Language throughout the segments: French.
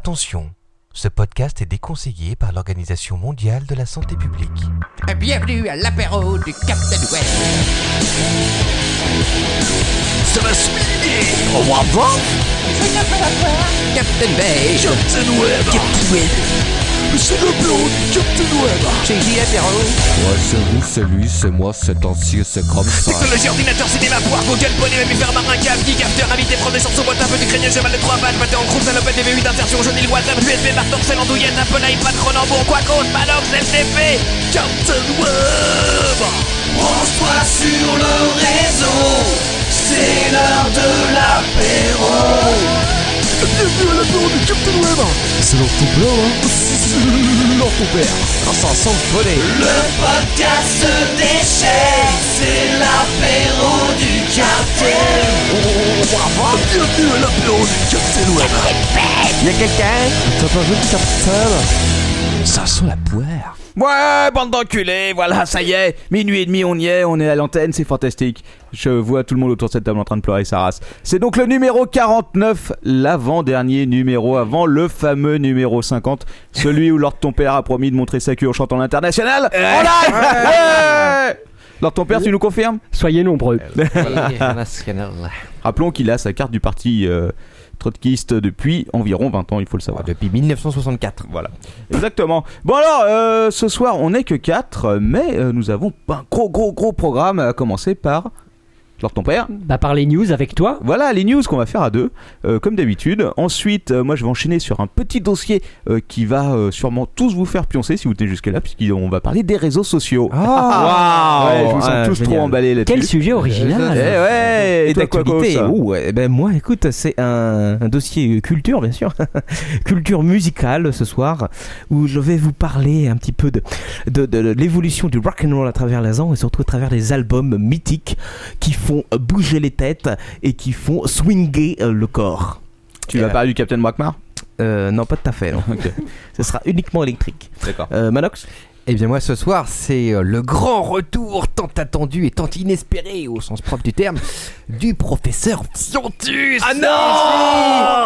Attention, ce podcast est déconseillé par l'Organisation mondiale de la santé publique. Bienvenue à l'apéro du Captain West. Ça va se miner Au revoir, bon Captain Beige, Captain Web Captain Web C'est le bureau du Captain Web chez J. Apéro. Moi, c'est vous, c'est lui, c'est moi, c'est ancien, c'est comme ça. Technologie, ordinateur, cinéma, poire, Google, poney, mammifère, marin, câble, geek, after, invité, prendre des chansons, boîte un peu du crânien, cheval de trois pattes, pâté en croupe, salopette, DV8, insertion, jaune, île, WhatsApp, USB, marteau, sel, andouillette, Apple, iPad, Cronenbourg, Quacos, Malox, LTP Captain Web Branche-toi sur le réseau C'est l'heure de l'apéro Bienvenue à l'apéro du Captain Web C'est leur ton père, hein C'est leur ton père ça sent le poney podcast déchet, c'est l'apéro du capitaine. Bienvenue à l'apéro du Captain Web Ouais, bande d'enculés, voilà, ça y est, minuit et demi, on y est, on est à l'antenne, c'est fantastique. Je vois tout le monde autour de cette table en train de pleurer sa race. C'est donc le numéro 49, l'avant-dernier numéro avant le fameux numéro 50, celui où Lord ton père a promis de montrer sa queue en chantant l'international. En live Ouais Lord ton père, tu nous confirmes Soyez nombreux. Rappelons qu'il a sa carte du parti euh, trotskiste depuis environ 20 ans, il faut le savoir. Depuis 1964. Voilà. Exactement. Bon alors, euh, ce soir, on n'est que 4, mais euh, nous avons un gros, gros, gros programme à commencer par... Lord ton père Bah par les news avec toi. Voilà les news qu'on va faire à deux, euh, comme d'habitude. Ensuite, euh, moi je vais enchaîner sur un petit dossier euh, qui va euh, sûrement tous vous faire pioncer si vous tenez jusque-là, puisqu'on va parler des réseaux sociaux. Ah, ouais, je vous sens Ah, tous génial. trop emballés là-dessus. Quel sujet Eh original. ouais, Et toi, d'actualité. Quacos, Ouh, eh ben moi, écoute, c'est un, un dossier euh, culture, bien sûr, culture musicale ce soir, où je vais vous parler un petit peu de, de, de- de l'évolution du rock and roll à travers les ans et surtout à travers les albums mythiques qui font bouger les têtes et qui font swinger euh, le corps. Tu vas Euh, parler du Captain Brackmar euh, Non, pas tout à fait. Non. ce sera uniquement électrique. D'accord. Euh, Manox, Eh bien moi ce soir c'est euh, le grand retour tant attendu et tant inespéré au sens propre du terme du professeur Fiontus. Ah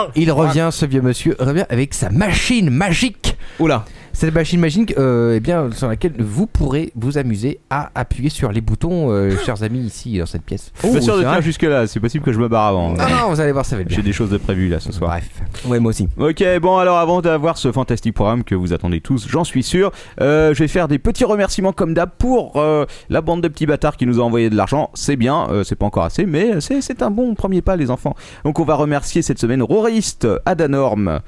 non Il revient, ce vieux monsieur revient avec sa machine magique. Oula. Cette machine magique, euh, eh bien, sur laquelle vous pourrez vous amuser à appuyer sur les boutons, euh, chers amis, ici dans cette pièce. Je suis pas sûr de c'est faire vrai jusque-là, c'est possible que je me barre avant. Ah. Ah Non, non, vous allez voir, ça va être bien. J'ai des choses de prévues là ce soir. Bref. ouais, moi aussi. Ok, bon alors avant d'avoir ce fantastique programme que vous attendez tous, j'en suis sûr, euh, je vais faire des petits remerciements comme d'hab pour euh, la bande de petits bâtards qui nous a envoyé de l'argent. C'est bien, euh, c'est pas encore assez, mais c'est c'est un bon premier pas les enfants. Donc on va remercier cette semaine Roriste, Adanorm,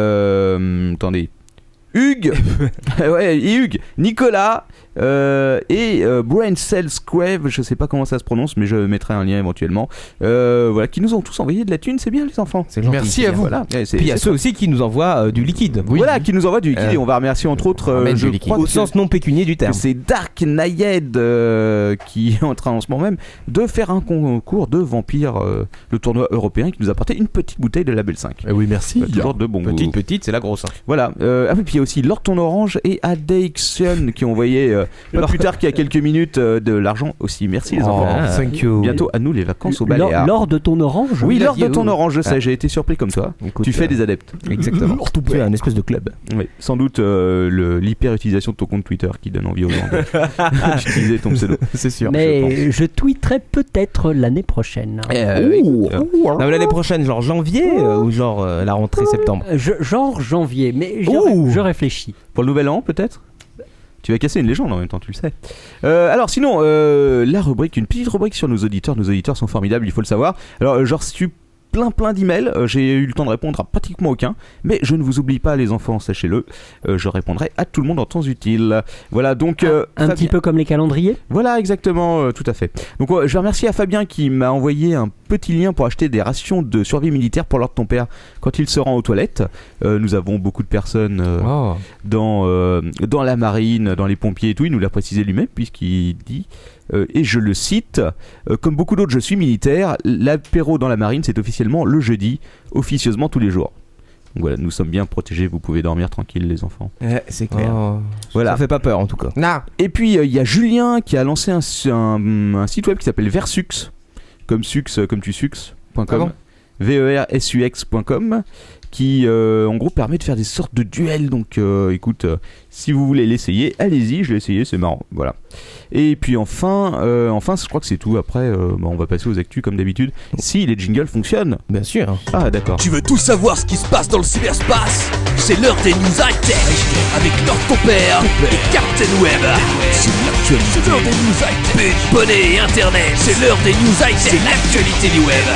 euh, attendez, Hugues, ouais, Hugues, Nicolas euh, et euh, Brain Cell Squave, je sais pas comment ça se prononce, mais je mettrai un lien éventuellement. Euh, voilà, qui nous ont tous envoyé de la thune, c'est bien les enfants. C'est gentil. Merci à vous. Voilà, Ouais, c'est- Puis il y a c'est ceux aussi qui nous envoient euh, du liquide. voilà, qui nous envoie du liquide Euh, et on va remercier entre autres, euh, ramène je du liquide. crois Au que- sens non pécunier du que terme. c'est Dark Nayed euh, qui est en train en ce moment même de faire un concours de vampires, euh, le tournoi européen qui nous a apporté une petite bouteille de Label 5. Eh oui, merci. Euh, toujours de bon goût. petite, c'est la grosse. hein. Voilà. euh, ah oui, puis il y a aussi Lord Ton Orange et Adeixion qui ont envoyé euh, pas Lord- plus tard qu'il y a quelques minutes euh, de l'argent aussi. Merci les enfants. Ah. Thank you. Bientôt à nous les vacances au Lors, Baléares. lors de ton orange. Oui, Lord de Lord- Ton Orange, je sais, j'ai été surpris comme toi. Tu euh, fais des adeptes. Ah. Exactement. Tu es un espèce de club. Oui, sans doute euh, le- l'hyper-utilisation de ton compte Twitter qui donne envie aux gens d'utiliser ton pseudo. C'est sûr. Mais je, tweeterai peut-être l'année prochaine. Eh. l'année prochaine, genre janvier euh, ou genre euh, la rentrée septembre. Je- genre janvier, mais je, Ouh. je réfléchis. Pour le nouvel an, peut-être Tu vas casser une légende en même temps, tu le sais. Euh, alors, sinon, euh, la rubrique, une petite rubrique sur nos auditeurs. Nos auditeurs sont formidables, il faut le savoir. Alors, euh, j'ai reçu plein plein d'emails, Euh, j'ai eu le temps de répondre à pratiquement aucun, mais je ne vous oublie pas les enfants, sachez-le, Euh, je répondrai à tout le monde en temps utile. Voilà donc... euh, Ah, Un Fabien- petit peu comme les calendriers. Voilà, exactement, euh, tout à fait. Donc, euh, je vais remercier à Fabien qui m'a envoyé un petit lien pour acheter des rations de survie militaire pour l'ordre de ton père quand il se rend aux toilettes. Euh, nous avons beaucoup de personnes euh, Oh. dans, euh, dans la marine, dans les pompiers et tout. Il nous l'a précisé lui-même puisqu'il dit, euh, et je le cite, euh, comme beaucoup d'autres, je suis militaire. L'apéro dans la marine, c'est officiellement le jeudi, officieusement tous les jours. Donc voilà, nous sommes bien protégés, vous pouvez dormir tranquille les enfants. c'est Oh. Voilà. Ça fait pas peur en tout cas. Non. Et puis euh, il y a Julien qui a lancé un, su- un- un site web qui s'appelle Versux, comme suxe, euh, comme tu suxes.com. Ah bon V-E-R-S-U-X.com qui euh, en gros permet de faire des sortes de duels. Donc euh, écoute, euh, si vous voulez l'essayer, allez-y, je l'ai essayé, c'est marrant. Voilà. Et puis enfin, euh, enfin, je crois que c'est tout. Après, euh, bah, on va passer aux actus comme d'habitude. Si les jingles fonctionnent. Bien sûr. Ah d'accord. Tu veux tout savoir ce qui se passe dans le cyberspace C'est l'heure des news high-tech avec Lord ton père et Captain Web. C'est l'actualité. C'est l'heure des news high-tech. Bonnet et Internet. C'est l'heure des news high-tech. C'est l'actualité du web.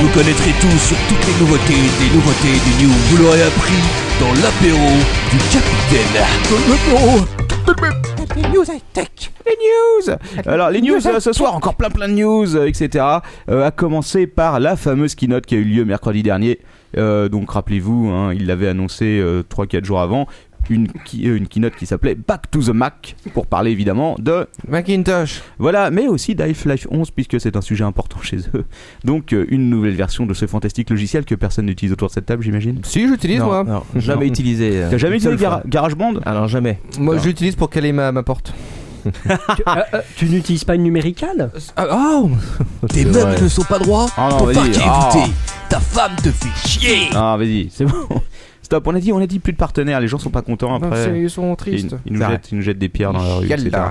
Vous connaîtrez tout sur toutes les nouveautés des nouveautés du news. Vous l'aurez appris dans l'apéro du capitaine. Dans l'apéro. news. Alors les news euh, ce soir, encore plein plein de news, euh, etc. Euh, à commencer par la fameuse keynote qui a eu lieu mercredi dernier. Euh, donc rappelez-vous, hein, il l'avait annoncé 3-4 jours avant. Une, qui- euh, une keynote qui s'appelait Back to the Mac pour parler évidemment de Macintosh. voilà mais aussi d'iFlife 11 puisque c'est un sujet important chez eux donc euh, une nouvelle version de ce fantastique logiciel que personne n'utilise autour de cette table j'imagine Si, j'utilise Non, moi. non, jamais Non. utilisé. euh, t'as jamais une utilisé seule Gara- fois. GarageBand Alors jamais. Moi, j'utilise pour caler ma, ma porte. Tu, euh, euh, tu n'utilises pas une numéricale Ah, oh Tes meubles ne sont pas droits Ah non, Ton vas-y. parquet Ah. est voûté. Ta femme te fait chier. ah vas-y c'est bon stop on a dit on a dit plus de partenaires les gens sont pas contents Non, après c'est- Ils sont Et tristes. Ils, ils nous Ça jettent, ils nous jettent des pierres dans la rue. Yalla. etc.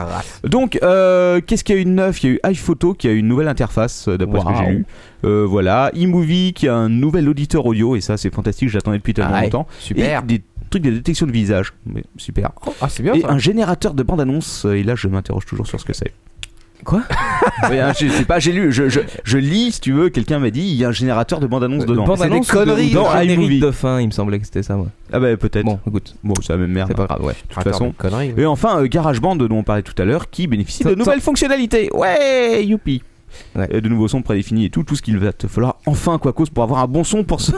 Donc, euh, qu'est-ce qu'il y a eu de neuf Il y a eu iPhoto qui a eu une nouvelle interface, euh, d'après ce que j'ai Waouh. lu. Euh, voilà. iMovie qui a un nouvel auditeur audio, et ça, c'est fantastique, j'attendais depuis tellement Ah ouais. longtemps. Super. Et des trucs de détection de visage. Mais super. Ah, c'est bien. Et ça. un générateur de bande-annonce, euh, et là, je m'interroge toujours sur ce que c'est. Quoi Oui, hein, Je je sais pas, j'ai lu, je, je- je lis, si tu veux, quelqu'un m'a dit, il y a un générateur de bande-annonce dedans. bande- Bande-annonce c'est des ou de- conneries, ou Dans hein. iMovie iMovie. de fin, il me semblait que c'était ça. Moi. Ah bah peut-être. Ah Bon, Bon, écoute, c'est la même merde. c'est pas grave. Ouais. De toute façon. connerie. Et enfin, euh, GarageBand, dont on parlait tout à l'heure, qui bénéficie de Ça- nouvelles fonctionnalités. Ouais, youpi. Ouais. Et de nouveaux sons prédéfinis et tout, tout ce qu'il va te falloir enfin quoi cause pour avoir un bon son pour ça.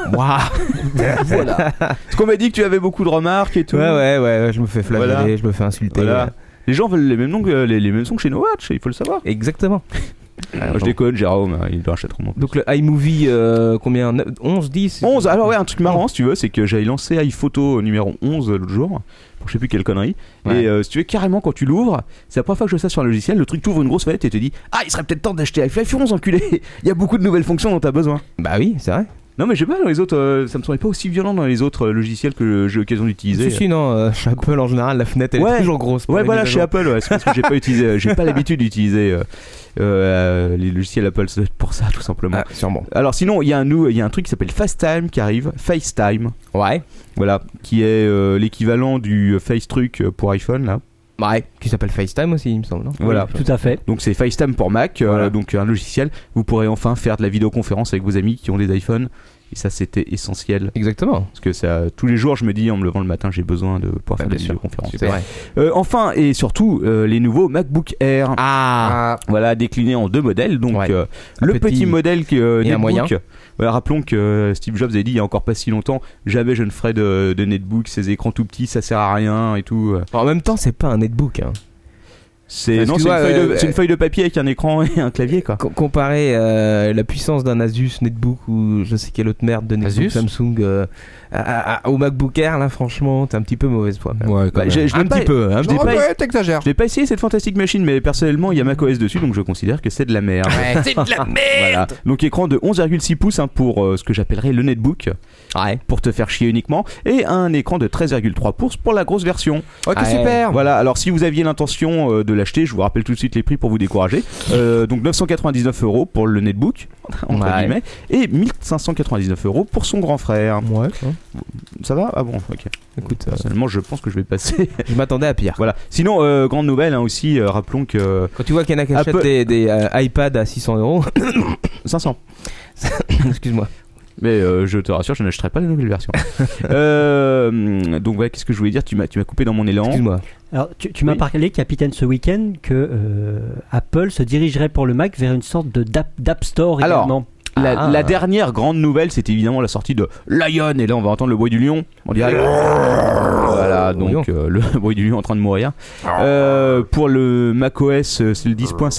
voilà. Parce qu'on m'a dit que tu avais beaucoup de remarques et tout. Ouais, ouais, euh, ouais, ouais, je me fais flageller, Voilà. je me fais insulter. Voilà. ouais. Les gens veulent les mêmes, noms que- les, les mêmes sons que chez No Watch, il faut le savoir. Exactement. Moi, je déconne, Jérôme, hein, il doit acheter trop Donc le iMovie, euh, combien 9, 11, 10 11, alors ouais, un truc marrant si tu veux, c'est que j'avais lancé iPhoto numéro 11 l'autre jour, pour je sais plus quelle connerie, Ouais. et euh, si tu veux, carrément quand tu l'ouvres, c'est la première fois que je fais ça sur un logiciel, le truc t'ouvre une grosse fenêtre et te dit Ah, il serait peut-être temps d'acheter iPhone 11, enculé Il y a beaucoup de nouvelles fonctions dont t'as besoin. Bah oui, c'est vrai. Non, mais je sais pas, dans les autres, euh, ça me semblait pas aussi violent dans les autres euh, logiciels que j'ai eu l'occasion d'utiliser. Si, si, non, euh, chez Apple en général, la fenêtre elle Ouais. est toujours grosse. pour Ouais, les voilà, mises à chez jour. Apple, ouais, c'est parce que j'ai pas utilisé, euh, j'ai pas l'habitude d'utiliser euh, euh, les logiciels Apple, ça doit être pour ça tout simplement. Ah, sûrement. Alors sinon, il y, a un nou- il y a un truc qui s'appelle FaceTime qui arrive, FaceTime. Ouais. Voilà, qui est euh, l'équivalent du Face Truc euh, pour iPhone là. Ouais. Qui s'appelle FaceTime aussi, il me semble. non Voilà. Tout à fait. Donc c'est FaceTime pour Mac, euh, Voilà. donc un logiciel. Vous pourrez enfin faire de la vidéoconférence avec vos amis qui ont des iPhones. Et ça c'était essentiel Exactement. parce que ça tous les jours je me dis en me levant le matin j'ai besoin de pouvoir faire de la bien sûr. vidéoconférence. C'est vrai. Euh, enfin et surtout euh, les nouveaux MacBook Air. Ah, Ah, Voilà déclinés en deux modèles donc Ouais. euh, Un le petit, petit modèle qui euh, et netbook. un moyen. Voilà, rappelons que euh, Steve Jobs avait dit il y a encore pas si longtemps jamais je ne ferai de, de netbook ces écrans tout petits ça sert à rien et tout. En même temps, c'est pas un netbook. hein. C'est non, c'est une, Excuse-moi, feuille de- euh, c'est une feuille de papier avec un écran et un clavier quoi. Com- Comparé euh, la puissance d'un Asus netbook ou je sais quelle autre merde de netbook Asus Samsung euh, à- à- à- au MacBook Air, là, franchement, t'es un petit peu mauvaise foi. quand même. ouais, Bah, je- je l'ai un pas- petit peu. je hein, petit l'ai Oh, peu. pas- ouais, t'exagères. Je l'ai pas essayé cette fantastique machine, mais personnellement il y a macOS dessus, donc je considère que c'est de la merde. C'est de la Voilà. merde. Donc écran de 11,6 pouces hein, pour euh, ce que j'appellerais le netbook, Ouais. pour te faire chier uniquement, et un écran de 13,3 pouces pour la grosse version. Ok, Ouais. super. Voilà. Alors si vous aviez l'intention euh, de l'acheter, je vous rappelle tout de suite les prix pour vous décourager. Euh, donc 999 euros pour le netbook entre Ouais. guillemets, et 1599 euros pour son grand frère. Ouais. Ça va Ah bon. Ok. Hein. Écoute, euh, Personnellement, je pense que je vais passer. je m'attendais à pire. Voilà. Sinon, euh, grande nouvelle hein, aussi, euh, rappelons que euh, Quand tu vois qu'il y en a qui achètent Apple- des, des, euh, iPads à 600 euros, 500. excuse-moi. Mais euh, je te rassure, je n'achèterai pas la nouvelle version. Euh, donc ouais, qu'est-ce que je voulais dire Tu m'as, tu m'as coupé dans mon élan. Excuse-moi. Alors, tu, tu m'as Oui. parlé, capitaine, ce week-end, que euh, Apple se dirigerait pour le Mac vers une sorte de d'app, d'app store Alors, également. La, Ah. la dernière grande nouvelle, c'est évidemment la sortie de Lion. Et là, on va entendre le bruit du lion. On dirait. Oh, Voilà, donc euh, le bruit du lion en train de mourir. Euh, pour le macOS, euh, c'est le 10.7. je crois.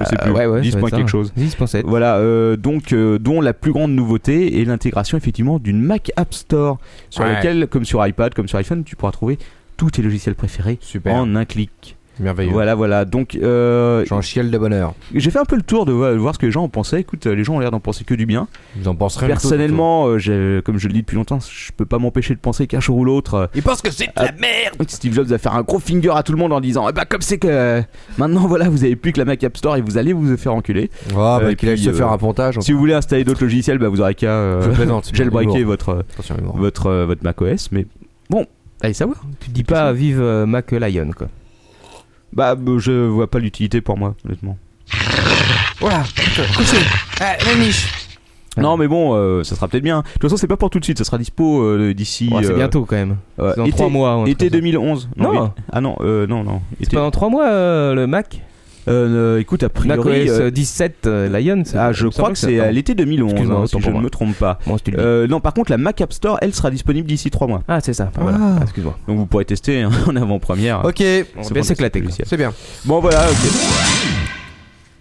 Je sais plus. Euh, ouais, ouais, 10. ça va être ça. quelque chose. 10.7. Voilà, euh, donc euh, dont la plus grande nouveauté est l'intégration effectivement d'une Mac App Store sur Ouais. laquelle, comme sur iPad, comme sur iPhone, tu pourras trouver tous tes logiciels préférés Super. en un clic. Merveilleux. Voilà, voilà. Donc, euh, J'en chiale de bonheur. j'ai fait un peu le tour de vo- voir ce que les gens en pensaient. Écoute, euh, les gens ont l'air d'en penser que du bien. Vous en penserez un peu, Personnellement, euh, j'ai- comme je le dis depuis longtemps, je peux pas m'empêcher de penser qu'un jour ou l'autre, euh, Il pense que c'est de la merde Steve Jobs va faire un gros finger à tout le monde en disant, eh ben, comme c'est que euh, maintenant, voilà, vous avez plus que la Mac App Store et vous allez vous faire enculer. Ah, bah, Et qu'il aille puis, se euh, faire un pontage. Si vous voulez installer d'autres logiciels, bah, vous aurez qu'à euh, Je plaisante. jailbreaker Humour. votre, euh, Attention, humour. votre, euh, votre Mac OS, mais bon, allez savoir. Tu dis pas vive euh, Mac Lion quoi. Bah, bah, je vois pas l'utilité pour moi, honnêtement. Voilà, couché. Ah, la niche. Non, mais bon, euh, ça sera peut-être bien. De toute façon, c'est pas pour tout de suite, ça sera dispo euh, d'ici. Ouais, c'est euh, bientôt quand même. euh, C'est dans été- 3 mois. ou un Été truc comme ça. 2011. Non. oui. Ah non, euh, non, non. C'est Été- pas dans 3 mois euh, le Mac Euh, euh, écoute, a Mac priori. OS euh, 17 euh, Lion. c'est- ah, je il me crois semble que c'est à attends. l'été 2011, Excuse-moi, hein, autant si je pour ne moi. me trompe pas. Bon, je te le dis. Euh, non, par contre, la Mac App Store, elle sera disponible d'ici 3 mois. Ah, c'est ça. Voilà. Ah, Excuse-moi. Donc vous pourrez tester hein, en Ok, avant-première. On va C'est bien bon, s'éclater. c'est quoi. logiciel. c'est bien. Bon, voilà, ok.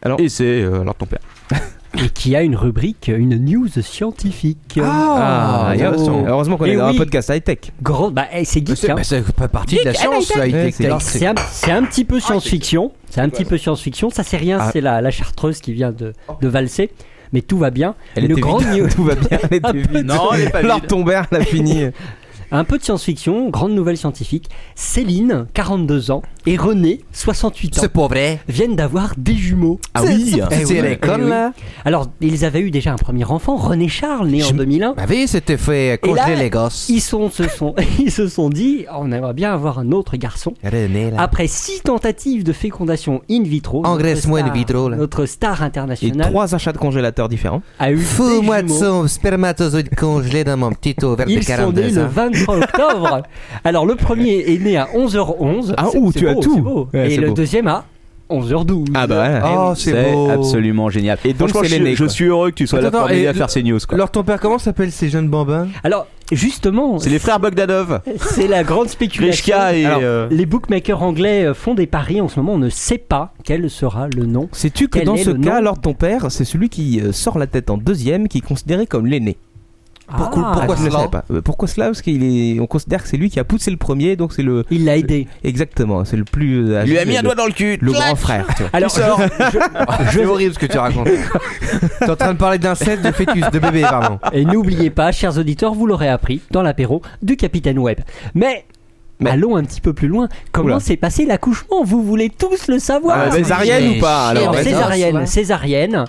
Alors- Et c'est euh, alors ton père. Et qui a une rubrique, une news scientifique. Ah, et oh. heureusement- intéressant. heureusement qu'on Eh est dans oui. un podcast high-tech. Grande, bah, eh, c'est Mais geek, C'est hein. bah, ça fait pas partie de la science, ça. high-tech. high-tech. C'est Alors, C'est- Ah, c'est un, c'est un petit peu science-fiction. C'est un petit peu science-fiction. Ça, c'est rien. Ah. C'est la, la chartreuse qui vient de, Oh. de valser. Mais tout va bien. Elle Une était grande vide. news. Tout va bien. Elle Un était peu vide. de- elle est pas Laure vide. Tombert l'a fini. Un peu de science-fiction, grande nouvelle scientifique. Céline, 42 ans, et René, 68 ans, C'est pas vrai. viennent d'avoir des jumeaux. Eh Ah oui C'est c'est les connes, là. Alors, ils avaient eu déjà un premier enfant, René Charles, né en Je- 2001. Bah oui, c'était fait Et là, congeler les gosses. Ils, sont, se sont, ils se sont dit, on aimerait bien avoir un autre garçon. René, là. Après six tentatives de fécondation in vitro, notre Engraisse-moi star- in vitro, là. notre star Et internationale trois achats de congélateurs différents. a eu des Fous-moi de jumeaux. son spermatozoïde congelé dans mon petit ovaire de Ils sont nés 42 le hein. ans. 23 octobre. Alors le premier est né à 11h11. Ah, C'est- ouh, c'est tu as beau, tout. c'est beau. Ouais, Et c'est le beau. deuxième à 11h12. Ah bah voilà. Oh, c'est beau. Eh absolument génial. Et donc, Franchement, c'est je, l'aîné, suis- je quoi. suis heureux que tu sois Attends, là attends, pour m'aider et à le- faire ces news. quoi. Alors, ton père, comment s'appellent ces jeunes bambins Alors justement, C'est les frères Bogdanov, c'est la grande spéculation. Grishka et. Alors, euh, Les bookmakers anglais euh, font des paris en ce moment. On ne sait pas quel sera le nom. Sais-tu que Quel dans est ce le cas, nom alors ton père, c'est celui qui euh, sort la tête en deuxième, qui est considéré comme l'aîné. Ah, Ah, je ne le cela savais pas. Euh, Pourquoi cela Parce qu'il est, on considère que c'est lui qui a poussé le premier, donc c'est le Il l'a aidé. exactement, c'est le plus. euh, âgé, lui a mis le- un doigt dans le cul. Le grand frère. tu vois. Alors C'est horrible ce que tu racontes. T'es en train de parler d'inceste, de fœtus, de bébé, pardon. Et n'oubliez pas, chers auditeurs, vous l'aurez appris dans l'apéro du Capitaine Web. Mais, Mais- allons un petit peu plus loin. Comment Oula. s'est passé l'accouchement Vous voulez tous le Ah, savoir. Césarienne mais- ou pas Alors, alors mais- attends. césarienne, césarienne,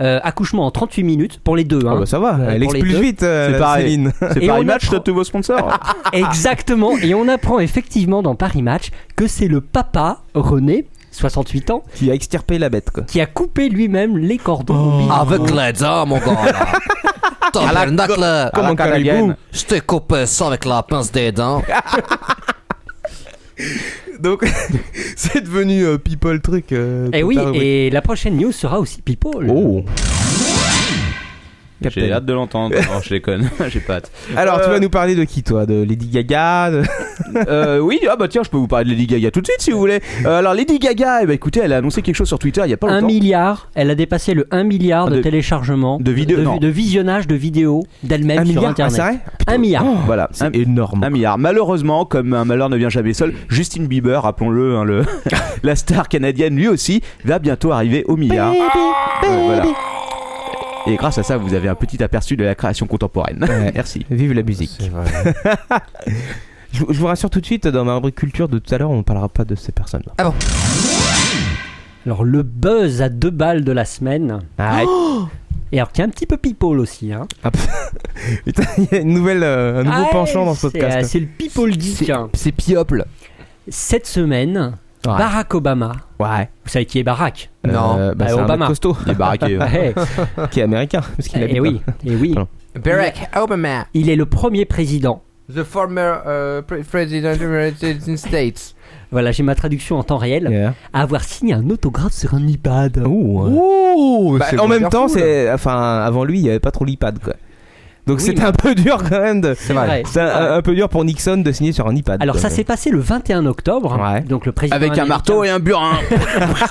euh, accouchement en 38 minutes pour les deux. Ah hein. bah ça va, Euh, elle pour les expulse deux. vite, euh, C'est pareil. Céline. C'est Et Paris on Match, apprend- notre nouveau sponsor. Exactement. Et on apprend effectivement dans Paris Match que c'est le papa, René, 68 ans, qui a extirpé la bête quoi. qui a coupé lui-même les cordons ombilicaux. Oh. Avec les dents, mon gars. là. Tabarnak, là. Comme un caribou. Je te coupe ça avec la pince des dents. Donc c'est devenu euh, people truc. euh, Et toute Eh oui, la rubrique. et la prochaine news sera aussi people. Oh. J'ai hâte de l'entendre. Non, Oh, je déconne. J'ai pas hâte. Alors tu Euh, vas nous parler de qui toi De Lady Gaga de- Euh, oui, ah bah tiens, je peux vous parler de Lady Gaga tout de suite si vous voulez. Euh, alors Lady Gaga, eh ben, écoutez, elle a annoncé quelque chose sur Twitter il y a pas 1 longtemps. milliard, elle a dépassé le 1 milliard Ah, de, De- téléchargements, de vidéos, de, non. de visionnage de vidéos d'elle-même Un sur milliard, ah, c'est Internet. vrai Putain, Oh. 1 milliard. Voilà, un, C'est énorme. un milliard. Malheureusement, comme un malheur ne vient jamais seul, Justin Bieber, rappelons-le, hein, le, la star canadienne, lui aussi, va bientôt arriver au milliard. Ouais, voilà. Et grâce à ça, vous avez un petit aperçu de la création contemporaine. Ouais. Merci. Vive la musique. Je, je vous rassure tout de suite, dans ma rubrique culture de tout à l'heure, on ne parlera pas de ces personnes. là Alors le buzz à deux balles de la semaine, Ah, et alors qui est un petit peu people aussi. Hein. Putain, il y a une nouvelle, euh, un nouveau Ah, penchant dans ce c'est- ah, podcast. C'est le people geek. hein. C'est piople. Cette semaine, Ouais. Barack Obama. Ouais. Vous savez qui est Barack Non. Euh, bah, Bah, c'est un Obama. mec costaud Les baraqués. Ouais. qui est américain. Parce qu'il Et Bah, habite Eh oui, et oui. Pardon. Barack Obama. Il est le premier président. The former uh, pre- president of the United States. Voilà, j'ai ma traduction en temps réel. pas. Yeah. Oh. À avoir signé un autographe sur un iPad. Ouh. Ouh, Bah, en même temps, c'est, enfin, avant lui, il n'y avait pas trop l'iPad, quoi. Donc Oui, c'était mais- un peu dur quand même. De... C'est vrai. C'est un, un peu dur pour Nixon de signer sur un iPad. Alors quoi. ça s'est passé le 21 octobre. Ouais. Donc le président Avec un américain- marteau et un burin.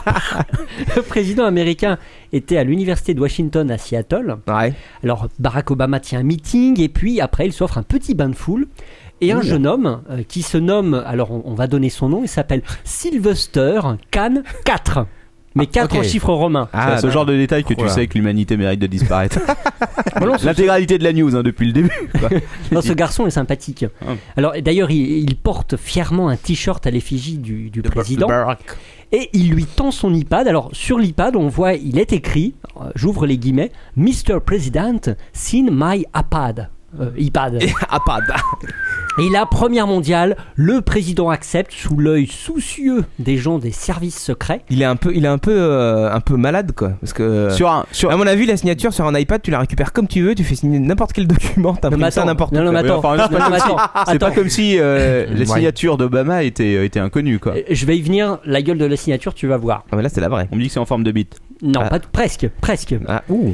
Le président américain était à l'université de Washington à Seattle. Ouais. Alors Barack Obama tient un meeting et puis après il s'offre un petit bain de foule et un jeune homme euh, qui se nomme, alors on, on va donner son nom, il s'appelle Sylvester Khan 4. Mais 4 en ok. chiffre romain. C'est à ce genre de détail que tu Voilà. sais que l'humanité mérite de disparaître. L'intégralité de la news hein, depuis le début. quoi. Non, Oh, ce garçon est sympathique. Ah. Alors, et d'ailleurs, il, il porte fièrement un t-shirt à l'effigie du, du président. Et il lui tend son iPad. Alors, sur l'iPad, on voit, il est écrit, euh, j'ouvre les guillemets, Mr. President, sign my iPad. Euh, iPad. Et la première mondiale, le président accepte sous l'œil soucieux des gens des services secrets. Il est un peu, il est un peu, euh, un peu malade quoi, parce que. Euh. Sur un, sur, À mon avis, la signature sur un iPad, tu la récupères comme tu veux, tu fais signer n'importe quel document, Non, mais t'imprimes ça attends. n'importe Non, non, mais Oui, attends. enfin, Non, c'est pas non, mais comme si- attends. C'est pas Ah, Attends. comme si euh, Ouais. les signatures d'Obama étaient, étaient inconnues, quoi. Euh, Je vais y venir, la gueule de la signature, tu vas voir. Ah, mais là, c'est la vraie. On me dit que c'est en forme de bite. Non, Ah. pas presque, presque. Ah, ouh.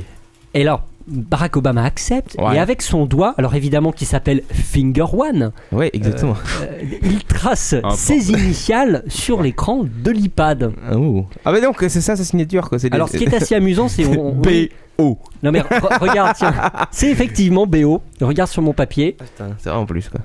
Et alors, Barack Obama accepte, Ouais. et avec son doigt, alors évidemment qui s'appelle Finger One, Ouais, exactement. euh, il trace Ah, ses initiales sur l'écran de l'iPad. Ah, ouh. Ah, mais donc, c'est ça sa signature quoi. c'est des- Euh, Alors, ce qui est assez amusant, c'est. on- on- Oh. B.O.. Non, mais re- regarde, tiens, c'est effectivement BO. Regarde sur mon papier. Putain, C'est vrai en plus quoi.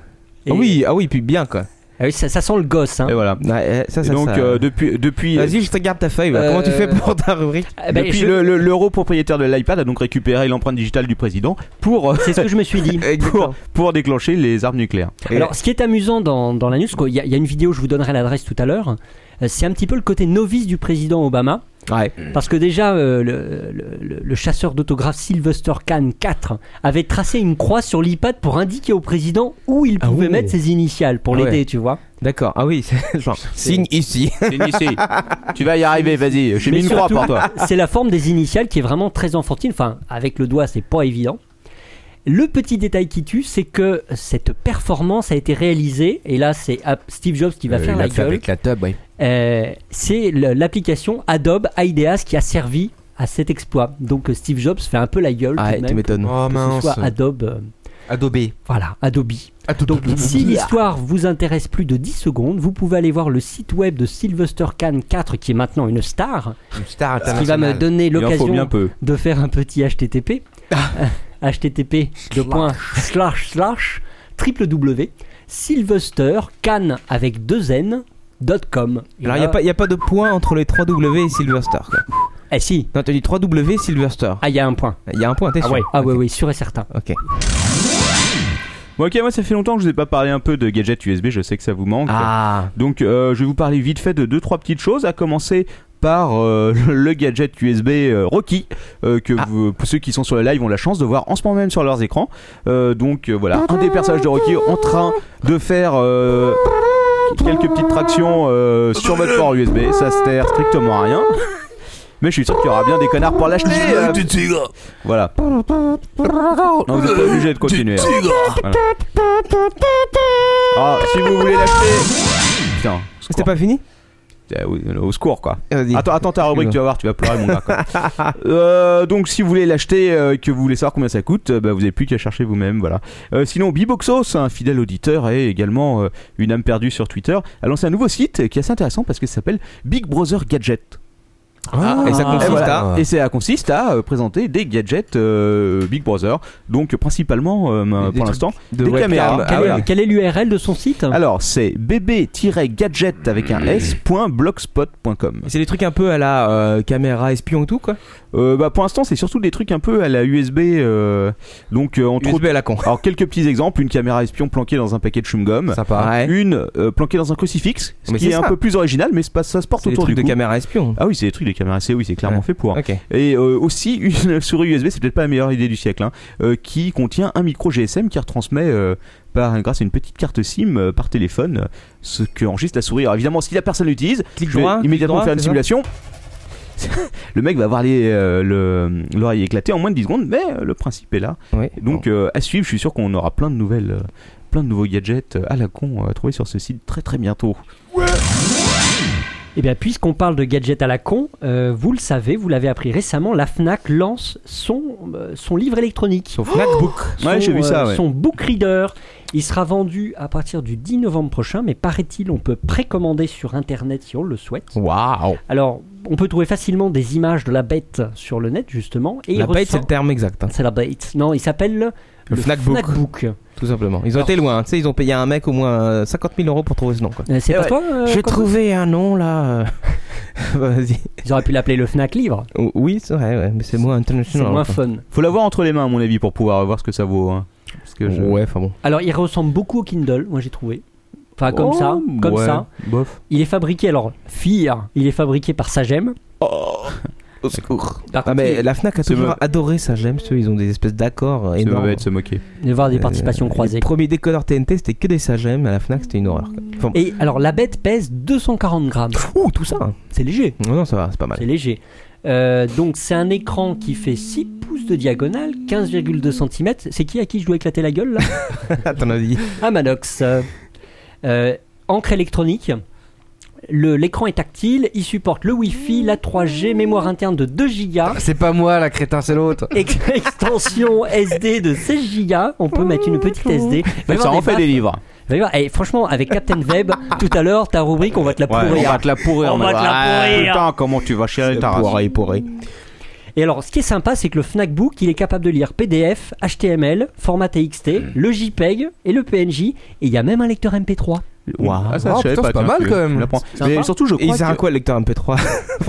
Et- Ah oui, ah oui, puis bien quoi. Ah oui, ça, ça sent le gosse. hein. Et voilà. Ouais, ça, Et ça, donc, ça- euh, depuis, depuis, Vas-y, je te garde ta feuille. va. Euh, Comment tu fais pour ta rubrique Ah, ben, depuis je- le- le- l'euro propriétaire de l'iPad a donc récupéré l'empreinte digitale du président pour, C'est ce que je me suis dit. pour, pour déclencher les armes nucléaires. Et- Alors, ce qui est amusant dans, dans la news, quoi, il y, a- il y a une vidéo, je vous donnerai l'adresse tout à l'heure. euh, C'est un petit peu le côté novice du président Obama. Ouais. Parce que déjà, euh, le, le- le- le chasseur d'autographes Sylvester Khan 4 avait tracé une croix sur l'iPad pour indiquer au président où il Ah pouvait oui. mettre ses initiales pour Ah l'aider, ouais. tu vois. D'accord. Ah oui, c'est genre signe ici. ici. tu vas y arriver, vas-y. J'ai Mais mis une croix surtout- pour toi. C'est la forme des initiales qui est vraiment très enfantine. Enfin, avec le doigt, c'est pas évident. Le petit détail qui tue, c'est que cette performance a été réalisée, et là c'est App- Steve Jobs qui va faire la gueule. avec la tub, oui. Euh, c'est le- l'application Adobe IDEAS qui a servi à cet exploit. Donc euh, Steve Jobs fait un peu la gueule tout Ah, de tu même, m'étonnes. Oh que ce soit Adobe. euh, Adobe. Voilà, Adobe. Donc, si l'histoire vous intéresse plus de 10 secondes, vous pouvez aller voir le site web de Sylvester Khan 4, qui est maintenant une star, Une star ce qui va me internationale. donner Il en faut bien l'occasion peu. de faire un petit HTTP. Euh, HTTP de point slash slash www Sylvester Khan avec deux n dot com. Et Alors, il là- n'y a, pas de point entre les 3W et Silverster. Quoi. Eh si, Non, t'as dit 3W Silverster. ah il y a un point. Il y a un point, t'es sûr Ah ouais, oui, sûr et certain. Ok. Bon, ok, moi, ça fait longtemps que je vous ai pas parlé un peu de gadgets USB. Je sais que ça vous manque. Ah, Donc euh, je vais vous parler vite fait de deux trois petites choses, à commencer par euh, le gadget USB euh, Rocky euh, que vous- pour ceux qui sont sur le live ont la chance de voir en ce moment même sur leurs écrans. Euh, donc euh, voilà, un des personnages de Rocky en train de faire euh, quelques petites tractions euh, sur votre port USB, ça sert strictement à rien. Mais je suis sûr qu'il y aura bien des connards pour l'acheter. euh, voilà. Non, vous êtes pas obligé de continuer. hein. Voilà. Ah, si vous voulez l'acheter. Putain. c'était pas fini Euh, au, au secours quoi. Vas-y. Attends, attends ta rubrique, Excuse-moi. tu vas voir, tu vas pleurer mon gars. quoi. Euh, donc si vous voulez l'acheter euh, et que vous voulez savoir combien ça coûte, euh, bah, vous n'avez plus qu'à chercher vous-même, voilà. Euh, sinon Biboxo, c'est un fidèle auditeur et également euh, une âme perdue sur Twitter, a lancé un nouveau site qui est assez intéressant parce que ça s'appelle Big Brother Gadget. Ah, et ça Et, consiste voilà. à. Et ça consiste à euh, présenter des gadgets euh, Big Brother, donc principalement euh, Des pour trucs l'instant de des webcam. caméras. Quel, Ah, est- voilà. quel est l'URL de son site Alors c'est bb-gadget avec un s.blogspot.com. C'est des trucs un peu à la euh, caméra espion et tout quoi. Euh, bah, pour l'instant, c'est surtout des trucs un peu à la USB. euh, donc, euh, entre USB autres- à la con. Alors, quelques petits exemples une caméra espion planquée dans un paquet de chewing-gum. Sympa. Ouais. Une euh, planquée dans un crucifix, ce Mais qui c'est est, un ça. peu plus original, mais c'est pas- ça se porte C'est des autour trucs du de cou. caméra espion. Ah oui, c'est des trucs des caméras c'est oui, c'est clairement Ouais. fait pour. Ok. Et euh, aussi une souris USB, c'est peut-être pas la meilleure idée du siècle, hein, euh, qui contient un micro GSM qui retransmet euh, par, grâce à une petite carte SIM euh, par téléphone euh, ce que enregistre la souris. Alors évidemment, si la personne l'utilise, Clic je vais droit, clic immédiatement droit, faire une c'est ça simulation. Le mec va avoir les, euh, le- l'oreille éclatée en moins de 10 secondes, mais euh, le principe est là. Ouais. Donc euh, à suivre, je suis sûr qu'on aura plein de nouvelles, euh, plein de nouveaux gadgets euh, à la con euh, à trouver sur ce site très très bientôt. Eh bien, puisqu'on parle de gadgets à la con, euh, vous le savez, vous l'avez appris récemment, la FNAC lance son, euh, son livre électronique. Son Fnacbook. Son, Ouais, j'ai vu ça, euh, ouais. son book reader. Il sera vendu à partir du 10 novembre prochain, mais paraît-il, on peut précommander sur Internet si on le souhaite. Waouh. Alors, on peut trouver facilement des images de la bête sur le net, justement. Et il La bête, ressort- c'est le terme exact. hein. c'est la bête. Non, il s'appelle Le, Fnac Book, Fnac Book. Euh, tout simplement. Ils ont été loin, hein. tu sais, ils ont payé un mec au moins euh, 50 000 euros pour trouver ce nom. Quoi. Euh, C'est Eh pas ouais. toi euh, J'ai Coco trouvé un nom là. euh. Vas-y. Ils auraient pu l'appeler le Fnac Livre. O- Oh, Oui, c'est vrai, ouais, mais c'est moins C'est international. moins quoi. fun. Faut l'avoir entre les mains, à mon avis, pour pouvoir voir ce que ça vaut. hein. Parce que je- Ouais, enfin bon. Alors, il ressemble beaucoup au Kindle, moi j'ai trouvé. Enfin, Ah, comme Oh, ça, comme ouais, ça. Bof. Il est fabriqué, alors, Fear, il est fabriqué par Sagem. Oh. Au secours. Par Ah, contre, mais il- la Fnac a C'est toujours me- adoré ça, j'aime ceux, ils ont des espèces d'accords euh, C'est énormes. mauvais de se moquer. de voir des participations croisées. Le premier décodeur TNT, c'était que des sagem, à la Fnac, c'était une horreur. quoi. Enfin, Et alors, la bête pèse 240 grammes. ouh, tout ça hein. C'est léger. Non, non, ça va, c'est pas mal. C'est léger. Euh, donc, c'est un écran qui fait 6 pouces de diagonale, 15,2 cm. C'est qui à qui je dois éclater la gueule là À ton avis À Manox. Euh, euh, encre électronique. Le- L'écran est tactile. Il supporte le Wi-Fi, la 3G, mémoire interne de 2 Go. C'est pas moi, la crétin, c'est l'autre. ex- extension SD de 16 Go. On peut mettre une petite SD. Il va y ça avoir en fait baffes. des livres. Il va y avoir- eh, franchement, avec Captain Web, tout à l'heure, ta rubrique, on va te la Ouais, pourrir. on va te la pourrir. On va mais- te la Ah, pourrir. Putain, comment tu vas chier ta race. Pourri, pourri. Et alors, ce qui est sympa, c'est que le Fnacbook, il est capable de lire PDF, HTML, format TXT, le JPEG et le PNG. Et il y a même un lecteur MP3. Waouh. Ah, ça, Oh, je savais putain, c'est pas tiens, mal, tu- quand même. tu l'apprends. C'est sympa. Mais surtout, je Et crois ils un que... quoi le lecteur MP3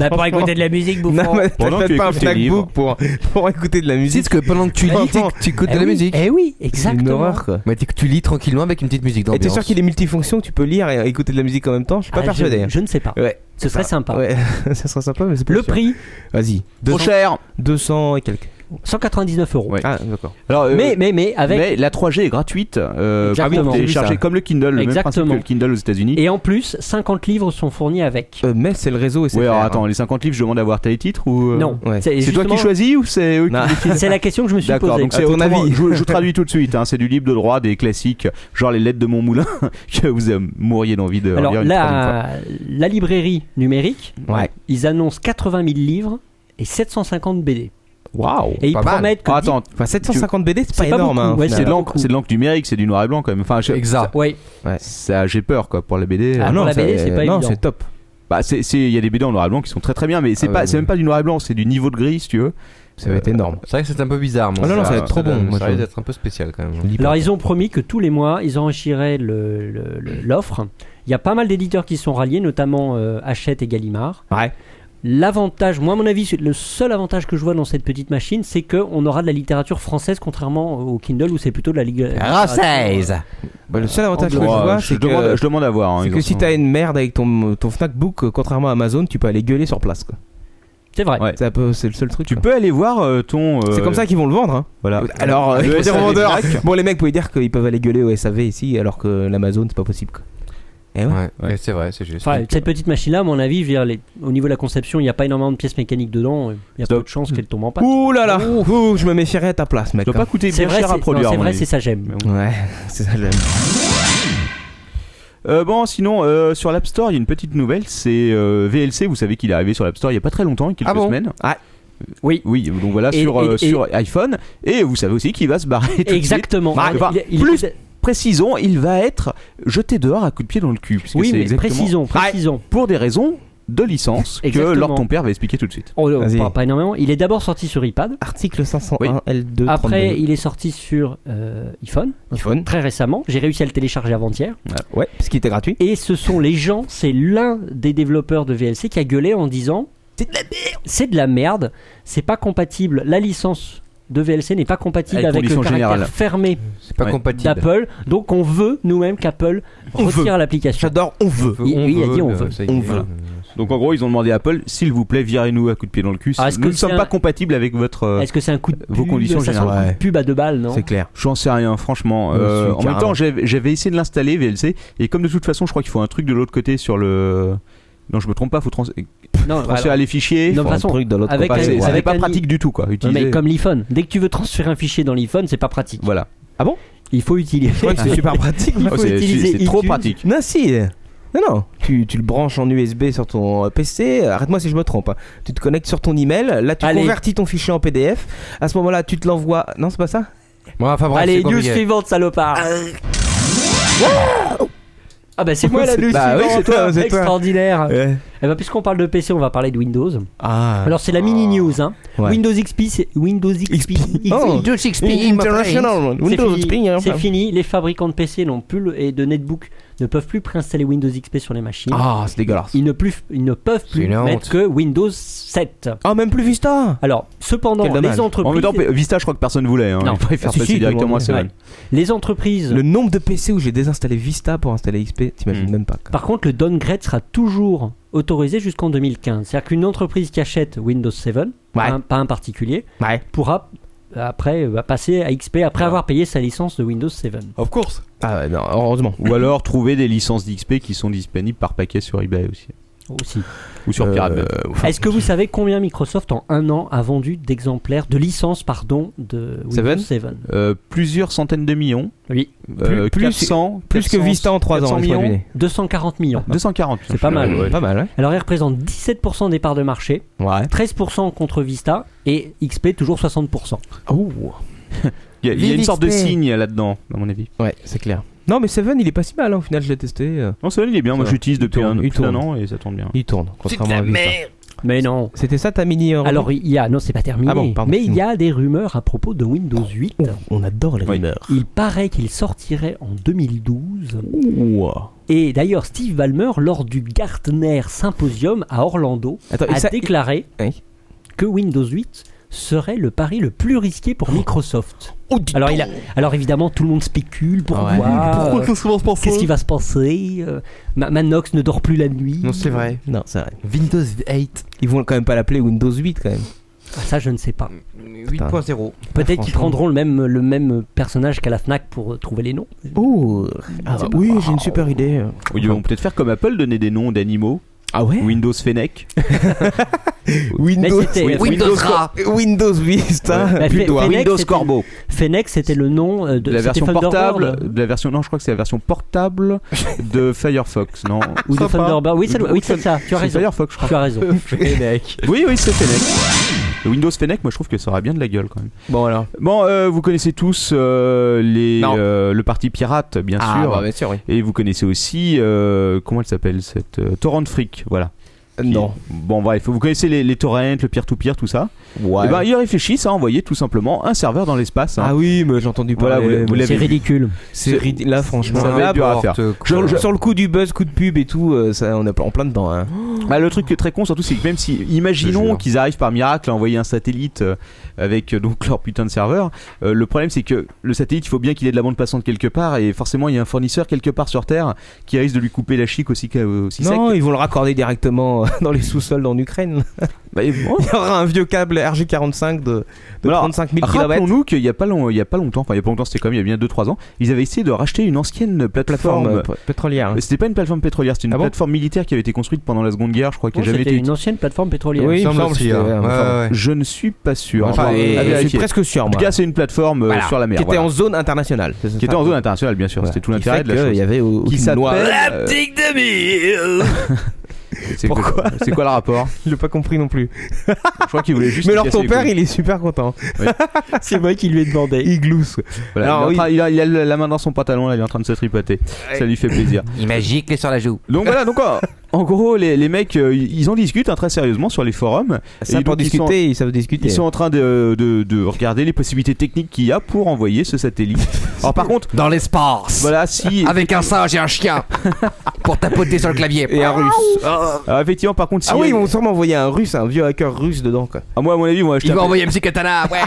Là, pour écouter de la musique, Non, mais Pendant que t'achètes tu pas un écoutes tes Fnac livres. Book pour, pour écouter de la Tu sais, musique. parce que pendant que tu lis, Franchement. tu- tu écoutes de eh la oui, musique. Eh oui, C'est exactement. une horreur quoi. Mais tu tu lis tranquillement avec une petite musique Et t'es sûr d'ambiance. qu'il est multifonction, que tu peux lire et écouter de la musique en même temps Je suis pas Ah, je- persuadé. hein. Je, ne sais pas. Ouais. Ce serait sympa. Ouais, ça serait sympa, mais c'est pas Le sûr. prix, Vas-y. Trop 200, cher. 200 et quelques. 199 euros. Ouais. Ah, d'accord. Alors, euh, Mais, mais, mais, avec. mais la 3G est gratuite. Euh, Exactement. pour Ah oui, j'ai vu télécharger ça. comme le Kindle, le même principe que Exactement. le Kindle aux États-Unis. Et en plus, 50 livres sont fournis avec. Euh, mais c'est le réseau et c'est. Ouais, faire, alors hein. attends, les 50 livres, je demande à voir les titres ou. euh, non. ouais. C'est toi qui justement- choisis ou c'est eux qui Non. décident C'est la question que je me suis D'accord, posée. donc c'est À ton autrement- avis. Je, je traduis tout de suite, hein, c'est du libre de droit, des classiques, genre les lettres de mon moulin, que vous euh, mourriez d'envie de Alors lire une troisième fois. la, la librairie numérique, Ouais. ils annoncent 80 000 livres et 750 BD. hein. Waouh. Et ils Pas mal. promettent que... Ah, attends, Enfin, 750 BD, c'est C'est pas pas énorme. beaucoup, hein, au ouais, final. c'est de l'encre, beaucoup. c'est de l'encre numérique, c'est du noir et blanc quand même. Enfin, je- Exact. Oui, ça j'ai peur quoi pour la BD. Ah, euh, non, pour la ça- BD, c'est pas Non, évident. c'est top. Bah c'est c'est- il y a des BD en noir et blanc qui sont très très bien, mais c'est Ah, pas ouais, c'est ouais. même pas du noir et blanc, c'est du niveau de gris si tu veux. Ça va être énorme. C'est vrai que c'est un peu bizarre. mais Ah non, non, ça va être trop bon, Ça moi, je risque trouve. d'être un peu spécial quand même. Alors ils ont promis que tous les mois, ils enrichiraient le- le- le- l'offre. Il y a pas mal d'éditeurs qui se sont ralliés, notamment euh, Hachette et Gallimard. Ouais. L'avantage, moi à mon avis, c'est le seul avantage que je vois dans cette petite machine, c'est qu'on aura de la littérature française, contrairement au Kindle où c'est plutôt de la euh, ligue. Française Bah, le seul avantage que je Oh, vois, je c'est demande que, je demande à voir. hein, c'est ils que en si sont- t'as une merde avec ton, ton Fnac Book, euh, contrairement à Amazon, tu peux aller gueuler sur place. Quoi. C'est vrai. Ouais. C'est, un peu, c'est le seul truc. tu quoi. peux aller voir euh, ton euh, C'est comme ça qu'ils vont le vendre. Hein. voilà. Alors, euh, Le les SAV revendeurs- Fnac. Bon, les mecs pouvaient dire qu'ils peuvent aller gueuler au SAV ici, alors que l'Amazon, c'est pas possible. Quoi. Et ouais. Ouais, ouais, c'est vrai, c'est juste. Enfin, cette petite machine-là, à mon avis, je veux dire, les- au niveau de la conception, il n'y a pas énormément de pièces mécaniques dedans. euh, Il y a Stop. peu de chances qu'elle tombe en panne. Ouh là là, Ouh, je me méfierais à ta place, mec. Ça doit hein. pas coûter C'est bien vrai, cher à c'est produire. non, à c'est mon vrai, avis. c'est ça j'aime. Ouais, c'est ça, j'aime. Euh, bon, sinon, euh, sur l'App Store, il y a une petite nouvelle, c'est euh, VLC, vous savez qu'il est arrivé sur l'App Store il n'y a pas très longtemps, il y a quelques Ah bon semaines. Ah. Oui. Oui, donc voilà, Et- sur, euh, et- et- sur iPhone. Et vous savez aussi qu'il va se barrer tout de suite. Exactement. Bah, Alors, bah, il- il- plus- Précisons, il va être jeté dehors à coups de pied dans le cul. puisque oui, c'est mais exactement- Ah, précisons, précisons. Pour des raisons de licence que Exactement. Lord ton père va expliquer tout de suite. On ne Vas-y. parle pas énormément. Il est d'abord sorti sur iPad. Article 501 Oui. L2. Après, 32. il est sorti sur euh, iPhone, iPhone. très récemment. J'ai réussi à le télécharger avant-hier. Ouais, parce qu'il était gratuit. Et ce sont les gens, c'est l'un des développeurs de VLC qui a gueulé en disant C'est de la merde. C'est pas compatible. La licence de VLC n'est pas compatible Avec avec le conditions caractère générales. fermé C'est pas Ouais. compatible. d'Apple. Donc on veut nous-mêmes qu'Apple retire l'application. J'adore, on veut. Il- oui, il a dit on veut. ça y On est, veut. euh, Donc en gros, ils ont demandé à Apple, s'il vous plaît, virez-nous à coups de pied dans le cul. Ah, est-ce Nous que ne sommes c'est un- pas compatibles avec votre. euh, Est-ce que c'est un coup de pub Vos conditions Ça sent un générales. coup de pub à deux balles, non C'est clair. J'en sais rien, franchement. Oui, Euh, si, en même carrément. temps, j'avais j'avais essayé de l'installer, VLC, et comme de toute façon, je crois qu'il faut un truc de l'autre côté sur le. Non, je me trompe pas, faut trans- Non, transférer alors- les fichiers. Non, Faut un façon, truc de l'autre avec Enfin, côté, un- c'est- ouais. ça n'est pas un- pratique du tout, quoi. Non, Utiliser. mais comme l'iPhone, dès que tu veux transférer un fichier dans l'iPhone, c'est pas pratique. Voilà. Il faut utiliser. Ouais, c'est super pratique. Il Oh, faut c'est- utiliser c'est- c'est trop iTunes. pratique. Non, si. Non, non. Tu, tu le branches en USB sur ton euh, PC. Arrête-moi si je me trompe. hein. Tu te connectes sur ton email. Là, tu Allez. convertis ton fichier en PDF. À ce moment-là, tu te l'envoies. Non, c'est pas ça Bon, enfin bref, Allez, c'est news compliqué. suivante, salopard. Ah bah c'est moi la news Bah oui, suivante, hein. c'est toi, c'est toi. extraordinaire. Eh ben, puisqu'on parle de PC, on va parler de Windows. Ah. Alors, c'est la mini news. hein. Ouais. Windows XP, c'est Windows XP. Oh. Windows XP, International C'est Windows fini. Spring, hein, C'est enfin. fini. Les fabricants de PC n'ont plus le- et de netbook ne peuvent plus préinstaller Windows XP sur les machines. Ah, c'est dégueulasse. Ils ne, plus, ils ne peuvent C'est plus une honte. mettre que Windows 7. Ah, même plus Vista Alors, cependant, Quel dommage. les En même entreprises, temps, Vista, je crois que personne voulait. Hein. Non. Ils préfèrent Ah, si, passer si, directement à tout le monde. Seven. les entreprises Le nombre de PC où j'ai désinstallé Vista pour installer XP, t'imagines Hmm. même pas. quoi. Par contre, le downgrade sera toujours autorisé jusqu'en 2015. C'est-à-dire qu'une entreprise qui achète Windows 7, pas, Ouais. un, pas un particulier, Ouais. pourra après euh, passer à XP après avoir payé sa licence de Windows 7. Of course. Ah ouais, non, heureusement. Ou alors trouver des licences d'XP qui sont disponibles par paquet sur eBay aussi. Aussi. Ou sur Euh, Pirate Bay. enfin, Est-ce que vous savez combien Microsoft en un an a vendu d'exemplaires, de licences, pardon, de Windows Seven 7 Euh, plusieurs centaines de millions. Oui, Euh, plus- 400, plus que 400, Vista en 3 ans, 400 laisse-moi millions. deviner. 240 millions. Ah. 240. C'est pas mal. Pas mal, hein Alors, elle représente 17% des parts de marché, Ouais. 13% contre Vista et XP toujours 60%. Il y a, il y a une Vive sorte de XP. signe là-dedans, à mon avis. Ouais, c'est clair. Non, mais Seven, il est pas si mal, hein, au final, je l'ai testé. euh, Non, celui-là, il est bien. Moi, Ça je va. l'utilise depuis Il un, tourne, il plus d'un tourne. an et ça tourne bien. Il tourne, contrairement à Vista. Mais non. C'était ça ta mini euh, Europe Alors il y a, non c'est pas terminé, Ah bon, pardon, Oh. mais il y excuse-moi. a des rumeurs à propos de Windows 8. On Oh, adore les Oui. rumeurs. Il paraît qu'il sortirait en 2012. Ouah. Et d'ailleurs Steve Ballmer, lors du Gartner Symposium à Orlando, Attends, a Euh, ça- déclaré Oui. que Windows 8 serait le pari le plus risqué Oh. pour Microsoft. alors, il a, alors évidemment tout le monde spécule, pourquoi, Ah Ouais. euh, qu'est-ce qui va se passer, euh, Ma- Manox ne dort plus la nuit. Non, c'est vrai. Non, c'est vrai. Windows 8. Ils vont quand même pas l'appeler Windows 8 quand même. Ah, ça je ne sais pas. 8.0. Peut-être qu'ils Mm. franchement. prendront le même, le même personnage qu'à la FNAC pour euh, trouver les noms. Oh oui, j'ai une super idée. Oui, ils vont peut-être faire comme Apple, donner des noms d'animaux. Ah ouais Windows Fennec. Windows, Mais c'était- Windows Ra. Windows Vista. Ouais. plus Bah, Fe- toi. Fennec, hein. Windows c'était- Corbeau. Fennec, c'était le nom euh, de De la version c'était hein. Thunderbird, euh, portable. De la version, non, je crois que c'est la version portable de Firefox. Non. Ou de Sympa. Thunderbird. Oui, ça doit- Ou oui, de c'est ça. Tu as C'est raison. Firefox, je crois. Tu as Euh, raison. Eh, Oui, oui, c'est Fennec. Le Windows Fennec, moi je trouve que ça aurait bien de la gueule quand même. Bon alors. Bon, euh, vous connaissez tous euh, les, Non. Ah, bah euh, le parti pirate, bien sûr. bien sûr oui. Et vous connaissez aussi, euh, comment elle s'appelle cette euh, Torrent Freak, voilà. Qui- Euh, Non. Bon, bref, vous connaissez les, les torrents, le peer-to-peer, tout ça. Ouais. Et ben, ils réfléchissent à envoyer tout simplement un serveur dans l'espace. hein. ah oui, mais j'ai entendu Voilà, parler. vous l'avez- C'est ridicule. C'est ridicule. Là franchement. Ça va être là, dur à faire. sur, sur le coup du buzz, coup de pub et tout, euh, ça, on est en plein dedans. Hein. Bah, le truc qui est très con, surtout, c'est que même si, Je imaginons jure. qu'ils arrivent par miracle à envoyer un satellite euh, avec euh, donc leur putain de serveur, euh, le problème c'est que le satellite, il faut bien qu'il ait de la bande passante quelque part, et forcément, il y a un fournisseur quelque part sur Terre qui risque de lui couper la chic aussi, qu'à- aussi non, sec. ils vont le raccorder directement euh, dans les sous-sols en Ukraine. Bah, et bon, Il y aura un vieux câble RG45 de, de Alors, 35 000 km. Rappelons-nous qu'il n'y a, pas long- il y a pas longtemps, enfin il y a pas longtemps, c'était quand même il y a bien 2-3 ans, ils avaient essayé de racheter une ancienne plateforme. Plateforme euh, pétrolière. Euh, C'était pas une plateforme pétrolière, c'était une Ah bon plateforme militaire qui avait été construite pendant la Seconde Guerre, je crois, qui a Non, jamais C'était été. une ancienne plateforme pétrolière. Oui, Il me semble que aussi. c'était, hein. euh, Ouais, enfin, ouais. Je ne suis pas sûr. Enfin, ah, Enfin, et- à je suis vérifier. presque sûr. En tout moi. cas, c'est une plateforme euh, Voilà. sur la mer. Qui était voilà. en zone internationale. c'est ça Qui était en zone internationale, bien sûr. Voilà. C'était tout Qui l'intérêt fait de la que chose. Il y avait au- Qui aucune loi. s'appelle euh, C'est quoi C'est quoi le rapport Je l'ai pas compris non plus. Je crois qu'il voulait juste. Mais lui alors casser ton les père, couilles. il est super content. C'est moi qui lui ai demandé. Il glousse. Voilà, alors, il, est en oui. train- il a, il a la main dans son pantalon, là, il est en train de se tripoter. Ça lui fait plaisir. Magique, les sur la joue. Donc voilà, donc en, en gros, les, les mecs, euh, ils en discutent hein, très sérieusement sur les forums. Ça Et pour donc, ils sont- discuter, ils savent discuter. Ils sont en train de, de- de regarder les possibilités techniques qu'il y a pour envoyer ce satellite. Alors par contre, Dans l'espace. voilà, si Avec un singe et un chien. pour tapoter sur le clavier. Et un russe. Ah, Alors, effectivement, par contre, si oui, ils vont sûrement envoyer un russe, un vieux hacker russe dedans quoi. Ah, moi à mon avis, ils vont acheter. Il un- va envoyer MC Katana. Ouais.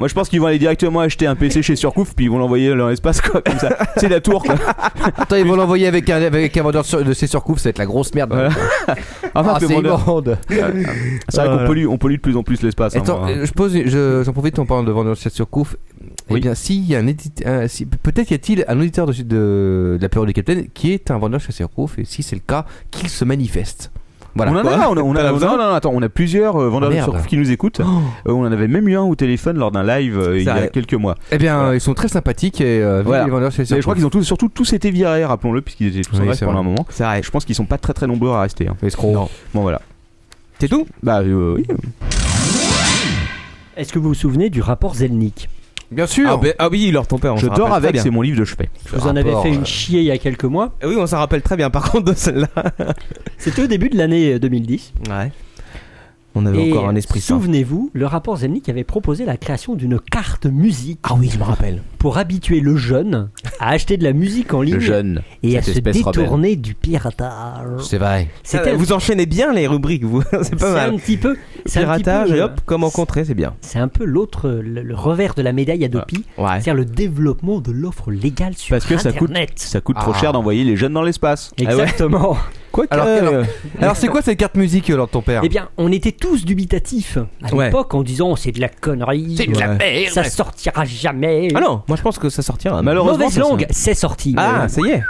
Moi, je pense qu'ils vont aller directement acheter un PC chez Surcouf, puis ils vont l'envoyer dans l'espace quoi, comme ça. C'est la tour. Quoi. Attends, ils vont l'envoyer avec un, avec un vendeur sur- de ses surcoupes. Ça va être la grosse merde. Voilà. Enfin, Ah, peu c'est moderne. immonde. C'est vrai qu'on Voilà. pollue, on pollue de plus en plus l'espace. hein, Attends, moi, hein. euh, je pose, je- j'en profite en parlant de vendeur de chasse sur couf. Eh Oui. bien, s'il y a un éditeur, peut-être y a-t-il un auditeur de, de, de la période du capitaine qui est un vendeur de chasse sur couf, et si c'est le cas, qu'il se manifeste. Voilà. on en a, on a, on a- T'en as besoin non, non, non, attends, on a plusieurs euh, vendeurs Ah, de merde. Oh. surf qui nous écoutent. Euh, on en avait même eu un au téléphone lors d'un live euh, il y a Sérieux. quelques mois. Eh bien, Voilà. euh, ils sont très sympathiques et euh, vive Voilà. les vendeurs de chasse Mais sur je crois qu'ils ont tous, surtout tous été virés, rappelons-le, puisqu'ils étaient tous en Oui, grève c'est pendant un vrai. moment. C'est vrai. Je pense qu'ils sont pas très très nombreux à rester. hein. Non. Bon voilà. C'est tout Bah euh, oui. Est-ce que vous vous souvenez du rapport Zelnik Bien sûr. Ah, ben- ah oui, leur ton père. on Je s'en rappelle dors avec, très c'est bien. mon livre de chevet. Je vous en avais fait euh, une chier il y a quelques mois. Oui, on s'en rappelle très bien. Par contre, de celle-là. C'était au début de l'année euh, 2010. Ouais. On avait Et encore un esprit sain. Souvenez-vous, le rapport Zemnick avait proposé la création d'une carte musique Ah oui, je me rappelle. pour habituer le jeune à acheter de la musique en ligne et à cette se espèce détourner rebelle. du piratage. C'est vrai. C'était vous enchaînez bien les rubriques, vous. c'est pas c'est mal. un petit peu c'est un petit Piratage peu, euh, et hop, comment contrer, c'est bien. C'est un peu l'autre le, le revers de la médaille à deux pieds, Ah, Ouais. c'est-à-dire le développement de l'offre légale sur Parce que ça coûte- internet. Ça coûte trop Ah. cher d'envoyer les jeunes dans l'espace. Ah Ah Exactement. Quoi Alors, euh, alors- Alors, c'est quoi cette carte musique, alors, de ton père Eh bien, on était tous dubitatifs à Ouais. l'époque en disant c'est de la connerie, euh, de la ça sortira jamais. Ah non, moi je pense que ça sortira. hein. Malheureusement. Mauvaise ça sort- langue, c'est sorti. Euh, Ah, ça y est.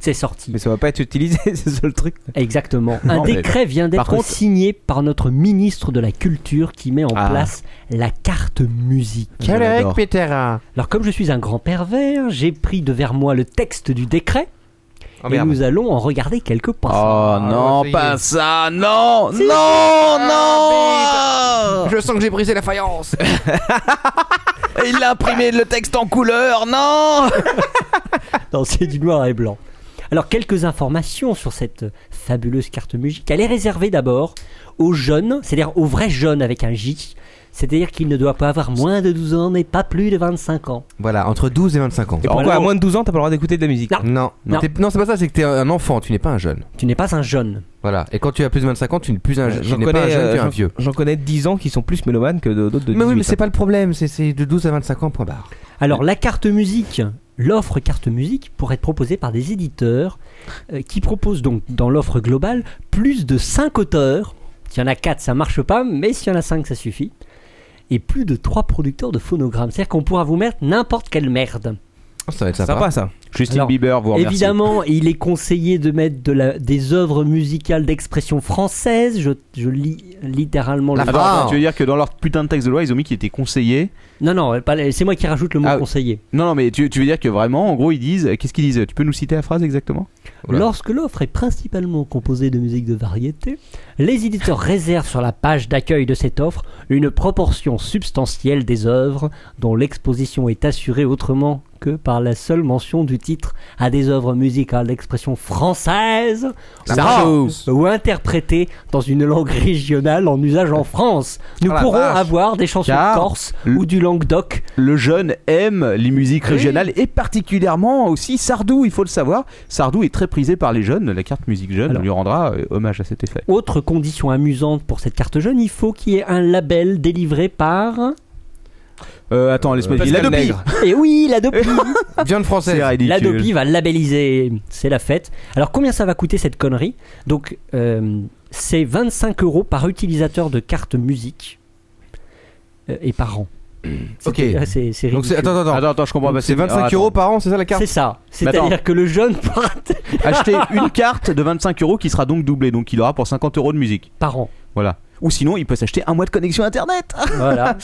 c'est sorti. Mais ça va pas être utilisé, c'est ça le truc. Exactement. Un Non, mais- décret vient d'être Par contre- signé par notre ministre de la Culture qui met en Ah. place la carte musique. J'adore. Alors comme je suis un grand pervers, j'ai pris de vers moi le texte du décret Oh, Oh, et nous allons en regarder quelques passages. Ah, Oh non, ça y est. pas ça, non, non, Ah, non Je sens que j'ai brisé la faïence. Il a imprimé le texte en couleur, non Non, c'est du noir et blanc. Alors quelques informations sur cette fabuleuse carte musique. Elle est réservée d'abord aux jeunes, c'est-à-dire aux vrais jeunes avec un J. C'est-à-dire qu'il ne doit pas avoir moins de 12 ans, mais pas plus de 25 ans. Voilà, entre 12 et 25 ans. Et pourquoi Alors- à moins de 12 ans, t'as pas le droit d'écouter de la musique Non. Non, Non. T'es- non, c'est pas ça, c'est que t'es un enfant, tu n'es pas un jeune. Tu n'es pas un jeune. Voilà. Et quand tu as plus de 25 ans, tu n'es plus un jeune. Tu n'es pas un jeune, euh, tu es un j'en- vieux. J'en connais 10 ans qui sont plus mélomanes que de- d'autres de 18 Mais oui, mais c'est hein. pas le problème, c'est- c'est de 12 à 25 ans, point barre. Alors la carte musique, l'offre carte musique pourrait être proposée par des éditeurs euh, qui proposent donc dans l'offre globale plus de 5 auteurs. S'il y en a 4 ça marche pas, mais s'il y en a 5 ça suffit. Et plus de 3 producteurs de phonogrammes. C'est-à-dire qu'on pourra vous mettre n'importe quelle merde. Oh, ça va être sympa. sympa ça. Justin Alors, Bieber, vous remercie. Évidemment, il est conseillé de mettre de la- des œuvres musicales d'expression française. Je, je lis littéralement La le... Attends, attends, Ah. tu veux dire que dans leur putain de texte de loi, ils ont mis qu'il était conseillé Non, non, pas les- c'est moi qui rajoute le mot Ah, conseillé. Non, non, mais tu, tu veux dire que vraiment, en gros, ils disent. Qu'est-ce qu'ils disent Tu peux nous citer la phrase exactement Oula. Lorsque l'offre est principalement composée de musique de variété, les éditeurs réservent sur la page d'accueil de cette offre une proportion substantielle des œuvres dont l'exposition est assurée autrement que par la seule mention du titre à des œuvres musicales d'expression française Sardos. ou interprétées dans une langue régionale en usage en France. Nous Ah la pourrons vache. avoir des chansons Car corse le- ou du Languedoc. Le jeune aime les musiques régionales et particulièrement aussi Sardou, il faut le savoir. Sardou est très prisé par les jeunes. La carte musique jeune Alors. lui rendra euh, hommage à cet effet. Autre condition amusante pour cette carte jeune, il faut qu'il y ait un label délivré par... Euh, attends, l'espèce Pascal de. Nègre. Et oui, l'Adopi Viande française. L'Adopi va labelliser, c'est la fête. Alors combien ça va coûter cette connerie Donc euh, c'est 25 euros par utilisateur de carte musique euh, et par an. C'est- Ok. euh, C'est c'est Donc c'est- ridicule. attends, attends, Attends, attends, je comprends attends. pas. C'est Ah, 25 attends. euros par an, c'est ça la carte C'est ça. attends. C'est-à-dire que le jeune pourra- Acheter une carte de 25 euros qui sera donc doublée, donc il aura pour 50 euros de musique. par an. Voilà. Ou sinon, il peut s'acheter un mois de connexion internet. Voilà.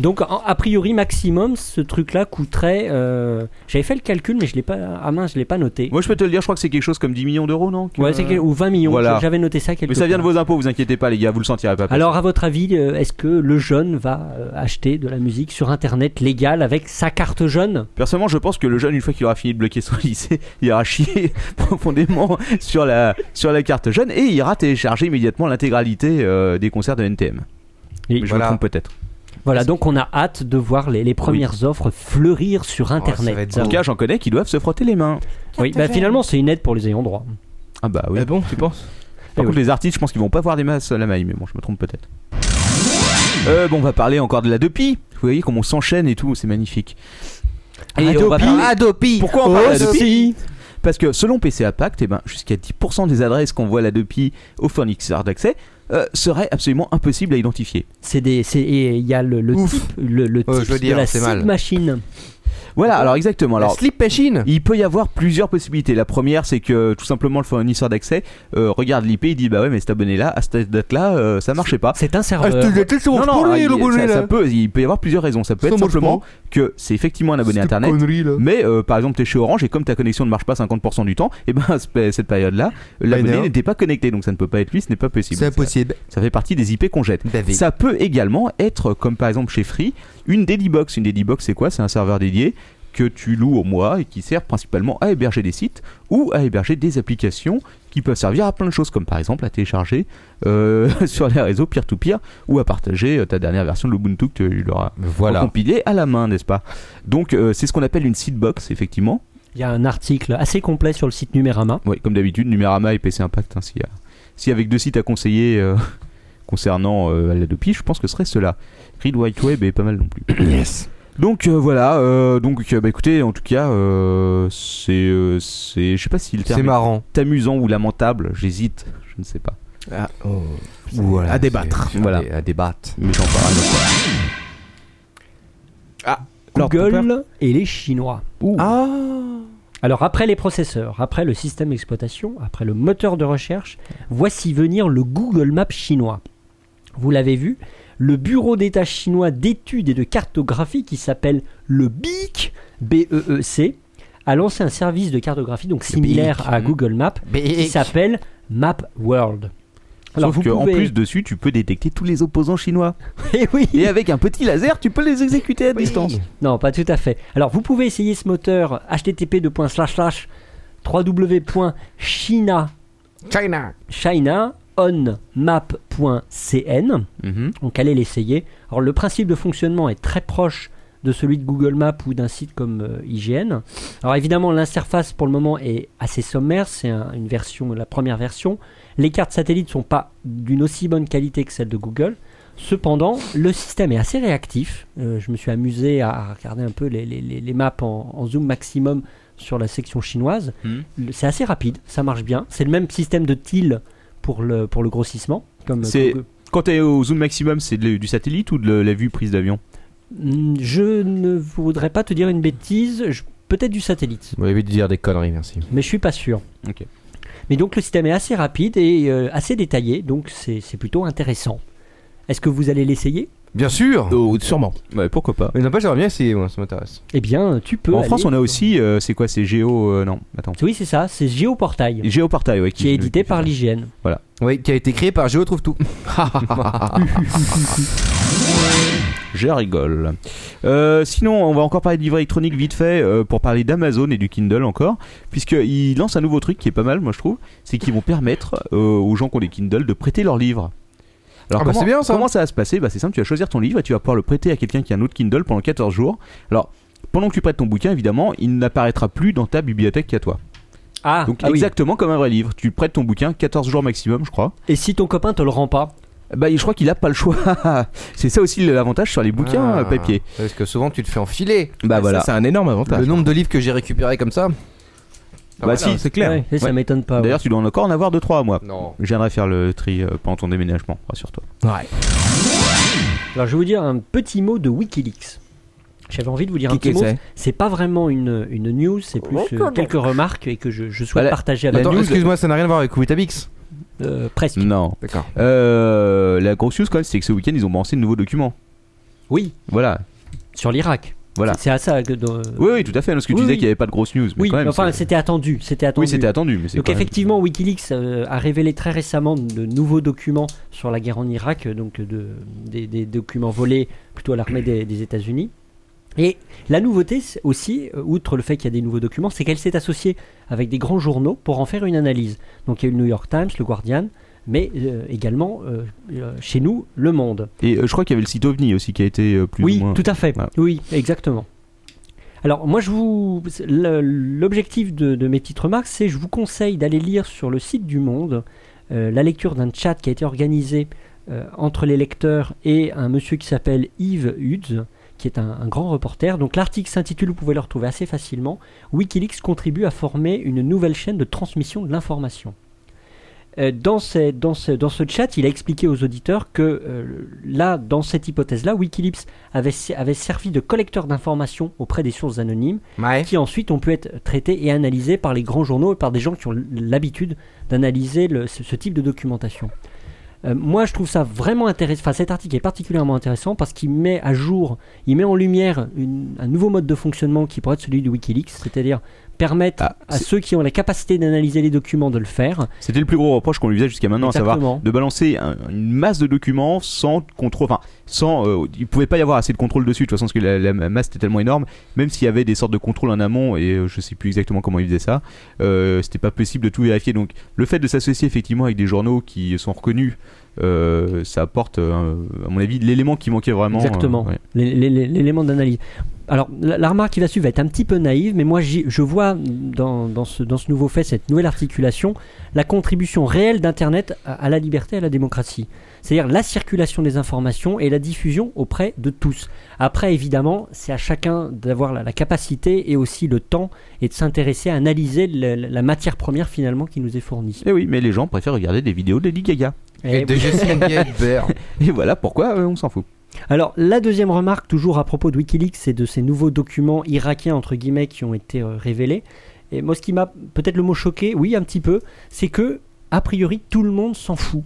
Donc en- a priori maximum, ce truc-là coûterait. euh, J'avais fait le calcul, mais je l'ai pas à main, je l'ai pas noté. Moi, je peux te le dire, je crois que c'est quelque chose comme 10 millions d'euros, non Ouais, c'est quel- ou 20 millions. Voilà. J'avais noté ça quelque Mais ça vient de part. vos impôts, vous inquiétez pas, les gars, vous le sentirez pas. passer. Alors, à votre avis, euh, est-ce que le jeune va euh, acheter de la musique sur Internet légale avec sa carte jeune Personnellement, je pense que le jeune, une fois qu'il aura fini de bloquer son lycée, il ira chier profondément sur la, sur la carte jeune et il ira télécharger immédiatement l'intégralité euh, des concerts de NTM. Oui. Mais je Voilà. me trompe peut-être. Voilà, donc on a hâte de voir les, les premières offres fleurir sur Oh, va Internet. être En tout cas, j'en connais qui doivent se frotter les mains. oui, bah, finalement, c'est une aide pour les ayants droit. Ah bah oui. Ah bon, tu penses Par Eh contre, les artistes, je pense qu'ils vont pas voir des masses à la maille, mais bon, je me trompe peut-être. Euh, bon, on va parler encore de la Dopi. Vous voyez comme on s'enchaîne et tout, c'est magnifique. Et on va parler- Adopi. Oh, Pourquoi on parle de la Dopi Aussi. Parce que selon PCA Pact, eh ben, jusqu'à 10% des adresses qu'on voit à la Dopi au fournisseur d'accès euh, seraient absolument impossibles à identifier. C'est des, c'est, et il y a le, le Ouf. type, le, le Ouais, type je veux de dire, la c'est mal. seed machine. Voilà, alors exactement. La Alors, slip machine. il peut y avoir plusieurs possibilités. La première, c'est que tout simplement le fournisseur d'accès euh, regarde l'IP, il dit bah ouais, mais cet abonné-là, à cette date-là, euh, ça marchait pas. C'est un Ah, serveur. je te- je te Non, mange non, pour lui, il, le bonnet, ça, ça là. peut, il peut y avoir plusieurs raisons. Ça peut Ça être mange simplement que c'est effectivement un abonné Cette internet. connerie, là. Mais euh, par exemple, t'es chez Orange et comme ta connexion ne marche pas 50% du temps, et ben à cette période-là, l'abonné non. n'était pas connecté, donc ça ne peut pas être lui, ce n'est pas possible. C'est impossible. Bib. Ça fait partie des IP qu'on jette. Bavé. Ça peut également être, comme par exemple chez Free, une Daily Box. Une Daily Box, c'est quoi C'est un serveur dédié que tu loues au mois et qui sert principalement à héberger des sites ou à héberger des applications qui peuvent servir à plein de choses, comme par exemple à télécharger euh, sur les réseaux peer-to-peer ou à partager euh, ta dernière version de l'Ubuntu que tu leur as Voilà. compilé à la main, n'est-ce pas Donc euh, c'est ce qu'on appelle une seedbox, effectivement. Il y a un article assez complet sur le site Numérama. Oui, comme d'habitude, Numérama et PC Impact. hein, S'il y a- si avec deux sites à conseiller euh, concernant euh, Adopi, je pense que ce serait cela. Read White Web est pas mal non plus. Yes. Donc euh, voilà, euh, donc euh, bah, écoutez, en tout cas, euh, c'est, euh, c'est, je sais pas si le C'est terme marrant. est amusant ou lamentable, j'hésite, je ne sais pas. Ah, oh. Voilà, à débattre. c'est- Voilà. à dé- À débattre. Mais j'en parle. une autre fois. Lord Popper. Google et les Chinois. Ah. Alors après les processeurs, après le système d'exploitation, après le moteur de recherche, voici venir le Google Maps chinois. Vous l'avez vu, le bureau d'État chinois d'études et de cartographie qui s'appelle le BEEC, B-E-E-C, E a lancé un service de cartographie donc similaire à Google Maps qui s'appelle Map World. Sauf que, en plus dessus, tu peux détecter tous les opposants chinois. Eh oui. Et avec un petit laser, tu peux les exécuter à distance. Non, pas tout à fait. Alors, vous pouvez essayer ce moteur http www.china China onmap.cn. Mhm. Donc, allez l'essayer. Alors, le principe de fonctionnement est très proche de celui de Google Maps ou d'un site comme euh, IGN. Alors, évidemment, l'interface pour le moment est assez sommaire. C'est un- une version, la première version. Les cartes satellites sont pas d'une aussi bonne qualité que celle de Google. Cependant, le système est assez réactif. Euh, je me suis amusé à, à regarder un peu les, les- les- les maps en, en zoom maximum sur la section chinoise. Mhm. Le- C'est assez rapide, ça marche bien. C'est le même système de til pour le, pour le grossissement. Comme euh, C'est- comme- Quand t'es au zoom maximum, c'est de- du satellite ou de la- la vue prise d'avion Hmm, Je ne voudrais pas te dire une bêtise, je- peut-être du satellite, Vous avez dû dire des conneries, merci. mais je suis pas sûr. Ok. Mais donc le système est assez rapide et euh, assez détaillé, donc c'est c'est plutôt intéressant. Est-ce que vous allez l'essayer Bien sûr. Oh, sûrement. Ouais, pourquoi pas. Mais non, pas j'aimerais bien essayer, moi, ça m'intéresse. Eh bien, tu peux. En aller- France, on a aussi, euh, c'est quoi, c'est Géo, euh, non, attends, Oui, c'est ça, c'est Géoportail. Géoportail, ouais, qui est édité par l'IGN. Oui, qui a été créé par Géo Trouve Tout. Je rigole. Euh, sinon, on va encore parler de livre électronique vite fait euh, pour parler d'Amazon et du Kindle encore, puisqu'ils lancent un nouveau truc qui est pas mal, moi je trouve, c'est qu'ils vont permettre euh, aux gens qui ont des Kindle de prêter leurs livres. Alors Ah bah, comment, c'est bien, ça. comment ça va se passer bah, C'est simple, tu vas choisir ton livre et tu vas pouvoir le prêter à quelqu'un qui a un autre Kindle pendant 14 jours. Alors, pendant que tu prêtes ton bouquin, évidemment, il n'apparaîtra plus dans ta bibliothèque qu'à toi. Ah, Donc ah oui. exactement comme un vrai livre. Tu prêtes ton bouquin 14 jours maximum, je crois. Et si ton copain te le rend pas Bah, je crois qu'il a pas le choix. c'est ça aussi l'avantage sur les bouquins Ah, euh, papier. Parce que souvent, tu te fais enfiler. Bah Ça, voilà. c'est un énorme Le avantage. nombre de livres que j'ai récupérés comme ça. Ah, Bah, si. C'est clair. Ouais, Ça Ouais. m'étonne pas. Ah ouais. D'ailleurs, tu dois en encore en avoir deux trois à moi. Non. Je viendrai faire le tri euh, pendant ton déménagement, rassure-toi. Alors, je vais vous dire un petit mot de Wikileaks. J'avais envie de vous dire un petit Qui- qui mot. c'est C'est pas vraiment une, une news, c'est plus euh, quelques remarques et que je, je souhaite Bah, la- partager avec Attends, news- excuse-moi, ça n'a rien à voir avec Witabix. vous. Euh, presque. Non. D'accord. Euh, la grosse news quand même, c'est que ce week-end, ils ont lancé de nouveaux documents. Oui, Voilà. sur l'IRAK. Voilà. C'est à ça que. de- Oui, oui, tout à fait. Parce que Oui, tu disais oui. qu'il n'y avait pas de grosse news. Mais Oui, quand même, mais enfin, c'est- c'était attendu. C'était attendu. oui, c'était attendu. Mais c'est Donc quand même- effectivement, WikiLeaks euh, a révélé très récemment de nouveaux documents sur la guerre en Irak, euh, donc de, des, des documents volés plutôt à l'armée des, des États-Unis. Et la nouveauté c'est aussi, euh, outre le fait qu'il y a des nouveaux documents, c'est qu'elle s'est associée avec des grands journaux pour en faire une analyse. Donc il y a eu le New York Times, le Guardian, mais euh, également euh, euh, chez nous, Le Monde. Et euh, je crois qu'il y avait le site OVNI aussi qui a été euh, plus Oui, ou moins. tout à fait. Voilà. Oui, exactement. Alors moi, je vous le- l'objectif de, de mes petites remarques, c'est je vous conseille d'aller lire sur le site du Monde euh, la lecture d'un chat qui a été organisé euh, entre les lecteurs et un monsieur qui s'appelle Yves Hudz, qui est un, un grand reporter. Donc l'article s'intitule, vous pouvez le retrouver assez facilement. WikiLeaks contribue à former une nouvelle chaîne de transmission de l'information. Euh, dans, ces- dans ce, dans ce chat, il a expliqué aux auditeurs que euh, là, dans cette hypothèse-là, Wikileaks avait, se- avait servi de collecteur d'informations auprès des sources anonymes, Ouais. qui ensuite ont pu être traitées et analysées par les grands journaux et par des gens qui ont l'habitude d'analyser le- ce, ce type de documentation. Euh, moi, je trouve ça vraiment intéressant. Enfin, cet article est particulièrement intéressant parce qu'il met à jour, il met en lumière une- un nouveau mode de fonctionnement qui pourrait être celui de Wikileaks, c'est-à-dire permettre Ah, à c'est- ceux qui ont la capacité d'analyser les documents de le faire. C'était le plus gros reproche qu'on lui faisait jusqu'à maintenant, à Exactement. savoir de balancer un- une masse de documents sans contrôle. Enfin, sans, euh, il pouvait pas y avoir assez de contrôle dessus, de toute façon, parce que la, la masse était tellement énorme. Même s'il y avait des sortes de contrôles en amont, et euh, je sais plus exactement comment il faisait ça, euh, c'était pas possible de tout vérifier. Donc, le fait de s'associer effectivement avec des journaux qui sont reconnus, euh, ça apporte, euh, à mon avis, l'élément qui manquait vraiment. euh, Exactement. ouais. L'é- l'é- l'é- L'élément d'analyse. Alors, la, la remarque qui va suivre va être un petit peu naïve, mais moi, j'y- je vois dans, dans ce, dans ce nouveau fait, cette nouvelle articulation, la contribution réelle d'Internet à, à la liberté et à la démocratie. C'est-à-dire la circulation des informations et la diffusion auprès de tous. Après, évidemment, c'est à chacun d'avoir la, la capacité et aussi le temps et de s'intéresser à analyser le- la matière première finalement qui nous est fournie. Eh oui, mais les gens préfèrent regarder des vidéos de Lady Gaga. Et Eh oui. Justin Bieber. Et voilà pourquoi euh, on s'en fout. Alors, la deuxième remarque, toujours à propos de Wikileaks et de ces nouveaux documents irakiens, entre guillemets, qui ont été euh, révélés. Et moi, ce qui m'a peut-être le mot choqué, oui, un petit peu, c'est que, a priori, tout le monde s'en fout.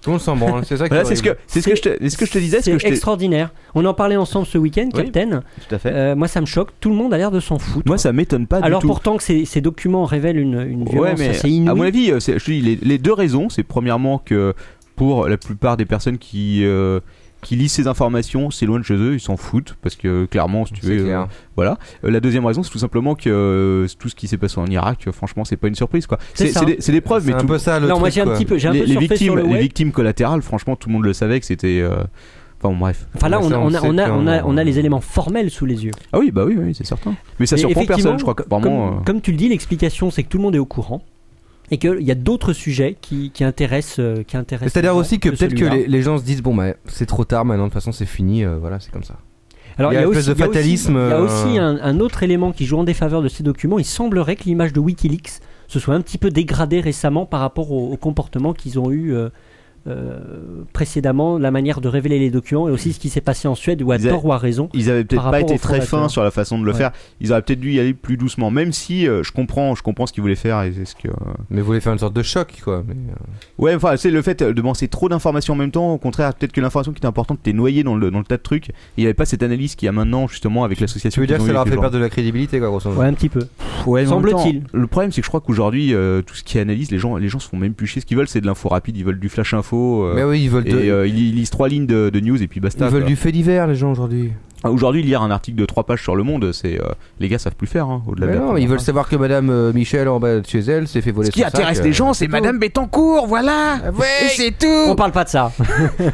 Tout le monde s'en branle, Ah c'est ça Voilà, c'est ce que, c'est ce que je te, c'est ce que je te disais, ce que je C'est t'ai- extraordinaire. On en parlait ensemble ce week-end, Oui. Captain. Tout à fait. Euh, moi, ça me choque. Tout le monde a l'air de s'en foutre. Moi, ça m'étonne pas Alors, du tout. pourtant que ces, ces documents révèlent une, une Ouais, violence mais assez à mon inouïe. avis, euh, c'est- je te dis, les, les deux raisons, c'est premièrement que pour la plupart des personnes qui euh, qui lisent ces informations, c'est loin de chez eux, ils s'en foutent parce que clairement, si tu veux, euh, voilà. Euh, la deuxième raison, c'est tout simplement que euh, tout ce qui s'est passé en Irak, euh, franchement, c'est pas une surprise quoi. C'est C'est ça. c'est des, c'est des preuves, C'est mais un tout- peu ça le Oh, Non, moi, truc. j'ai un petit peu, j'ai un les, peu les surfé victimes, sur le les web. victimes collatérales, franchement, tout le monde le savait que c'était. euh, Enfin bon, bref. Enfin là, Ouais, on, ça, on on a, sait on, a, que- on, a, on a les éléments formels sous les yeux. Ah oui, bah oui, oui, c'est certain. Mais ça Mais surprend effectivement, personne, je crois. que comme- Vraiment. Comme, euh, comme tu le dis, l'explication, c'est que tout le monde est au courant et qu'il y a d'autres sujets qui, qui intéressent, euh, qui intéressent. C'est-à-dire les gens aussi que peut-être que celui-là. les, les gens se disent bon bah c'est trop tard maintenant de toute façon c'est fini euh, voilà c'est comme ça. Alors, il y a une espèce de il y a fatalisme, Il y a aussi, euh, un, un autre élément qui joue en défaveur de ces documents. Il semblerait que l'image de WikiLeaks se soit un petit peu dégradée récemment par rapport au, au comportement qu'ils ont eu. euh, euh, précédemment, la manière de révéler les documents et aussi ce qui s'est passé en Suède ou à Ils a- tort ou à raison. ils avaient peut-être pas par rapport été au très fondateur. fins sur la façon de le Ouais. faire. Ils auraient peut-être dû y aller plus doucement, même si euh, je comprends, je comprends ce qu'ils voulaient faire et c'est ce que. euh, Mais vous voulez faire une sorte de choc quoi. mais, euh, Ouais, enfin, c'est le fait euh, de penser trop d'informations en même temps. Au contraire, peut-être que l'information qui était importante était noyée dans le, dans le tas de trucs. Il n'y avait pas cette analyse qu'il y a maintenant, justement, avec Tu l'association. veux dire qu'ils que ça ont eue leur a avec fait les perdre de la crédibilité quoi grosso modo. Ouais, un petit peu. gens. Ouais, mais en même temps, Semble-t-il. Le problème, c'est que je crois qu'aujourd'hui, euh, tout ce qui est analyse, les gens, les gens se font même plus chier. Ce qu'ils veulent, c'est de l'info rapide. Ils veulent du flash info. euh, Mais oui ils veulent Et de- euh, ils ils lisent trois lignes de, de news et puis ils basta. veulent quoi. du fait divers les gens aujourd'hui. Ah, Aujourd'hui, lire un article de trois pages sur le monde, c'est euh, les gars savent plus faire. hein, au-delà de Mais la non, première ils veulent phrase. savoir que Madame euh, Michel en bas de chez elle s'est fait voler. Ce qui son sac, intéresse euh, les gens, c'est Madame Bettencourt, voilà. Et c'est tout. On Oh. parle pas de ça.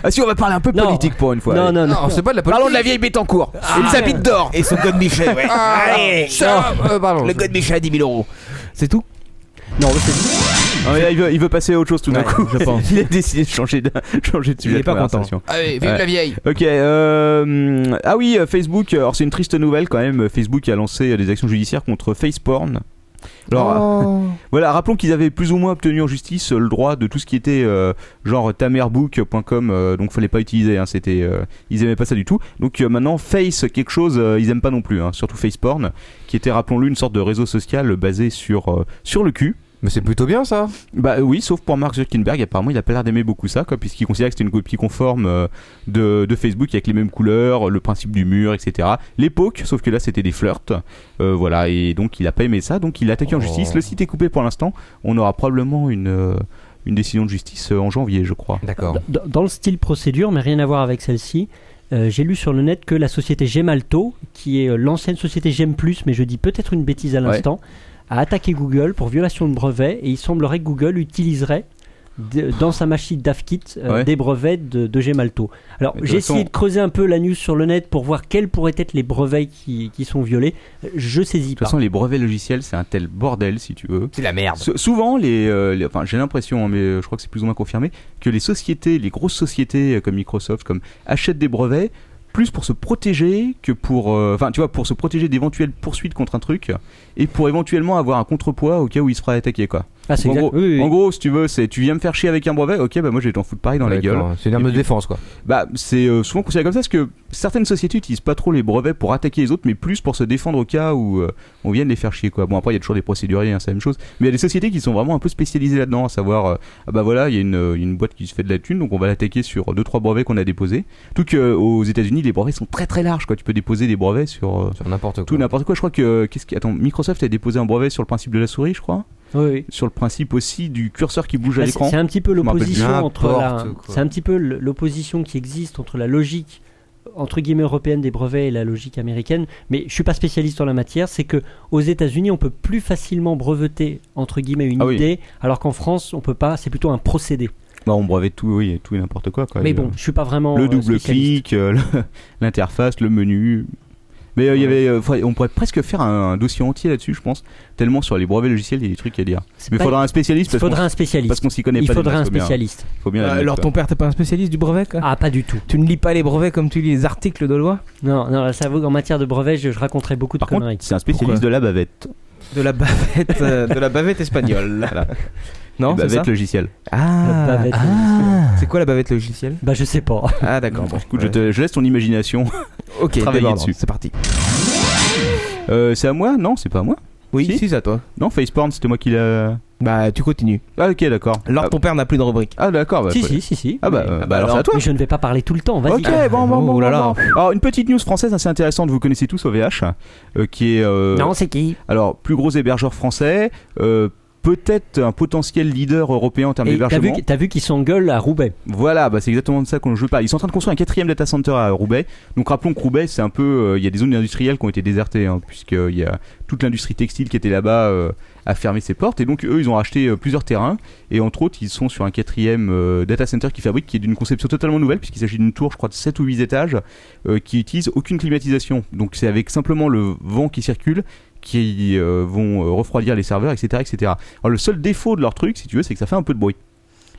Ah si, on va parler un peu Non. politique pour une fois. non, allez. non, non. Non, c'est pas de la Parlons de politique. la vieille Bétancourt. Ah. et les habits d'or. Et son code Michel, ouais. Ah, Allez, ça, euh, pardon. Le code Michel à 10 000 euros. C'est tout Non, c'est- Ah, mais là, il, veut, il veut passer à autre chose tout d'un Ouais, coup. je pense. Il a décidé de changer de, changer de sujet. est de pas content. conversation. Allez, vive Ouais. la vieille. Ok. euh, hum, ah oui, euh, Facebook. Alors c'est une triste nouvelle quand même. Facebook a lancé euh, des actions judiciaires contre Faceporn. Alors voilà, rappelons qu'ils avaient plus ou moins obtenu en justice euh, le droit de tout ce qui était euh, genre tamerbook.com, euh, donc fallait pas utiliser. hein, C'était, euh, ils aimaient pas ça du tout. Donc euh, maintenant Face quelque chose, euh, ils aiment pas non plus. hein, surtout Faceporn, qui était rappelons-le une sorte de réseau social basé sur euh, sur le cul. Mais c'est plutôt bien ça. Bah oui, sauf pour Mark Zuckerberg, apparemment il a pas l'air d'aimer beaucoup ça, quoi, puisqu'il considère que c'était une copie conforme euh, de, de Facebook avec les mêmes couleurs, le principe du mur, etc. Les pokes, sauf que là c'était des flirts, Euh, voilà, et donc il a pas aimé ça, donc il a attaqué en Oh. justice. Le site est coupé pour l'instant, on aura probablement une, euh, une décision de justice euh, en janvier, je crois. D'accord. Dans, dans le style procédure, mais rien à voir avec celle-ci, euh, j'ai lu sur le net que la société Gemalto, qui est euh, l'ancienne société Gem Plus, mais je dis peut-être une bêtise à Ouais. l'instant, a attaqué Google pour violation de brevet et il semblerait que Google utiliserait de- dans sa machine DAFKit euh, Ouais. des brevets de, de Gemalto. Alors Mais de j'ai toute façon- essayé de creuser un peu la news sur le net pour voir quels pourraient être les brevets qui, qui sont violés. Euh, Je saisis De toute pas. façon, les brevets logiciels, c'est un tel bordel, si tu veux. C'est la merde. Sou- Souvent, les, euh, les- enfin, j'ai l'impression, hein, mais euh, je crois que c'est plus ou moins confirmé, que les sociétés, les grosses sociétés euh, comme Microsoft, comme achètent des brevets plus pour se protéger que pour, euh, enfin, tu vois, pour se protéger d'éventuelles poursuites contre un truc et pour éventuellement avoir un contrepoids au cas où il se fera attaquer, quoi. Ah, c'est en, exact. gros, oui, oui, oui. en gros, si tu veux, c'est tu viens me faire chier avec un brevet, ok, bah moi je vais t'en foutre pareil dans la gueule. D'accord, C'est une arme Et de puis- défense, quoi. Bah, c'est euh, souvent considéré comme ça parce que certaines sociétés utilisent pas trop les brevets pour attaquer les autres, mais plus pour se défendre au cas où euh, on vient de les faire chier, quoi. Bon, après, il y a toujours des procéduriers, hein, c'est la même chose. Mais il y a des sociétés qui sont vraiment un peu spécialisées là-dedans, à savoir, euh, ah bah voilà, il y a une, euh, une boîte qui se fait de la thune, donc on va l'attaquer sur deux trois brevets qu'on a déposés. Tout que euh, aux États-Unis, les brevets sont très très larges, quoi. Tu peux déposer des brevets sur. euh, Sur n'importe tout quoi. n'importe quoi, je crois que euh, qu'est-ce qui attends Microsoft a déposé un brevet sur le principe de la souris, je crois, Oui, oui. sur le principe aussi du curseur qui bouge à Bah, l'écran. c'est c'est un petit peu Je me rappelle l'opposition bien. entre la, N'importe quoi. c'est un petit peu le- l'opposition qui existe entre la logique entre guillemets européenne des brevets et la logique américaine. Mais je suis pas spécialiste en la matière. C'est que aux États-Unis, on peut plus facilement breveter entre guillemets une Ah oui. idée, alors qu'en France, on peut pas. C'est plutôt un procédé. Bah, on brevet tout, oui, tout et n'importe quoi, quoi. Mais Il y a- bon, je suis pas vraiment le euh, double spécialiste. clic, euh, le- l'interface, le menu. Mais euh, il y avait, euh, faudrait- on pourrait presque faire un, un dossier entier là-dessus, je pense. Tellement sur les brevets logiciels, il y a des trucs à dire. C'est Mais il pas- faudra un spécialiste il parce qu'on faudra un spécialiste. parce qu'on s'y connaît Il pas. des faudra un masses, faut bien- spécialiste. Faut bien. l'admettre, euh, alors, quoi. ton père, t'es pas un spécialiste du brevet, quoi Ah, pas du tout. Tu ne lis pas les brevets comme tu lis les articles de loi Non, non, ça vaut en matière de brevet, je, je raconterai beaucoup de Par contre, conneries. c'est un spécialiste Pourquoi de la bavette. De la bavette, euh, de la bavette espagnole. Voilà. Non, c'est ça bavette logicielle. La Ah, bavette. c'est quoi la bavette logicielle Bah, je sais pas. Ah, d'accord. Bon, Écoute, je, te- je laisse ton imagination. Ok, travailler débordant. dessus. C'est parti. Euh, c'est à moi Non, c'est pas à moi. Oui, Si. si, c'est à toi. Non, Faceporn, c'était moi qui l'a. Bah, tu continues. Ah, ok, d'accord. Alors, Ah, ton père n'a plus de rubrique. Ah, d'accord. bah, si, faut- si, si, si. Ah, bah, Oui. euh, Ah, bah, alors c'est à toi. Mais je ne vais pas parler tout le temps, vas-y. Ok, bon, bon, bon, Oh là bon, là. bon. Alors, une petite news française assez intéressante, vous connaissez tous OVH, euh, qui est. euh, Non, c'est qui Alors, plus gros hébergeur français, euh, peut-être un potentiel leader européen en termes Et T'as vu, d'hébergement. t'as vu qu'ils s'engueulent à Roubaix. Voilà, bah, c'est exactement de ça qu'on joue pas. Ils sont en train de construire un quatrième data center à Roubaix. Donc rappelons que Roubaix, c'est un peu, euh, il y a des zones industrielles qui ont été désertées, hein, puisqu'il y a toute l'industrie textile qui était là-bas euh, a fermé ses portes. Et donc eux, ils ont acheté euh, plusieurs terrains. Et entre autres, ils sont sur un quatrième euh, data center qui fabrique, qui est d'une conception totalement nouvelle, puisqu'il s'agit d'une tour, je crois, de 7 ou 8 étages, euh, qui utilise aucune climatisation. Donc c'est avec simplement le vent qui circule qui euh, vont euh, refroidir les serveurs, etc., etc. Alors le seul défaut de leur truc, si tu veux, c'est que ça fait un peu de bruit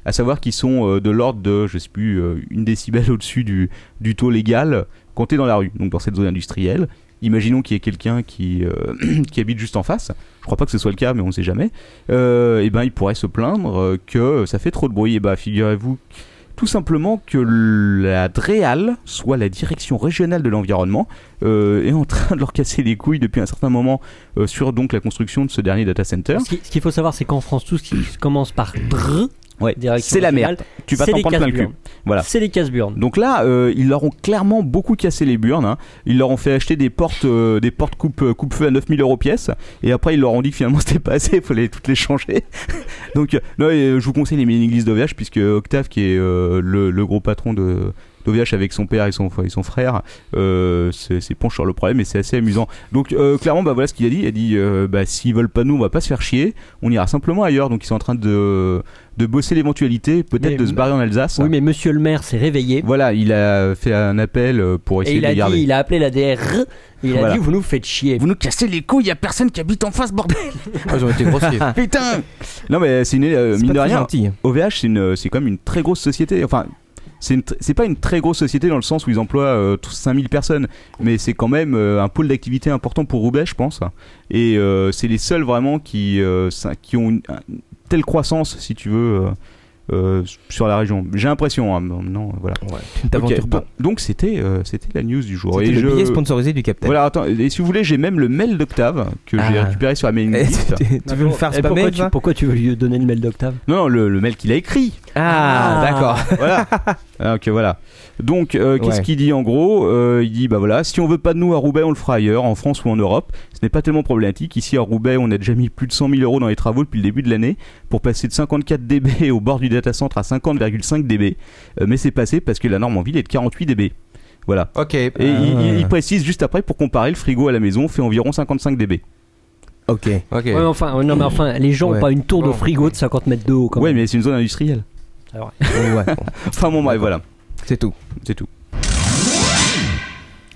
à savoir qu'ils sont euh, de l'ordre de, je sais plus, euh, une décibel au-dessus du, du taux légal quand t'es dans la rue, donc dans cette zone industrielle. Imaginons qu'il y ait quelqu'un qui, euh, qui habite juste en face, je crois pas que ce soit le cas, mais on ne sait jamais, euh, et ben il pourrait se plaindre euh, que ça fait trop de bruit. Et ben figurez-vous tout simplement que la DREAL, soit la Direction Régionale de l'Environnement, euh, est en train de leur casser les couilles depuis un certain moment euh, sur donc la construction de ce dernier data center. Ce qui- ce qu'il faut savoir, c'est qu'en France, tout ce qui commence par dr, Ouais, direction c'est la régionale, merde. Tu vas c'est t'en les prendre plein le cul. casse-burnes. Voilà. C'est les casse-burnes. Donc là, euh, ils leur ont clairement beaucoup cassé les burnes. hein. Ils leur ont fait acheter des portes, euh, des portes coupe, coupe feu à 9000 euros pièce. Et après, ils leur ont dit que finalement c'était pas assez, il fallait toutes les changer. Donc, euh, non, et, euh, je vous conseille les mini-églises d'OVH, puisque Octave, qui est euh, le, le gros patron de d'OVH avec son père et son, et son frère, euh, se se penche sur le problème et c'est assez amusant. Donc, euh, clairement, bah, voilà ce qu'il a dit. Il a dit euh, bah, s'ils veulent pas nous, on va pas se faire chier, on ira simplement ailleurs. Donc, ils sont en train de, de bosser l'éventualité, peut-être Mais- de se barrer en Alsace. Oui, mais monsieur le maire s'est réveillé. Voilà, il a fait un appel euh, pour essayer Et il de a les garder. dit, il a appelé la DR, et il a Voilà. dit, vous nous faites chier. nous cassez les couilles, il a personne qui habite en face, bordel Ah, ils ont été grossiers. Putain Non mais c'est une... euh, C'est mine pas de très rien, gentil. hein, OVH c'est une- euh, c'est quand même une très grosse société, enfin... C'est une tr- c'est pas une très grosse société dans le sens où ils emploient euh, tous 5000 personnes, mais c'est quand même euh, un pôle d'activité important pour Roubaix, je pense. Et euh, c'est les seuls vraiment qui, euh, ça- qui ont une, une telle croissance, si tu veux, euh, euh, sur la région. J'ai l'impression, hein, non, voilà. Tu ne t'aventures Ok, pas. donc- Donc c'était euh, c'était la news du jour. C'était Et le je- billet sponsorisé du Capitaine. Voilà, attends, et si vous voulez, j'ai même le mail d'Octave que j'ai Ah. récupéré sur la mailing Eh, list. tu, tu veux me faire Et Euh, pourquoi, spammer tu, ça pourquoi tu veux lui donner le mail d'octave Non, non, le, le mail qu'il a écrit. Ah, d'accord. Voilà. Ah, ok, voilà. Donc, euh, qu'est-ce Ouais. qu'il dit en gros Euh, Il dit bah voilà, si on veut pas de nous à Roubaix, on le fera ailleurs, en France ou en Europe. Ce n'est pas tellement problématique. Ici à Roubaix, on a déjà mis plus de 100 000 euros dans les travaux depuis le début de l'année pour passer de 54 dB au bord du data center à 50,5 dB. Euh, mais c'est passé parce que la norme en ville est de 48 dB. Voilà. Ok. Ah. Et il, il- il précise juste après pour comparer le frigo à la maison fait environ 55 dB. Ok. Ok. Ouais, mais enfin, ouais, non, mais enfin, les gens ont Ouais. pas une tour de Bon. frigo de 50 mètres de haut, quand ouais, même. mais c'est une zone industrielle. Ouais, bon, Enfin bon, bref, voilà, c'est tout. c'est tout.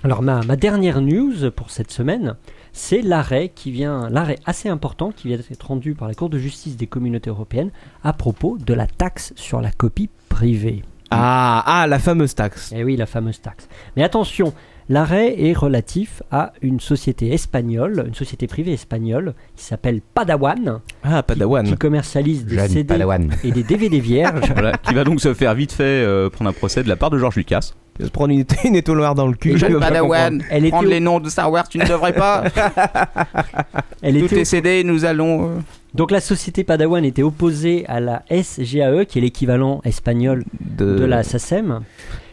Alors ma, ma dernière news pour cette semaine, c'est l'arrêt qui vient, l'arrêt assez important qui vient d'être rendu par la Cour de justice des communautés européennes à propos de la taxe sur la copie privée. Ah, ah, la fameuse taxe. Eh oui, la fameuse taxe. Mais attention, L'arrêt est relatif à une société espagnole, une société privée espagnole qui s'appelle Padawan, Ah, qui- qui, Padawan. commercialise des CD et des DVD vierges. Voilà, qui va donc se faire vite fait euh, prendre un procès de la part de George Lucas. Je vais se prendre une, une étoile noire dans le cul. Jeune tu vas pas Padawan, Elle était prendre au- les noms de Star Wars, tu ne devrais pas. Elle Tout était est cédé, nous allons. euh, Donc la société Padawan était opposée à la SGAE, E, qui est l'équivalent espagnol comprendre. de la SACEM.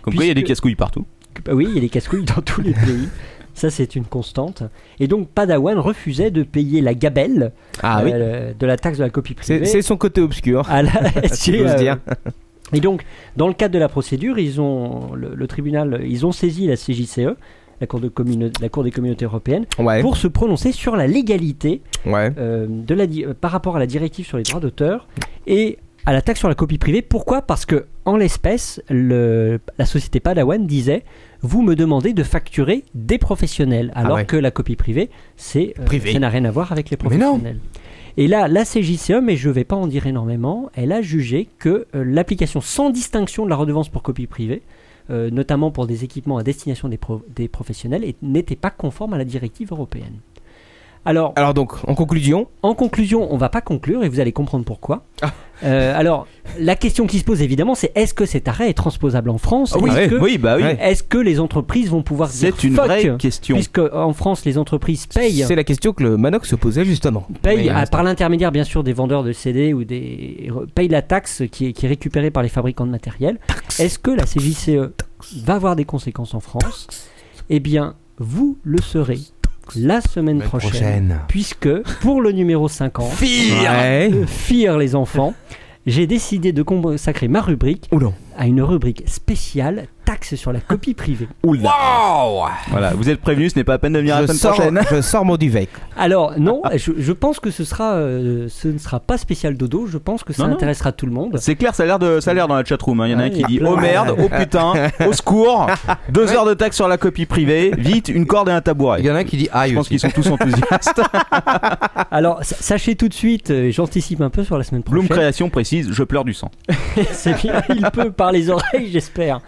Comme quoi, il y a des Puisque- casse-couilles partout. Bah oui, il y a des casse-couilles dans tous les pays. Ça, c'est une constante. Et donc, Padawan refusait de payer la gabelle Ah oui. euh, de la taxe de la copie C'est privée c'est son côté obscur. à la si j'ose SGAE. dire. Et donc, dans le cadre de la procédure, ils ont, le, le tribunal, ils ont saisi la CJCE, E, la Cour, de commune- la Cour des communautés européennes, Ouais. pour se prononcer sur la légalité Ouais. euh, de la di- euh, par rapport à la directive sur les droits d'auteur et à la taxe sur la copie privée. Pourquoi Parce que, en l'espèce, le- la société Padawan disait Vous me demandez de facturer des professionnels, alors ouais. que la copie privée, c'est, euh, Privé. ça n'a rien à voir avec les Mais non. professionnels. Et là, la CJCE, mais je ne vais pas en dire énormément, elle a jugé que euh, l'application sans distinction de la redevance pour copie privée, euh, notamment pour des équipements à destination des, pro- des professionnels, est- n'était pas conforme à la directive européenne. Alors, Alors donc, en conclusion, en conclusion, on va pas conclure et vous allez comprendre pourquoi. Euh, alors, la question qui se pose évidemment, c'est est-ce que cet arrêt est transposable en France oui, Est-ce Ah que, oui, bah oui. Ouais. est-ce que les entreprises vont pouvoir dire C'est une fuck vraie question. Puisque en France, les entreprises payent, c'est la question que le Manox se posait justement. payent Mais, à- euh, par l'intermédiaire bien sûr des vendeurs de CD ou des payent la taxe qui est, qui est récupérée par les fabricants de matériel. Est-ce que la CJCE E va avoir des conséquences en France Eh bien, vous le saurez la semaine prochaine puisque pour le numéro 50, Ouais. Fire les enfants, j'ai décidé de consacrer ma rubrique Oula. à une rubrique spéciale taxe sur la copie privée. Voilà, vous êtes prévenus, ce n'est pas à peine de venir à la Je semaine sors, prochaine. je sors mon duvet. Alors non, Ah. je, je pense que ce sera, euh, ce ne sera pas spécial dodo. Je pense que ça Non, non. intéressera tout le monde. C'est clair, ça a l'air de, ça a l'air dans la chatroom. hein. Il y en a Ouais, un qui il y dit a plein. oh merde, oh putain, au secours, deux heures de taxe sur la copie privée, vite une corde et un tabouret. Il y en a un qui dit aïe Je pense aussi. Ah, qu'ils sont tous enthousiastes. Alors sa- sachez tout de suite, euh, j'anticipe un peu sur la semaine Bloom prochaine. Création précise, je pleure du sang. C'est bien, il peut par les oreilles, j'espère.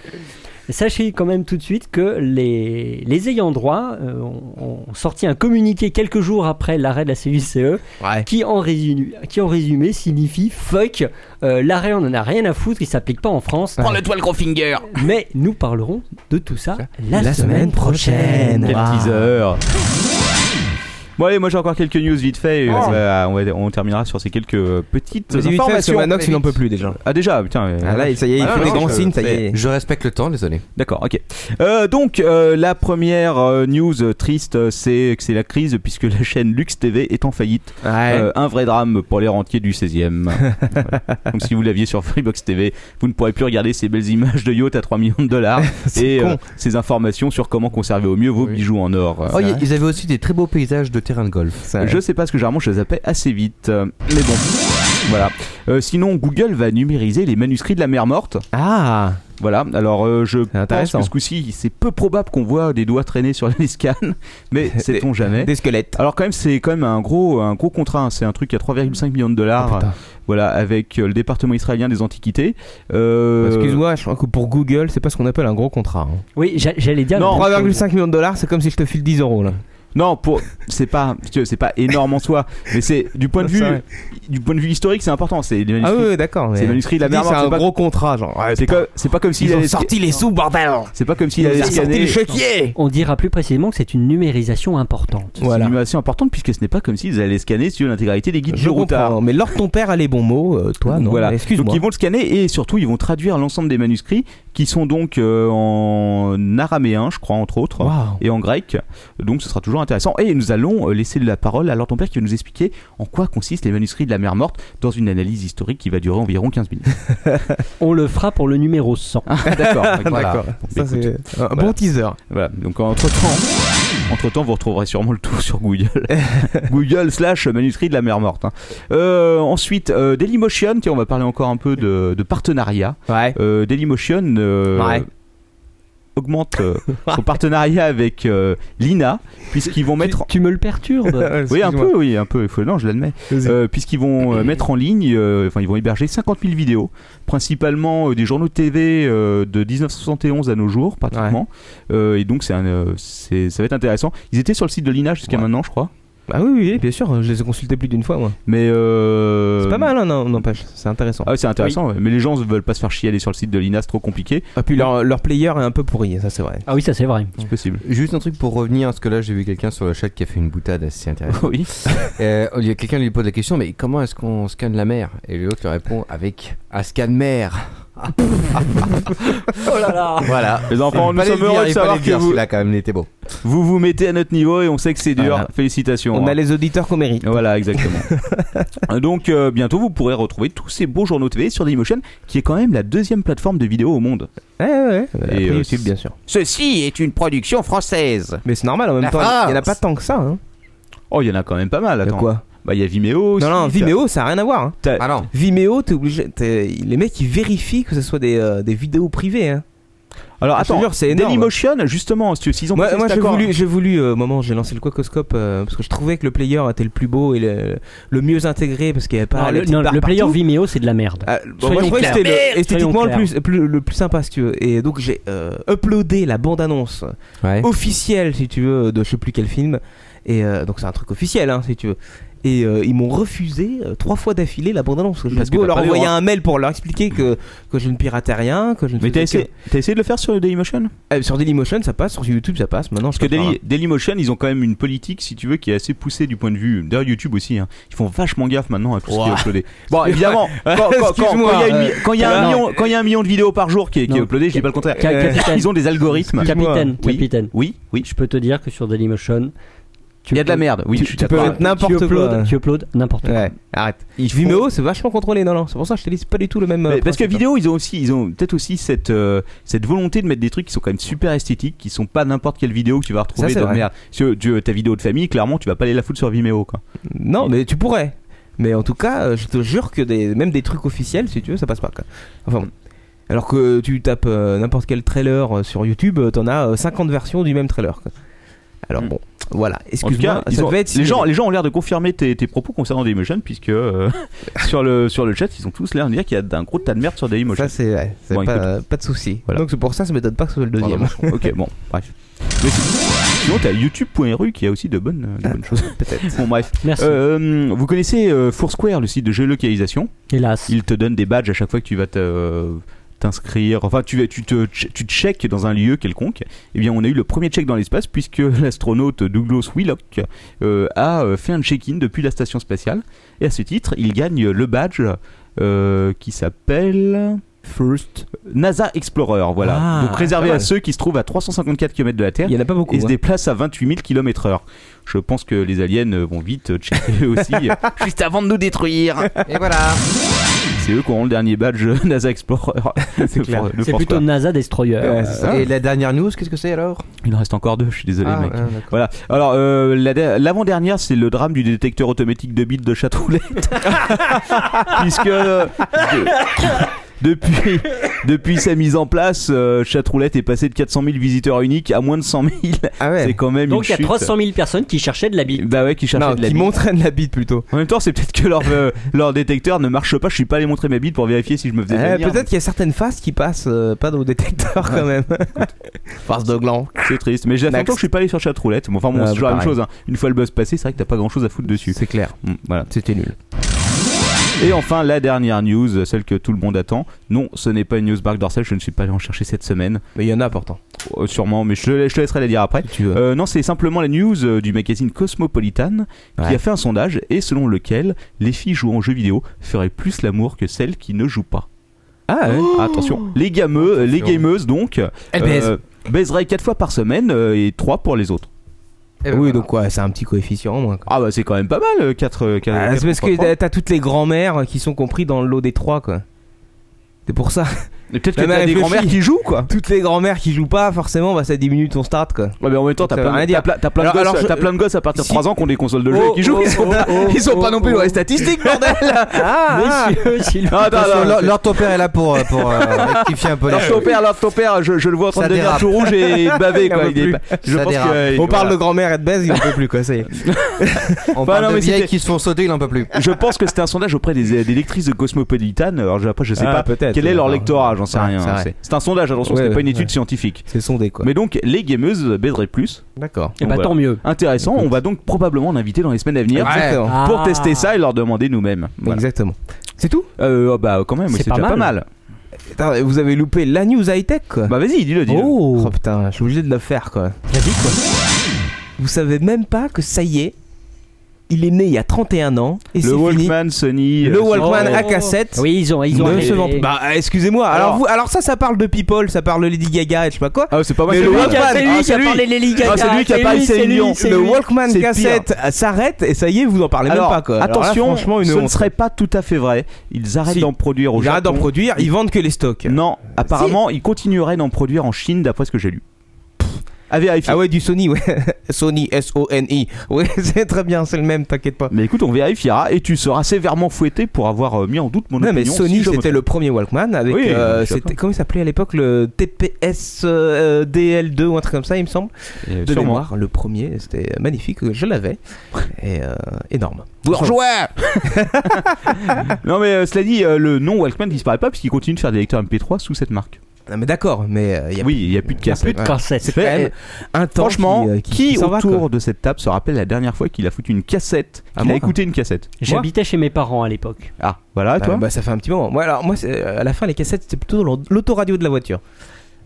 Sachez quand même tout de suite que les, les ayants droit euh, ont, ont sorti un communiqué quelques jours après l'arrêt de la CJCE Ouais. E qui en résumé, qui en résumé signifie fuck, euh, l'arrêt on en a rien à foutre, il s'applique pas en France. Prends le toit le gros finger. Mais nous parlerons de tout ça la, la semaine prochaine. Quel Ah. teaser Bon allez, moi j'ai encore quelques news vite fait. et on, va- on va- on terminera sur ces quelques euh, petites Vas-y, Oh. vite fait, parce que informations. Manox, il n'en peut plus déjà. Ah déjà, putain. euh, Ah, là, ça y est, il Ah, fait non, des grands je- signes, ça y est. Je respecte le temps, désolé. D'accord, ok. Euh, donc euh, la première euh, news euh, triste, euh, c'est que c'est la crise puisque la chaîne Lux TV est en faillite. Ah Euh, un vrai drame pour les rentiers du 16e. Voilà. Donc si vous l'aviez sur Freebox TV, vous ne pourrez plus regarder ces belles images de yacht à 3 millions de dollars et euh, ces informations sur comment conserver au mieux vos Oui. bijoux en or. Euh, Oh, y- ils avaient aussi des très beaux paysages de terrain de golf. Je sais pas ce que généralement je les appelle assez vite, euh, mais bon, voilà. Euh, sinon, Google va numériser les manuscrits de la mer morte. Ah, Voilà. Alors, euh, je pense intéressant. que ce coup-ci, c'est peu probable qu'on voit des doigts traîner sur les scans, mais sait-on jamais. des squelettes. Alors quand même, c'est quand même un gros, un gros contrat. hein. C'est un truc à 3,5 millions de dollars. Ah, putain. voilà, avec euh, le département israélien des antiquités. Euh, Excuse-moi, je crois que pour Google, c'est pas ce qu'on appelle un gros contrat. hein. Oui, j'a- j'allais dire. Non, la même chose. 3,5 millions de dollars, c'est comme si je te file 10 euros là. Non, pour c'est pas, si tu veux, c'est pas énorme en soi, mais c'est du point de C'est vue, vrai. du point de vue historique, c'est important. C'est les Ah manuscrits. oui, oui, d'accord. c'est mais- les manuscrits de la Je dis, mer C'est Morte, un pas- gros contrat, genre. ouais, c'est putain, comme- c'est pas comme s'il Ils ont avait sorti les sous, bordel C'est pas comme s'il Ils avait ont sorti scanné. le chéquier On dira plus précisément que c'est une numérisation importante. C'est Voilà. une innovation importante puisque ce n'est pas comme s'ils allaient scanner sur l'intégralité des guides Je de routard. comprends, mais lors ton père a les bons mots, euh, toi non. Voilà. Donc Excuse-moi. ils vont le scanner et surtout ils vont traduire l'ensemble des manuscrits qui sont donc euh, en araméen, je crois entre autres, Waouh. et en grec. Donc ce sera toujours intéressant. Et nous allons euh, laisser la parole à Lord ton père qui va nous expliquer en quoi consistent les manuscrits de la mer morte dans une analyse historique qui va durer environ 15 minutes. On le fera pour le numéro 100. D'accord. D'accord. Ça, Écoute, c'est un voilà. bon teaser. Voilà. Donc entre temps. Entre temps, vous retrouverez sûrement le tout sur Google. Google slash manuscrit de la mer morte. hein. Euh, ensuite, euh, Dailymotion, tiens, on va parler encore un peu de, de partenariat. Ouais. Euh, Dailymotion, euh, Ouais. augmente euh, son partenariat avec euh, Lina, puisqu'ils vont mettre. Tu me le perturbes. Oui, un peu, oui, un peu. Il faut... Non, je l'admets. Vas-y. Euh, puisqu'ils vont euh, mettre en ligne, euh, enfin, ils vont héberger 50 000 vidéos, principalement euh, des journaux TV euh, de 1971 à nos jours, pratiquement. Euh, et donc, c'est un, euh, c'est- ça va être intéressant. Ils étaient sur le site de Lina jusqu'à Ouais. maintenant, je crois. Ah oui, oui, bien sûr, je les ai consultés plus d'une fois, moi. Mais. euh, C'est pas mal, hein, non, n'empêche, c'est intéressant. Ah, ouais, c'est intéressant, ouais. mais les gens ne veulent pas se faire chier aller sur le site de Lina, c'est trop compliqué. Et puis leur, leur player est un peu pourri, ça c'est vrai. Ah oui, ça c'est vrai. C'est possible. Juste un truc pour revenir, parce que là j'ai vu quelqu'un sur le chat qui a fait une boutade assez intéressante. Oui. Euh, il y a quelqu'un lui pose la question, mais comment est-ce qu'on scanne la mer Et l'autre lui répond avec un scan mer. Oh là là. Voilà. Les enfants, nous Fallait sommes le dire, heureux de il fallait savoir le que dire, vous, celui-là quand même, il était beau. vous vous mettez à notre niveau et on sait que c'est dur. Voilà. Félicitations. On hein. a les auditeurs qu'on mérite. Voilà, exactement. Donc, euh, bientôt, vous pourrez retrouver tous ces beaux journaux TV sur Dailymotion, qui est quand même la deuxième plateforme de vidéos au monde. Eh, Ouais, ouais, ouais. Après euh, YouTube, c'est- bien sûr. Ceci est une production française. Mais c'est normal, en même La temps, il n'y en a France. pas tant que ça. Hein. Oh, il y en a quand même pas mal. De Attends. quoi Bah, il y a Vimeo. aussi, Non, non, t'as- Vimeo, ça n'a rien à voir. hein. t'as- Ah non, Vimeo, t'es obligé. t'es- Les mecs, ils vérifient que ce soit des, euh, des vidéos privées. Hein. Alors, Ah, je te attends. jure, c'est énorme. Dailymotion, justement, si tu- s'ils ont Moi, passé moi cet j'ai accord- voulu, j'ai voulu euh, au moment où j'ai lancé le Quacoscope, euh, parce que je trouvais que le player était le plus beau et le, le mieux intégré, parce qu'il n'y avait pas Non, les le, petites non, barres le player partout. Vimeo, c'est de la merde. Ah, bon, Soyons moi, je trouvais que clairs. c'était le- Merde esthétiquement le Soyons plus, plus- le plus sympa, si tu veux. Et donc, j'ai euh, uploadé la bande-annonce ouais. officielle, si tu veux, de je sais plus quel film. Et euh, donc, c'est un truc officiel, hein, si tu veux. Et euh, ils m'ont refusé euh, trois fois d'affilée la bande-annonce. J'ai Parce que beau t'as leur pas les envoyer droits. un mail pour leur expliquer que, que je ne piratais rien, que je ne Mais t'as faisais essayé, t'as essayé de le faire sur Dailymotion que- Euh, sur Dailymotion, ça passe, sur YouTube, ça passe. Maintenant, je Parce que passe par Daily- Dailymotion, ils ont quand même une politique, si tu veux, qui est assez poussée du point de vue. D'ailleurs, YouTube aussi, hein. ils font vachement gaffe maintenant à tout ce qui est uploadé. Bon, évidemment, quand- quand- quand- Excuse-moi, Euh, quand il y a une mi- quand il y a un non. million- quand il y a un million de vidéos par jour qui est, qui est Non. uploadé, je dis pas le contraire. Euh, Ca- capitaine. Ils ont des algorithmes. Capitaine, Oui. capitaine. Oui, oui. Je peux te dire que sur Dailymotion, tu Il y a de la peux- merde. Oui, tu- je suis tu peux d'accord. mettre n'importe tu uploades- quoi. Tu uploades n'importe quoi. Ouais, arrête. Vimeo, c'est vachement contrôlé, non, non. C'est pour ça que je te dis, c'est pas du tout le même. euh, Mais parce que principe. vidéo, ils ont aussi, ils ont peut-être aussi cette euh, cette volonté de mettre des trucs qui sont quand même super esthétiques, qui sont pas n'importe quelle vidéo que tu vas retrouver Ça, c'est dans vrai. merde. Si euh, tu, ta vidéo de famille, clairement, tu vas pas aller la foutre sur Vimeo, quoi. Non, mais tu pourrais. Mais en tout cas, euh, je te jure que des, même des trucs officiels, si tu veux, ça passe pas. Quoi. Enfin, bon. alors que tu tapes euh, n'importe quel trailer euh, sur YouTube, euh, t'en as euh, 50 versions du même trailer. quoi. Alors bon, voilà. Hmm. En tout Excuse-moi, cas, ils ça ont- devait être les signalé. gens, les gens ont l'air de confirmer tes, tes propos concernant Dailymotion, puisque euh, sur le sur le chat, ils ont tous l'air de dire qu'il y a un gros tas de merde sur Dailymotion. Ça c'est ouais, c'est Bon, pas, écoute. euh, pas de souci. Voilà. Donc c'est pour ça, ça m'étonne pas que ce soit le deuxième. ok, bon, bref. Mais si- sinon, t'as youtube.ru qui a aussi de bonnes, de bonnes choses. Peut-être. Ah. Bon, bref. Merci. Euh, vous connaissez euh, Foursquare, le site de géolocalisation. Hélas. Il te donne des badges à chaque fois que tu vas te, euh, t'inscrire. Enfin, tu, vas- tu te tu te checkes dans un lieu quelconque. Eh bien, on a eu le premier check dans l'espace puisque l'astronaute Douglas Wheelock euh, a euh, fait un check-in depuis la station spatiale. Et à ce titre, il gagne le badge euh, qui s'appelle. First NASA Explorer, voilà. Ah, Donc réservé pas à mal. ceux qui se trouvent à 354 km de la Terre Il y en a pas beaucoup. et se hein. déplace à 28 000 km/h. Je pense que les aliens euh, vont vite euh, checker eux aussi. Juste avant de nous détruire. Et voilà. C'est eux qui auront le dernier badge euh, NASA Explorer. C'est clair. C'est plutôt NASA Destroyer. Ouais, c'est ça. Et la dernière news, qu'est-ce que c'est alors Il en reste encore deux, je suis désolé, Ah, mec. ouais, d'accord. Voilà. Alors, euh, la- l'avant-dernière, c'est le drame du détecteur automatique de bits de Châteaulette. Puisque. euh, de- depuis, depuis sa mise en place, euh, Chatroulette est passé de 400 000 visiteurs uniques à moins de 100 000. Ah hein. C'est ouais. quand même Donc il y une a chute. 300 000 personnes qui cherchaient de la bite. Bah ouais, qui cherchait Non, de la qui bite. m'entraîne la bite plutôt. En même temps, c'est peut-être que leur, euh, leur détecteur ne marche pas. Je suis pas allé montrer ma bite pour vérifier si je me faisais Eh, venir. Peut-être qu'il y a certaines faces qui passent euh, pas dans le détecteur quand même. Face de gland. C'est triste. Mais j'ai longtemps Next. que je suis pas allé sur Chatroulette. Bon, enfin, bon, Ah, c'est toujours la même pareil. chose. hein. Une fois le buzz passé, c'est vrai que t'as pas grand chose à foutre dessus. C'est clair. Mm, Voilà. C'était nul. Et enfin, la dernière news, celle que tout le monde attend. Non, ce n'est pas une news Bark Dorsal. Je ne suis pas allé en chercher cette semaine. Mais il y en a pourtant. Euh, sûrement, mais je te, je te laisserai la dire après. Si tu veux. Euh, non, c'est simplement la news euh, du magazine Cosmopolitan qui Ouais. a fait un sondage et selon lequel les filles jouant aux jeux vidéo feraient plus l'amour que celles qui ne jouent pas. Ah ouais. Oh. Attention, les gameux, les gameuses donc, Elles baisent. euh, baiseraient 4 fois par semaine euh, et 3 pour les autres. Eh ben oui, voilà. donc ouais, c'est un petit coefficient en moins. quoi. Ah bah c'est quand même pas mal euh, 4 Ah, c'est parce que t'as- t'as toutes les grand-mères qui sont compris dans le lot des trois, quoi. C'est pour ça. Mais peut-être que Mais t'as des réfléchis. grands-mères qui jouent quoi. Toutes les grand-mères qui jouent pas, forcément, bah, ça diminue ton start quoi. Ouais, mais en même temps, t'as Ça plein, veut rien dire. t'as pla- t'as plein de Alors- gosses- alors, je- t'as plein de gosses à partir de si- 3 ans qui ont des consoles de jeux et qui jouent. ils sont pas, Oh, ils sont pas non plus dans les statistiques, bordel Ah, Messieurs, s'il vous oh, Ah, Attends, Attention, attends, Bah Lord- Lord ton père est là pour, euh, pour euh, rectifier un peu les Alors ton choses. père, alors ton père, je, je le vois en train Ça de devenir dérape. tout rouge et bavé quoi. en veut Il est plus. pas- je Ça pense dérape. que. On parle de grand-mère et de baise, il en peut plus quoi, ça y est. On Bah, parle non, de mais vieilles c'était- qui se font sauter, il en peut plus. Je pense que c'était un sondage auprès des, des lectrices de Cosmopolitan. Alors je, après, je sais Ah, pas peut-être, quel est ouais, leur bah, lectorat, j'en sais ouais, rien. c'est hein, vrai. C'est c'est un sondage, attention, Ouais, c'était pas ouais, une étude ouais. scientifique. C'est sondé quoi. Mais donc les gameuses baiseraient plus. D'accord. Eh Donc, bah, voilà. tant mieux. Intéressant, on va donc probablement l'inviter dans les semaines à venir. Exactement. Pour Ah. tester ça et leur demander nous-mêmes. Voilà. Exactement. C'est tout Euh, oh, bah quand même, c'est déjà pas mal. Putain, Vous avez loupé la news high-tech quoi. Bah vas-y, dis-le, dis-le. Oh. putain, je suis obligé de le faire quoi. Vas-y, quoi. Vous savez même pas que ça y est, il est né il y a 31 ans et c'est Le fini. Walkman, Sony. Le euh, Walkman Sony. à cassette. Oui, ils ont. Ils ont ne les- se vend pas. Bah euh, excusez-moi. Alors, Alors- vous, alors ça, ça parle de People, ça parle de Lady Gaga et je sais pas quoi. Ah, c'est pas moi Mais qui le l'ai C'est dit. lui qui a- Walkman, ah, c'est lui qui a c'est lui. parlé les Liga. Ah, c'est lui qui a parlé Céline Dion. le Walkman C'est pire. cassette euh, s'arrête et ça y est, vous en parlez Alors, même pas quoi. Alors là, attention, franchement, une ce ne honte. serait pas tout à fait vrai. Ils arrêtent Si. d'en produire au Ils arrêtent d'en Japon. produire, ils vendent que les stocks. Non, apparemment, ils continueraient d'en produire en Chine, d'après ce que j'ai lu. À vérifier. Ah ouais, du Sony, ouais. Sony, S-O-N-I. Ouais, c'est très bien, c'est le même, t'inquiète pas. Mais écoute, on vérifiera et tu seras sévèrement fouetté pour avoir euh, mis en doute mon Non mais opinion. Sony si je me c'était trompe. le premier Walkman avec Oui, euh, je suis c'était d'accord. comment il s'appelait à l'époque le TPS euh, DL2 ou un truc comme ça il me semble Et de Euh, sûrement. mémoire le premier c'était magnifique je l'avais et euh, énorme Bourgeois Non mais euh, cela dit, euh, le nom Walkman disparaît pas puisqu'ils continuent de faire des lecteurs MP3 sous cette marque. Non, mais d'accord mais euh, il y a oui, il y a plus de il y a cassette. plus de Cassette. c'est quand même Ben, un temps Ben, Franchement, qui, qui, euh, qui, qui s'en va, autour quoi. de cette table se rappelle la dernière fois qu'il a foutu une cassette Ah, qu'il a moi écouté une cassette J'habitais chez mes parents à l'époque. Ah, voilà, Bah, toi bah, ça fait un petit moment moi alors moi c'est- euh, à la fin les cassettes c'était plutôt l'au- l'autoradio de la voiture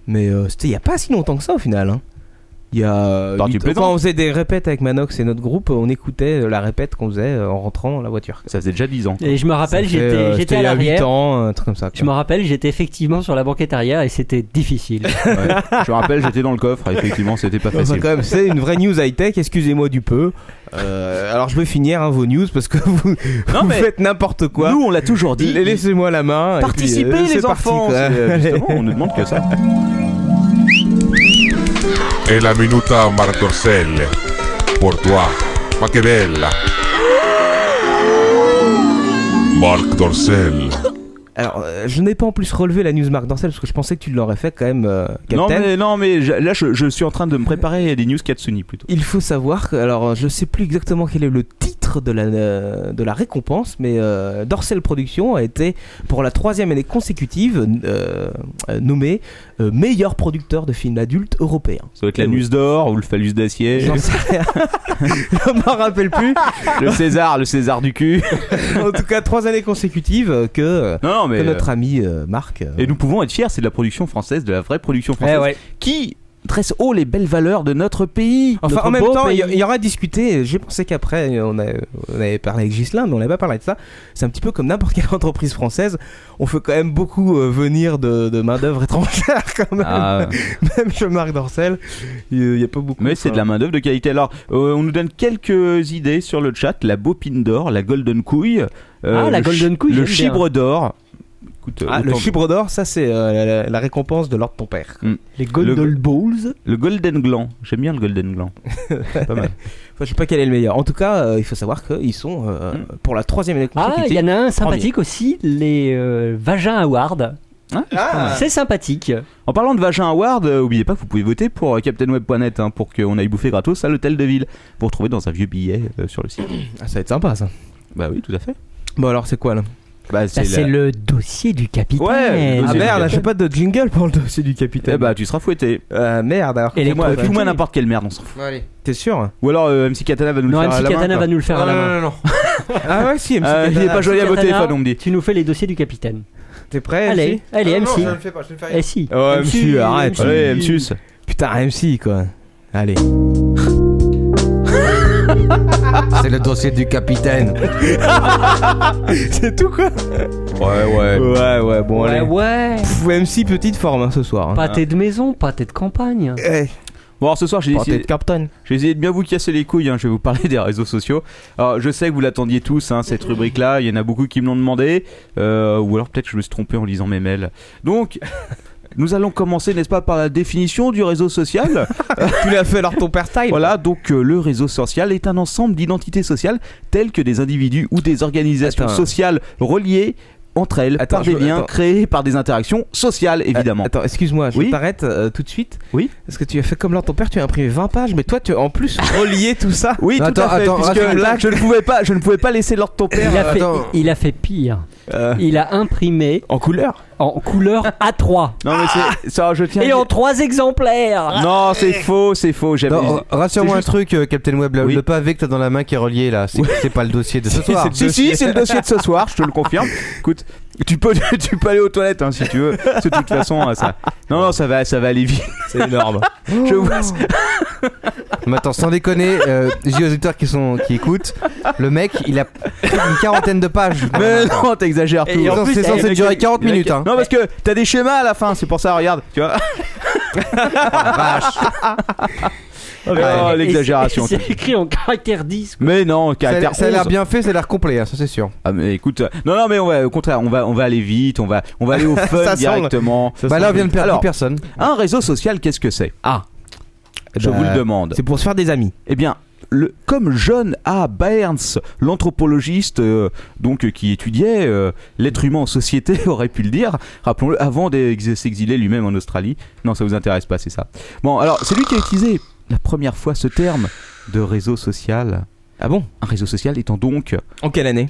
mais euh, c'était il y a pas si longtemps que ça au final hein. Il y a euh, Attends, tu huit- plaisantes. quand on faisait des répètes avec Manox et notre groupe, on écoutait euh, la répète qu'on faisait euh, en rentrant dans la voiture. Ça faisait déjà 10 ans. Et je me rappelle, Ça fait, j'étais euh, j'étais à il y a 8 l'arrière. ans, un truc comme ça. quoi. Je me rappelle, j'étais effectivement sur la banquette arrière et c'était difficile. Ouais. Je me rappelle, j'étais dans le coffre, effectivement, c'était pas Enfin, facile. quand même, c'est une vraie news high-tech, excusez-moi du peu. Euh, alors je vais finir hein, vos news parce que vous, Non, vous mais faites n'importe quoi. Nous, on l'a toujours dit. La- Laissez-moi la main. et Participez, puis, euh, c'est les parti, enfants quoi. c'est, euh, Justement, on ne demande que ça. E la minuta Marc Dorcel pour toi. Ma che bella! Marc Dorcel. Alors euh, je n'ai pas en plus relevé la news Marc Dorcel parce que je pensais que tu l'aurais fait quand même, euh, Non, Captain. mais, non, mais je- là, je, je suis en train de me préparer à des news Katsuni plutôt. Il faut savoir que, alors je sais plus exactement quel est le titre de la, euh, de la récompense, mais euh, Dorcel Productions a été pour la troisième année consécutive euh, euh, nommé euh, meilleur producteur de films adultes européen. Ça doit être la Eh Oui. l'anus d'or ou le phallus d'acier, J'en sais rien. je m'en rappelle plus. le César, le César du cul. En tout cas, trois années consécutives euh, que, euh, Non, non, mais. que euh, notre ami euh, Marc. euh, Et nous pouvons être fiers, c'est de la production française, de la vraie production française, qui dresse haut les belles valeurs de notre pays. Enfin, notre en même beau temps, il pays. y, il y aura discuté. J'ai pensé qu'après, on, a- on avait parlé avec Gislin, mais on n'avait pas parlé de ça. C'est un petit peu comme n'importe quelle entreprise française. On fait quand même beaucoup euh, venir de, de main-d'œuvre étrangère, quand même. Ah, Même chez Marc Dorcel, il n'y a pas beaucoup. mais c'est de la main-d'œuvre de qualité. Alors, euh, on nous donne quelques idées sur le chat la Bopine d'or, la Golden Couille, euh, Ah, la le chi- Golden Couille, le j'aime bien. Chibre d'or. Écoute, euh, Ah, le autant- Hmm. chibre d'or, ça, c'est euh, la, la- la récompense de l'ordre de ton père. Les Golden Le- Balls. le Golden Gland, j'aime bien le Golden Gland. C'est pas mal. Enfin, je sais pas quel est le meilleur. En tout cas, euh, il faut savoir qu'ils sont euh, Mm. pour la troisième année Ah, il consécutive. y en a un sympathique aussi, les euh, Vagin Awards. Hein C'est sympathique. En parlant de Vagin Award, euh, oubliez pas que vous pouvez voter pour euh, CaptainWeb.net hein, pour qu'on aille bouffer gratos à l'hôtel de ville. Vous retrouvez dans un vieux billet euh, sur le site. Ah, ça va être sympa, ça. bah oui, tout à fait. Bon, alors, c'est quoi là Bah, Bah, C'est la- le dossier du capitaine. Ouais, le Ah dossier- merde, j'ai pas de jingle pour le dossier du capitaine. Eh bah, tu seras fouetté. Euh, merde, alors. Et les Fais-moi Électro- fous-moi n'importe quelle merde, on s'en fout. T'es sûr Ou alors euh, MC Katana va nous Non, le faire à MC la main, Katana quoi. va nous le faire à la main. Ah ouais, si, MC Euh, il est Katana. pas joli à votre Katana, téléphone, on me dit. Tu nous fais les dossiers du capitaine. T'es prêt Allez, MC allez, MC. fais pas, je ne fais Eh si. Oh, MC, arrête. Allez, MSUS. Putain, MC quoi. Allez. C'est le dossier du capitaine. C'est tout quoi Ouais, ouais. Ouais, ouais, bon, Ouais, allez. ouais. Pff, MC, petite forme hein, ce soir. hein. Pâté de maison, pâté de campagne. Eh, Bon, alors ce soir, j'ai Portée essayé, de Captain. j'ai essayé de bien vous casser les couilles. hein. Je vais vous parler des réseaux sociaux. Alors, je sais que vous l'attendiez tous, hein, cette rubrique-là. Il y en a beaucoup qui me l'ont demandé. Euh, ou alors, peut-être, que je me suis trompé en lisant mes mails. Donc. Nous allons commencer, n'est-ce pas, par la définition du réseau social. tu l'as fait alors ton père style. Voilà, donc euh, le réseau social est un ensemble d'identités sociales telles que des individus ou des organisations Attends. sociales reliées entre elles Attends, par je- des liens attends. créés par des interactions sociales, évidemment. Euh, Attends, excuse-moi, je Oui. t'arrête euh, tout de suite. Oui. Parce que tu as fait comme là ton père, tu as imprimé 20 pages, mais toi tu as en plus relié tout ça. oui, tout Attends, à fait, attends, puisque attends, là, attends. je ne pouvais pas, je ne pouvais pas laisser l'ordre de ton père. Il a, fait, attends. il a fait pire. Euh. Il a imprimé En couleur en couleur A3 Non, mais c'est ça, je tiens. à et dire- en trois exemplaires. Non, c'est faux, c'est faux. J'avais. Non, r- Rassure-moi c'est un truc, euh, Captain Web, le, Oui. le pavé que t'as dans la main qui est relié là, c'est c'est pas le dossier de ce soir. Si, si, c'est le dossier de ce soir, je te le confirme. Écoute, tu peux, tu peux aller aux toilettes hein, si tu veux. Parce que De toute façon, hein, ça. Non, non, ça va, ça va aller vite. C'est énorme. Je vois ça. Mais attends, sans déconner, euh, j'ai aux auditeurs qui, sont, qui écoutent, le mec il a une quarantaine de pages. Mais non, t'exagères tout. Et en plus, c'est censé il y en a durer qui- 40 il y en a minutes, qui- hein. Non, parce que t'as des schémas à la fin, c'est pour ça, regarde. Tu vois Oh, Et- l'exagération. et C'est écrit en caractère 10. Mais non, Ça a- caractère ça a l'air 11. bien fait, ça a l'air complet, hein, ça c'est sûr. Ah, mais écoute, euh, non, non, mais on va, au contraire, on va, on va aller vite, on va, on va aller au fun semble. directement. Bah là on vient de perdre Alors, 10 personnes. un réseau social, qu'est-ce que c'est Ah, je Bah, vous Euh, le demande. C'est pour se faire des amis. Eh bien, le, comme John A. Bairns, l'anthropologiste euh, donc euh, qui étudiait euh, l'être humain en société, aurait pu le dire, rappelons-le, avant de s'exiler lui-même en Australie. Non, ça vous intéresse pas, c'est ça. Bon, alors, c'est lui qui a utilisé la première fois ce terme de réseau social. Ah bon Un réseau social étant donc En quelle année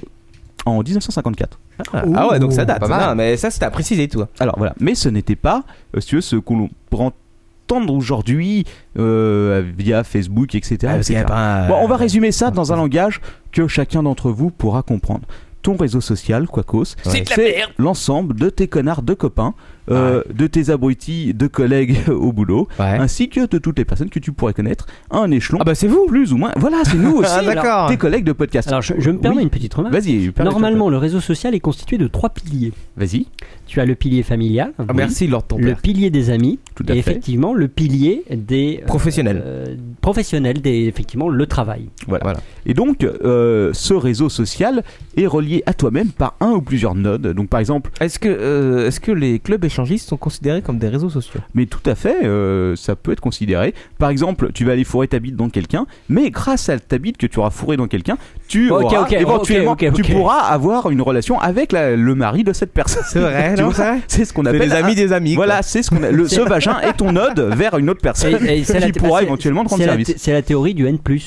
en 1954. ah, ah ouais, donc ça date. pas mal. Non, mais ça c'était à préciser toi. Alors voilà, mais ce n'était pas, euh, si tu veux, ce qu'on pourrait entendre aujourd'hui euh, via Facebook, etc. Ah, etc. Bon, Euh, on va résumer ça dans un langage que chacun d'entre vous pourra comprendre. Ton réseau social, Quacos, C'est de la merde. l'ensemble de tes connards de copains, euh, de tes abrutis de collègues au boulot, Ouais. ainsi que de toutes les personnes que tu pourrais connaître à un échelon Ah bah c'est vous plus ou moins. Voilà, c'est nous aussi, Ah d'accord. tes collègues de podcast. Alors je, je me permets Oui. une petite remarque. Vas-y, permets-toi. Normalement, le réseau social est constitué de trois piliers. Vas-y, Tu as le pilier familial, Ah, Merci Lord ton le père. pilier des amis, tout à et fait. effectivement le pilier des euh, Professionnels. euh, professionnels, des effectivement le travail. Voilà. Voilà. Et donc, euh, ce réseau social est relié à toi-même par un ou plusieurs nodes. Donc, par exemple, Est-ce que, euh, est-ce que les clubs échangistes sont considérés comme des réseaux sociaux Mais tout à fait, euh, ça peut être considéré. Par exemple, tu vas aller fourrer ta bite dans quelqu'un, mais grâce à ta bite que tu auras fourré dans quelqu'un, tu Ok, auras ok, éventuellement, ok, ok, ok. tu pourras avoir une relation avec la- le mari de cette personne. C'est vrai, Tu non vois, c'est vrai C'est ce qu'on C'est appelle les amis un- des amis. Voilà, c'est ce qu'on a- le ce vagin est ton ode vers une autre personne Et- et c'est la qui thé- pourra c'est- éventuellement te rendre C'est la, service. thé- c'est la théorie du N+, selon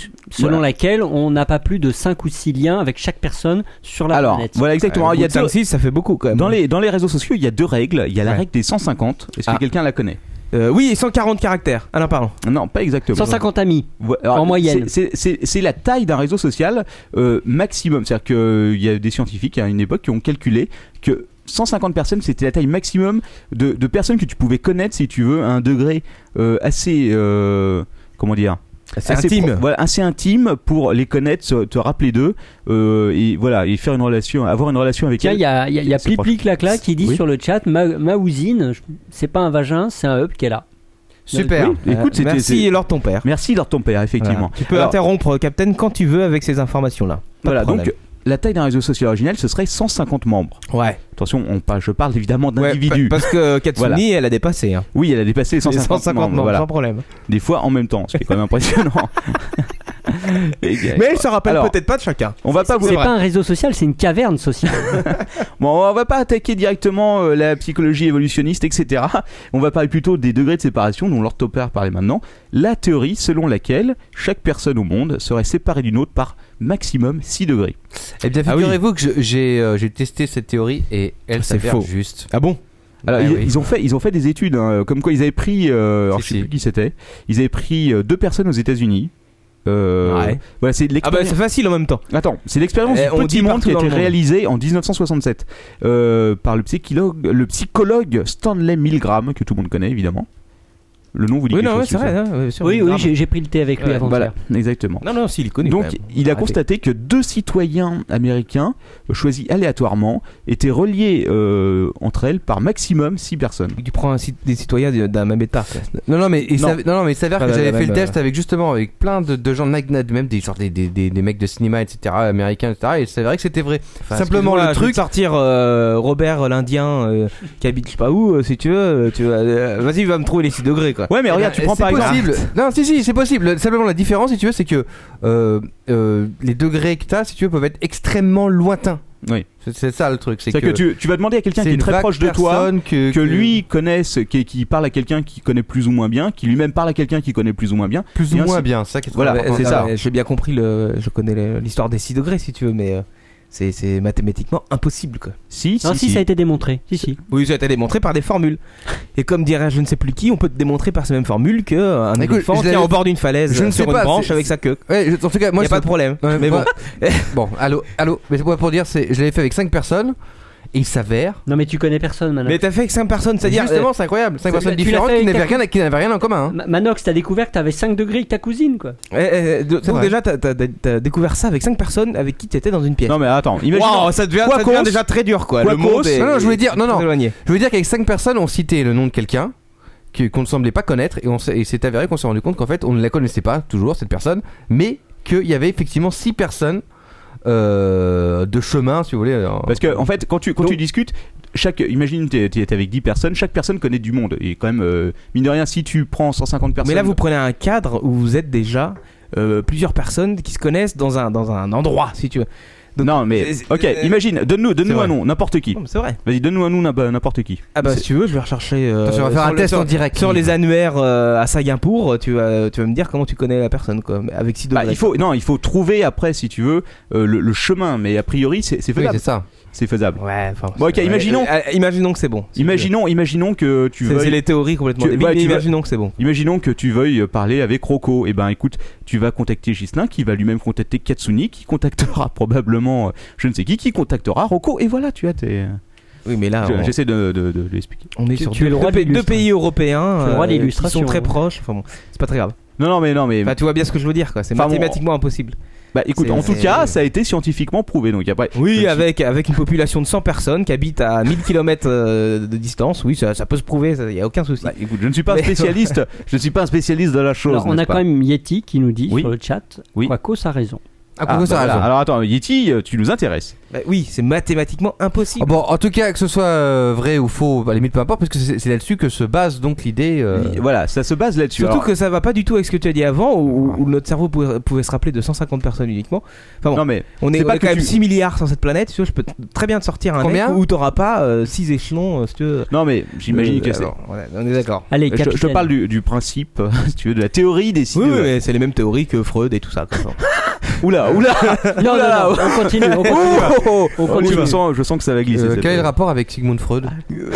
Voilà. laquelle on n'a pas plus de 5 ou 6 liens avec chaque personne sur la Alors, planète. voilà exactement. Il y a deux- 5-6, Euh, ça fait beaucoup quand même. dans les dans les réseaux sociaux, il y a deux règles. Il y a la Ouais. règle des 150. Est-ce que Ah. quelqu'un la connaît Euh, oui, et 140 caractères. Ah non, pardon. Non, pas exactement. 150 amis. Ouais, alors, En moyenne. c'est- C'est c'est- c'est la taille d'un réseau social euh, maximum. C'est-à-dire qu'il y a des scientifiques à une époque qui ont calculé que 150 personnes, c'était la taille maximum de, de personnes que tu pouvais connaître, si tu veux, à un degré euh, assez. euh, comment dire C'est intime. pro- voilà, assez intime pour les connaître, se- te rappeler d'eux, euh, et voilà, et faire une relation, avoir une relation avec Tiens, il elles. y a, il y a, il y a C'est proche. Pli Clacla qui dit Oui. sur le chat ma, ma ousine, je- c'est pas un vagin, c'est un hub qu'elle a. Super. Oui, écoute, Euh, c'était- merci c'est- Lord ton père. Merci Lord ton père, effectivement. Voilà. Tu peux Alors, interrompre euh, Captain quand tu veux avec ces informations-là. Pas de voilà, donc problème. la taille d'un réseau social original, ce serait 150 membres. ouais. Attention, on, parle- je parle évidemment Ouais, euh, d'individus. pa- parce que euh, Katsuni, Voilà. elle a dépassé. Hein. Oui, elle a dépassé les Les 150, 150 membres, membres, voilà. sans problème. Des fois en même temps, ce qui est quand même impressionnant. Et, euh, Mais elle se rappelle Alors, peut-être pas de chacun. on va pas Ah, vous... C'est vrai. pas un réseau social, c'est une caverne sociale. bon, on va pas attaquer directement euh, la psychologie évolutionniste, etc. On va parler plutôt des degrés de séparation dont Lord Topper parlait maintenant. La théorie selon laquelle chaque personne au monde serait séparée d'une autre par maximum 6 degrés. Eh bien, Ah oui. figurez-vous que je- j'ai euh, j'ai testé cette théorie et elle C'est s'avère faux. juste. Ah bon Alors, Ouais, ils, oui. ils ont fait, ils ont fait des études, hein, comme quoi ils avaient pris, euh, alors, Si, je sais si. plus qui c'était, ils avaient pris euh, deux personnes aux États-Unis. Euh, Ouais. Voilà, c'est de Ah bah l'expérience. c'est facile en même temps. Attends, c'est l'expérience Eh, du on petit dit monde partout qui a dans été le monde. réalisée en 1967 euh, par le psychologue, le psychologue Stanley Milgram, que tout le monde connaît évidemment. Le nom vous dit Oui, quelque non, ouais, chose c'est vrai, Suzanne hein, ouais, bien sûr, Oui, grave. oui, j'ai j'ai pris le thé avec lui Ouais, avant. Voilà, hier. exactement. Non, non, s'il est connu. Donc, quand même. il a Arrêtez. constaté que deux citoyens américains euh, choisis aléatoirement étaient reliés euh, entre elles par maximum six personnes. Tu prends un cit- des citoyens d'un- d'un même état. quoi. Non, non, Ah bah, mais il Non. s'avère- non, non, mais il s'avère Pas que la- j'avais la fait le même, test euh, avec justement avec plein de, de gens nagnads, même des, genre des, des, des, des mecs de cinéma, etc., américains, etc., et c'est vrai que c'était vrai. Enfin, Simplement le excuse-moi, je vais te truc. sortir euh, Robert euh, l'Indien euh, qui habite je sais pas où, euh, si tu veux, euh, tu vas, euh, vas-y, va me trouver les 6 degrés quoi. Ouais, mais Eh regarde, ben, tu prends c'est par exemple. possible. Non, si, si, c'est possible. Le- Simplement, la différence, si tu veux, c'est que euh, euh, les degrés que t'as, si tu veux, peuvent être extrêmement lointains. Oui. C'est- C'est ça le truc. C'est que, C'est-à-dire que tu, tu vas demander à quelqu'un c'est qui est une très vague proche de toi, personne que, que lui connaisse, qui, qui parle à quelqu'un qui connaît plus ou moins bien, qui lui-même parle à quelqu'un qui connaît plus ou moins bien. plus et ou ainsi moins bien. Ah, Ça qui est Voilà, très Ouais, important. c'est ça. ouais, J'ai bien compris, le, je connais le- l'histoire des 6 degrés si tu veux, mais euh, c'est- c'est mathématiquement impossible quoi. Ah, Si, si, Non, si, si. ça a été démontré. Si, si. Oui, ça a été démontré par des formules. Et comme dirait je ne sais plus qui, on peut te démontrer par ces mêmes formules qu'un Écoute, éléphant je tient l'avais- au bord d'une falaise je ne sais sur une pas, branche c'est- avec sa queue. Ouais, je- en tout cas, Il moi, a je pas de problème. Ouais, mais bon, moi- bon, allô, allô. Mais c'est pour- pour dire, c'est, je l'avais fait avec 5 personnes. Et il s'avère. Non, mais tu connais personne, Manox. mais t'as fait avec 5 personnes, C'est c'est-à-dire. euh, justement, c'est incroyable. 5 tu l'as- personnes tu l'as différentes fait qui avec n'avaient, ta rien, qui n'avaient rien en commun. hein. Ma- Manox, t'as découvert que t'avais 5 degrés avec ta cousine, quoi. euh, euh, euh, de- donc vrai. déjà, t'as t'as- t'as découvert ça avec 5 personnes avec qui t'étais dans une pièce. Non, mais attends, imagine. Waouh, ça devient, Quoi ça devient qu'on- déjà très dur quoi. Quoi le qu'on- monde est, Non, non, je voulais dire- non, est non. très éloigné. Je veux dire qu'avec 5 personnes, on citait le nom de quelqu'un que- qu'on ne semblait pas connaître. Et, on s'est, et c'est avéré qu'on s'est rendu compte qu'en fait, on ne la connaissait pas toujours, cette personne. Mais qu'il y avait effectivement 6 personnes euh, de chemin, si vous voulez. alors- Parce que, en fait, quand tu, quand Donc- tu discutes, chaque, imagine, t'es t'es- t'es avec 10 personnes, chaque personne connaît du monde. Et quand même, euh, mine de rien, si tu prends 150 personnes. Mais là, vous prenez un cadre où vous êtes déjà euh, plusieurs personnes qui se connaissent dans un, dans un endroit, si tu veux. donc- non, mais. C'est- c'est- Ok, euh, imagine, donne-nous donne c'est un vrai. nom, n'importe qui. Non, mais C'est vrai. Vas-y, donne-nous un nom, n'im- n'importe qui. Ah bah, C'est- si tu veux, je vais rechercher. euh, Attention, on va faire sur un le- test sur- en direct. Sur les annuaires euh, à Singapour, tu vas, tu vas me dire comment tu connais la personne, quoi. mais Avec 6 Bah, degrés. il faut, non, il faut trouver après, si tu veux, euh, le, le chemin. Mais a priori, c'est c'est Oui, faisable. c'est ça. Ah, c'est faisable. Ouais, enfin. Bon, ok, ouais, imaginons- euh, euh, imaginons que c'est bon. si Imaginons, imaginons que tu tu veux. C'est c'est veuilles. les théories complètement tu- débiles, ouais, mais tu vas- imaginons que c'est bon. Imaginons que tu veuilles parler avec Rocco. Eh ben, écoute, tu vas contacter Gislin, qui va lui-même contacter Katsuni, qui contactera probablement euh, je ne sais qui, qui contactera Rocco. Et voilà, tu as tes. Oui, mais là, Je- on- J'essaie de, de, de l'expliquer. on est Tu- sur tu es deux, le roi deux de pa- deux l'illustre. pays européens Tu es le roi de euh, qui l'illustration. sont très proches. Enfin bon, c'est pas très grave. Non, non, mais non, mais. Enfin, tu vois bien ce que je veux dire, quoi. C'est Enfin, bon, mathématiquement impossible. bah, écoute, c'est- en tout c'est- cas, ça a été scientifiquement prouvé. Donc après. je me Oui, suis- avec, avec une population de 100 personnes qui habitent à 1000 km de distance, oui, ça, ça peut se prouver, il n'y a aucun souci. Bah, écoute, je ne suis pas un Mais- spécialiste. je ne suis pas un spécialiste de la chose. Alors, on n'est-ce a pas quand même Yeti qui nous dit Oui. sur le chat Oui. Quaco, ça a raison. Ah, Ah, Coco, ça bah, a voilà. raison. Alors attends, Yeti, euh, tu nous intéresses. Bah oui, c'est mathématiquement Ah impossible. Bon, en tout cas, que ce soit euh, vrai ou faux, à la limite peu importe, parce que c'est c'est là-dessus que se base donc l'idée. euh, Li- Voilà, ça se base là-dessus. Surtout Alors, que ça va pas du tout avec ce que tu as dit avant, où, où notre cerveau pouvait, pouvait se rappeler de 150 personnes uniquement. Enfin bon, Non mais on est, c'est on pas est que quand même tu- 6 milliards sur cette planète, tu vois, je peux t- très bien te sortir un Combien mec où t'auras pas 6 échelons, euh, si tu veux. non mais j'imagine Euh, que c'est. alors, voilà, on est d'accord. Allez, Je, je te capitaine. parle du, du principe, si tu veux, de la théorie des Oui, de- oui, mais c'est les mêmes théories que Freud et tout ça. quoi. Oula, oula. Non, non, Oula, non, on continue. On continue. On Oh, je continue. sens, je sens que ça va glisser. euh, cette- quel est le rapport avec Sigmund Freud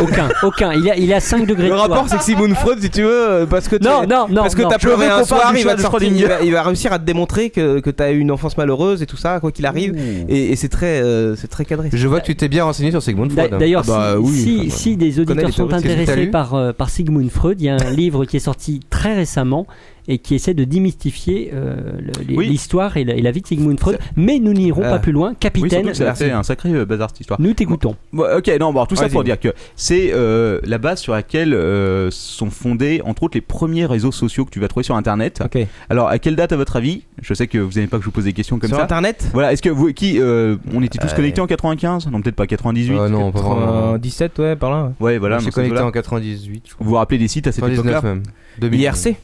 Aucun, aucun. Il a, il a 5 degrés Le de rapport, c'est que Sigmund Freud, si tu veux, euh, parce que tu- Non, non, non. Parce que non. t'as Je veux pleuré qu'on un parle soir, du il va, chat te de sortir- Schrödinger. il, va, il va réussir à te démontrer que, que t'as eu une enfance malheureuse et tout ça, quoi qu'il arrive. Et, et c'est très, euh, c'est très cadré. Je vois que tu t'es bien renseigné sur Sigmund D'a- Freud. hein. Ah D'ailleurs, Bah si, oui, si- enfin, si des connais auditeurs les sont théories. Qu'est-ce que t'as intéressés lu par, euh, par Sigmund Freud, il y a un livre qui est sorti très récemment et qui essaie de démystifier euh, le- les- Oui. l'histoire et, la- et la vie de Sigmund Freud. Mais nous n'irons Ah. pas plus loin. Oui, Capitaine, surtout que ça- c'est un sacré euh, bazar cette histoire. nous t'écoutons. Bon, euh, ok, non, bon, alors, tout ça Vas-y. pour dire que c'est euh, la base sur laquelle euh, sont fondés, entre autres, les premiers réseaux sociaux que tu vas trouver sur Internet. Ok. Alors, à quelle date, à votre avis Je sais que vous n'aimez pas que je vous pose des questions comme Sur ça. internet Voilà, est-ce que vous, qui, euh, on était tous Euh, connectés en 95 Non, peut-être pas 98. Euh, non, pas vraiment. 17, ouais, par là. Ouais, voilà. je dans suis ce connecté sens-là. en 98, je crois. Vous vous rappelez des sites à cette 99 époque-là même. 2000. L'IRC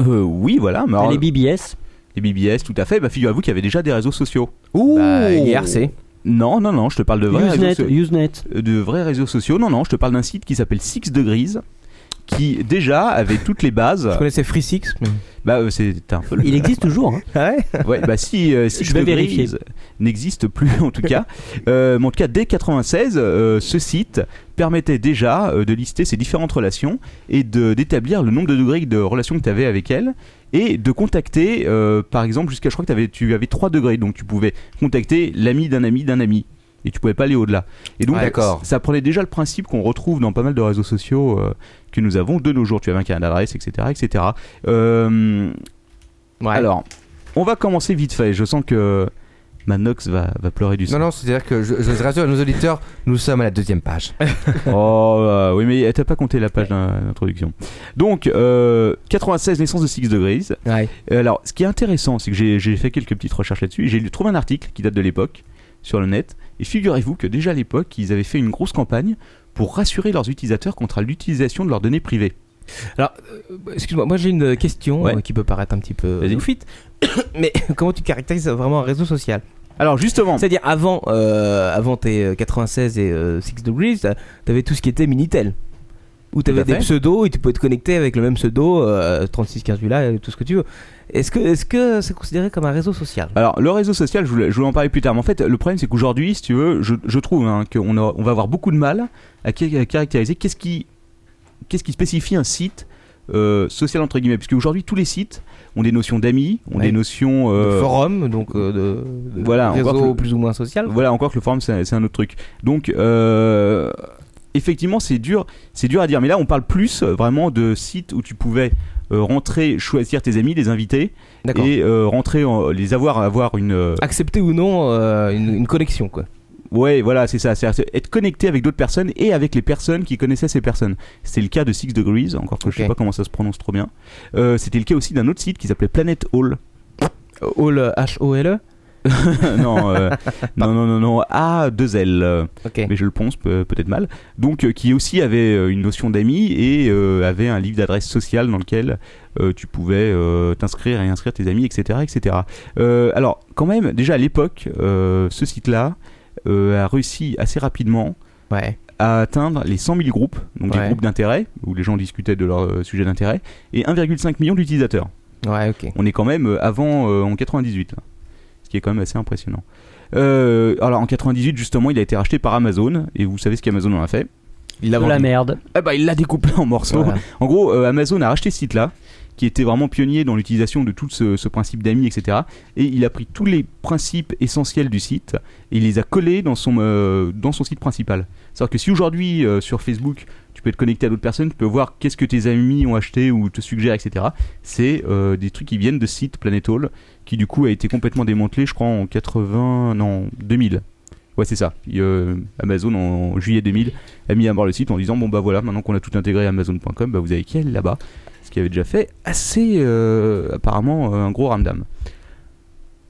Euh, Oui, voilà. Mais alors, les BBS. les BBS, tout à fait. Bah, figurez-vous qu'il y avait déjà des réseaux sociaux. Ouh IRC. Non, non, non, je te parle de vrais réseaux Usenet, sociaux. Usenet. de vrais réseaux sociaux. Non, non, je te parle d'un site qui s'appelle Six Degrees, qui déjà avait toutes les Je bases. connaissais Free Six, mais. Bah, euh, c'est un peu. le- Il existe toujours. hein. Ah ouais Ouais, bah si euh, Six Je vais vérifier. Degrees n'existe plus en tout cas. Euh, mais en tout cas, dès 96, euh, ce site permettait déjà euh, de lister ses différentes relations et de d'établir le nombre de degrés de relations que tu avais avec elle et de contacter, euh, par exemple, jusqu'à je crois que t'avais- tu avais 3 degrés, donc tu pouvais contacter l'ami d'un ami d'un ami. et tu pouvais pas aller au-delà. Et donc, Ah, d'accord. ça prenait déjà le principe qu'on retrouve dans pas mal de réseaux sociaux euh, que nous avons de nos jours. Tu avais un Canada Race, etc. etc. Euh, Alors, on va commencer vite fait. Je sens que Manox va, va pleurer du sang. Non, non, c'est-à-dire que je, je rassure nos auditeurs, nous sommes à la deuxième page. oh euh, oui mais t'as pas compté la page d'in- d'introduction donc euh, 96 naissance de Six Degrees Euh, alors ce qui est intéressant c'est que j'ai j'ai fait quelques petites recherches là-dessus et j'ai trouvé un article qui date de l'époque sur le net et figurez-vous que déjà à l'époque ils avaient fait une grosse campagne pour rassurer leurs utilisateurs contre l'utilisation de leurs données privées alors Bah, Excuse-moi, moi j'ai une question euh, qui peut paraître un petit peu zoufite, mais comment tu caractérises euh, vraiment un réseau social alors justement, c'est-à-dire avant, euh, avant tes euh, 96 et 6 degrees, euh, t'avais tout ce qui était Minitel, où Tout t'avais à des fait. pseudos et tu pouvais te connecter avec le même pseudo, euh, 36 15 là, tout ce que tu veux. Est-ce que, est-ce que c'est considéré comme un réseau social Alors, le réseau social, je voulais, je voulais en parler plus tard. Mais en fait, le problème, c'est qu'aujourd'hui, si tu veux, je, je trouve hein, qu'on a- on va avoir beaucoup de mal à, ca- à caractériser qu'est-ce qui, qu'est-ce qui spécifie un site euh, social, entre guillemets. Puisque aujourd'hui, tous les sites ont des notions d'amis, ont Ouais. des notions. De euh, forum, donc euh, de, de voilà, réseau encore Ah, que- plus ou moins social. Voilà, encore que le forum, c'est c'est un autre truc. Donc, euh, effectivement, c'est dur, c'est dur à dire. Mais là, on parle plus euh, vraiment de sites où tu pouvais euh, rentrer, choisir tes amis, les inviter, et euh, rentrer, en- les avoir, avoir une euh, Accepter ou non euh, une, une connexion, quoi. Ouais, voilà, c'est ça. C'est être connecté avec d'autres personnes et avec les personnes qui connaissaient ces personnes. C'était le cas de Six Degrees, encore que je sais pas comment ça se prononce trop bien. Euh, C'était le cas aussi d'un autre site qui s'appelait Planet Hall. euh, Hall, E. H-O-L-E non, euh, non, non, non, non, A2L. euh, Mais je le pense pe- peut-être mal. Donc, euh, qui aussi avait euh, une notion d'amis et euh, avait un livre d'adresse sociale dans lequel euh, tu pouvais euh, t'inscrire et inscrire tes amis, etc. etc. Euh, alors, quand même, déjà à l'époque, euh, ce site-là euh, a réussi assez rapidement à atteindre les 100 000 groupes, donc des Ouais. groupes d'intérêt, où les gens discutaient de leur euh, sujet d'intérêt, et 1,5 million d'utilisateurs. Ouais, ok. On est quand même euh, avant euh, en 98, là. ce qui est quand même assez impressionnant. Euh, alors en 98 justement, il a été racheté par Amazon et vous savez ce qu'Amazon en a fait Il De la merde. Eh ben, il l'a découpé en morceaux. Voilà. En gros, euh, Amazon a racheté ce site-là qui était vraiment pionnier dans l'utilisation de tout ce, ce principe d'amis, etc. Et il a pris tous les principes essentiels du site et il les a collés dans son, euh, dans son site principal. C'est-à-dire que si aujourd'hui euh, sur Facebook tu peux te connecter à d'autres personnes, tu peux voir qu'est-ce que tes amis ont acheté ou te suggèrent, etc. C'est euh, des trucs qui viennent de ce site Planet Hall, qui du coup a été complètement démantelé, je crois, en 80, non, 2000. Ouais, c'est ça. Il, euh, Amazon, en juillet 2000, a mis à mort le site en disant Bon, bah voilà, maintenant qu'on a tout intégré à Amazon.com, bah vous avez qui aller là-bas Ce qui avait déjà fait assez, euh, apparemment, euh, un gros ramdam.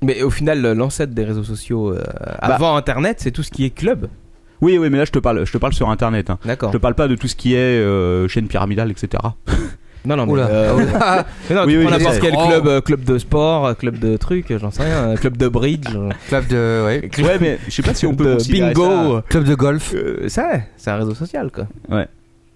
Mais au final, euh, l'ancêtre des réseaux sociaux euh, Bah. avant Internet, c'est tout ce qui est club. Oui, oui, mais là je te parle, je te parle sur Internet. hein. D'accord. Je te parle pas de tout ce qui est euh, chaîne pyramidale, etc. Non, non, mais, Oula. euh, mais non, Oui, tu oui, prends je n'importe sais. quel Oh. club, euh, club de sport, euh, club de trucs, euh, j'en sais rien, euh, club de bridge, euh, club de ouais, Ouais, mais je sais pas si on peut de considérer bingo, ça- club de golf. Euh, ça, c'est un réseau social quoi. Ouais.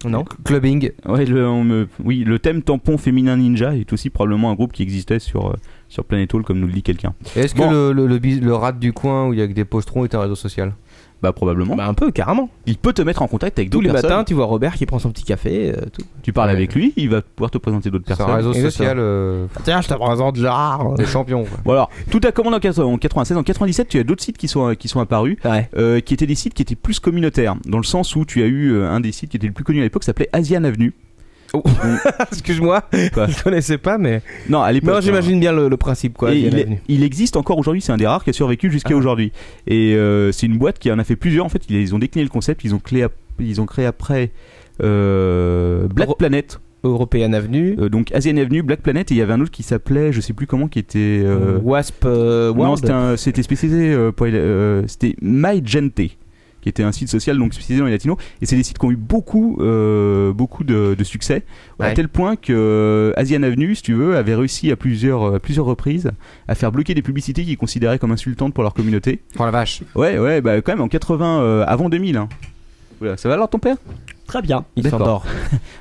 Non. Clubbing. Ouais, le, on me- oui, le thème tampon féminin ninja est aussi probablement un groupe qui existait sur, euh, sur Planet Hall, comme nous le dit quelqu'un. Et Est-ce Bon. que le, le, le, bis- le rat du coin où il y a que des postrons est un réseau social Bah probablement. Bah un peu carrément. Il peut te mettre en contact avec Tous d'autres les personnes. matins, tu vois Robert qui prend son petit café, euh, tout. Tu parles avec lui, il va pouvoir te présenter d'autres C'est personnes. un réseau Exactement. social. euh, Ah, Tiens, je te présente euh, Gérard. des champions. quoi. Bon alors, tout a commencé en 80 en 96, en 97, tu as d'autres sites qui sont, qui sont apparus, euh, qui étaient des sites qui étaient plus communautaires, dans le sens où tu as eu euh, un des sites qui était le plus connu à l'époque, qui s'appelait Asian Avenue. Excuse-moi, Quoi je connaissais pas mais Non, à l'époque. Non, j'imagine bien le, le principe quoi. Et Vienne il, est- Avenue. il existe encore aujourd'hui, c'est un des rares qui a survécu Ah. jusqu'à aujourd'hui. Et euh, c'est une boîte qui en a fait plusieurs. En fait, ils, ils ont décliné le concept, ils ont créé, ap- ils ont créé après euh, Black Euro- Planet, European Avenue, Euh, donc Asian Avenue, Black Planet, et il y avait un autre qui s'appelait, je sais plus comment, qui était. euh, Wasp euh, non, World. c'était, un- c'était spécialisé, euh, pour- euh, c'était My Gente qui était un site social donc spécialisé dans les latinos et c'est des sites qui ont eu beaucoup euh, beaucoup de, de succès à Ouais. tel point que euh, Asian Avenue si tu veux avait réussi à plusieurs euh, plusieurs reprises à faire bloquer des publicités qu'ils considéraient comme insultantes pour leur communauté Oh la vache. ouais ouais bah quand même en 80 euh, avant 2000 hein. Oula, ça va alors ton père Très bien. il D'accord. s'endort.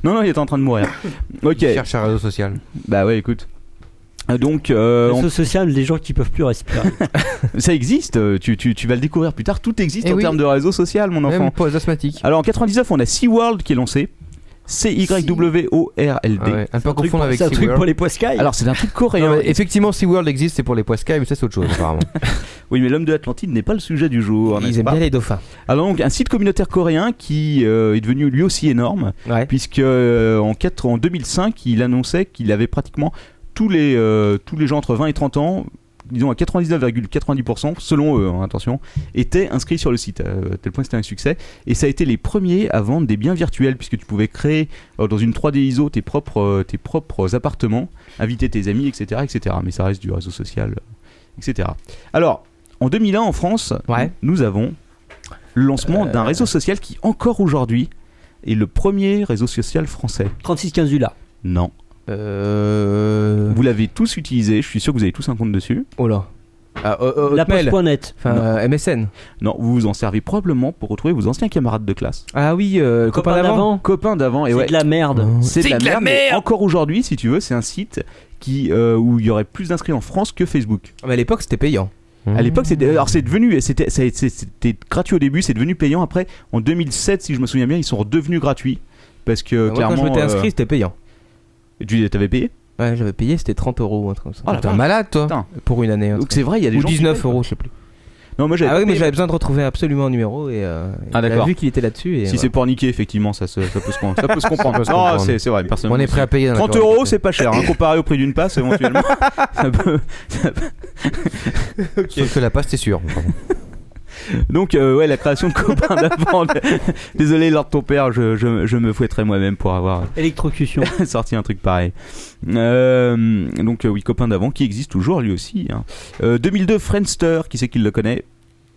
non non il était en train de mourir ok Il cherche un réseau social. bah ouais écoute Euh, donc euh, on- Réseau social des gens qui peuvent plus respirer. ça existe euh, tu, tu, tu vas le découvrir plus tard tout existe Eh en oui. termes de réseau social mon enfant Même pour les asthmatiques. Alors en 99, on a SeaWorld qui est lancé. C-Y-W-O-R-L-D. Ah Ouais, à ne pas confondre avec SeaWorld. hein. Alors, c'est un truc coréen. Non, mais effectivement, SeaWorld existe, c'est pour les poiscailles, mais ça, c'est autre chose, apparemment. Oui, mais l'homme de l'Atlantide n'est pas le sujet du jour. n'est-ce aiment pas bien les dauphins. Alors donc, un site communautaire coréen qui euh, est devenu lui aussi énorme, puisque euh, en, quatre- en 2005, il annonçait qu'il avait pratiquement tous les, euh, tous les gens entre 20 et 30 ans, disons à 99,90% selon eux, hein, attention, étaient inscrits sur le site. euh, à tel point que c'était un succès. Et ça a été les premiers à vendre des biens virtuels, puisque tu pouvais créer euh, dans une 3D ISO tes propres, euh, tes propres appartements, inviter tes amis, etc., etc. Mais ça reste du réseau social, euh, etc. Alors, en 2001, en France, nous avons le lancement d'un réseau social qui, encore aujourd'hui, est le premier réseau social français. 3615 Ula. Non. Vous l'avez tous utilisé, je suis sûr que vous avez tous un compte dessus. Euh, Oh là. La Poste.net. euh, Ah, Enfin, euh, MSN. Non, vous vous en servez probablement pour retrouver vos anciens camarades de classe. Ah oui, euh, copains Copains d'avant. d'avant. Copains d'avant, et C'est ouais. Mmh. de la merde. C'est de la, C'est merde. mais encore aujourd'hui, si tu veux, c'est un site qui, euh, où il y aurait plus d'inscrits en France que Facebook. Mais à l'époque, c'était payant. À l'époque, c'était- euh, alors c'est devenu, c'était ça a été- c'était gratuit au début, c'est devenu payant après. En 2007, si je me souviens bien, ils sont redevenus gratuits parce que Ah, Moi, clairement. quand je m'étais euh, inscrit, c'était payant. Tu t'avais payé Ouais, j'avais payé, c'était 30 euros. ou un truc comme ça. Oh la Putain, vache. malade, toi Putain. Pour une année. un Donc, truc. c'est vrai, il y a des Ou gens qui 19 payent, euros, je sais plus. Non, moi j'avais. Ah oui, mais payé. j'avais besoin de retrouver absolument un numéro et. euh, Ah, j'avais d'accord. vu qu'il était là-dessus. et, Si ouais. c'est pour niquer, effectivement, ça, se- ça peut se, com- ça peut se comprendre. Ça peut se Non, comprendre. c'est- c'est vrai. personne- On est prêt à payer dans la 30 correcte. euros, c'est pas cher, hein, comparé au prix d'une passe éventuellement. Ça peut- ça peut- Sauf que la passe, c'est sûr. Donc, euh, ouais, la création de copains d'avant. Désolé, Lord ton père, je, je- je me fouetterai moi-même pour avoir Électrocution. sorti un truc pareil. Euh, donc, euh, oui, copains d'avant qui existe toujours lui aussi. hein. Euh, 2002, Friendster, qui c'est qui le connaît euh,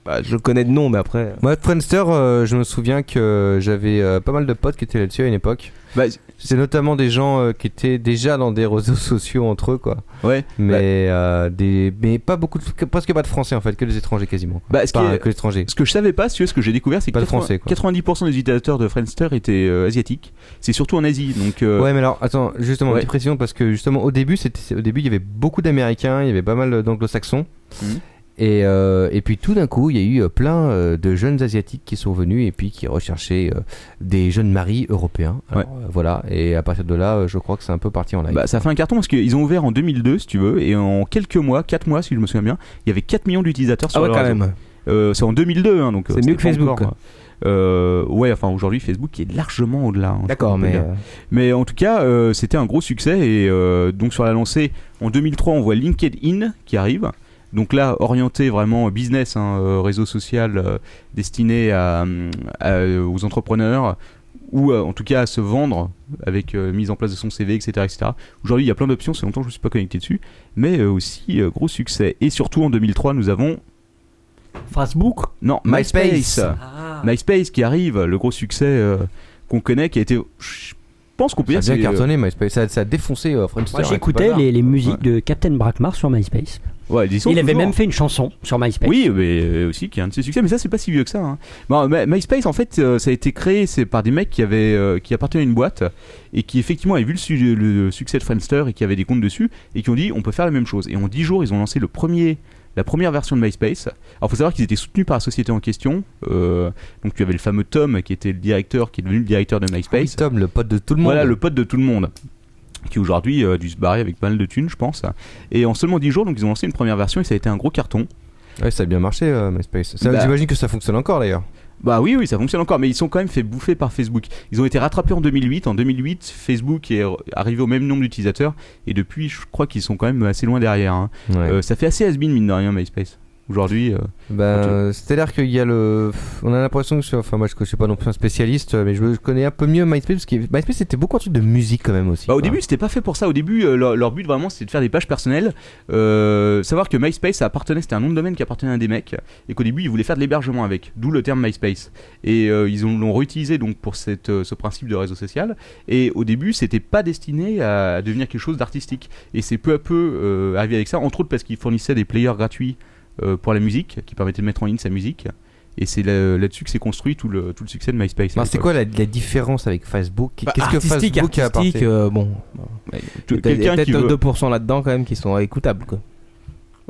bah, Je connais de nom, mais après. Moi, Friendster, euh, je me souviens que j'avais euh, pas mal de potes qui étaient là-dessus à une époque. Bah, C'est notamment des gens euh, qui étaient déjà dans des réseaux sociaux entre eux, quoi. Ouais. Mais, Bah euh, des, mais pas beaucoup, de, que- presque pas de français en fait, que des étrangers quasiment. quoi. Bah, ce qui Enfin, est- que des étrangers. Ce que je savais pas, si tu veux, ce que j'ai découvert, c'est que Pas de 80 français, quoi. 90% des utilisateurs de Friendster étaient euh, asiatiques. C'est surtout en Asie. Donc, euh, Ouais, mais alors, attends, justement, ouais. petite précision, parce que justement, au début, c'était, au début, il y avait beaucoup d'Américains, il y avait pas mal d'anglo-saxons. Mhm. Et, euh, et puis tout d'un coup, il y a eu euh, plein euh, de jeunes asiatiques qui sont venus et puis qui recherchaient euh, des jeunes maris européens. Alors, euh, voilà, et à partir de là, euh, je crois que c'est un peu parti en live. Bah, ça fait un carton parce qu'ils ont ouvert en 2002, si tu veux, et en quelques mois, 4 mois, si je me souviens bien, il y avait 4 millions d'utilisateurs sur Ah ouais, leur quand réseau. même. Euh, c'est en 2002, hein, donc. euh, C'est c'était mieux que pas Facebook, encore, quoi. euh, ouais, enfin aujourd'hui, Facebook est largement au-delà. hein, je D'accord, crois qu'on peut mais, dire. euh, Mais en tout cas, euh, c'était un gros succès, et euh, donc sur la lancée, en 2003, on voit LinkedIn qui arrive. Donc là, orienté vraiment business, hein, euh, réseau social euh, destiné à, hum, à- aux entrepreneurs ou euh, en tout cas à se vendre avec euh, mise en place de son CV, etc. etc. Aujourd'hui, il y a plein d'options, c'est longtemps que je ne suis pas connecté dessus, mais euh, aussi euh, gros succès. Et surtout en 2003, nous avons Facebook non, MySpace. MySpace. Ah. MySpace, Ah. qui arrive, le gros succès euh, qu'on connaît, qui a été, je pense qu'on peut Ça dire, a bien c'est, euh, cartonné MySpace, ça, ça a défoncé euh, Friendster. Moi, hein, j'écoutais c'est pas les, les grave. musiques de Captain Brackmar sur MySpace. Ouais, ils y sont Il avait toujours. même fait une chanson sur MySpace. Oui, mais euh, aussi qui est un de ses succès, mais ça c'est pas si vieux que ça. hein. Bon, My- MySpace en fait, euh, ça a été créé c'est par des mecs qui avaient euh, qui appartenaient à une boîte et qui effectivement avaient vu le, su- le succès de Friendster et qui avaient des comptes dessus et qui ont dit on peut faire la même chose. Et en 10 jours, ils ont lancé le premier la première version de MySpace. Alors faut savoir qu'ils étaient soutenus par la société en question. Euh, donc tu avais le fameux Tom qui était le directeur, qui est devenu le directeur de MySpace. Tom, le pote de tout le monde. Voilà, le pote de tout le monde. Qui aujourd'hui euh, a dû se barrer avec pas mal de thunes, je pense. Et en seulement 10 jours, donc ils ont lancé une première version et ça a été un gros carton. Ouais, ça a bien marché euh, MySpace. Ça- Bah. J'imagine que ça fonctionne encore d'ailleurs. Bah oui, oui, ça fonctionne encore, mais ils sont quand même fait bouffer par Facebook. Ils ont été rattrapés en 2008. En 2008, Facebook est arrivé au même nombre d'utilisateurs, et depuis, je crois qu'ils sont quand même assez loin derrière. hein. Ouais. Euh, ça fait assez has mine de rien, MySpace. Aujourd'hui, euh, Ben, Ok. euh, c'est-à-dire qu'il y a le. On a l'impression que. je suis- Enfin, moi, je je suis pas non plus un spécialiste, mais je je connais un peu mieux MySpace parce que MySpace c'était beaucoup un truc de musique quand même aussi. Bah, au quoi. début, c'était pas fait pour ça. Au début, euh, leur, leur but vraiment, c'était de faire des pages personnelles. Euh, savoir que MySpace, ça appartenait, c'était un nom de domaine qui appartenait à des mecs, et qu'au début, ils voulaient faire de l'hébergement avec, d'où le terme MySpace. Et euh, ils ont- l'ont réutilisé donc pour cette, euh, ce principe de réseau social. Et au début, c'était pas destiné à devenir quelque chose d'artistique. Et c'est peu à peu euh, arrivé avec ça, entre autres parce qu'ils fournissaient des players gratuits euh, pour la musique, qui permettaient de mettre en ligne sa musique. Et c'est là- là-dessus que s'est construit tout le, tout le succès de MySpace. Euh, Alors, Bah, c'est quoi la, la différence avec Facebook Bah, Qu'est-ce que artistique, Facebook a apporté artistique, euh, bon. Ouais, Il y a quelqu'un qui peut-être veut- 2% là-dedans quand même qui sont écoutables. Quoi.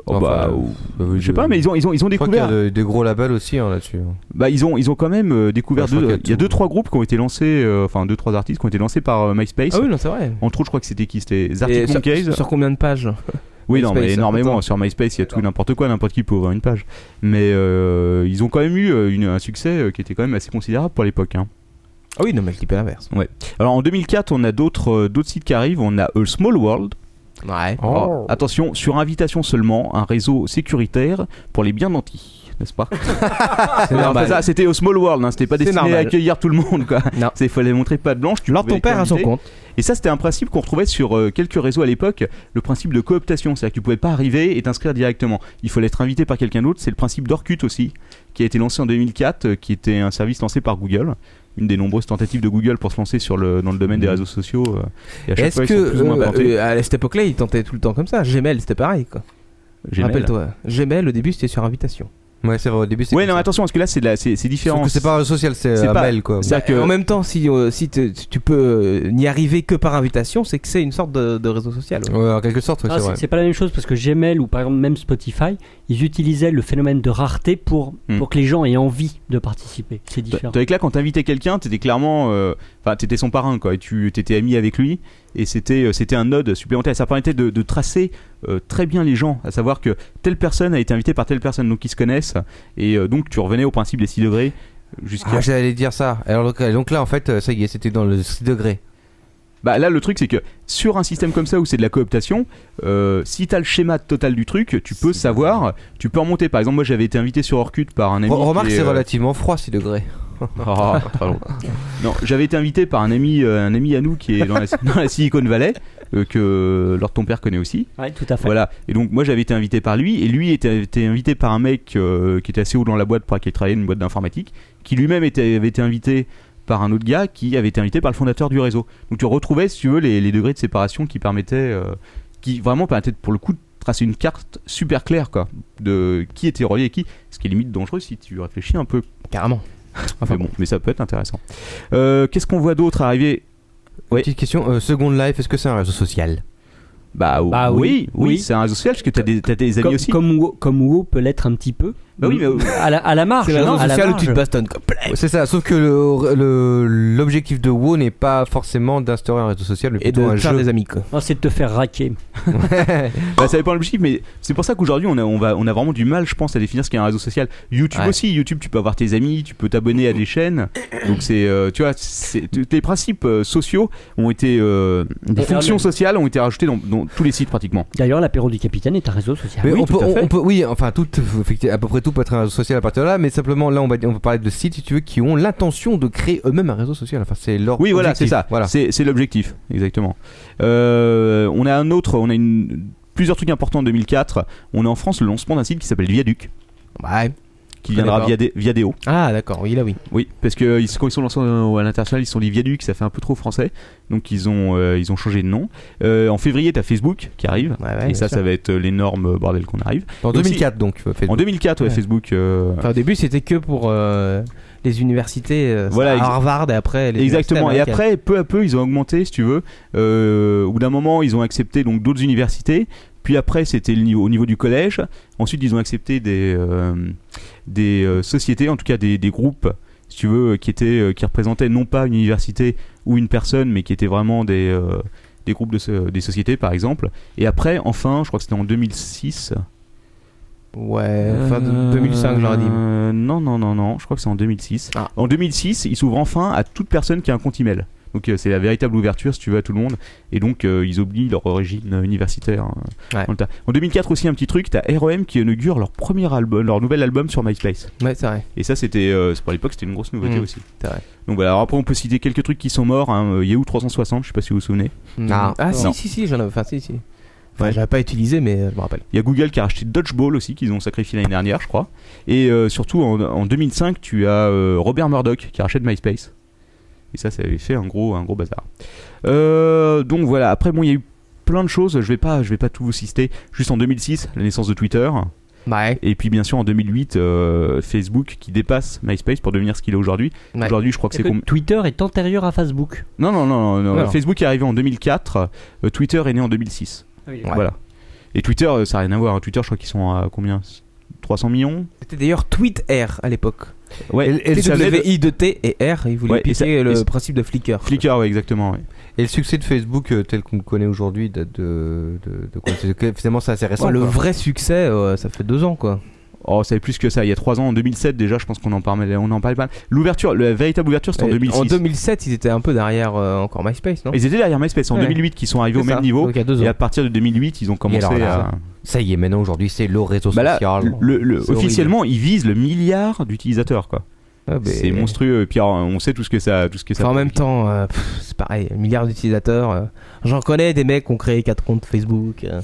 Oh, bah, Enfin, euh, ou- ça veut je sais dire- pas, mais ils ont, ils ont, ils ont Je crois qu'il y a découvert. de- des gros labels aussi hein, là-dessus. Bah, ils ont, ils ont quand même euh, découvert. Ouais, Bah, je crois deux- qu'il y a il y a tout. deux, trois groupes qui ont été lancés, euh, enfin deux, trois artistes qui ont été lancés par euh, MySpace. Ah oui, non, c'est vrai. Entre autres, je crois que c'était qui C'était Et Zartic sur, Monkeys. sur combien de pages Oui, non, MySpace, hein, mais énormément. attends. Sur MySpace, il y a tout et n'importe quoi, n'importe qui peut ouvrir une page. Mais euh, ils ont quand même eu euh, une- un succès euh, qui était quand même assez considérable pour l'époque. hein. Ah oui, non, mais le type est l'inverse. Ouais. Alors en 2004, on a d'autres euh, d'autres sites qui arrivent. On a A Small World. Ouais. Alors, attention, sur invitation seulement, un réseau sécuritaire pour les bien nantis. N'est-ce pas Ah, C'est Alors, normal. ça, C'était au Small World, hein, c'était pas C'est destiné à normal. accueillir tout le monde. Quoi. Non. C'est fallait montrer pas de blanche. Tu Alors pouvais ton père a son t'inviter. compte. Et ça, c'était un principe qu'on retrouvait sur euh, quelques réseaux à l'époque, le principe de cooptation. C'est-à-dire que tu pouvais pas arriver et t'inscrire directement. Il fallait être invité par quelqu'un d'autre. C'est le principe d'Orkut aussi, qui a été lancé en 2004, euh, qui était un service lancé par Google. Une des nombreuses tentatives de Google pour se lancer sur le, dans le domaine des réseaux sociaux. euh, et à chaque Mm. Est-ce fois, ils que sont plus ou moins euh, plantés. euh, à cette époque-là, ils tentaient tout le temps comme ça Gmail, c'était pareil quoi. Gmail. Rappelle-toi, Gmail au début c'était sur invitation. Ouais, c'est vrai, au début c'est. Ouais, non, attention, parce que là, c'est de la- c'est c'est Sauf différent. que c'est pas un réseau social, c'est C'est un pas- mail quoi. c'est- Bah, que- En même temps, si, euh, si te- si tu peux euh, n'y arriver que par invitation, c'est que c'est une sorte de, de réseau social. Oh. ouais. Ouais, en quelque sorte, ouais, Ah, c'est c'est- vrai. c'est pas la même chose parce que Gmail ou par exemple même Spotify, ils utilisaient le phénomène de rareté pour, Hmm. pour que les gens aient envie de participer. C'est différent. T'avais que là, quand t'invitais quelqu'un, t'étais clairement, euh, enfin, t'étais son parrain, quoi, et tu t'étais ami avec lui, et c'était, euh, c'était un node supplémentaire. Ça permettait de, de tracer euh, très bien les gens, à savoir que telle personne a été invitée par telle personne, donc ils se connaissent, et euh, donc tu revenais au principe des 6 degrés jusqu'à. Ah, j'allais dire ça. Alors donc, donc là, en fait, euh, ça y est, c'était dans le 6 degrés. Bah là, le truc, c'est que sur un système comme ça où c'est de la cooptation, euh, si t'as le schéma total du truc, tu peux savoir, tu peux remonter. Par exemple, moi, j'avais été invité sur Orkut par un ami. Re- remarque, qui est, c'est euh, relativement froid 6 degrés. Ah, pardon. Non, j'avais été invité par un ami, euh, un ami à nous qui est dans la, dans la Silicon Valley, euh, que Lord ton père connaît aussi. Ouais, tout à fait. Voilà. Et donc moi j'avais été invité par lui, et lui était, été invité par un mec euh, qui était assez haut dans la boîte pour laquelle il travaillait, une boîte d'informatique, qui lui-même était, avait été invité par un autre gars qui avait été invité par le fondateur du réseau. Donc tu retrouvais, si tu veux, les, les degrés de séparation qui permettaient, euh, qui vraiment permettaient pour le coup de tracer une carte super claire quoi, de qui était relié à qui, ce qui est limite dangereux si tu réfléchis un peu Carrément. Enfin bon, mais ça peut être intéressant. Euh, Qu'est-ce qu'on voit d'autre arriver Oui. Petite question, euh, Second Life, est-ce que c'est un réseau social Bah, Bah oui, oui, oui, oui. c'est un réseau social parce que t'as des, t'as des amis Comme, aussi. comme, Wo- comme WoW peut l'être un petit peu. Bah oui, mais- à la, à la Ah, marge. C'est le non, réseau à la social où tu te marge. bastonnes. quoi. C'est ça, sauf que le- le- l'objectif de WoW n'est pas forcément d'instaurer un réseau social, mais Et plutôt de un faire jeu. des amis quoi. Non, c'est de te faire raquer. Bah, ça dépend de l'objectif, mais c'est pour ça qu'aujourd'hui on a, on, va, on a vraiment du mal, je pense, à définir ce qu'est un réseau social. YouTube Ouais. aussi, YouTube, tu peux avoir tes amis, tu peux t'abonner à des chaînes. Donc c'est, euh, tu vois, c'est- t- les principes euh, sociaux ont été, euh, des Et fonctions alors, sociales ont été rajoutées dans, dans tous les sites pratiquement. D'ailleurs, l'apéro du capitaine est un réseau social. Mais oui, on, tout peut, à on- fait. on peut- oui, enfin tout, effectivement, à peu près tout peut être un réseau social à partir de là, mais simplement là on va, on va parler de sites, si tu veux, qui ont l'intention de créer eux-mêmes un réseau social. Enfin, c'est leur Oui, voilà, c'est objectif. ça. Voilà. C'est c'est l'objectif, exactement. Euh, on a un autre, on a une, plusieurs trucs importants en 2004. On a en France le lancement d'un site qui s'appelle Viaduc, Ouais. qui Je connais viendra pas. via, des, via Deo. Ah d'accord, oui là oui. Oui, parce que euh, ils, quand ils sont lancés euh, à l'international, ils se sont dit Viaduc, ça fait un peu trop français. Donc ils ont, euh, ils ont changé de nom. Euh, en février, t'as Facebook qui arrive. Ouais, ouais, et bien ça, sûr. ça va être l'énorme bordel qu'on arrive. En Et aussi- 2004 donc. euh, Facebook. En 2004, ouais, Ouais. Facebook. euh, Enfin, au début c'était que pour euh, les universités, euh, Voilà, à ex- Harvard et hein, après les Exactement. Et universités américaines. après, peu à peu, ils ont augmenté, si tu veux. Euh, au bout d'un moment, ils ont accepté donc d'autres universités. Puis après, c'était le niveau, au niveau du collège. Ensuite, ils ont accepté des euh, des euh, sociétés, en tout cas des, des groupes, si tu veux, qui étaient euh, qui représentaient non pas une université ou une personne, mais qui étaient vraiment des euh, des groupes de so- des sociétés, par exemple. Et après, enfin, je crois que c'était en 2006. Ouais, fin de- Euh, 2005 j'aurais dit. euh, Non, non, non, non, je crois que c'est en 2006. Ah. En 2006, il s'ouvre enfin à toute personne qui a un compte email. Donc euh, c'est la véritable ouverture, si tu veux, à tout le monde. Et donc euh, ils oublient leur origine euh, universitaire. hein, Ouais. dans le tas. En 2004 aussi, un petit truc, t'as REM qui inaugure leur premier album, leur nouvel album sur MySpace. Ouais, c'est vrai. Et ça, c'était, euh, c'est- pour l'époque, c'était une grosse nouveauté Mm, aussi. c'est vrai. Donc voilà, alors après on peut citer quelques trucs qui sont morts. Hein, euh, Yahoo 360, je sais pas si vous vous souvenez. Non. Ah si Non. si si, j'en avais enfin si si. Enfin, Ouais. j'avais pas utilisé mais euh, je me rappelle. Il y a Google qui a racheté Dodgeball aussi, qu'ils ont sacrifié l'année dernière, je crois. Et euh, surtout, en, en 2005, tu as euh, Robert Murdoch qui rachète MySpace. Et ça, ça avait fait un gros, un gros bazar. Euh, donc voilà, après, bon, il y a eu plein de choses, je vais pas, je vais pas tout vous citer. Juste en 2006, la naissance de Twitter. Ouais. Et puis, bien sûr, en 2008, euh, Facebook qui dépasse MySpace pour devenir ce qu'il est aujourd'hui. Ouais. Aujourd'hui, je crois que c'est... Que com- Twitter est antérieur à Facebook. Non, non, non, non, non. Non, non. Facebook est arrivé en 2004, euh, Twitter est né en 2006. Ah oui, Voilà. Et Twitter, euh, ça n'a rien à voir. Twitter, je crois qu'ils sont à combien 300 millions C'était d'ailleurs Tweet Air à l'époque. Ouais, et, ça venait de- i 2 t et R, ils voulaient Ouais, et piquer ça- et le ça- principe de Flickr. Flickr, ouais, exactement. ouais. Et le succès de Facebook euh, tel qu'on le connaît aujourd'hui date de, de, de quoi C'est que Finalement, c'est assez récent. Ouais, le quoi. vrai succès, euh, ça fait deux ans quoi. Oh, c'est plus que ça. Il y a 3 ans, en 2007 déjà, je pense qu'on en parlait, on en parlait pas. L'ouverture, la véritable ouverture, c'était en Et 2006. En 2007, ils étaient un peu derrière euh, encore MySpace, non Ils étaient derrière MySpace en Ouais. 2008 qui sont arrivés au C'est même ça. niveau. Donc, il y a deux Et ans. à partir de 2008, ils ont commencé alors là, à. Ça y est, maintenant aujourd'hui, c'est le réseau Bah là, social. le- le- C'est officiellement, ils visent le milliard d'utilisateurs, quoi. Ah, ben, C'est monstrueux. Et puis, alors, on sait tout ce que ça, tout ce que ça. enfin, en même temps, euh, pff, c'est pareil, un milliard d'utilisateurs. euh, J'en connais des mecs qui ont créé 4 comptes Facebook. euh.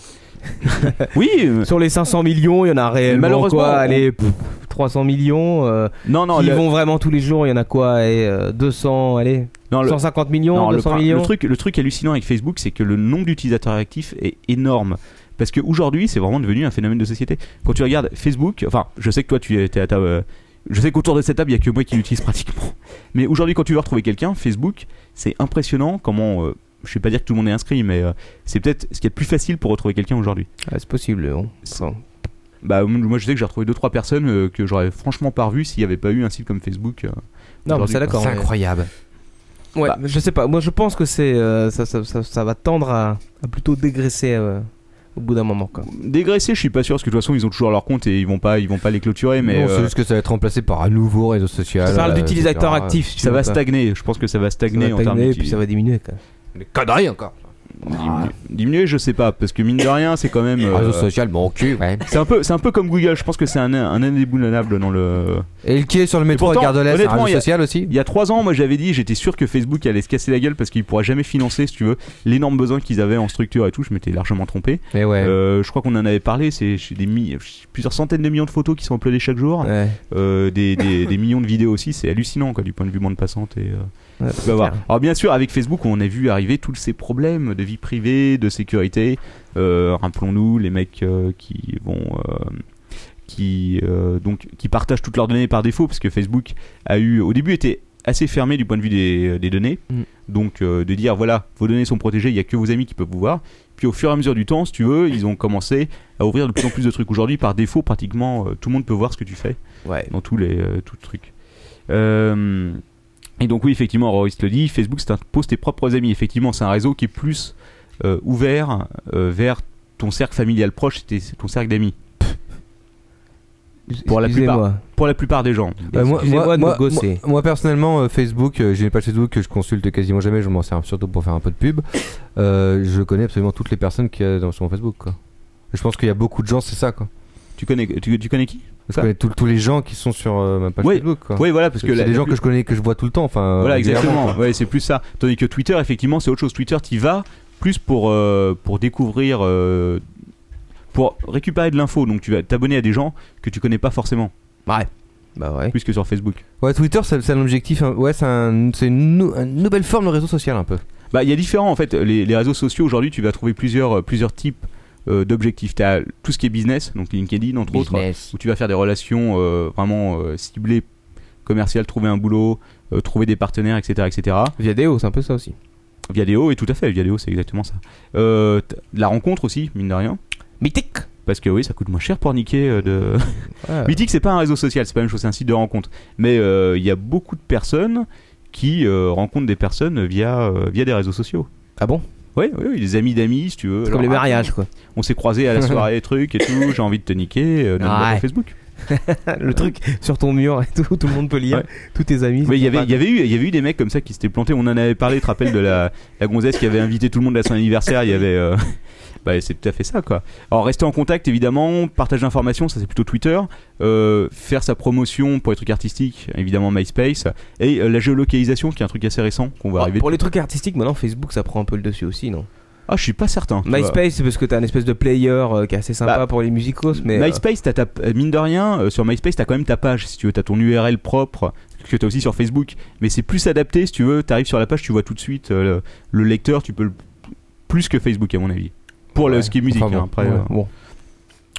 Oui. euh, Sur les 500 millions, il y en a réellement malheureusement, quoi on- Allez, pff, 300 millions. euh, Non, non. qui le- vont vraiment tous les jours, il y en a quoi et, euh, 200, allez, non, le- 150 millions, non, le 200 prin- le, millions. truc, le truc hallucinant avec Facebook, c'est que le nombre d'utilisateurs actifs est énorme. Parce qu'aujourd'hui, c'est vraiment devenu un phénomène de société. Quand tu regardes Facebook, enfin, je sais que toi, tu étais à ta. euh, je sais qu'autour de cette table, il n'y a que moi qui l'utilise pratiquement. Mais aujourd'hui, quand tu veux retrouver quelqu'un, Facebook, c'est impressionnant comment. euh, je ne vais pas dire que tout le monde est inscrit, mais euh, c'est peut-être ce qui est le plus facile pour retrouver quelqu'un aujourd'hui. Ah, c'est possible. on- C'est- enfin, Bah, m- moi, je sais que j'ai retrouvé 2-3 personnes euh, que j'aurais franchement pas revues s'il n'y avait pas eu un site comme Facebook. euh, Non, mais aujourd'hui, ça d'accord. C'est mais- incroyable. Ouais, Bah. mais je sais pas. Moi, je pense que c'est euh, ça, ça, ça, ça va tendre à, à plutôt dégraisser euh, au bout d'un moment. Quoi. Dégraisser, je suis pas sûr, parce que de toute façon, ils ont toujours leur compte et ils vont pas, ils vont pas les clôturer, mais Mais euh, c'est juste que ça va être remplacé par un nouveau réseau social. je parle euh, d'utilisateurs etc. actifs. si hein, ça tu va veux, quoi. stagner. Je pense que ça va Ça va stagner en termes stagner, d'uti- puis ça va diminuer. Quoi. Des conneries encore. Diminuer, diminuer, je sais pas, parce que mine de rien, c'est quand même. euh, Ah, Réseau social, bon cul, ouais. c'est un peu, c'est un peu comme Google. Je pense que c'est un, un indéboulonnable dans le. Et le qui est sur le métro pourtant, à Gare de l'Est, c'est un honnêtement, réseau il y a- social aussi Il y a trois ans, moi, j'avais dit, j'étais sûr que Facebook allait se casser la gueule parce qu'il pourra jamais financer, si tu veux, l'énorme besoin qu'ils avaient en structure et tout. Je m'étais largement trompé. Mais ouais. Euh, je crois qu'on en avait parlé. C'est c'est des mi- plusieurs centaines de millions de photos qui sont uploadées chaque jour. Ouais. Euh, des, des- des millions de vidéos aussi, c'est hallucinant quoi, du point de vue bande passante. Et, euh, Ouais, tu vas voir. clair. Alors bien sûr, avec Facebook, on a vu arriver tous ces problèmes de vie privée, de sécurité. Euh, Rappelons-nous les mecs euh, qui vont... euh, qui, euh, donc, qui partagent toutes leurs données par défaut, parce que Facebook a eu, au début, était assez fermé du point de vue des, des données. Mm. Donc, euh, de dire, voilà, vos données sont protégées, il n'y a que vos amis qui peuvent vous voir. Puis, au fur et à mesure du temps, si tu veux, ils ont commencé à ouvrir de plus en plus de trucs. Aujourd'hui, par défaut, pratiquement, euh, tout le monde peut voir ce que tu fais Ouais. dans tous les euh, tout truc. Euh, et donc oui, effectivement, Rorist le dit, Facebook, c'est un pose tes propres amis. Effectivement, c'est un réseau qui est plus euh, ouvert euh, vers ton cercle familial proche, tes- ton cercle d'amis. Pour la Excusez-moi. Pour la plupart des gens. Bah, moi, Excusez-moi moi- de me moi- gosser. moi- moi, personnellement, euh, Facebook, euh, j'ai une page Facebook que je consulte quasiment jamais, je m'en sers surtout pour faire un peu de pub. Euh, je connais absolument toutes les personnes qu'il y a dans, sur mon Facebook. Quoi. Et Je pense qu'il y a beaucoup de gens, c'est ça. Quoi. Tu connais, tu, tu connais qui Je Ça. connais tout- tous les gens qui sont sur euh, ma page Oui. Facebook. Quoi. Oui, voilà, parce Parce que que c'est la- des la gens plus- que je connais, que je vois tout le temps. Enfin, Voilà, euh, régulièrement, exactement. quoi. Ouais, c'est plus ça. Tandis que Twitter, effectivement, c'est autre chose. Twitter, t'y vas plus pour, euh, pour découvrir, euh, pour récupérer de l'info. Donc tu vas t'abonner à des gens que tu connais pas forcément, Bah ouais. plus que sur Facebook. Ouais, Twitter, c'est c'est un objectif. hein. Ouais, c'est un- c'est une, nou- une nouvelle forme de réseau social un peu. Bah, il y a différents en fait. Les, les réseaux sociaux aujourd'hui, tu vas trouver plusieurs, euh, plusieurs types euh, d'objectifs. Tu as tout ce qui est business, donc LinkedIn entre autres, Business. où tu vas faire des relations euh, vraiment euh, ciblées, commerciales, trouver un boulot, euh, trouver des partenaires, etc., etc. Viadeo, c'est un peu ça aussi. Viadeo et tout à fait, Viadeo, c'est exactement ça. Euh, t- la rencontre aussi, mine de rien. Mythique. Parce que oui, ça coûte moins cher pour niquer euh, de. Ouais. Mythique, c'est pas un réseau social, c'est pas la même chose, c'est un site de rencontre. Mais euh, il y a beaucoup de personnes qui euh, rencontrent des personnes via, euh, via des réseaux sociaux. Ah bon Oui, oui, oui, des amis d'amis, si tu veux. C'est comme les Genre, ah, mariages quoi. on s'est croisés à la soirée, truc et tout, j'ai envie de te niquer, euh, donne-moi Ouais. ton Facebook. Le truc sur ton mur et tout, tout le monde peut lire, Ouais. tous tes amis. Mais il y c'est avait, il y sympa. avait eu, il y avait eu des mecs comme ça qui s'étaient plantés. On en avait parlé, tu te rappelles de la, la gonzesse qui avait invité tout le monde à son anniversaire. Il y avait, euh, bah, c'est tout à fait ça, quoi. Alors rester en contact, évidemment, partage d'informations, ça c'est plutôt Twitter. Euh, faire sa promotion pour les trucs artistiques, évidemment MySpace. Et euh, la géolocalisation, qui est un truc assez récent qu'on va Oh, arriver. Pour les trucs artistiques, maintenant Facebook ça prend un peu le dessus aussi, non Ah, je suis pas certain. tu vois. MySpace, c'est parce que t'as un espèce de player euh, qui est assez sympa Bah, pour les musicos, mais. euh, MySpace, t'as ta- euh, mine de rien, euh, sur MySpace, t'as quand même ta page, si tu veux, t'as ton URL propre, que t'as aussi sur Facebook, mais c'est plus adapté, si tu veux, t'arrives sur la page, tu vois tout de suite euh, le, le lecteur, tu peux le, plus que Facebook, à mon avis. Pour le, Ouais, ce qui est musique, enfin bon, hein, après. ouais. euh, bon.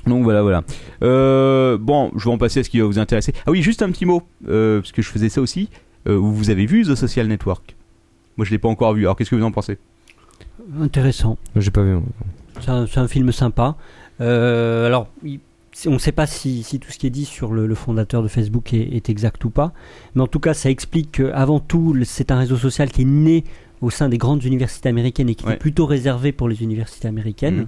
donc voilà, voilà. Euh, bon, je vais en passer à ce qui va vous intéresser. Ah oui, juste un petit mot, euh, parce que je faisais ça aussi. Euh, vous avez vu The Social Network Moi, je l'ai pas encore vu, alors qu'est-ce que vous en pensez Intéressant. J'ai pas vu. C'est un, c'est un film sympa. Euh, alors, il- on ne sait pas si, si tout ce qui est dit sur le, le fondateur de Facebook est, est exact ou pas, mais en tout cas, ça explique qu'avant tout, le- c'est un réseau social qui est né au sein des grandes universités américaines et qui Ouais. était plutôt réservé pour les universités américaines,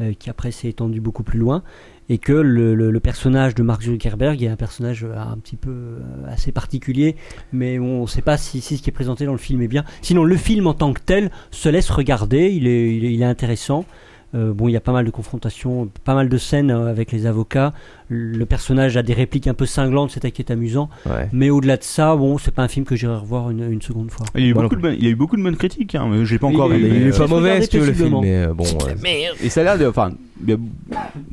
euh, qui après s'est étendu beaucoup plus loin, et que le, le- le personnage de Mark Zuckerberg est un personnage euh, un petit peu euh, assez particulier, mais on ne sait pas si, si ce qui est présenté dans le film est bien. Sinon, le film en tant que tel se laisse regarder, il est, il est- il est intéressant. Euh, bon, il y a pas mal de confrontations, pas mal de scènes euh, avec les avocats. Le personnage a des répliques un peu cinglantes, c'est ça qui est amusant. Mais au-delà de ça, bon, c'est pas un film que j'irai revoir une, une seconde fois. Il y a eu, Bah, beaucoup, de bonnes, il y a eu beaucoup de bonnes critiques, hein, mais j'ai pas Il encore est- vu. il est mais, pas euh, mauvais, si tu veux, le film, mais, euh, bon, C'est de la euh, merde. Et ça a l'air de. Enfin, il y a-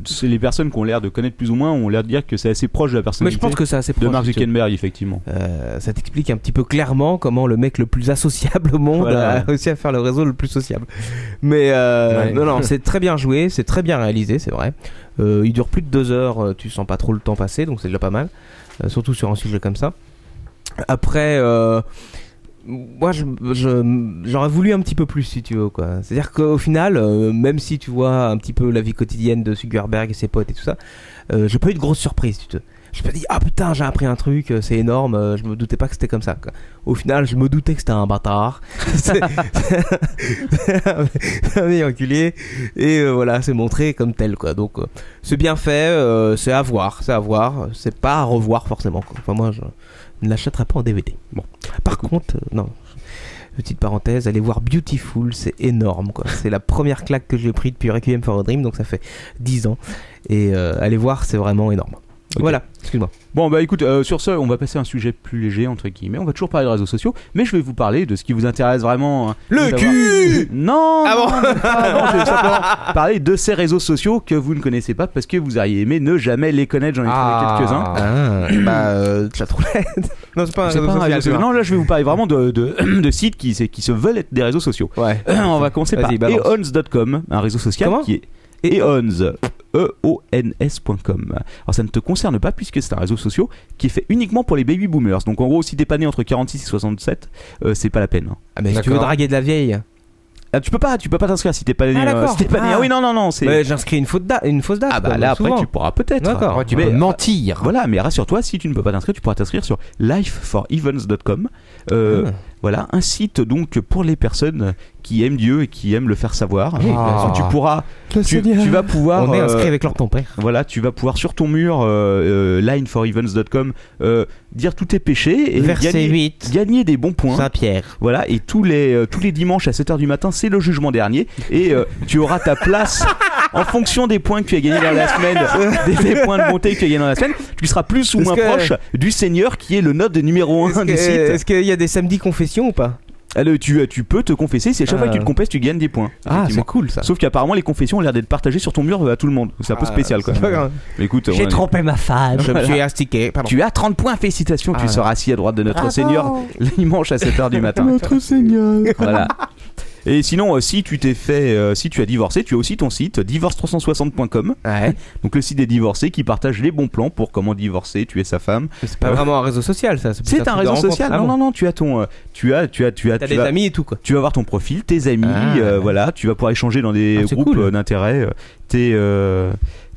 c'est les personnes qui ont l'air de connaître plus ou moins ont l'air de dire que c'est assez proche de la Mais personnalité. je pense que c'est assez proche. De Mark effectivement. Zuckerberg, effectivement. Euh, ça t'explique un petit peu clairement comment le mec le plus associable au monde Voilà. a réussi à faire le réseau le plus sociable. Mais euh, Ouais. non, non, c'est très bien joué, c'est très bien réalisé, c'est vrai. Euh, il dure plus de deux heures, euh, tu sens pas trop le temps passer, donc c'est déjà pas mal. Euh, surtout sur un sujet comme ça. Après, euh, moi, je- je- j'aurais voulu un petit peu plus, si tu veux. quoi. C'est-à-dire qu'au final, euh, même si tu vois un petit peu la vie quotidienne de Zuckerberg et ses potes et tout ça, euh, j'ai pas eu de grosses surprises, tu te. Je me dis, ah putain, j'ai appris un truc, euh, c'est énorme, euh, je me doutais pas que c'était comme ça. quoi. Au final, je me doutais que c'était un bâtard. C'est- c'est un vieil enculé. Et euh, voilà, c'est montré comme tel, quoi. Donc, euh, c'est bien fait, euh, c'est à voir, c'est à voir, c'est pas à revoir forcément, quoi. Enfin, moi, je ne l'achèterai pas en DVD. Bon. Par contre, euh, non. Petite parenthèse, allez voir Beautiful, c'est énorme quoi. C'est la première claque que j'ai pris depuis Requiem for a Dream, donc ça fait 10 ans. Et euh, allez voir, c'est vraiment énorme. Voilà, excuse-moi. Bon, bah écoute, euh, sur ce, on va passer à un sujet plus léger, entre guillemets. On va toujours parler de réseaux sociaux, mais je vais vous parler de ce qui vous intéresse vraiment. hein. Le Savoir- cul Non Ah bon non, non, non, je vais simplement parler de ces réseaux sociaux que vous ne connaissez pas parce que vous auriez aimé ne jamais les connaître. J'en Ah. ai Ah. trouvé quelques-uns. quelques-uns. bah, euh, chatroulette. non, c'est pas un C'est réseau pas un réseau social. social. tu vois. Non, là, je vais vous parler vraiment de, de, de sites qui, qui se veulent être des réseaux sociaux. Ouais. Euh, On va commencer par Vas-y, balance. eons.com, un réseau social Comment qui est eons. E E-O-N-S.com. Alors ça ne te concerne pas puisque c'est un réseau social qui est fait uniquement pour les baby boomers. Donc en gros, si t'es pas né entre 46 et 67, euh, c'est pas la peine. hein. Ah, mais si tu veux D'accord. draguer de la vieille. Ah, tu peux pas, tu peux pas t'inscrire si t'es pas né. Ah, euh, d'accord. si t'es pas né. Ah. Ah oui, non, non, non. c'est- Mais j'inscris une, faute da- une fausse date. Ah bah quoi, là, après, souvent. tu pourras peut-être. D'accord. Ah, bah, tu Mais- peux mentir. Voilà, mais rassure-toi, si tu ne peux pas t'inscrire, tu pourras t'inscrire sur lifeforevents.com. Euh, Ah. Voilà, un site donc pour les personnes qui aiment Dieu et qui aiment le faire savoir. Ah. Tu pourras, Le tu, Seigneur. tu vas pouvoir. On est inscrit euh, avec leur ton père. Voilà, tu vas pouvoir sur ton mur euh, euh, lineforevents.com euh, dire tous tes péchés et Verset gagner, 8. gagner des bons points. Saint-Pierre. Voilà, et tous les, euh, tous les dimanches à 7h du matin, c'est le jugement dernier. Et euh, tu auras ta place en fonction des points que tu as gagnés dans la semaine, des, des points de bonté que tu as gagnés dans la semaine. Tu seras plus ou Est-ce moins que- proche du Seigneur qui est le node numéro 1 Est-ce que- du site. Est-ce qu'il y a des samedis confessions ou pas Alors, tu, euh, tu peux te confesser, si à chaque Ah. fois que tu te confesses, tu gagnes des points. effectivement. cool ça. Sauf qu'apparemment, les confessions ont l'air d'être partagées sur ton mur euh, à tout le monde. C'est un peu Ah, spécial quand c'est pas même. grave. Mais écoute, J'ai on- trompé ma femme. Je me suis astiqué. Pardon. Tu as 30 points, félicitations, Ah. tu seras assis à droite de notre Seigneur le dimanche à 7h du matin. Notre Seigneur. voilà. Et sinon, euh, si tu t'es fait, euh, si tu as divorcé, tu as aussi ton site divorce360.com, Ouais. donc le site des divorcés qui partage les bons plans pour comment divorcer, tuer sa femme. Mais C'est pas Ouais. vraiment un réseau social ça. plus C'est un truc de réseau rencontre. social. Ah Non, bon. non, non, tu as ton, euh, tu as, tu as, tu as, T'as tu des as- amis et tout quoi. tu vas voir ton profil, tes amis, Ah. euh, voilà, tu vas pouvoir échanger dans des Ah, c'est groupes cool. euh, d'intérêt, euh, tes, euh,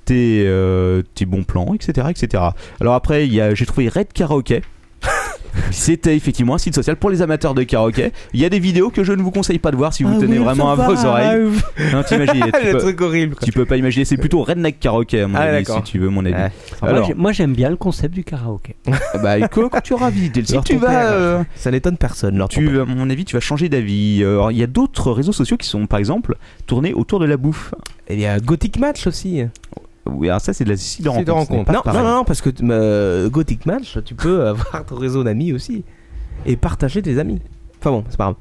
tes, euh, tes bons plans, etc., etc. Alors après, il y a- j'ai trouvé Red Karaoke. C'était effectivement un site social pour les amateurs de karaoké. Il y a des vidéos que je ne vous conseille pas de voir si vous Ah tenez vraiment à vos oreilles. Non, t'imagines, Ah tu, Le peux, truc horrible. quoi. tu peux pas imaginer. C'est plutôt Redneck Karaoké, à mon Ah, avis, d'accord. si tu veux, mon ami. Ouais. Moi, Ah, Alors, j'ai- Moi, j'aime bien le concept du karaoké. bah, écoute, quand tu auras visité le site, Leur tu ton père, vas. euh, Ça n'étonne personne. Leur ton tu, à mon avis, tu vas changer d'avis. Euh, alors, Il y a d'autres réseaux sociaux qui sont, par exemple, tournés autour de la bouffe. Et il y a Gothic Match aussi. hein. Oui, alors ça, c'est de la site de C'est rencontre. de ce n'est rencontre. pas Non, non, pareil. non, non, parce que euh, Gothic Match, tu peux avoir ton réseau d'amis aussi. Et partager tes amis. Enfin bon, c'est pas grave.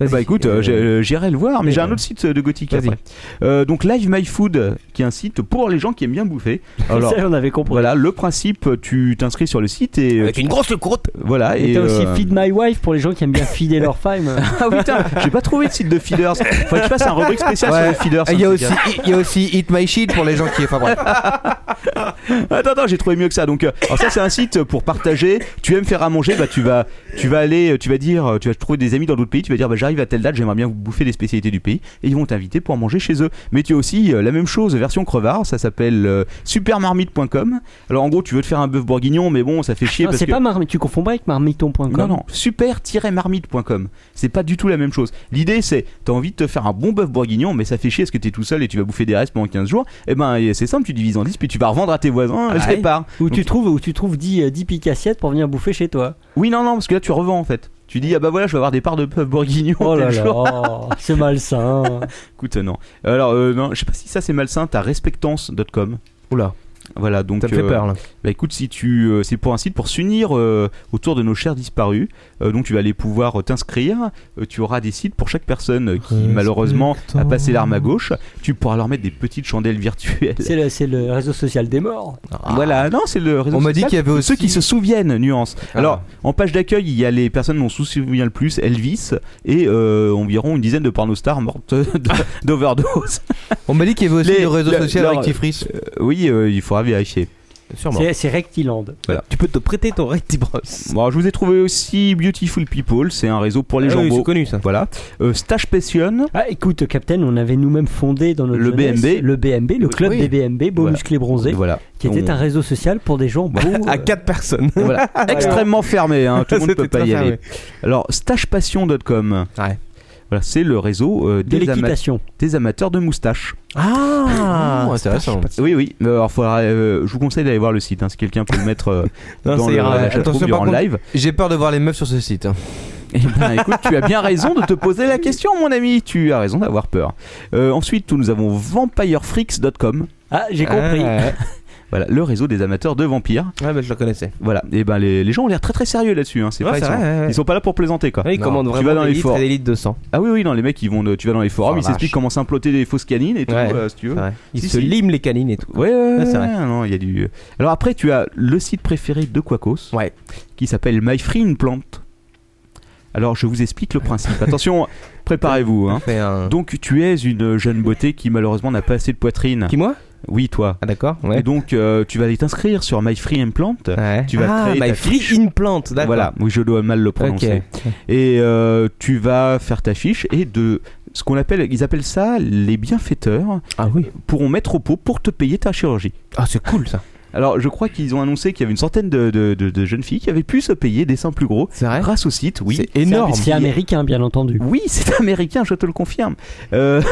Vas-y. Bah écoute, euh, j'ai- euh, j'irai le voir, mais euh, j'ai un autre site euh, de Gothic vas-y. après. Euh, donc Live My Food, qui est un site pour les gens qui aiment bien bouffer. Alors ça, j'en avais compris. voilà, le principe, tu t'inscris sur le site et euh, Avec une grosse croûte. voilà. Et Et t'as aussi euh, Feed My Wife pour les gens qui aiment bien feeder leur femme. Ah putain, j'ai pas trouvé de site de feeders. Faut que je fasse un rubrique spécial Ouais. sur les feeders. Et Ah, Il y, a ça, aussi, c'est il y a aussi Eat My Shit pour les gens qui. Enfin bref. Attends, attends, j'ai trouvé mieux que ça. Donc, euh, alors ça, c'est un site euh, pour partager. Tu aimes faire à manger, bah tu vas, tu vas aller, tu vas dire, tu vas trouver des amis dans d'autres pays. Tu vas dire, bah j'ai j'arrive à telle date, j'aimerais bien vous bouffer des spécialités du pays, et ils vont t'inviter pour manger chez eux. Mais tu as aussi euh, la même chose, version crevard, ça s'appelle euh, supermarmite.com. Alors en gros, tu veux te faire un bœuf bourguignon, mais bon, ça fait chier Non, parce Ah, c'est que. pas marmite, tu confonds pas avec marmiton.com. Non, non, super-marmite.com. C'est pas du tout la même chose. L'idée, c'est, t'as envie de te faire un bon bœuf bourguignon, mais ça fait chier parce que t'es tout seul et tu vas bouffer des restes pendant 15 jours. Et ben, et c'est simple, tu divises en 10, puis tu vas revendre à tes voisins, je Ah Ouais. prépare. Où tu trouves, où tu trouves 10, euh, 10 piques assiettes pour venir bouffer chez toi. Oui, non, non, parce que là, tu revends en fait. Tu dis, ah bah voilà, je vais avoir des parts de bœuf bourguignon. Oh là tel jour. là, c'est malsain. Écoute, non. Alors, euh, non, je sais pas si ça c'est malsain, t'as respectance.com. Oula. Voilà, donc. Ça me fait peur, là. Bah écoute, si tu, euh, c'est pour un site pour s'unir euh, autour de nos chers disparus. Euh, donc tu vas aller pouvoir euh, t'inscrire. Euh, tu auras des sites pour chaque personne euh, qui malheureusement a passé l'arme à gauche. Tu pourras leur mettre des petites chandelles virtuelles. C'est le, c'est le réseau social des morts. Voilà, non, c'est le réseau Ah. On m'a dit social. qu'il y avait Ah. Ceux qui se souviennent, nuance. Alors, en page d'accueil, il y a les personnes dont on se souvient le plus Elvis et euh, environ une dizaine de pornostars mortes de- d'overdose. On m'a dit qu'il y avait aussi le réseau social Rectifrice. oui, euh, il faudra vérifier. C'est, c'est Rectiland. Tu peux te prêter ton Rectibros. Bon, je vous ai trouvé aussi Beautiful People, c'est un réseau pour les Ah gens oui, beaux. c'est connu, ça. Voilà. Euh, Stash Passion. Ah, écoute, Captain, on avait nous-mêmes fondé dans notre Le jeunesse BMB. le BMB, le club Oui. des BMB, beau Voilà. musclé bronzé, Voilà. qui était On- un réseau social pour des gens beaux. à euh, quatre personnes. Ah, Voilà. Voilà. Extrêmement fermé, hein, tout le monde ne C'était peut pas très y aller. fermé. Alors, stagepassion.com. Voilà, c'est le réseau euh, De des, ama- l'équitation. des amateurs de moustaches. Ah, Oui, oui. Mais alors, faudra, euh, je vous conseille d'aller voir le site. hein, si quelqu'un peut le mettre euh, Non, dans ça le ira. la chatroom Attention, par durant le contre, live. J'ai peur de voir les meufs sur ce site. hein. Eh ben, écoute, tu as bien raison de te poser la question, mon ami. Tu as raison d'avoir peur. Euh, ensuite, nous avons vampirefreaks.com. Ah, j'ai compris. Voilà, le réseau des amateurs de vampires. Ouais, bah, je le connaissais. Voilà, et ben les, les gens ont l'air très très sérieux là-dessus. hein, C'est Ouais, pas, c'est ils, sont, vrai, ouais, ouais. Ah ils sont pas là pour plaisanter quoi. Ouais, ils commandent Tu vraiment vas dans des les litres forums. et des litres de sang. Ah oui, oui, non, les mecs, ils vont, de- tu vas dans les forums, Oh, ils s'expliquent vache. comment s'imploter des fausses canines et tout, Ouais, euh, si tu veux. c'est vrai. Ils Si, se si. liment les canines et tout. Ouais, ouais, ouais, Ouais, Ah, c'est vrai. ouais, non, il y a du. Alors après, tu as le site préféré de Quacos, qui s'appelle My Free Implant. Alors je vous explique le principe. Attention, préparez-vous. hein. Donc tu es une jeune beauté qui malheureusement n'a pas assez de poitrine. Qui, moi Oui, toi. Ah d'accord. Ouais. Et donc euh, tu vas aller t'inscrire sur My Free Implant. Tu vas Ah, créer my ta free implant, d'accord. voilà, oui, je dois mal le prononcer. Et euh, tu vas faire ta fiche et de ce qu'on appelle, ils appellent ça les bienfaiteurs. Pourront mettre au pot pour te payer ta chirurgie. Ah, c'est cool ça. Alors, je crois qu'ils ont annoncé qu'il y avait une centaine de, de- de- de jeunes filles qui avaient pu se payer des seins plus gros grâce au site. Oui, C'est énorme. C'est américain, bien entendu. Oui, c'est américain, je te le confirme. Euh,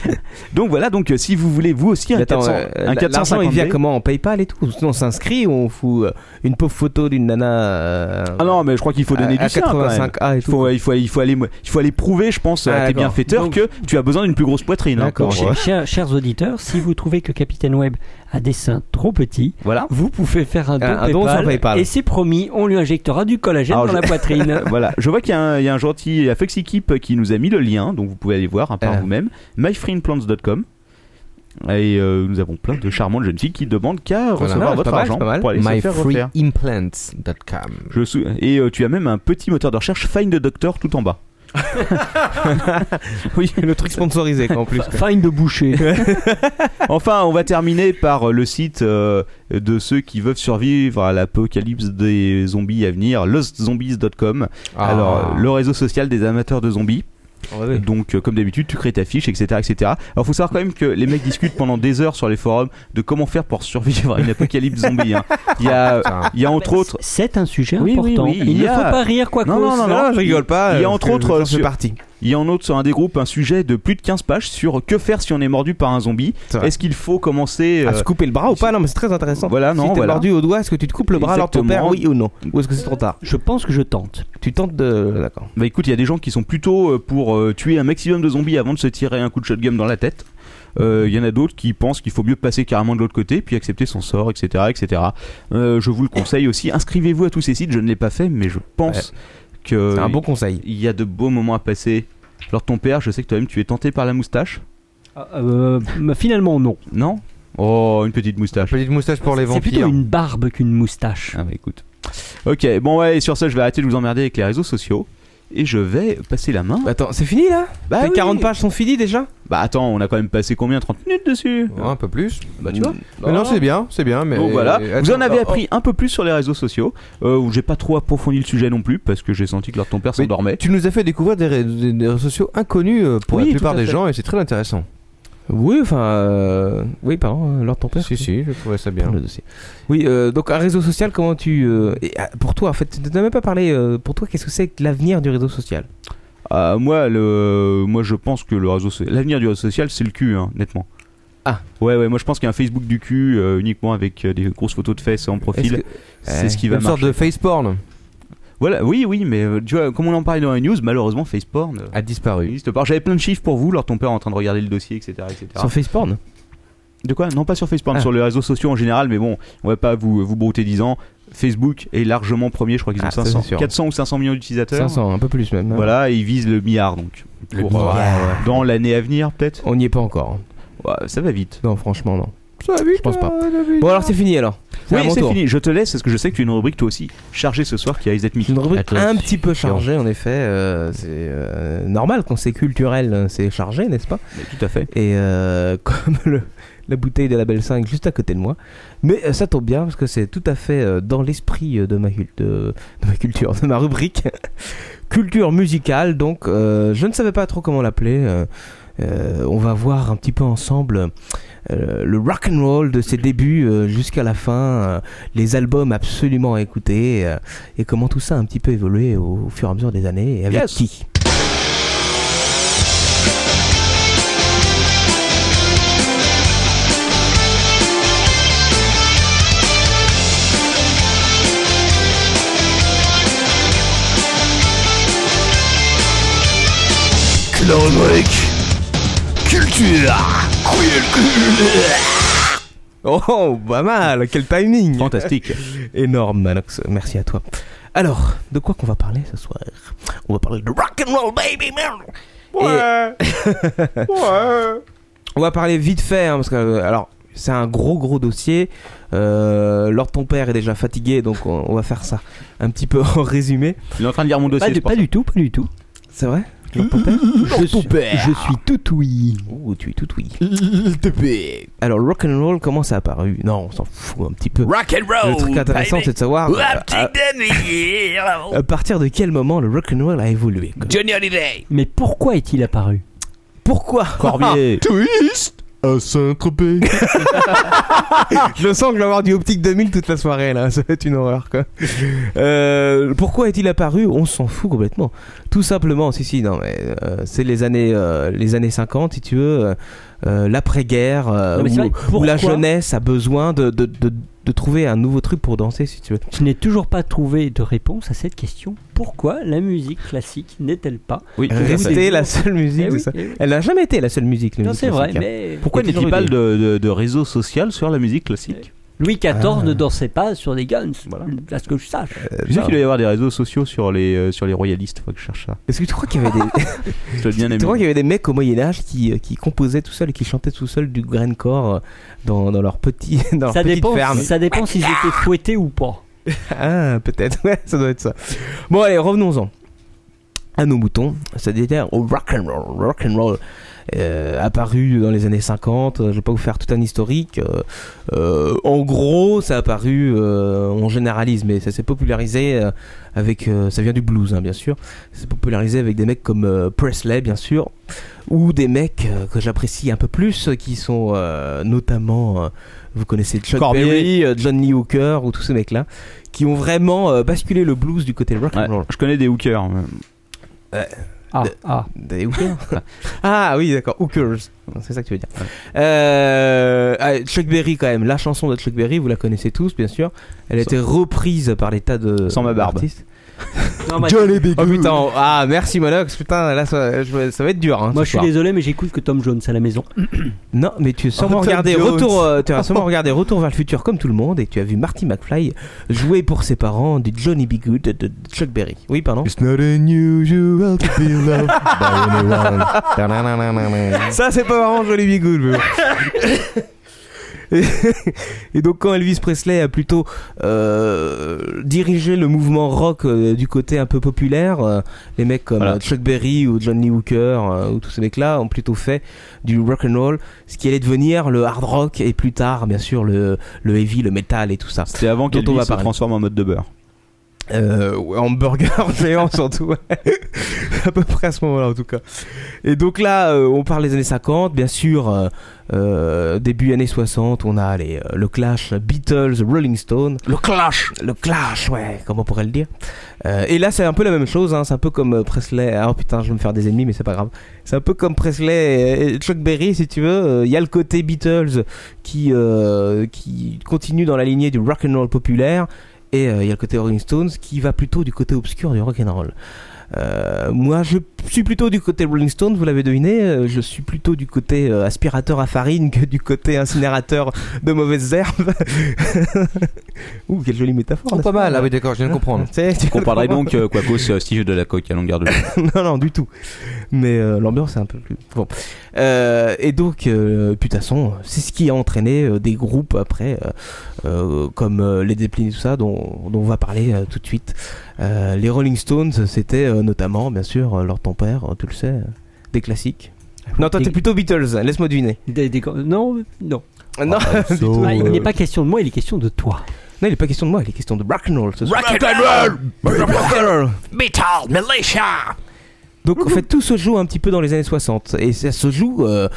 donc voilà, donc euh, si vous voulez vous aussi un Attends, 400, euh, un l'argent, il 450 vient comment En PayPal et tout Sinon, on s'inscrit ou on fout euh, une pauvre photo d'une nana euh, Ah non, mais je crois qu'il faut donner à, du sien, quand même. 85 Ah, et Il faut, il, faut, il, faut aller, il faut aller prouver, je pense, Ah, à tes d'accord. bienfaiteurs Donc- que tu as besoin d'une plus grosse poitrine. hein, D'accord. pour- Chers, chers- chers auditeurs, si vous trouvez que Capitaine Web a des seins trop petits, voilà. vous pouvez faire un don, Un- un don sur PayPal. Et c'est promis, on lui injectera du collagène Alors, dans je- la poitrine. voilà, je vois qu'il y, a un- il y a un gentil il y a FlexEquipe qui nous a mis le lien, donc vous pouvez aller voir hein, par Ah. vous-même, myfreeimplants.com. Et euh, nous avons plein de charmantes jeunes filles qui demandent qu'à recevoir votre argent pour aller se faire refaire. Myfreeimplants.com. Je sou- Et euh, tu as même un petit moteur de recherche Find the Doctor tout en bas. oui, le truc sponsorisé quoi, en plus. quoi. Find de boucher. enfin, on va terminer par euh, le site euh, de ceux qui veulent survivre à l'apocalypse des zombies à venir, lostzombies.com. Ah. Alors, euh, le réseau social des amateurs de zombies. oui. Donc, euh, comme d'habitude, tu crées ta fiche, etc., etc. Alors, faut savoir quand même que les mecs discutent pendant des heures sur les forums de comment faire pour survivre à une apocalypse zombie. hein. Il y Ah, a, il y a entre Ah, bah, autres, C'est un sujet Oui, oui, important. oui, Il il ne y a- faut pas rire quoi non, que non, non, non, je rigole pas, Il y a parce entre que autres, j'en fais sur- partie. Il y a en autre sur un des groupes un sujet de plus de 15 pages sur que faire si on est mordu par un zombie. Est-ce qu'il faut commencer À euh, se couper le bras ou pas Non, mais c'est très intéressant. Voilà, si non, t'es voilà. mordu au doigt, est-ce que tu te coupes le bras alors Exactement. ton père Oui ou non Ou est-ce que c'est trop tard Je pense que je tente. Tu tentes de. D'accord. Bah écoute, il y a des gens qui sont plutôt euh, pour euh, tuer un maximum de zombies avant de se tirer un coup de shotgun dans la tête. Euh, Il y en a d'autres qui pensent qu'il faut mieux passer carrément de l'autre côté puis accepter son sort, etc. etc. Euh, je vous le conseille aussi. Inscrivez-vous à tous ces sites, je ne l'ai pas fait, mais je pense que. C'est un bon conseil. Il y a de beaux moments à passer. Alors, ton père, je sais que toi-même tu es tenté par la moustache. Euh, mais finalement, non. Non Oh, une petite moustache. Petite moustache pour les C'est plutôt vampires. une barbe qu'une moustache. Ah bah écoute. Ok, bon ouais, et sur ça je vais arrêter de vous emmerder avec les réseaux sociaux. et je vais passer la main. Attends, c'est fini là Bah Tes oui. 40 pages sont finies déjà Bah attends, on a quand même passé combien 30 minutes dessus Un peu plus. Bah tu vois. Mais non, c'est bien, c'est bien. Mais Donc voilà, vous Attends, en avez oh, appris un peu plus sur les réseaux sociaux, euh, où j'ai pas trop approfondi le sujet non plus, parce que j'ai senti que leur ton père Mais s'endormait. Tu nous as fait découvrir des, ré- des- des réseaux sociaux inconnus euh, pour Oui, la tout plupart à des fait. gens et c'est très intéressant. Oui, enfin. euh, Oui, pardon, euh, Lord ton père. Si, si, je trouvais ça bien. Le dossier. Oui, euh, donc un réseau social, comment tu. euh, et, ah, pour toi, en fait, tu n'as même pas parlé. euh, pour toi, qu'est-ce que c'est que l'avenir du réseau social Ah, moi, le, moi, je pense que le réseau, so- l'avenir du réseau social, c'est le cul, hein, nettement. Ah. Ouais, ouais, moi je pense qu'un Facebook du cul euh, uniquement avec euh, des grosses photos de fesses en Est-ce profil, que- Eh, c'est Ouais. ce qui va Une sorte marcher. de face porn Voilà, oui, oui, mais euh, tu vois, comme on en parlait dans les news, malheureusement, Faceporn Ah euh, a disparu. n'existe pas. J'avais plein de chiffres pour vous, alors ton père est en train de regarder le dossier, etc. etc. Sur Faceporn De quoi Non, pas sur Facebook, Ah. sur les réseaux sociaux en général, mais bon, on va pas vous, vous brouter 10 ans. Facebook est largement premier, je crois qu'ils ont Ah, ça, 500, c'est sûr. 400 ou 500 millions d'utilisateurs. 500, un peu plus même. hein. Voilà, et ils visent le milliard donc. Pour, euh, Dans l'année à venir, peut-être On n'y est pas encore. hein. Ouais, Ça va vite. Non, franchement, non. Je pense pas. Bon, alors c'est fini alors. C'est à hein, oui, mon c'est tour. fini, je te laisse parce que je sais que tu as une rubrique toi aussi chargée ce soir qui a être mise. Une rubrique Attends, un c'est petit peu chiant. chargée, en effet. euh, c'est euh, normal quand c'est culturel, euh, c'est chargé, n'est-ce pas Tout à fait. Et euh, comme le- la bouteille de la Belle 5 juste à côté de moi. Mais euh, ça tombe bien parce que c'est tout à fait euh, dans l'esprit euh, de, ma cul- de- de ma culture, de ma rubrique. culture musicale, donc euh, je ne savais pas trop comment l'appeler. euh, euh, on va voir un petit peu ensemble euh, le rock and roll de ses débuts euh, jusqu'à la fin, euh, les albums absolument à écouter euh, et comment tout ça a un petit peu évolué au, au fur et à mesure des années et avec Yes. qui. Oh, Oh, pas mal, quel timing Fantastique. Énorme, Manox. Merci à toi. Alors, de quoi qu'on va parler ce soir On va parler de rock and roll, baby man. Ouais. on va parler vite fait, hein, parce que euh, alors c'est un gros gros dossier. Euh, Lord ton père est déjà fatigué, donc on, on va faire ça un petit peu en résumé. Il est en train de lire mon dossier. Pas, du, c'est pour pas du tout, pas du tout. C'est vrai Je suis, je suis tout oui. Ouh, tu es tout oui. Alors, rock and roll, comment ça a apparu Non, on s'en fout un petit peu. Rock and roll. Le truc intéressant, baby. c'est de savoir euh, Up à, till the year. à partir de quel moment le rock and roll a évolué. quoi. Johnny Hallyday. Mais pourquoi est-il apparu Pourquoi ça. Corbier. À Saint-Tropez. Je sens que je vais avoir du Optique 2000 toute la soirée là, ça va être une horreur quoi. Euh, pourquoi est-il apparu On s'en fout complètement. Tout simplement, si si, non mais euh, c'est les années, euh, les années 50 si tu veux, euh, euh, l'après-guerre euh, Non, mais c'est vrai, où, où pourquoi la jeunesse a besoin de, de, de, de trouver un nouveau truc pour danser si tu veux. Je n'ai toujours pas trouvé de réponse à cette question. Pourquoi la musique classique n'est-elle pas Euh, Oui, tout à fait. Rester la seule musique, Eh c'est oui, ça. eh oui. Elle n'a jamais été la seule musique. la Non, musique c'est vrai, classique, hein. mais Pourquoi Il y a n'est-il toujours pas eu de, de, de réseau social sur la musique classique Louis XIV Ah. ne dansait pas sur des guns, Voilà. à ce que je sache. Euh, Je sais non. qu'il doit y avoir des réseaux sociaux sur les, euh, sur les royalistes, faut que je cherche ça. Est-ce que tu crois qu'il y avait des, Je l'ai bien aimé. Tu vois qu'il y avait des mecs au Moyen-Âge qui, euh, qui composaient tout seuls et qui chantaient tout seuls du grindcore euh, dans, dans leur, petit, dans leur Ça petite dépend, ferme. ça dépend s'ils étaient fouettés ou pas. Ah, peut-être, ouais, ça doit être ça. Bon, allez, revenons-en à nos moutons, c'est-à-dire au rock'n'roll. Rock'n'roll, euh, apparu dans les années 50, euh, je vais pas vous faire tout un historique. euh, euh, en gros, ça a apparu, euh, on généralise, mais ça s'est popularisé euh, avec. euh, ça vient du blues, hein, bien sûr. Ça s'est popularisé avec des mecs comme euh, Presley, bien sûr, ou des mecs euh, que j'apprécie un peu plus, euh, qui sont euh, notamment. euh, vous connaissez Chuck Cormier. Berry, euh, John Lee Hooker ou tous ces mecs-là, qui ont vraiment euh, basculé le blues du côté rock Ouais, and roll. je connais des hookers. mais- Ah, ah. Des hookers Ah oui, d'accord, hookers. C'est ça que tu veux dire. Euh, ah, Chuck Berry, quand même, la chanson de Chuck Berry, vous la connaissez tous, bien sûr. Elle a Sans- été reprise par des tas de. Sans ma barbe. d'artistes. Non, bah, Oh putain, ah merci Monox, putain, là ça, je- ça va être dur. hein, moi ce je suis soir. désolé, mais j'écoute que Tom Jones à la maison. Non, mais tu as sûrement Oh, Tom regardé Jones. retour, euh, tu as sûrement regardé Retour vers le futur comme tout le monde et tu as vu Marty McFly jouer pour ses parents du Johnny B. Good de, de Chuck Berry. Oui, pardon. It's not unusual to be loved by anyone. Ta-na-na-na-na-na. Ça, c'est pas vraiment Johnny B. Good. mais bon. Et donc quand Elvis Presley a plutôt euh, dirigé le mouvement rock euh, du côté un peu populaire, euh, les mecs comme Voilà. euh, Chuck Berry ou John Lee Hooker euh, ou tous ces mecs-là ont plutôt fait du rock and roll, ce qui allait devenir le hard rock et plus tard bien sûr le, le heavy, le metal et tout ça. C'est avant Dont on qu'Elvis va se parler. transforme en mode de beurre. Euh, ouais, hamburger géant surtout ouais. à peu près à ce moment-là en tout cas et donc là euh, on parle des années 50 bien sûr euh, euh, début années 60 on a les, euh, le clash Beatles Rolling Stone le clash le clash ouais comment on pourrait le dire Euh, et là c'est un peu la même chose hein, c'est un peu comme euh, Presley ah oh, putain je vais me faire des ennemis mais c'est pas grave c'est un peu comme Presley et- et Chuck Berry si tu veux Euh, il y a le côté Beatles qui, euh, qui continue dans la lignée du rock and roll populaire et euh, il y a le côté Rolling Stones qui va plutôt du côté obscur du rock and roll. Euh, moi, je suis plutôt du côté Rolling Stones, vous l'avez deviné. euh, je suis plutôt du côté euh, aspirateur à farine que du côté incinérateur de mauvaises herbes. Ouh, quelle jolie métaphore. Oh, n'est-ce pas mal, ah oui, d'accord, je viens de comprendre. Tu sais, tu viens On de parlerait comprendre. donc, euh, Quacos, euh, si je de la coque à longueur de journée. non, non, du tout. Mais euh, l'ambiance est un peu plus. Bon. Euh, et donc, euh, putasson, c'est ce qui a entraîné euh, des groupes après, euh, euh, comme euh, les Zeppelin et tout ça, dont, dont on va parler euh, tout de suite. Euh, les Rolling Stones, c'était euh, notamment, bien sûr, euh, Lord ton père, euh, tu le sais, euh, des classiques. Non, toi, Des- t'es plutôt Beatles, hein, laisse-moi deviner. Des- des- non, non. non, du tout. Bah, il n'est pas question de moi, il est question de toi. Non, il est pas question de moi, il est question de rock'n'roll ce soir. Rock'n'roll Rock'n'roll Metal Militia Donc en fait tout se joue un petit peu dans les années 60 et ça se joue euh,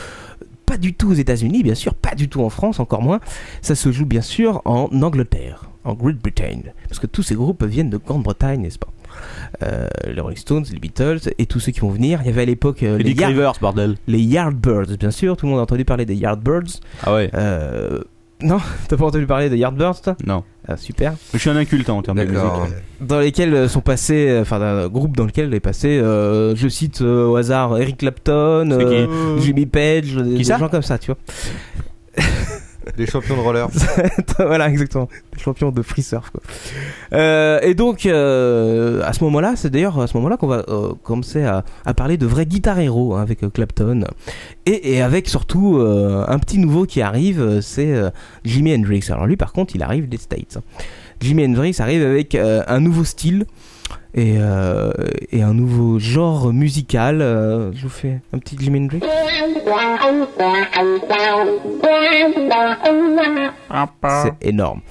pas du tout aux États-Unis bien sûr, pas du tout en France encore moins, ça se joue bien sûr en Angleterre, en Great Britain parce que tous ces groupes viennent de Grande-Bretagne, n'est-ce pas Euh, les Rolling Stones, les Beatles et tous ceux qui vont venir. Il y avait à l'époque euh, Et les, Dick Yard- Rivers, bordel. les Yardbirds, bien sûr. Tout le monde a entendu parler des Yardbirds. Ah ouais, Euh, non, t'as pas entendu parler des Yardbirds, toi non. Ah, Super Je suis un inculte hein, en termes de musique. D'accord. dans lesquels euh, sont passés, euh, enfin d'un groupe dans lequel est passé, euh, je cite euh, au hasard Eric Clapton, C'est qui euh, Jimmy Page, euh, des ça gens comme ça, tu vois. Des champions de roller. voilà, exactement, Des champions de free surf. Quoi. Euh, et donc euh, à ce moment-là, c'est d'ailleurs à ce moment-là qu'on va euh, commencer à, à parler de vrais guitar héros avec euh, Clapton et, et avec surtout euh, un petit nouveau qui arrive, euh, c'est euh, Jimi Hendrix. Alors lui, par contre, il arrive des States. hein. Jimi Hendrix arrive avec euh, un nouveau style et, euh, et un nouveau genre musical. Euh, je vous fais un petit Jimi Hendrix. C'est énorme.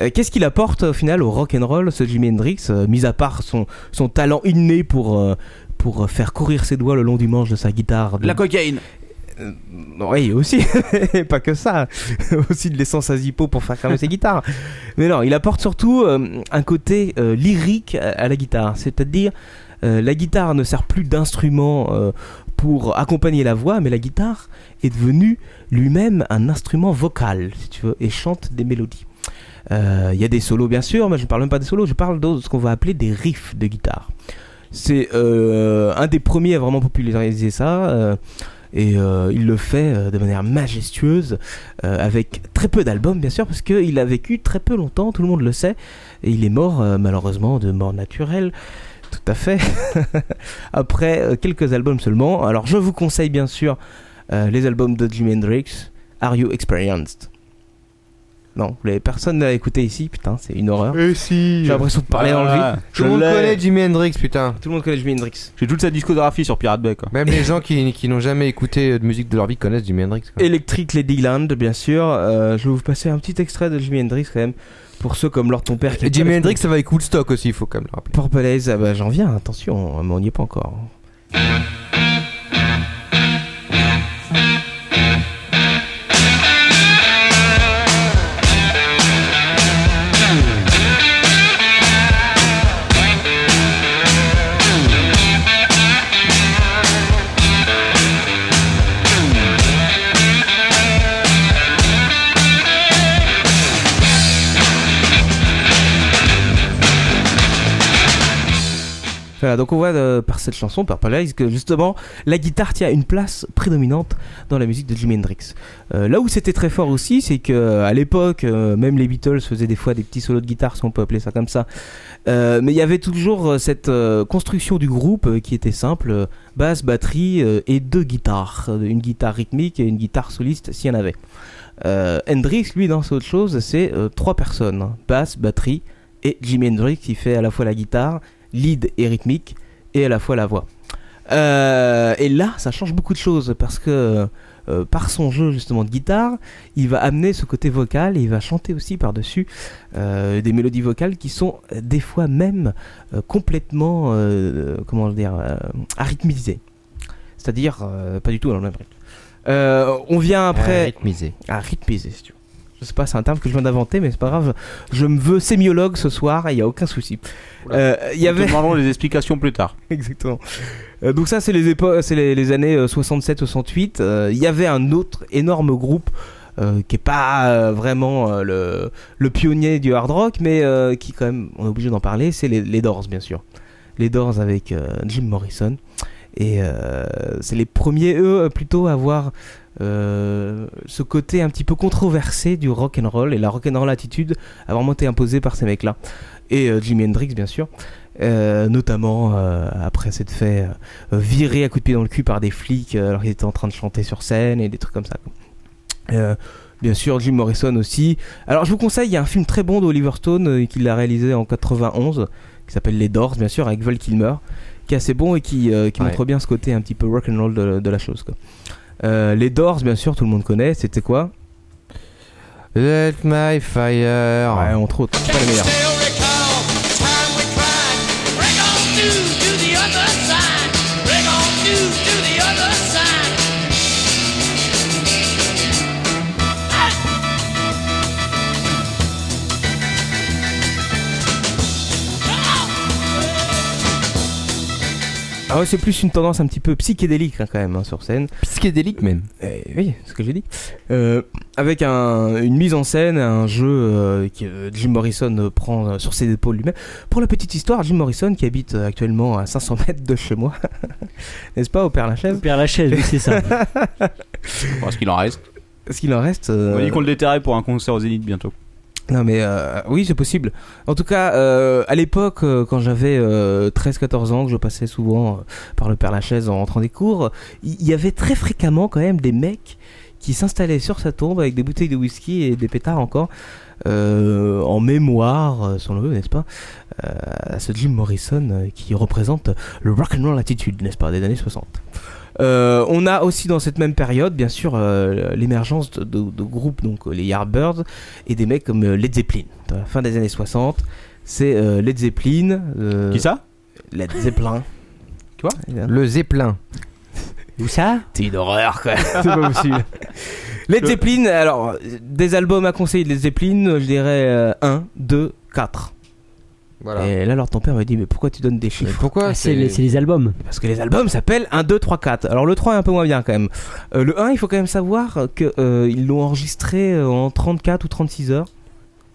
Euh, Qu'est-ce qu'il apporte au final au rock and roll, ce Jimi Hendrix, euh, mis à part son, son talent inné pour, euh, pour faire courir ses doigts le long du manche de sa guitare de- La cocaïne oui, aussi, pas que ça, aussi de l'essence à zippo pour faire cramer ses guitares. Mais non, il apporte surtout euh, un côté euh, lyrique à, à la guitare, c'est-à-dire euh, la guitare ne sert plus d'instrument euh, pour accompagner la voix, mais la guitare est devenue lui-même un instrument vocal, si tu veux, et chante des mélodies. Euh, Il y a des solos bien sûr, mais je ne parle même pas des solos, je parle de ce qu'on va appeler des riffs de guitare. C'est euh, un des premiers à vraiment populariser ça. euh, et euh, il le fait euh, de manière majestueuse, euh, avec très peu d'albums bien sûr, parce qu'il a vécu très peu longtemps, tout le monde le sait, et il est mort euh, malheureusement de mort naturelle, tout à fait, après euh, quelques albums seulement. Alors je vous conseille bien sûr euh, les albums de Jimi Hendrix, Are You Experienced Non, vous l'avez- personne ne l'a écouté ici, putain c'est une horreur. Et si J'ai l'impression de Bah. parler dans le Ah, vide. je Tout le monde l'ai. connaît Jimi Hendrix, putain. Tout le monde connaît Jimi Hendrix. J'ai toute sa discographie sur Pirate Bay. Quoi. Même les gens qui, qui n'ont jamais écouté de musique de leur vie connaissent Jimi Hendrix. quoi. Electric Ladyland, bien sûr. Euh, je vais vous passer un petit extrait de Jimi Hendrix quand même. Pour ceux comme Lord Ton Père qui. Et Jimi Hendrix, ça va avec Woodstock aussi, il faut quand même le rappeler. Purple Haze, ah bah, j'en viens, attention, hein, mais on n'y est pas encore. Voilà, Voilà, donc on voit euh, par cette chanson, par Paradise, que justement, la guitare tient une place prédominante dans la musique de Jimi Hendrix. Euh, là où c'était très fort aussi, c'est que à l'époque, euh, même les Beatles faisaient des fois des petits solos de guitare, si on peut appeler ça comme ça. Euh, mais il y avait toujours euh, cette euh, construction du groupe euh, qui était simple euh, basse, batterie euh, et deux guitares, Euh, une guitare rythmique et une guitare soliste s'il y en avait. Euh, Hendrix, lui, dans autre chose, c'est euh, trois personnes hein. basse, batterie et Jimi Hendrix qui fait à la fois la guitare, lead et rythmique et à la fois la voix. Euh, et là, ça change beaucoup de choses parce que euh, par son jeu justement de guitare, il va amener ce côté vocal et il va chanter aussi par-dessus euh, des mélodies vocales qui sont euh, des fois même euh, complètement, euh, comment dire, euh, arythmisées. C'est-à-dire euh, pas du tout dans le même rythme. Euh, on vient après. Arythmisé. Ah, Arythmisé, si tu veux. Je sais pas, c'est un terme que je viens d'inventer, mais c'est pas grave. Je me veux sémiologue ce soir et il n'y a aucun souci. Euh, Il y Nous avait. te demanderons les explications plus tard. Exactement. Euh, donc ça, c'est les, épo- c'est les, les années euh, 67-68. Euh, Il y avait un autre énorme groupe euh, qui est pas euh, vraiment euh, le, le pionnier du hard rock, mais euh, qui quand même, on est obligé d'en parler, c'est les, les Doors, bien sûr. Les Doors avec euh, Jim Morrison. Et euh, c'est les premiers, eux, euh, plutôt à avoir euh, ce côté un petit peu controversé du rock and roll et la rock and roll attitude a vraiment été imposée par ces mecs-là. Et euh, Jimi Hendrix, bien sûr. Euh, notamment euh, après s'être fait euh, virer à coups de pied dans le cul par des flics euh, alors qu'il était en train de chanter sur scène et des trucs comme ça. quoi. Euh, bien sûr, Jim Morrison aussi. Alors, je vous conseille, il y a un film très bon d'Oliver Stone euh, qu'il a réalisé en 91 qui s'appelle Les Doors, bien sûr, avec Val Kilmer, qui est assez bon et qui, euh, qui Ouais. montre bien ce côté un petit peu rock and roll de, de la chose. quoi. Euh, les Doors, bien sûr, tout le monde connaît. C'était quoi Let my fire. Ouais, entre autres, c'est pas les meilleurs. Ah ouais, c'est plus une tendance un petit peu psychédélique hein, quand même hein, sur scène. Psychédélique même. Euh, oui, c'est ce que j'ai dit. Euh, avec un- une mise en scène, un jeu euh, que euh, Jim Morrison euh, prend euh, sur ses épaules lui-même. Pour la petite histoire, Jim Morrison qui habite euh, actuellement à 500 mètres de chez moi, n'est-ce pas, au Père Lachaise Père Lachaise, oui, c'est ça. Parce qu'il en reste. Est-ce qu'il en reste euh, On a dit qu'on le déterrait pour un concert aux Zénith bientôt. Non mais euh, oui c'est possible. En tout cas euh, à l'époque euh, quand j'avais 13-14 ans que je passais souvent euh, par le Père Lachaise en rentrant des cours, il il y, avait très fréquemment quand même des mecs qui s'installaient sur sa tombe avec des bouteilles de whisky et des pétards encore euh, en mémoire euh, son neveu n'est-ce pas euh, à ce Jim Morrison euh, qui représente le rock and roll attitude n'est-ce pas des années 60. Euh, on a aussi dans cette même période, bien sûr, euh, l'émergence de, de- de groupes, donc euh, les Yardbirds, et des mecs comme euh, Led Zeppelin. Dans la fin des années 60, c'est euh, Led Zeppelin. euh, Qui ça Led Zeppelin. Quoi Le Zeppelin. Où ça C'est une horreur, quoi. c'est pas possible. Led Zeppelin, alors, euh, des albums à conseiller de Led Zeppelin, euh, je dirais 1, 2, 4. Voilà. Et là, alors ton père m'a dit, mais pourquoi tu donnes des Mais chiffres pourquoi Ah, c'est les, c'est les albums. Parce que les albums s'appellent 1, 2, 3, 4. Alors le 3 est un peu moins bien quand même. Euh, le 1, il faut quand même savoir qu'ils l'ont enregistré euh, en 34 ou 36 heures.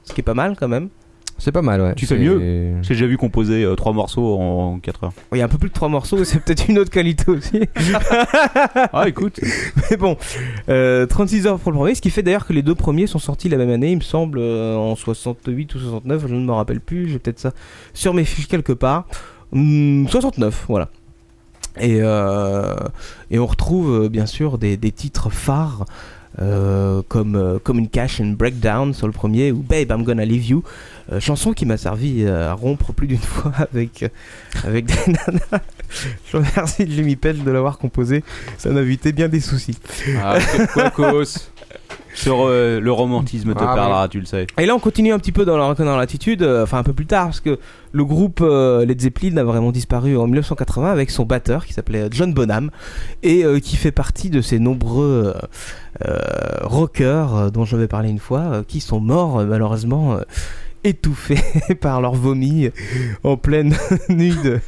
Ce qui est pas mal quand même. C'est pas mal, ouais. Tu fais C'est- J'ai déjà vu composer euh, trois morceaux en 4 heures. Oh, Il y a un peu plus de 3 morceaux, c'est peut-être une autre qualité aussi. Ah, écoute. Mais bon, euh, 36 heures pour le premier, ce qui fait d'ailleurs que les deux premiers sont sortis la même année, il me semble, euh, en 68 ou 69, je ne me rappelle plus, j'ai peut-être ça sur mes fiches quelque part. Hmm, 69, voilà. Et, euh, et on retrouve euh, bien sûr des, des titres phares euh, comme, euh, comme une Cash and Breakdown sur le premier ou Babe I'm Gonna Leave You, euh, chanson qui m'a servi euh, à rompre plus d'une fois avec, euh, avec des nanas. Je remercie Jimmy Pell de l'avoir composé, ça m'a évité bien des soucis. Ah, quoi, cause Sur euh, le romantisme te Ah, parlera, tu le sais. Et là, on continue un petit peu dans la dans l'attitude, euh, enfin un peu plus tard, parce que le groupe euh, Led Zeppelin a vraiment disparu en 1980 avec son batteur qui s'appelait euh, John Bonham et euh, qui fait partie de ces nombreux euh, euh, rockers euh, dont je vais parler une fois, euh, qui sont morts euh, malheureusement euh, étouffés euh, par leur vomi en pleine nuit de,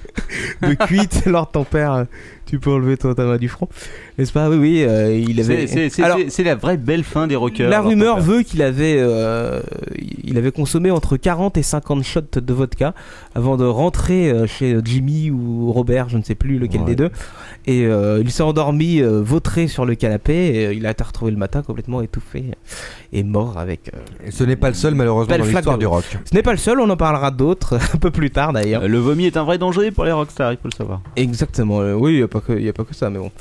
de cuite lors ton père euh, tu peux enlever toi ta main du front, n'est-ce pas Oui, oui, euh, il avait. C'est- c'est- c'est- Alors, c'est- C'est la vraie belle fin des rockers. la alors, rumeur ton père. veut qu'il avait, euh, il avait consommé entre 40 et 50 shots de vodka avant de rentrer euh, chez Jimmy ou Robert, je ne sais plus lequel des deux. Et euh, il s'est endormi, euh, vautré sur le canapé. Et, euh, il a été retrouvé le matin complètement étouffé et mort avec. ce n'est pas le seul malheureusement Belle dans flaque l'histoire de- du rock. Ce n'est pas le seul. On en parlera d'autres un peu plus tard d'ailleurs. Euh, Le vomi est un vrai danger pour les rockstars, il faut le savoir. Exactement, euh, oui, il n'y a, pas que- y a pas que ça, mais bon.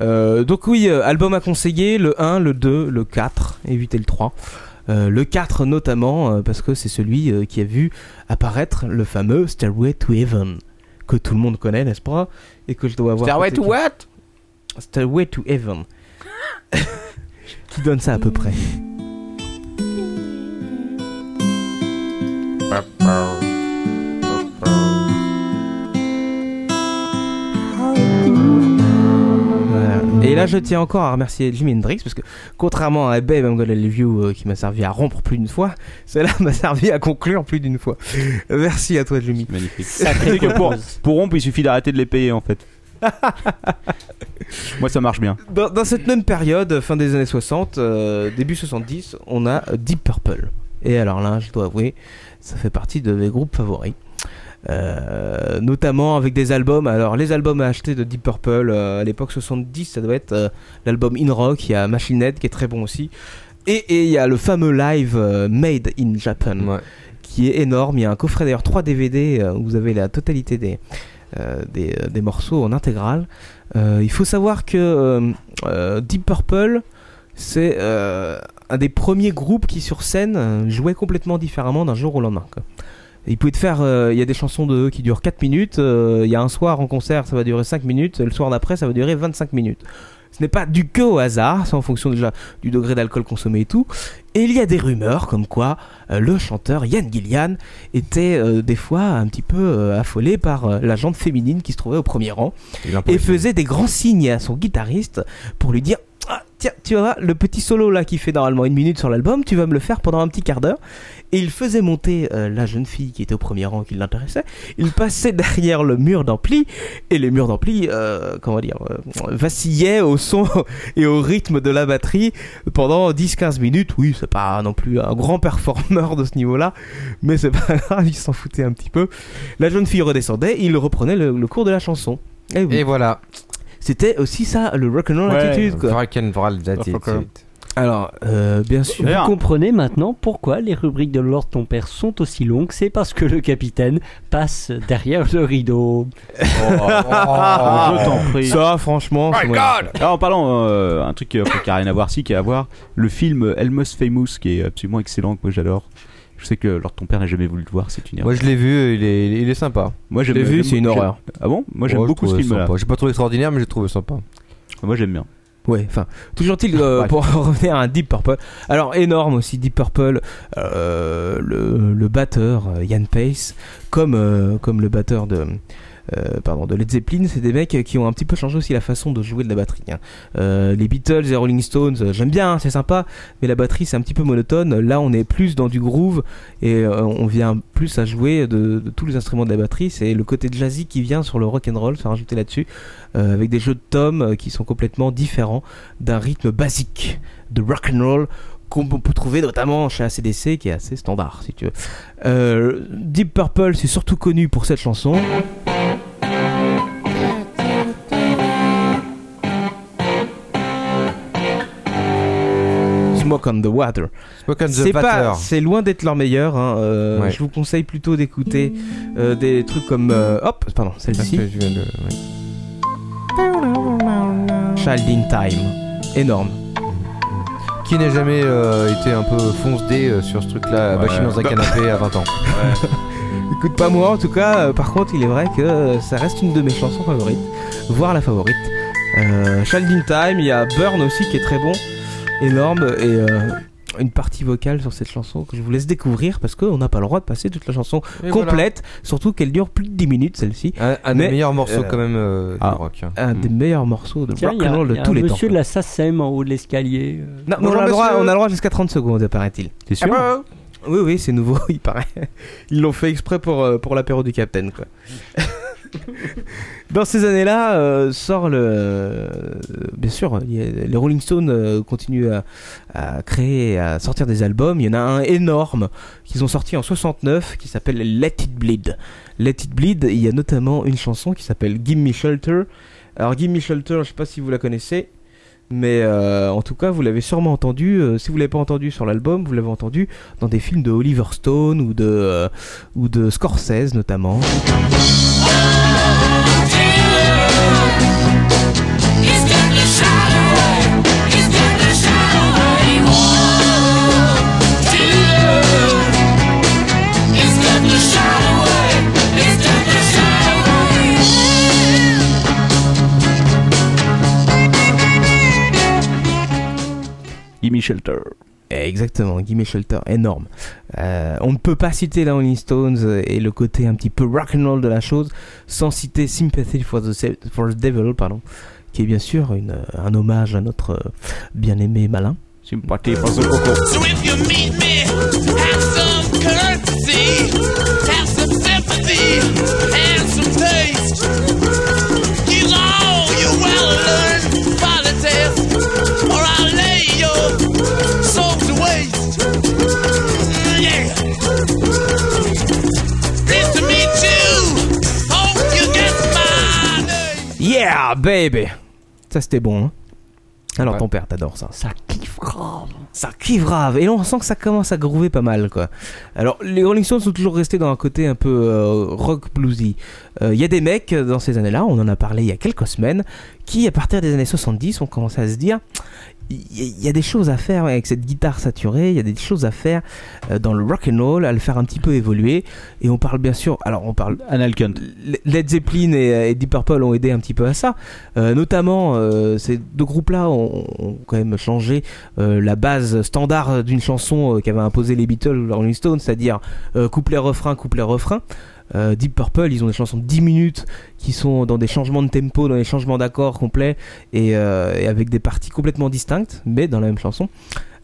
Euh, donc oui, euh, album à conseiller, le 1, le 2, le 4, évitez le 3. Euh, le 4 notamment, euh, parce que c'est celui euh, qui a vu apparaître le fameux Stairway to Heaven, que tout le monde connaît, n'est-ce pas Et que je dois avoir... côté- what Stairway to Heaven. qui donne ça à peu près. Voilà. Et là, je tiens encore à remercier Jimi Hendrix parce que, contrairement à Babe I'm Gonna Leave You euh, qui m'a servi à rompre plus d'une fois, celle-là m'a servi à conclure plus d'une fois. Merci à toi, Jimmy. Magnifique. Sacré C'est que pour, propose. pour rompre, il suffit d'arrêter de les payer en fait. Moi ça marche bien. Dans, dans cette même période, fin des années 60, euh, début 70, on a Deep Purple. Et alors là, je dois avouer, ça fait partie de mes groupes favoris. Euh, notamment avec des albums. Alors, les albums à acheter de Deep Purple euh, à l'époque 70, ça doit être euh, l'album In Rock. Il y a Machine Head qui est très bon aussi. Et et il y a le fameux live euh, Made in Japan Ouais. qui est énorme. Il y a un coffret d'ailleurs 3 DVD euh, où vous avez la totalité des, euh, des, euh, des morceaux en intégrale. Euh, il faut savoir que euh, euh, Deep Purple, c'est euh, un des premiers groupes qui sur scène euh, jouait complètement différemment d'un jour au lendemain. quoi. Ils pouvaient te faire, euh, il y a des chansons de qui durent 4 minutes, euh, il y a un soir en concert ça va durer 5 minutes, le soir d'après ça va durer 25 minutes. Ce n'est pas du que au hasard, c'est en fonction déjà du degré d'alcool consommé et tout. Et il y a des rumeurs comme quoi euh, le chanteur Yann Gillian était euh, des fois un petit peu euh, affolé par euh, la jante féminine qui se trouvait au premier rang Il et improvise. faisait des grands signes à son guitariste pour lui dire Ah, tiens tu vois le petit solo là qui fait normalement une minute sur l'album tu vas me le faire pendant un petit quart d'heure et il faisait monter euh, la jeune fille qui était au premier rang qui l'intéressait il passait derrière le mur d'ampli et les murs d'ampli euh, comment dire euh, vacillaient au son et au rythme de la batterie pendant 10-15 minutes oui c'est pas non plus un grand performeur de ce niveau là mais c'est pas grave il s'en foutait un petit peu la jeune fille redescendait il reprenait le, le cours de la chanson Eh oui. Et voilà. C'était aussi ça, le rock'n'roll Ouais. attitude, quoi. Rock and roll, that's it. Motherfucker. Alors, euh, bien sûr. Merde. Vous comprenez maintenant pourquoi les rubriques de Lord Ton Père sont aussi longues. C'est parce que le capitaine passe derrière le rideau. Oh, je t'en prie. Ça, franchement. c'est moyen. Ah, en parlant, euh, un truc euh, qui n'a rien à voir, si, qui a à voir, le film euh, Elmo's Famous, qui est absolument excellent, que moi j'adore. Je sais que lors ton père n'a jamais voulu le voir, c'est une erreur. Moi je l'ai vu, il est, il est sympa. Moi Je j'aime- l'ai vu, j'aime- c'est une j'aime- horreur. Ah bon Moi j'aime Ouais, Oh, je beaucoup ce trouvais film-là. sympa. J'ai pas trouvé extraordinaire, mais j'ai trouvé sympa. Moi j'aime bien. Ouais, enfin, toujours il pour en revenir à Deep Purple. Alors, énorme aussi, Deep Purple, euh, le, le batteur euh, Ian Pace, comme, euh, comme le batteur de. euh, pardon, de Led Zeppelin, c'est des mecs qui ont un petit peu changé aussi la façon de jouer de la batterie. hein. Euh, les Beatles, les Rolling Stones, euh, j'aime bien, hein, c'est sympa, mais la batterie c'est un petit peu monotone. Là, on est plus dans du groove et euh, on vient plus à jouer de, de tous les instruments de la batterie. C'est le côté jazzy qui vient sur le rock and roll, se rajouter là-dessus, euh, avec des jeux de tomes euh, qui sont complètement différents d'un rythme basique de rock and roll qu'on peut trouver notamment chez ACDC qui est assez standard si tu veux. Euh, Deep Purple c'est surtout connu pour cette chanson. Smoke on the Water. Smoke on C'est the pas, Water. c'est loin d'être leur meilleur. hein, euh, Ouais. Je vous conseille plutôt d'écouter euh, des trucs comme euh, hop, pardon, celle-ci. Je viens de- ouais. Child in Time, énorme. Qui n'a jamais euh, été un peu foncedé euh, sur ce truc-là, Ouais. bâché dans un Bah. canapé à 20 ans Écoute pas moi en tout cas, euh, par contre il est vrai que euh, ça reste une de mes chansons favorites, voire la favorite. Euh, Child in Time, il y a Burn aussi qui est très bon, énorme, et euh, une partie vocale sur cette chanson que je vous laisse découvrir parce qu'on n'a pas le droit de passer toute la chanson Et complète, surtout qu'elle dure plus de 10 minutes celle-ci. voilà. Un, un Mais- des meilleurs morceaux euh, quand même euh, ah. du rock. hein. Un des meilleurs morceaux de Hmm. Tiens, il y a, rock'n'roll il y de a tous un les temps. monsieur de la SACEM en haut de l'escalier. euh. Non, mais on, a le droit, on a le droit jusqu'à 30 secondes, paraît-il. T'es sûr Oui, oui, c'est nouveau, il paraît. Ils l'ont fait exprès pour, euh, pour l'apéro du Capitaine, quoi. Dans ces années-là, euh, sort le. euh, bien sûr, il y a- les Rolling Stones euh, continuent à, à créer, et à sortir des albums. Il y en a un énorme qu'ils ont sorti en 69 qui s'appelle Let It Bleed. Let It Bleed, il y a notamment une chanson qui s'appelle Give Me Shelter. Alors, Give Me Shelter, je sais pas si vous la connaissez. Mais euh, en tout cas, vous l'avez sûrement entendu. euh, si vous l'avez pas entendu sur l'album, vous l'avez entendu dans des films de Oliver Stone ou de euh, ou de Scorsese notamment. Gimme Shelter. Eh, Exactement, Gimme Shelter, énorme. Euh, on ne peut pas citer les Rolling Stones et le côté un petit peu rock'n'roll de la chose sans citer Sympathy for the, Se- for the Devil, pardon, qui est bien sûr une, euh, un hommage à notre euh, bien-aimé malin. Sympathy for the Coco. So if you meet me, have some courtesy, have some sympathy, and some taste. Give all your well-learned politics, or I'll lay your soul to waste. Mm, Yeah. Pleased to meet you. Hope you get my name. Yeah, baby Ça, c'était bon. hein. Alors, Ouais. ton père, t'adore ça. Ça kiffe grave. Ça kiffe grave. Et là, on sent que ça commence à groover pas mal, quoi. Alors, les Rolling Stones sont toujours restés dans un côté un peu euh, rock bluesy. Euh, Il y a des mecs euh, dans ces années-là, on en a parlé il y a quelques semaines, qui, à partir des années 70, ont commencé à se dire il y- il y a des choses à faire avec cette guitare saturée, il y a des choses à faire euh, dans le rock and roll, à le faire un petit peu évoluer. Et on parle bien sûr, alors on parle Analcunt. le- Led Zeppelin et, et Deep Purple ont aidé un petit peu à ça. Euh, notamment, euh, ces deux groupes-là ont, ont quand même changé euh, la base standard d'une chanson euh, qu'avaient imposé les Beatles ou les Rolling Stones, c'est-à-dire euh, couplet-refrain, couplet-refrain. Euh, Deep Purple, ils ont des chansons de 10 minutes qui sont dans des changements de tempo, dans des changements d'accords complets et, euh, et avec des parties complètement distinctes, mais dans la même chanson.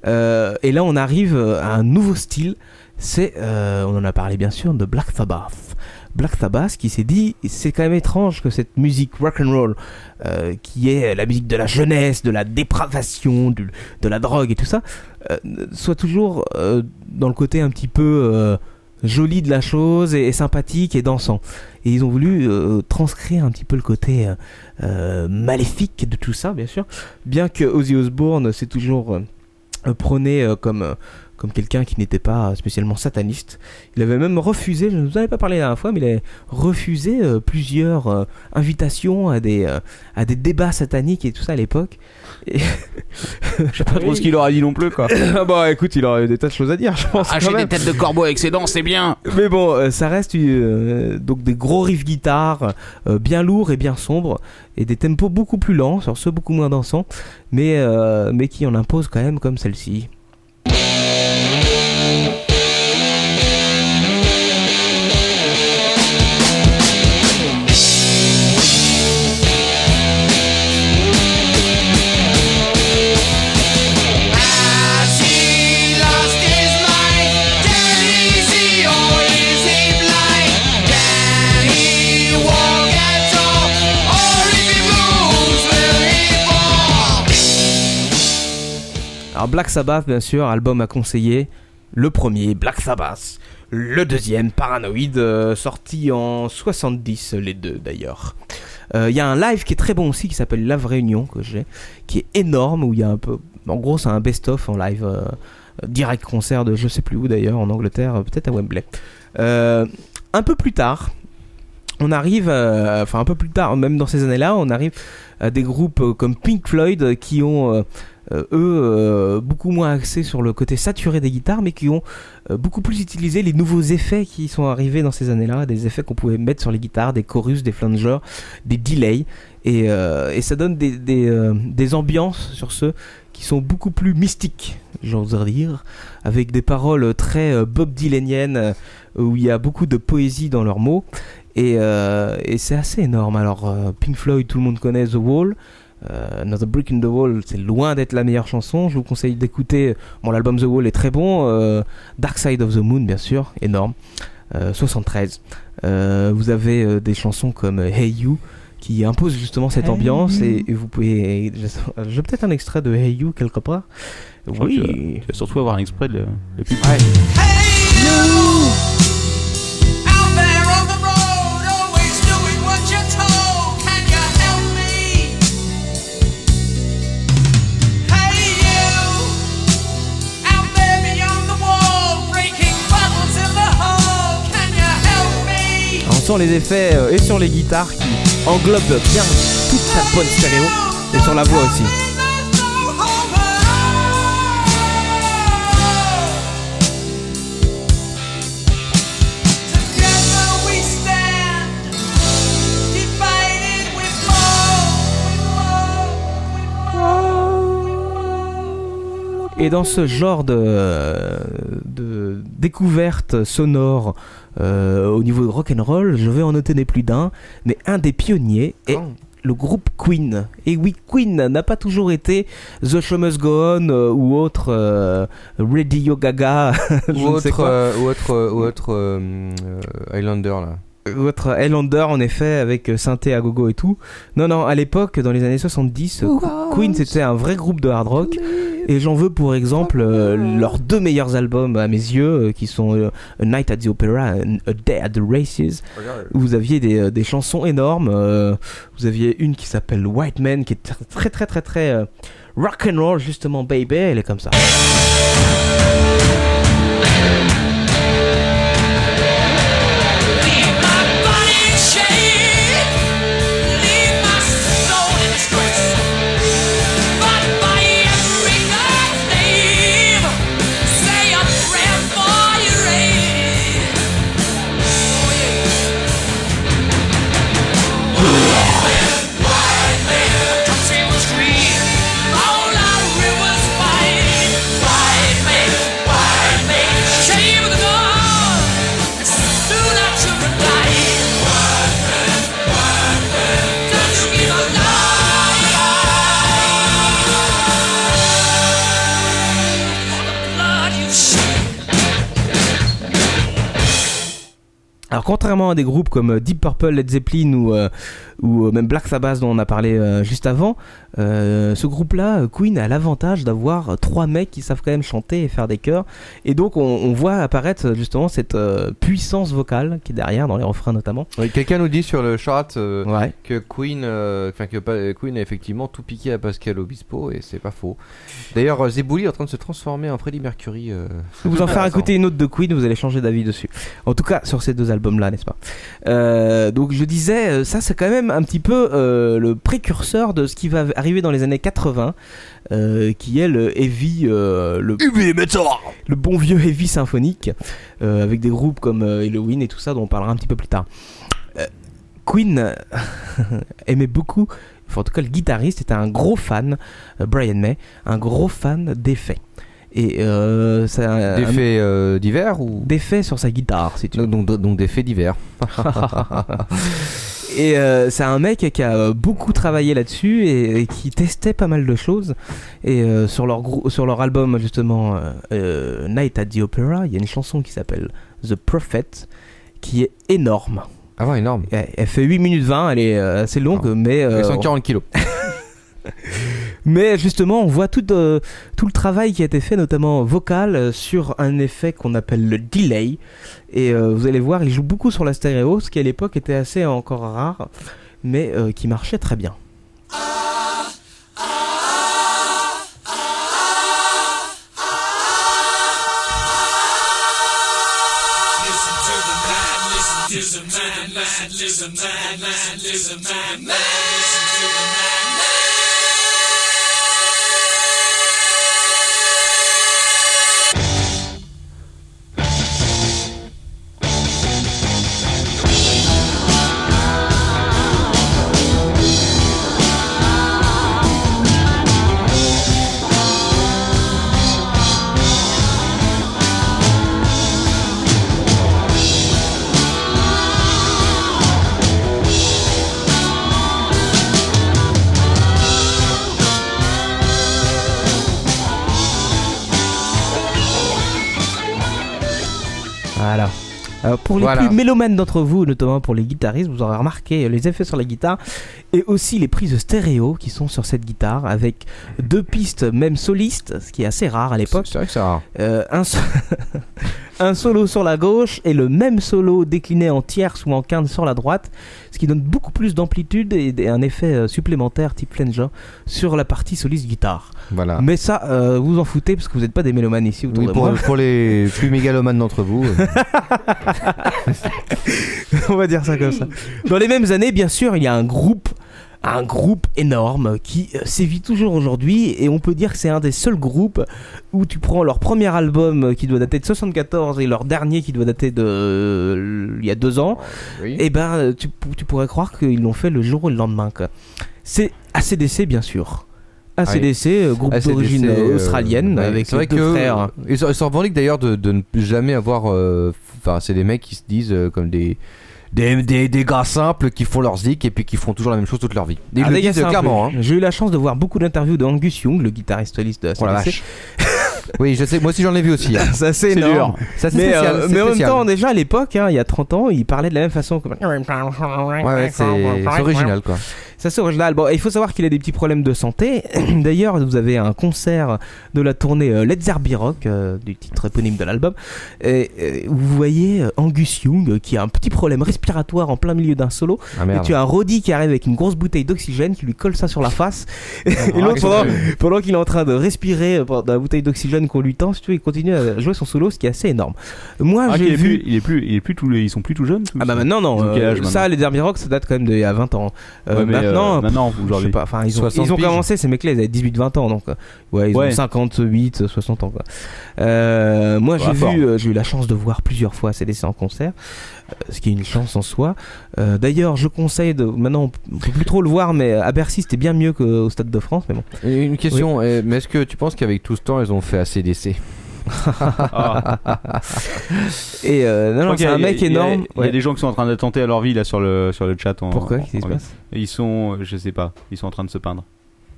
Euh, et là, on arrive à un nouveau style. C'est, euh, on en a parlé bien sûr, de Black Sabbath. Black Sabbath qui s'est dit, c'est quand même étrange que cette musique rock and roll, euh, qui est la musique de la jeunesse, de la dépravation, du- de la drogue et tout ça, euh, soit toujours euh, dans le côté un petit peu euh, joli de la chose et, et sympathique et dansant. Et ils ont voulu euh, transcrire un petit peu le côté euh, euh, maléfique de tout ça, bien sûr, bien que Ozzy Osbourne s'est toujours euh, prôné euh, comme euh, comme quelqu'un qui n'était pas spécialement sataniste. Il avait même refusé, je ne vous en avais pas parlé la dernière fois, mais il avait refusé euh, plusieurs euh, invitations à des, euh, à des débats sataniques et tout ça à l'époque. Et- je sais pas Pas trop ce qu'il aura dit non plus, quoi. ah bah écoute, il aurait eu des tas de choses à dire, je pense. quand même. têtes de corbeau avec ses dents, c'est bien. Mais bon, euh, ça reste euh, donc des gros riffs guitare, euh, bien lourds et bien sombres, et des tempos beaucoup plus lents, sur ceux beaucoup moins dansants, mais, euh, mais qui en imposent quand même comme celle-ci. Has he lost his mind? Dead is he or is he blind? Can he walk at all? Or if he moves, will he fall? Alors Black Sabbath, bien sûr, album à conseiller. Le premier, Black Sabbath. Le deuxième, Paranoid, euh, sorti en 70, les deux d'ailleurs. Euh, Il y a un live qui est très bon aussi, qui s'appelle Live Réunion, que j'ai, qui est énorme, où il y a un peu... En gros, c'est un best-of en live, euh, direct concert de je sais plus où d'ailleurs, en Angleterre, euh, peut-être à Wembley. Euh, un peu plus tard, on arrive, euh, enfin un peu plus tard, même dans ces années-là, on arrive à des groupes euh, comme Pink Floyd euh, qui ont... euh, euh, eux, euh, beaucoup moins axés sur le côté saturé des guitares, mais qui ont euh, beaucoup plus utilisé les nouveaux effets qui sont arrivés dans ces années-là, des effets qu'on pouvait mettre sur les guitares, des chorus, des flangers, des delays, et, euh, et ça donne des, des, euh, des ambiances sur ceux qui sont beaucoup plus mystiques, j'ose dire, avec des paroles très euh, Bob Dylaniennes, euh, où il y a beaucoup de poésie dans leurs mots, et, euh, et c'est assez énorme. Alors, euh, Pink Floyd, tout le monde connaît The Wall, euh, Another Brick in the Wall, c'est loin d'être la meilleure chanson. Je vous conseille d'écouter. Bon, l'album The Wall est très bon. euh, Dark Side of the Moon, bien sûr, énorme. euh, 73. Euh, vous avez euh, des chansons comme Hey You qui impose justement cette Hey ambiance You. et, et vous pouvez. et je- J'ai peut-être un extrait de Hey You quelque part. Oui. Tu vas surtout avoir un exprès de le pub. On sent les effets euh, et sur les guitares qui englobent bien toute sa bonne stéréo et sur la voix aussi. Et dans ce genre de, euh, de découverte sonore euh, au niveau de rock and roll, je vais en noter des plus d'un, mais un des pionniers est le groupe Queen. Et oui, Queen n'a pas toujours été The Show Must Go On euh, ou autre euh, Radio Gaga, je ou, ne sais autre, quoi. euh, ou autre, euh, ou autre euh, euh, Highlander là. votre Highlander en effet avec euh, synthé à gogo et tout. Non non, à l'époque dans les années 70, euh, Queen c'était un vrai groupe de hard rock et j'en veux pour exemple euh, leurs deux meilleurs albums à mes yeux euh, qui sont euh, A Night at the Opera and A Day at the Races où vous aviez des, euh, des chansons énormes, euh, vous aviez une qui s'appelle White Man qui est tr- très très très très euh, rock and roll justement baby, elle est comme ça. Shame of the God, do not children die. Alors contrairement à des groupes comme euh, Deep Purple, Led Zeppelin ou, euh, ou euh, même Black Sabbath dont on a parlé euh, juste avant, euh, ce groupe-là, euh, Queen, a l'avantage d'avoir euh, trois mecs qui savent quand même chanter et faire des chœurs. Et donc on, on voit apparaître euh, justement cette euh, puissance vocale qui est derrière, dans les refrains notamment. Oui, quelqu'un nous dit sur le chat euh, Ouais. que Queen, euh, enfin que pa- euh, Queen a effectivement tout piqué à Pascal Obispo et c'est pas faux. D'ailleurs, euh, Zebuli est en train de se transformer en Freddie Mercury. euh, Je vais vous en faire Ah, écouter une autre de Queen, vous allez changer d'avis dessus. En tout cas, sur ces deux albums-là, n'est-ce pas Euh, Donc je disais, euh, ça c'est quand même un petit peu euh, le précurseur de ce qui va arriver dans les années 80, euh, qui est le heavy, euh, le, le bon vieux heavy symphonique, euh, avec des groupes comme euh, Halloween et tout ça, dont on parlera un petit peu plus tard. Euh, Queen euh, aimait beaucoup, enfin, en tout cas le guitariste était un gros fan, euh, Brian May, un gros fan d'effets. Et euh, ça, Des faits euh, divers ou Des faits sur sa guitare, si tu veux. Donc, donc, donc des faits divers. Et euh, c'est un mec qui a euh, beaucoup travaillé là-dessus et, et qui testait pas mal de choses. Et euh, sur, leur grou- sur leur album, justement, euh, euh, Night at the Opera, il y a une chanson qui s'appelle The Prophet qui est énorme. Ah ouais, énorme. Elle, elle fait 8 minutes 20, elle est euh, assez longue, mais. euh, 140 kilos. Mais justement, on voit tout, euh, tout le travail qui a été fait, notamment vocal, euh, sur un effet qu'on appelle le delay. Et euh, vous allez voir, il joue beaucoup sur la stéréo, ce qui à l'époque était assez encore rare, mais euh, qui marchait très bien. Thank Euh, pour les Voilà. plus mélomanes d'entre vous, notamment pour les guitaristes, vous aurez remarqué euh, les effets sur la guitare et aussi les prises stéréo qui sont sur cette guitare avec deux pistes, même solistes, ce qui est assez rare à l'époque. C'est vrai que c'est rare. Euh, un, so- un solo sur la gauche et le même solo décliné en tierce ou en quinte sur la droite, ce qui donne beaucoup plus d'amplitude et d- un effet euh, supplémentaire type flanger sur la partie soliste guitare. Voilà. Mais ça, euh, vous en foutez parce que vous n'êtes pas des mélomanes ici autour Ah. Oui, de pour, moi. pour les plus mégalomanes d'entre vous. euh, On va dire ça comme ça. Dans les mêmes années, bien sûr, il y a un groupe, un groupe énorme qui euh, sévit toujours aujourd'hui et on peut dire que c'est un des seuls groupes où tu prends leur premier album euh, qui doit dater de 74 et leur dernier qui doit dater de euh, il y a deux ans. Et ben, euh, tu, pou- tu pourrais croire qu'ils l'ont fait le jour et le lendemain. quoi. C'est ACDC, bien sûr. Ah ACDC, euh, groupe ACDC, d'origine euh, australienne ouais. avec C'est vrai les deux que euh, frères. Ils s'en- ils s'en revendiquent d'ailleurs de, de ne jamais avoir. euh, Enfin, c'est des mecs qui se disent euh, comme des. Des, des, des gars simples qui font leur zik et puis qui font toujours la même chose toute leur vie. Ils Ah, le les gars, disent c'est un clairement. hein. peu- J'ai eu la chance de voir beaucoup d'interviews de Angus Young, le guitariste soliste de ACDC. Oh la vache. hein. Oui, je sais, moi aussi j'en ai vu aussi. hein. Ça c'est C'est énorme. dur. Ça, c'est Mais, spécial, euh, c'est mais en même spécial. temps, déjà à l'époque, hein, il y a 30 ans, il parlait de la même façon. que- Ouais, ouais, c'est c'est original quoi. Ça c'est original. Bon, il faut savoir qu'il a des petits problèmes de santé. D'ailleurs, vous avez un concert de la tournée euh, Let's Be Rock, euh, du titre éponyme de l'album. Et, euh, vous voyez euh, Angus Young euh, qui a un petit problème respiratoire en plein milieu d'un solo. Ah Et merde. tu as un Roddy qui arrive avec une grosse bouteille d'oxygène qui lui colle ça sur la face. Ah, et voilà, l'autre, qu'est-ce que pendant, tu pendant qu'il est en train de respirer euh, pendant la bouteille d'oxygène qu'on lui tend, si tu veux, il continue à jouer son solo, ce qui est assez énorme. Moi, Ah, qu'il j'ai est vu. plus- il est plus, il est plus tout, ils sont plus tout jeunes. tous Ah bah ça. maintenant, non. Ils ont quel euh, âge, ça, maintenant les derniers rock, ça date quand même d'il y a 20 ans. Euh, Ouais, mais, euh, maintenant, maintenant, je sais aujourd'hui. pas, enfin ils ont, 60 ils ont piges. commencé ces mecs-là, ils avaient 18-20 ans donc euh, ouais ils ont Ouais. 58, euh, 60 ans quoi. Euh, moi Bah, j'ai fort. vu, euh, j'ai eu la chance de voir plusieurs fois CDC en concert, euh, ce qui est une chance en soi. Euh, D'ailleurs je conseille, de, maintenant on p- on peut plus trop le voir mais euh, à Bercy c'était bien mieux qu'au Stade de France mais bon. Et Une question, eh, mais est-ce que tu penses qu'avec tout ce temps, ils ont fait assez d'essais Ah. Et euh, Je non, non crois qu'il c'est y a- un mec il y a- énorme. Il y a Ouais. des gens qui sont en train d'attenter à leur vie là sur le sur le chat. En, Pourquoi en- Qu'est-ce qui se en- passe Ils sont, euh, je sais pas, ils sont en train de se peindre.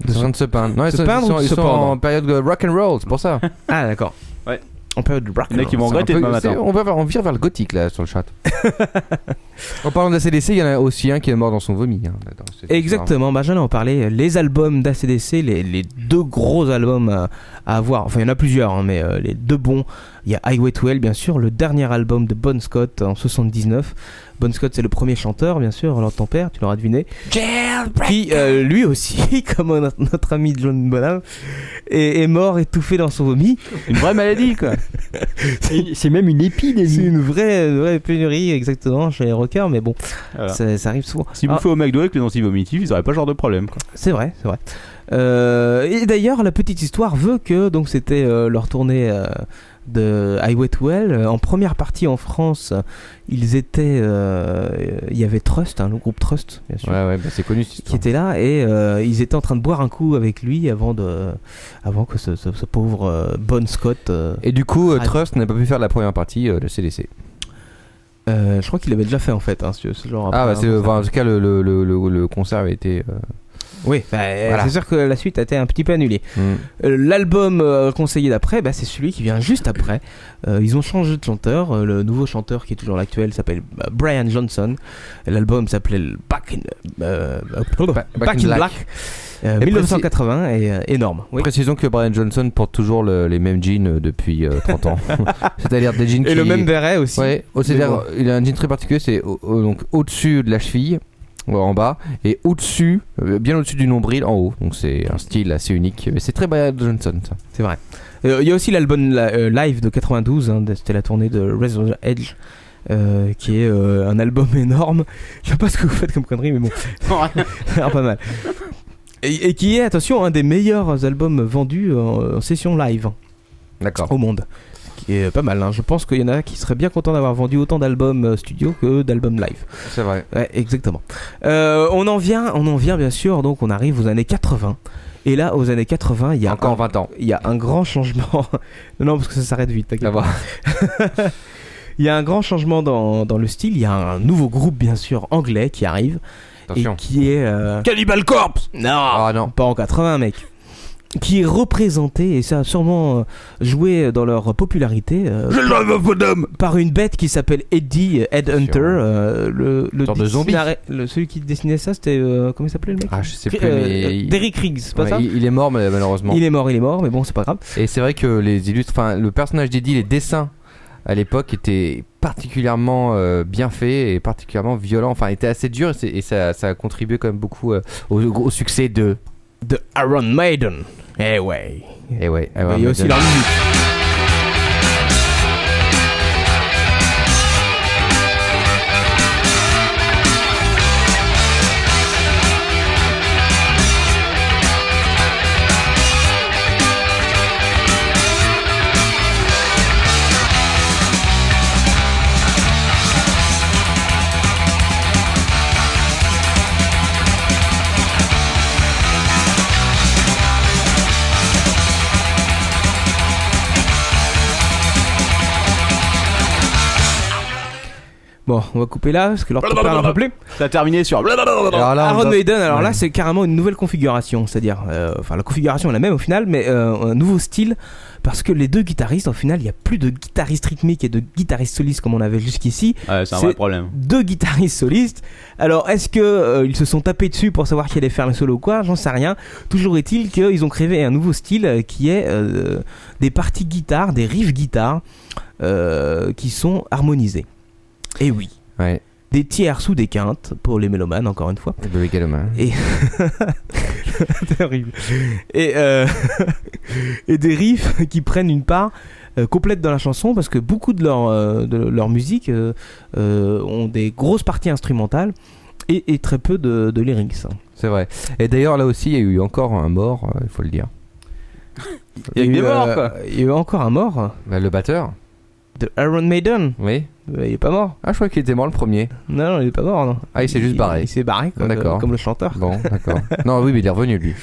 Ils sont en train de se peindre. Non, ils Se sont, peindre ils ou sont, de ils se sont en pendre période de rock and roll, c'est pour ça. Ah d'accord. Ouais. En période de rock. Il y en a qui C'est vont un regretter peu- demain matin. c'est- On, va vers- on vire vers le gothique là sur le chat. en parlant de la CDC, il y en a aussi un qui est mort dans son vomi. hein, dans cette histoire. Exactement, bah, j'allais en parler. Les albums d'ACDC, les, les deux gros albums à, à avoir, enfin il y en a plusieurs, hein, mais euh, les deux bons, il y a Highway to Hell, bien sûr, le dernier album de Bon Scott en 79. Bon Scott, c'est le premier chanteur, bien sûr, alors ton père, tu l'auras deviné, qui euh, lui aussi, comme notre, notre ami John Bonham, est, est mort étouffé dans son vomi. Une vraie maladie quoi. Et C'est même une C'est épidémie. une vraie, une vraie pénurie, exactement, chez les rockers, mais bon, Voilà. ça, ça arrive souvent. Si Ah, vous faites au McDo avec les anti-vomitifs, ils auraient pas ce genre de problème. Quoi. C'est vrai, c'est vrai. Euh, et d'ailleurs, la petite histoire veut que donc c'était euh, leur tournée euh, de Highway to Hell. Euh, En première partie en France, ils étaient, euh, il y avait Trust, hein, le groupe Trust, bien sûr. Ouais, ouais, bah, c'est connu cette histoire. Qui était là et euh, ils étaient en train de boire un coup avec lui avant de, avant que ce, ce- ce pauvre euh, Bon Scott, euh, Et du coup, euh, Ah. Trust n'a pas pu faire la première partie euh, de CDC. euh, je crois qu'il l'avait déjà fait en fait. Hein, ce, ce genre Ah, bah, après c'est, un concert. enfin, en tout cas, le, le, le, le- le concert avait été. euh, Oui, bah, euh, Voilà. c'est sûr que la suite a été un petit peu annulée. Mm. Euh, L'album euh, conseillé d'après, bah, c'est celui qui vient juste après. Euh, ils ont changé de chanteur. Euh, le nouveau chanteur qui est toujours l'actuel s'appelle bah, Brian Johnson. L'album s'appelait le Back in, euh, euh, Ba- Back in Black. Euh, Et 1980 et euh, énorme. Oui. Précisons que Brian Johnson porte toujours le- les mêmes jeans euh, depuis euh, 30 ans. C'est-à-dire des jeans Et qui- le même béret aussi. Ouais, oh, c'est-à-dire, bon. il a un jean très particulier, c'est au- au- donc au-dessus de la cheville, euh, en bas, et au-dessus, euh, bien au-dessus du nombril, en haut. Donc c'est un style assez unique. Mais c'est très Brian Johnson, ça. C'est vrai. Euh, Il y a aussi l'album la- euh, live de 92, hein, de- c'était la tournée de Razor's Edge. euh, qui est euh, un album énorme. Je sais pas ce que vous faites comme connerie, mais bon. Alors, pas mal. Et, et qui est, attention, un des meilleurs albums vendus en, en session live hein, D'accord. au monde. Qui est pas mal. hein. Je pense qu'il y en a qui seraient bien contents d'avoir vendu autant d'albums euh, studio que d'albums live. C'est vrai. Ouais, exactement. Euh, on en vient, on en vient bien sûr. Donc on arrive aux années 80. Et là, aux années 80, il y a Encore un- 20 ans. il y a un grand changement. non, non, parce que ça s'arrête vite. t'inquiète Ça va. pas. il y a un grand changement dans, dans le style. Il y a un nouveau groupe, bien sûr, anglais qui arrive Attention. et qui est euh, Cannibal Corpse non, Ah non. pas en 80, mec. qui est représenté, et ça a sûrement euh, joué dans leur popularité, euh, Je par, par une bête qui s'appelle Eddie euh, Headhunter. euh, le, le Sorte de zombie. dessinateur- le- celui qui dessinait ça, c'était. euh, comment il s'appelait le mec Ah, je sais Cri- plus, euh, mais il- Derrick Riggs, c'est pas Ouais, ça il, il est mort mais- malheureusement. Il est mort, il est mort, mais bon, c'est pas grave. Et c'est vrai que les illustres, enfin, le personnage d'Eddie, les dessins à l'époque étaient particulièrement euh, bien faits et particulièrement violents. Enfin, étaient assez durs et, c'est- et ça, ça a contribué quand même beaucoup euh, au, au succès de de Iron Maiden. Eh ouais. Eh ouais. Iron il y a aussi Maiden. leur musique. Bon, on va couper là parce que leur copain l'a rappelé. Ça a terminé sur. Alors là, on Iron doit- Maiden, alors là Ouais. c'est carrément une nouvelle configuration, c'est-à-dire, euh, enfin la configuration est la même au final, mais euh, un nouveau style parce que les deux guitaristes, au final, il n'y a plus de guitariste rythmique et de guitariste soliste comme on avait jusqu'ici. Ouais, c'est un vrai problème. Deux guitaristes solistes. Alors est-ce que euh, ils se sont tapés dessus pour savoir qui allait faire le solo ou quoi J'en sais rien. Toujours est-il qu'ils ont créé un nouveau style euh, qui est euh, des parties guitare, des riffs guitare euh, qui sont harmonisés. Et oui. Ouais. Des tiers sous des quintes pour les mélomanes, encore une fois. De Megaloman. Et. C'est horrible. Et, euh, et des riffs qui prennent une part euh, complète dans la chanson parce que beaucoup de leur, euh, de leur musique euh, euh, ont des grosses parties instrumentales et, et très peu de, de lyrics. C'est vrai. Et d'ailleurs, là aussi, il y a eu encore un mort, euh, il faut le dire. Il y a eu eu, mort, euh, quoi. Il y a eu encore un mort bah, le batteur. de Iron Maiden. Oui. il est pas mort. Ah, je crois qu'il était mort le premier. Non, non, il est pas mort. Non. Ah, il s'est juste barré. Il s'est barré Ah, comme, d'accord. comme le chanteur. Bon, d'accord. non, oui, mais il est revenu lui.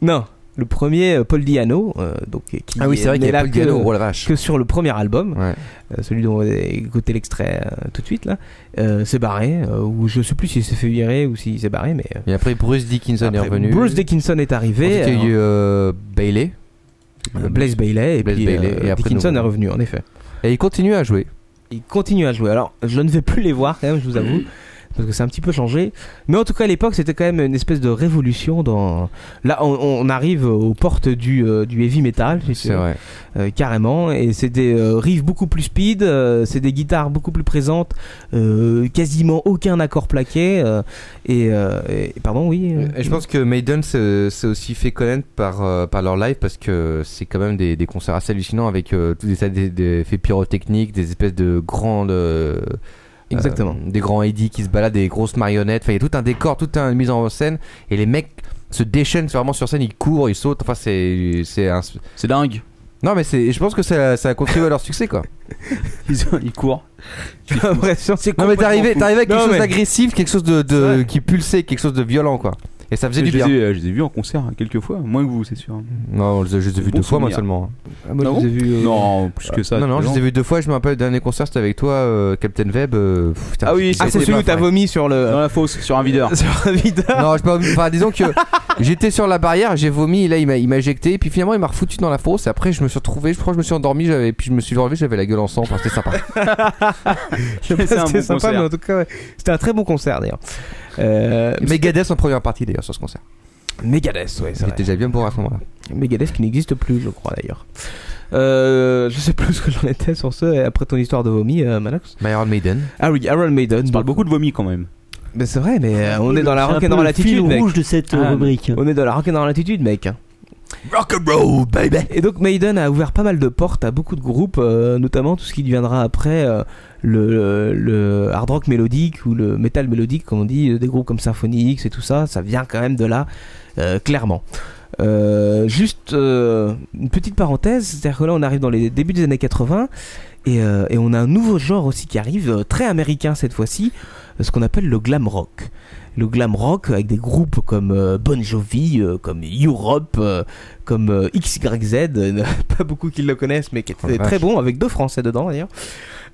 Non, le premier euh, Paul Diano, euh, donc euh, qui Ah oui, c'est vrai qu'il n'est y a là Paul que- Diano, oh la vache. que sur le premier album, Ouais. euh, celui dont on va écouter l'extrait euh, tout de suite là, euh, s'est barré euh, ou je sais plus s'il s'est fait virer ou s'il s'est barré, mais euh, Et après, Bruce Dickinson est après, revenu. Bruce Dickinson est arrivé, Ensuite, il y a eu euh, Bailey. euh, Blaze Bailey et Blaze puis Bailey, euh, et après Dickinson nous. est revenu en effet. Et il continue à jouer. Il continue à jouer. Alors je ne vais plus les voir quand même, je vous avoue. Parce que c'est un petit peu changé. Mais en tout cas, à l'époque, c'était quand même une espèce de révolution dans. Là, on, on arrive aux portes du, euh, du heavy metal. si tu C'est veux. vrai. Euh, carrément. Et c'est des euh, riffs beaucoup plus speed, euh, c'est des guitares beaucoup plus présentes, euh, quasiment aucun accord plaqué. euh, et, euh, et- pardon, oui. euh, Et je pense que Maiden s'est s'est aussi fait connaître par, euh, par leur live parce que c'est quand même des, des concerts assez hallucinants avec euh, tous des, des- des effets pyrotechniques, des espèces de grandes. euh, Exactement. euh, des grands Eddie qui se baladent, des grosses marionnettes. Enfin, il y a tout un décor, toute une mise en scène. Et les mecs se déchaînent vraiment sur scène, ils courent, ils sautent. Enfin, c'est. C'est un- C'est dingue. Non, mais c'est- je pense que ça, ça a contribué à leur succès quoi. Ils, ont- ils courent. J'ai l'impression c'est Non, mais t'es arrivé, t'es arrivé avec quelque Non, chose mais- d'agressif, quelque chose de, de- qui pulsait, quelque chose de violent quoi. Et ça faisait Je du les, bien. ai, euh, je les ai vus en concert hein, quelques fois, moins que vous, c'est sûr. hein. Non, je les ai juste vus Bon deux fois moi souvenir. seulement. moi, Ah je les ai vus, euh, Non, plus que ça. non, non, je les ai ai vus deux fois. Je me rappelle, le dernier concert, c'était avec toi, euh, Captain Web. euh, pff, putain, Ah oui, Ah, j'étais c'est celui pas où t'as frais. vomi sur le. Dans la fosse, sur un videur. sur un videur. Non, je peux- enfin, disons que j'étais sur la barrière, j'ai vomi, et là, il m'a, il m'a éjecté, et puis finalement, il m'a refoutu dans la fosse, et après, je me suis retrouvé, je crois que je me suis endormi, j'avais, et puis je me suis relevé, j'avais la gueule en sang, enfin, c'était sympa. Je sais C'est pas si un C'était bon sympa, concert. mais en tout cas, ouais. c'était un très bon concert d'ailleurs. Euh, Megadeth en première partie, d'ailleurs, sur ce concert. Megadeth, ouais, c'est J'étais vrai. déjà bien bourré à ce moment-là. Megadeth qui n'existe plus, je crois d'ailleurs. Euh, je sais plus ce que j'en étais sur ce, après ton histoire de vomi, euh, Manox. My Iron Maiden. Ah oui, Iron Maiden. On parle beaucoup de vomi quand même. Mais c'est vrai, mais euh, on est dans la C'est un peu rock'n'roll le fil attitude, mec. rouge de cette euh, Ah, mais- rubrique. On est dans la rock'n'roll attitude, mec. Rock'n'roll, baby. Et donc Maiden a ouvert pas mal de portes à beaucoup de groupes, euh, notamment tout ce qui deviendra après euh, le, le hard rock mélodique ou le metal mélodique, comme on dit, euh, des groupes comme Symphonix et tout ça, ça vient quand même de là, euh, clairement. Euh, juste euh, une petite parenthèse, c'est-à-dire que là on arrive dans les débuts des années 80 et, euh, et on a un nouveau genre aussi qui arrive, euh, très américain cette fois-ci, euh, ce qu'on appelle le glam rock. Le glam rock avec des groupes comme euh, Bon Jovi, euh, comme Europe, euh, comme euh, XYZ, euh, pas beaucoup qui le connaissent mais qui Oh la était très vache. bon avec deux Français dedans d'ailleurs.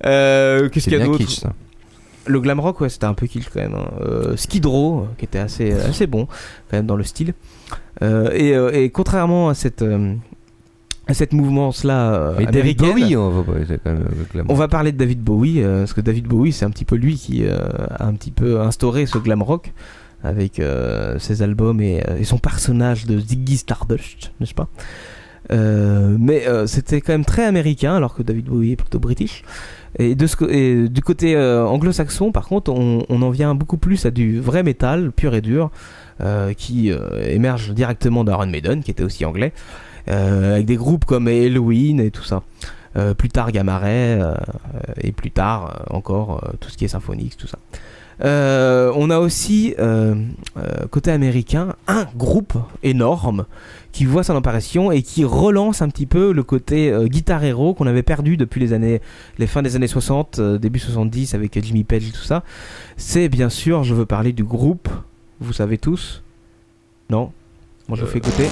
Euh, Qu'est-ce C'est qu'il y a bien d'autre kitsch, ça. le glam rock, ouais, c'était un peu kitsch quand même. hein. Euh, Skid Row, euh, qui était assez, euh, assez bon, quand même, dans le style. Euh, et, euh, et contrairement à cette, euh, à cette mouvement-là euh, Mais David américaine, Bowie, on va, c'est quand même, euh, clairement. on va parler de David Bowie, euh, parce que David Bowie, c'est un petit peu lui qui euh, a un petit peu instauré ce glam rock avec euh, ses albums et, euh, et son personnage de Ziggy Stardust, n'est-ce pas Euh, mais euh, c'était quand même très américain, alors que David Bowie est plutôt british. Et, de ce co- et du côté euh, anglo-saxon, par contre, on, on en vient beaucoup plus à du vrai métal, pur et dur, euh, qui euh, émerge directement d'Iron Maiden, qui était aussi anglais, euh, avec des groupes comme Halloween et tout ça. Euh, plus tard Gamaret, euh, et plus tard euh, encore euh, tout ce qui est symphonique, tout ça. Euh, on a aussi, euh, euh, côté américain, un groupe énorme qui voit son apparition et qui relance un petit peu le côté euh, guitar hero qu'on avait perdu depuis les années, les fins des années 60, euh, début 70 avec Jimmy Page et tout ça. C'est bien sûr, je veux parler du groupe, vous savez tous. Non Bon, je vous fais écouter.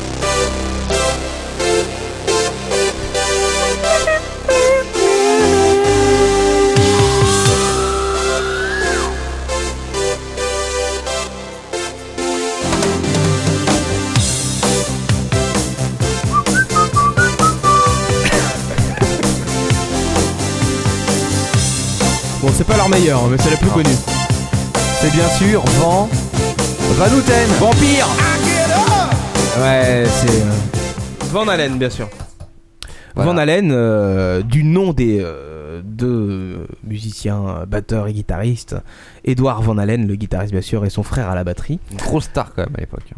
Bon, c'est pas leur meilleur, hein, mais c'est la plus connue. C'est bien sûr Van Valouten Vampire Ouais, c'est. euh, Van Allen, bien sûr. Van Allen, euh, du nom des euh, deux musiciens, euh, batteurs et guitaristes, Edouard Van Allen, le guitariste bien sûr, et son frère à la batterie. Grosse star quand même à l'époque.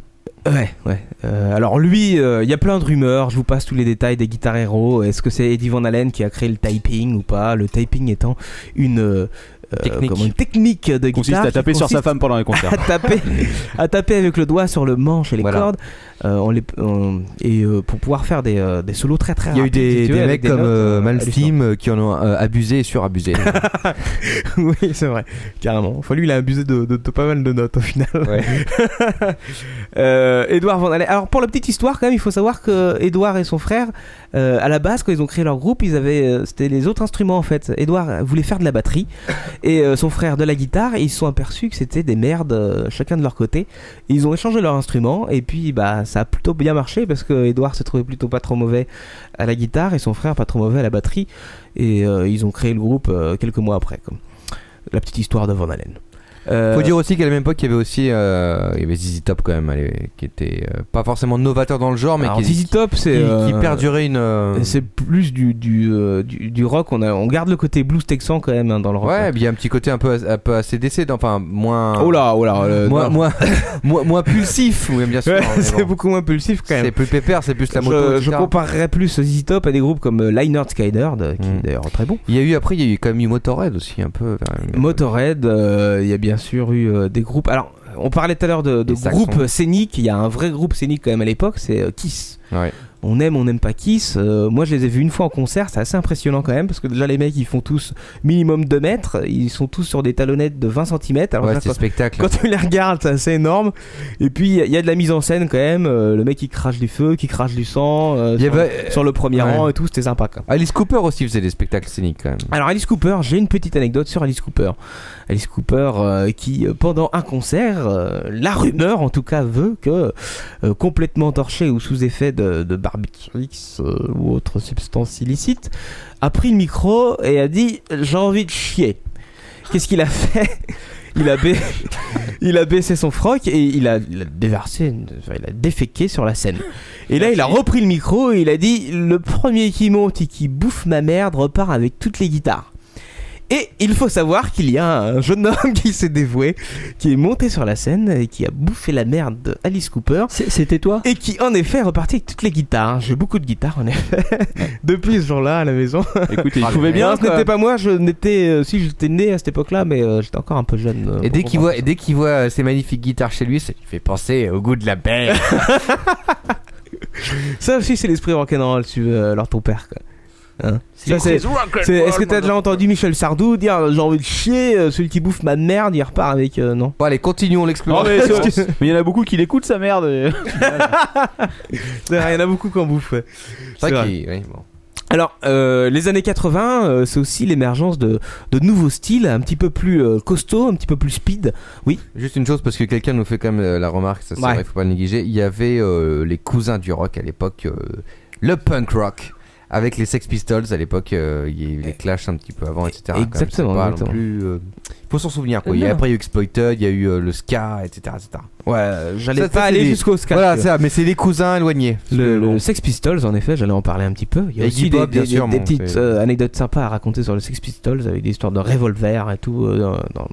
Ouais, ouais. Euh, alors lui, il y a plein de rumeurs, je vous passe tous les détails des Guitar Hero. Est-ce que c'est Eddie Van Allen qui a créé le typing ou pas Le typing étant une, euh, Technique. comment- une technique de Consiste guitare à taper qui sur sa consiste femme pendant les concerts. À taper, à taper avec le doigt sur le manche et les cordes euh, on les, on- et euh, pour pouvoir faire des, euh, des solos très très Il y a eu rapides, si des, tu veux, des mecs avec des comme notes, euh, euh, Malmsteen euh, qui en ont euh, abusé et surabusé. oui, c'est vrai, carrément. Enfin, lui, il a abusé de, de- de pas mal de notes au final. Euh, Edouard Van Allen. Alors, pour la petite histoire, quand même, il faut savoir que Edouard et son frère, euh, à la base, quand ils ont créé leur groupe, ils avaient, euh, c'était les autres instruments en fait. Edouard voulait faire de la batterie et euh, son frère de la guitare. Et ils se sont aperçus que c'était des merdes, euh, chacun de leur côté. Ils ont échangé leurs instruments et puis, bah, ça a plutôt bien marché parce que Edouard se trouvait plutôt pas trop mauvais à la guitare et son frère pas trop mauvais à la batterie. Et euh, ils ont créé le groupe euh, quelques mois après. Comme la petite histoire de Van Allen. Euh, Faut dire aussi qu'à la même époque, il y avait aussi euh, il y avait ZZ Top quand même, allez, qui était euh, pas forcément novateur dans le genre, mais Alors, qui, ZZ Top, c'est qui, euh, qui perdurait une. euh, C'est plus du du, euh, du du rock. On a on garde le côté blues texan quand même hein, dans le rock. Ouais, puis il y a un petit côté un peu, un peu ACDC, dans- enfin moins. Oh là, oh là, euh, moins, non. moins, moins, moins pulsif, oui, bien sûr. Ouais, mais c'est bon. beaucoup moins pulsif quand même. C'est plus pépère, c'est plus la moto. Je, je etc. comparerais plus ZZ Top à des groupes comme euh, Lynyrd Skynyrd, qui Hum. est d'ailleurs très bon. Il y a eu après, il y a eu quand même eu Motorhead aussi un peu. quand même. Motorhead, euh, il y a bien sûr eu euh, des groupes. Alors, on parlait tout à l'heure de, de Les Saxons. groupes euh, scéniques. Il y a un vrai groupe scénique quand même à l'époque, c'est euh, Kiss. Ouais. On aime, on n'aime pas Kiss. Euh, moi, je les ai vus une fois en concert, c'est assez impressionnant quand même, parce que déjà les mecs, ils font tous minimum 2 mètres, ils sont tous sur des talonnettes de 20 cm. Alors, Ouais, déjà, c'est quand- spectacle. Quand tu les regardes, c'est assez énorme. Et puis, il y a- il y, a de la mise en scène quand même. Euh, le mec qui crache du feu, qui crache du sang euh, Il y sur, avait- sur le premier Ouais. rang et tout, c'était sympa quand même. Alice Cooper aussi faisait des spectacles scéniques quand même. Alors Alice Cooper, j'ai une petite anecdote sur Alice Cooper. Alice Cooper euh, qui euh, pendant un concert, euh, la rumeur en tout cas veut que euh, complètement torché ou sous effet de, de barbiturix euh, ou autre substance illicite, a pris le micro et a dit j'ai envie de chier. Qu'est-ce qu'il a fait il a, ba- il a baissé son froc et il a, il a déversé, une- enfin, il a déféqué sur la scène. Et là, il a repris le micro et il a dit Le premier qui monte et qui bouffe ma merde repart avec toutes les guitares. Et il faut savoir qu'il y a un jeune homme qui s'est dévoué, qui est monté sur la scène et qui a bouffé la merde de Alice Cooper. C'était toi Et qui en effet est reparti avec toutes les guitares. J'ai beaucoup de guitares en effet. Depuis ce jour-là à la maison. Écoute, il trouvait bien, Non, ce Ah, quoi. n'était pas moi, je n'étais. euh, si j'étais né à cette époque-là, mais euh, j'étais encore un peu jeune. euh, Et dès pour qu'il comprendre voit, et dès qu'il voit euh, ces magnifiques guitares chez lui, ça lui fait penser au goût de la paix. Ça aussi, c'est l'esprit rock'n'roll, tu veux, euh, alors ton père, quoi. Hein C'est Ça, c'est- c'est rock'n'roll, c'est- Est-ce que t'as mon déjà entendu Michel Sardou dire j'ai envie de chier, euh, celui qui bouffe ma merde, il repart avec. euh, non. bon, allez, continuons Non, l'exploration. mais, c'est- mais il y en a beaucoup qui l'écoutent sa merde. et- Il y en a beaucoup qui en bouffent, ouais. C'est vrai vrai. qu'il- oui, bon. Alors, euh, les années 80, euh, c'est aussi l'émergence de, de nouveaux styles, un petit peu plus euh, costauds, un petit peu plus speed. Oui. Juste une chose, parce que quelqu'un nous fait quand même euh, la remarque, ça c'est Ouais. vrai, faut pas le négliger. Il y avait euh, les cousins du rock à l'époque, euh, le punk rock. Avec les Sex Pistols à l'époque, euh, il y a eu les Clash un petit peu avant, etc. quand même, c'est Eh. exactement, pas non exactement. plus, euh, faut s'en souvenir quoi. Il y a- Non. après il y a eu Exploited, il y a eu euh, le ska, etc., etc. Ouais, euh, j'allais Ça, pas ça, aller c'est des- jusqu'au ska. Voilà, c'est ça, mais c'est les cousins éloignés. Le, le Sex Pistols, en effet, j'allais en parler un petit peu. Il y a Et aussi Iggy des, Pop, bien des- sûr, des bon, petites c'est- euh, anecdotes sympas à raconter sur le Sex Pistols avec des histoires de revolver et tout euh, dans- dans-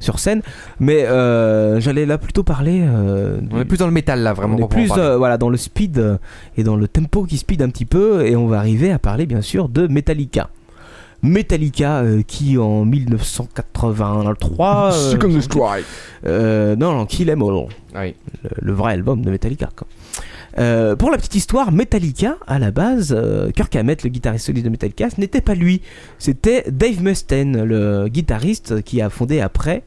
sur scène. Mais euh, j'allais là plutôt parler. euh, du- On est plus dans le métal là, vraiment. on est proprement plus parler. euh, voilà dans le speed euh, et dans le tempo qui speed un petit peu et on va arriver à parler bien sûr de Metallica. Metallica euh, qui en 1983 Second euh, Strike. euh, non non Kill Em All le, le vrai album de Metallica quoi. Euh, pour la petite histoire, Metallica, à la base, euh, Kirk Hammett, le guitariste soliste de Metallica, ce n'était pas lui. C'était Dave Mustaine, le guitariste qui a fondé après,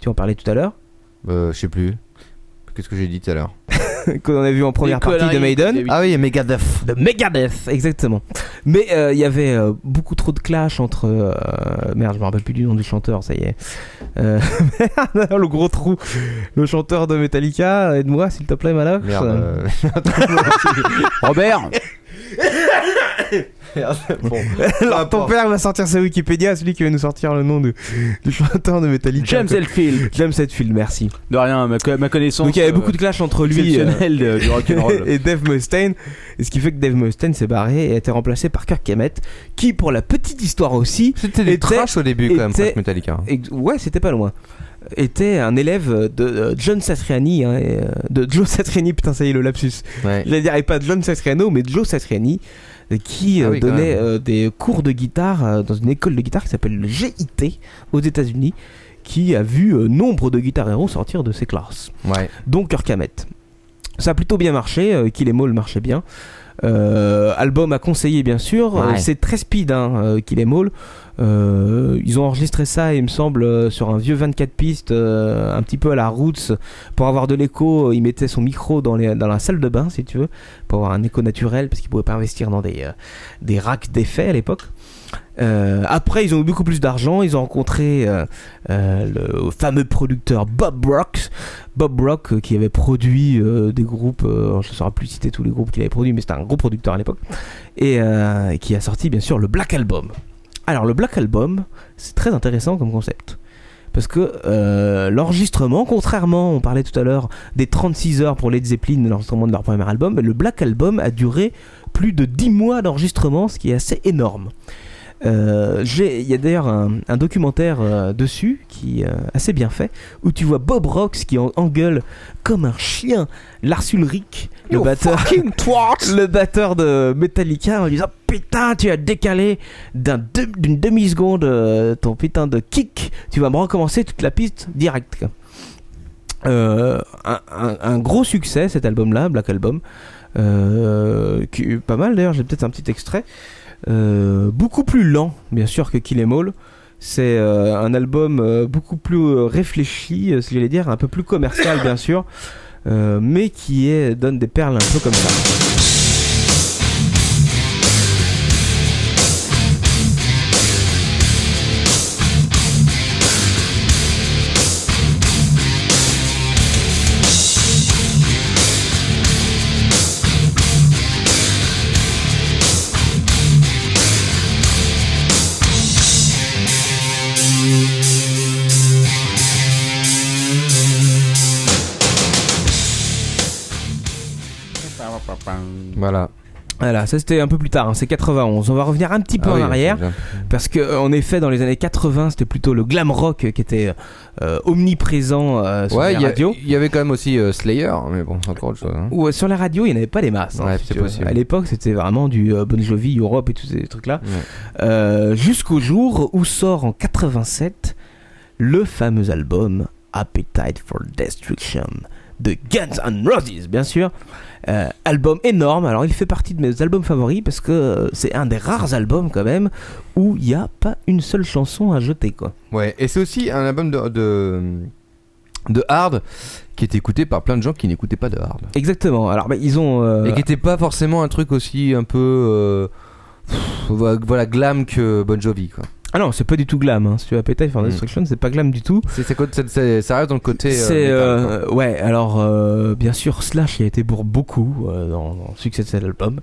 tu en parlais tout à l'heure, Euh, je sais plus. Qu'est-ce que j'ai dit tout à l'heure qu'on a vu en première partie de Maiden. Ah oui, Megadeth. De Megadeth, exactement. Mais euh, il y avait euh, beaucoup trop de clash entre. euh, merde, je me rappelle plus du nom du chanteur, ça y est. Euh, merde, le gros trou. Le chanteur de Metallica, aide-moi s'il te plaît, Malox. Merde, euh, Robert Bon. Alors, ton père va sortir sa Wikipédia, celui qui va nous sortir le nom de- du chanteur de Metallica. James Hetfield. James Hetfield, merci. De rien, ma, co- ma connaissance. Donc il y avait euh, beaucoup de clash entre lui euh, exceptionnelle de- du rock'n'roll. et Dave Mustaine, et ce qui fait que Dave Mustaine s'est barré et a été remplacé par Kirk Hammett, qui pour la petite histoire aussi, c'était des trash au début quand même, hein. presque Metallica. Ex- Ouais, c'était pas loin. Était un élève de euh, John Satriani, hein, et, euh, de Joe Satriani, putain ça y est le lapsus. Ouais. J'allais dire, et pas John Satriano, mais Joe Satriani, euh, qui Ah euh, oui, quand donnait même. euh, des cours de guitare euh, dans une école de guitare qui s'appelle le GIT aux États-Unis, qui a vu euh, nombre de guitares héros sortir de ses classes Ouais. dont Kirk Hammett. Ça a plutôt bien marché, euh, Kill Em All marchait bien. Euh, album à conseiller bien sûr, Ouais. Euh, c'est très speed hein, euh, Kill Em All. Euh, ils ont enregistré ça, il me semble, euh, sur un vieux 24 pistes, euh, un petit peu à la roots. Pour avoir de l'écho, euh, il mettait son micro dans, les- dans la salle de bain, si tu veux, pour avoir un écho naturel, parce qu'ils ne pouvaient pas investir dans des, euh, des racks d'effets à l'époque. Euh, après, ils ont eu beaucoup plus d'argent. Ils ont rencontré euh, euh, le fameux producteur Bob Rock. Bob Rock euh, qui avait produit euh, des groupes, euh, je ne saurais plus citer tous les groupes qu'il avait produits, mais c'était un gros producteur à l'époque. Et euh, qui a sorti bien sûr le Black Album. Alors, le Black Album, c'est très intéressant comme concept. Parce que euh, l'enregistrement, contrairement, on parlait tout à l'heure des 36 heures pour Led Zeppelin, l'enregistrement de leur premier album, le Black Album a duré plus de 10 mois d'enregistrement, ce qui est assez énorme. Euh, j'ai- Il y a d'ailleurs un, un documentaire euh, dessus qui est assez bien fait, où tu vois Bob Rox qui en- engueule comme un chien Lars Ulrich, le You batteur, le batteur de Metallica, en lui disant putain tu as décalé d'un de- d'une demi seconde ton putain de kick, tu vas me recommencer toute la piste direct. quoi. Euh, un, un- un gros succès cet album-là, Black Album, euh, qui pas mal d'ailleurs. J'ai peut-être un petit extrait. Euh, beaucoup plus lent, bien sûr, que Kill Em All. C'est euh, un album euh, beaucoup plus euh, réfléchi, euh, si j'allais dire, un peu plus commercial, bien sûr, euh, mais qui est, donne des perles un peu comme ça. Voilà. Voilà, ça c'était un peu plus tard, hein, c'est 91. On va revenir un petit peu Ah en oui, arrière, c'est bien. parce que euh, en effet, dans les années 80, c'était plutôt le glam rock euh, qui était euh, omniprésent euh, sur Ouais, les il y a- radios. il y, avait quand même aussi euh, Slayer, mais bon, c'est encore autre chose. hein. Ou euh, sur la radio, il n'y en avait pas des masses. hein, Ouais, si c'est tu veux. possible. À l'époque, c'était vraiment du euh, Bon Jovi, Europe et tous ces trucs-là. Ouais. Euh, Jusqu'au jour où sort en 87 le fameux album Appetite for Destruction de Guns N' Roses, bien sûr. Euh, album énorme. Alors, il fait partie de mes albums favoris parce que euh, c'est un des rares albums quand même où il n'y a pas une seule chanson à jeter, quoi. Ouais, et c'est aussi un album de, de, de hard qui est écouté par plein de gens qui n'écoutaient pas de hard. Exactement. Alors, bah, ils ont. euh, Et qui n'était pas forcément un truc aussi un peu. euh, pff, voilà glam que Bon Jovi quoi. Ah non, c'est pas du tout glam. hein. Si tu veux Appetite Hmm. for Destruction, c'est pas glam du tout. C'est, c'est, quoi- c'est- c'est- ça reste dans le côté. euh, C'est métal, quoi. euh, ouais. Alors euh, bien sûr, Slash y a été pour beaucoup euh, dans, dans le succès de cet album.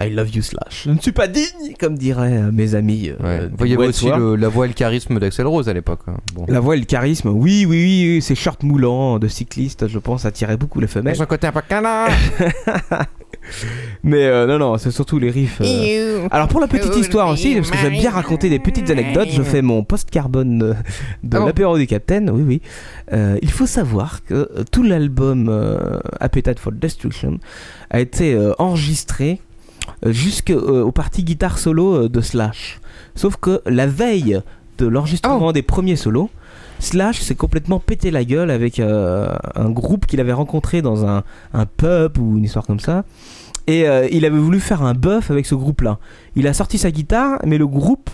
I love you Slash. Je ne suis pas digne, comme diraient euh, mes amis. euh, Ouais. du Vous voyez aussi Westworld. le- la voix et le charisme d'Axel Rose à l'époque. hein. Bon. La voix et le charisme, oui, oui, oui, oui, ces shorts moulants de cyclistes, je pense, attiraient beaucoup les femelles. Son côté un peu canard. Mais euh, non, non, c'est surtout les riffs. euh. Ew. Alors pour la petite Ew, histoire aussi, parce que j'aime bien raconter des petites anecdotes, je fais mon post-carbone euh, de Ah bon l'apéro du Capitaine, oui, oui. Euh, il faut savoir que euh, tout l'album euh, Appetite for Destruction a été euh, enregistré euh, jusqu'aux parties guitare solo euh, de Slash. Sauf que la veille de l'enregistrement Oh. des premiers solos, Slash s'est complètement pété la gueule avec euh, un groupe qu'il avait rencontré dans un, un pub ou une histoire comme ça. Et euh, il avait voulu faire un buff avec ce groupe-là. Il a sorti sa guitare, mais le groupe,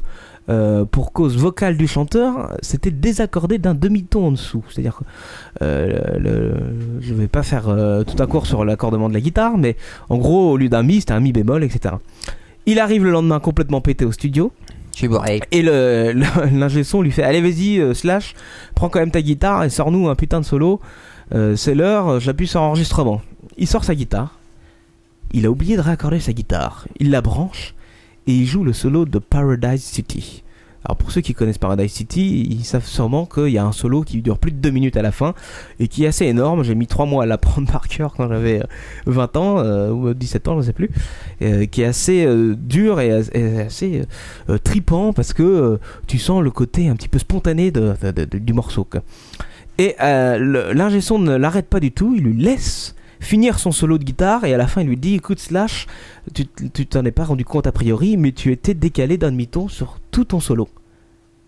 euh, pour cause vocale du chanteur, s'était désaccordé d'un demi-ton en dessous. C'est-à-dire que euh, le- je vais pas faire euh, tout à court sur l'accordement de la guitare, mais en gros, au lieu d'un mi, c'était un mi bémol, etc. Il arrive le lendemain complètement pété au studio. Et le, le- l'ingé son lui fait Allez, vas-y, euh, slash, prends quand même ta guitare et sors-nous un putain de solo. Euh, c'est l'heure, euh, j'appuie sur enregistrement. Il sort sa guitare. Il a oublié de raccorder sa guitare. Il la branche et il joue le solo de Paradise City. Alors pour ceux qui connaissent Paradise City, ils savent sûrement qu'il y a un solo qui dure plus de 2 minutes à la fin et qui est assez énorme. J'ai mis 3 mois à l'apprendre par cœur quand j'avais euh, 20 ans euh, ou 17 ans, je ne sais plus. euh, qui est assez euh, dur et, as- et assez euh, euh, tripant parce que euh, tu sens le côté un petit peu spontané de- de- de- du morceau. quoi. Et euh, le- l'ingé son ne l'arrête pas du tout, il lui laisse finir son solo de guitare et à la fin il lui dit écoute Slash, tu t- tu t'en es pas rendu compte a priori mais tu étais décalé d'un demi-ton sur tout ton solo.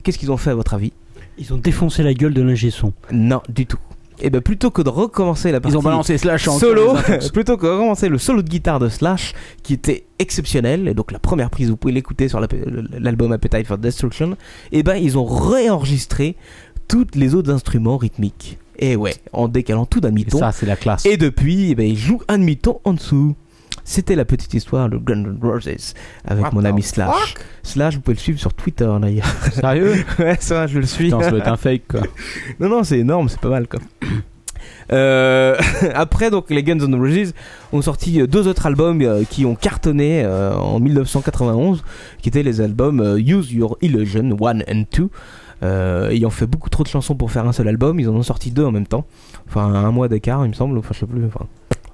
Qu'est-ce qu'ils ont fait à votre avis Ils ont défoncé la gueule de l'ingé son. Non, du tout. Et ben plutôt que de recommencer la partie ont balancé Slash en solo, quinze intenses. plutôt que de recommencer le solo de guitare de Slash qui était exceptionnel et donc la première prise vous pouvez l'écouter sur la- l'album Appetite for Destruction, et ben ils ont réenregistré toutes les autres instruments rythmiques. Et ouais, en décalant tout d'un demi-ton. ça, c'est la classe. Et depuis, eh ben, ils jouent un demi-ton en dessous. C'était la petite histoire de Guns N' Roses avec mon ami Slash. Slash, vous pouvez le suivre sur Twitter d'ailleurs. Sérieux Ouais, ça, va, je le suis. Putain, ça doit être un fake quoi. Non, non, c'est énorme, c'est pas mal quoi. Euh, après, donc, les Guns N' Roses ont sorti euh, deux autres albums euh, qui ont cartonné euh, en 1991, qui étaient les albums euh, Use Your Illusion 1 and 2. Euh, ayant fait beaucoup trop de chansons pour faire un seul album, ils en ont sorti deux en même temps. Enfin, un mois d'écart, il me semble, enfin, je sais plus, enfin,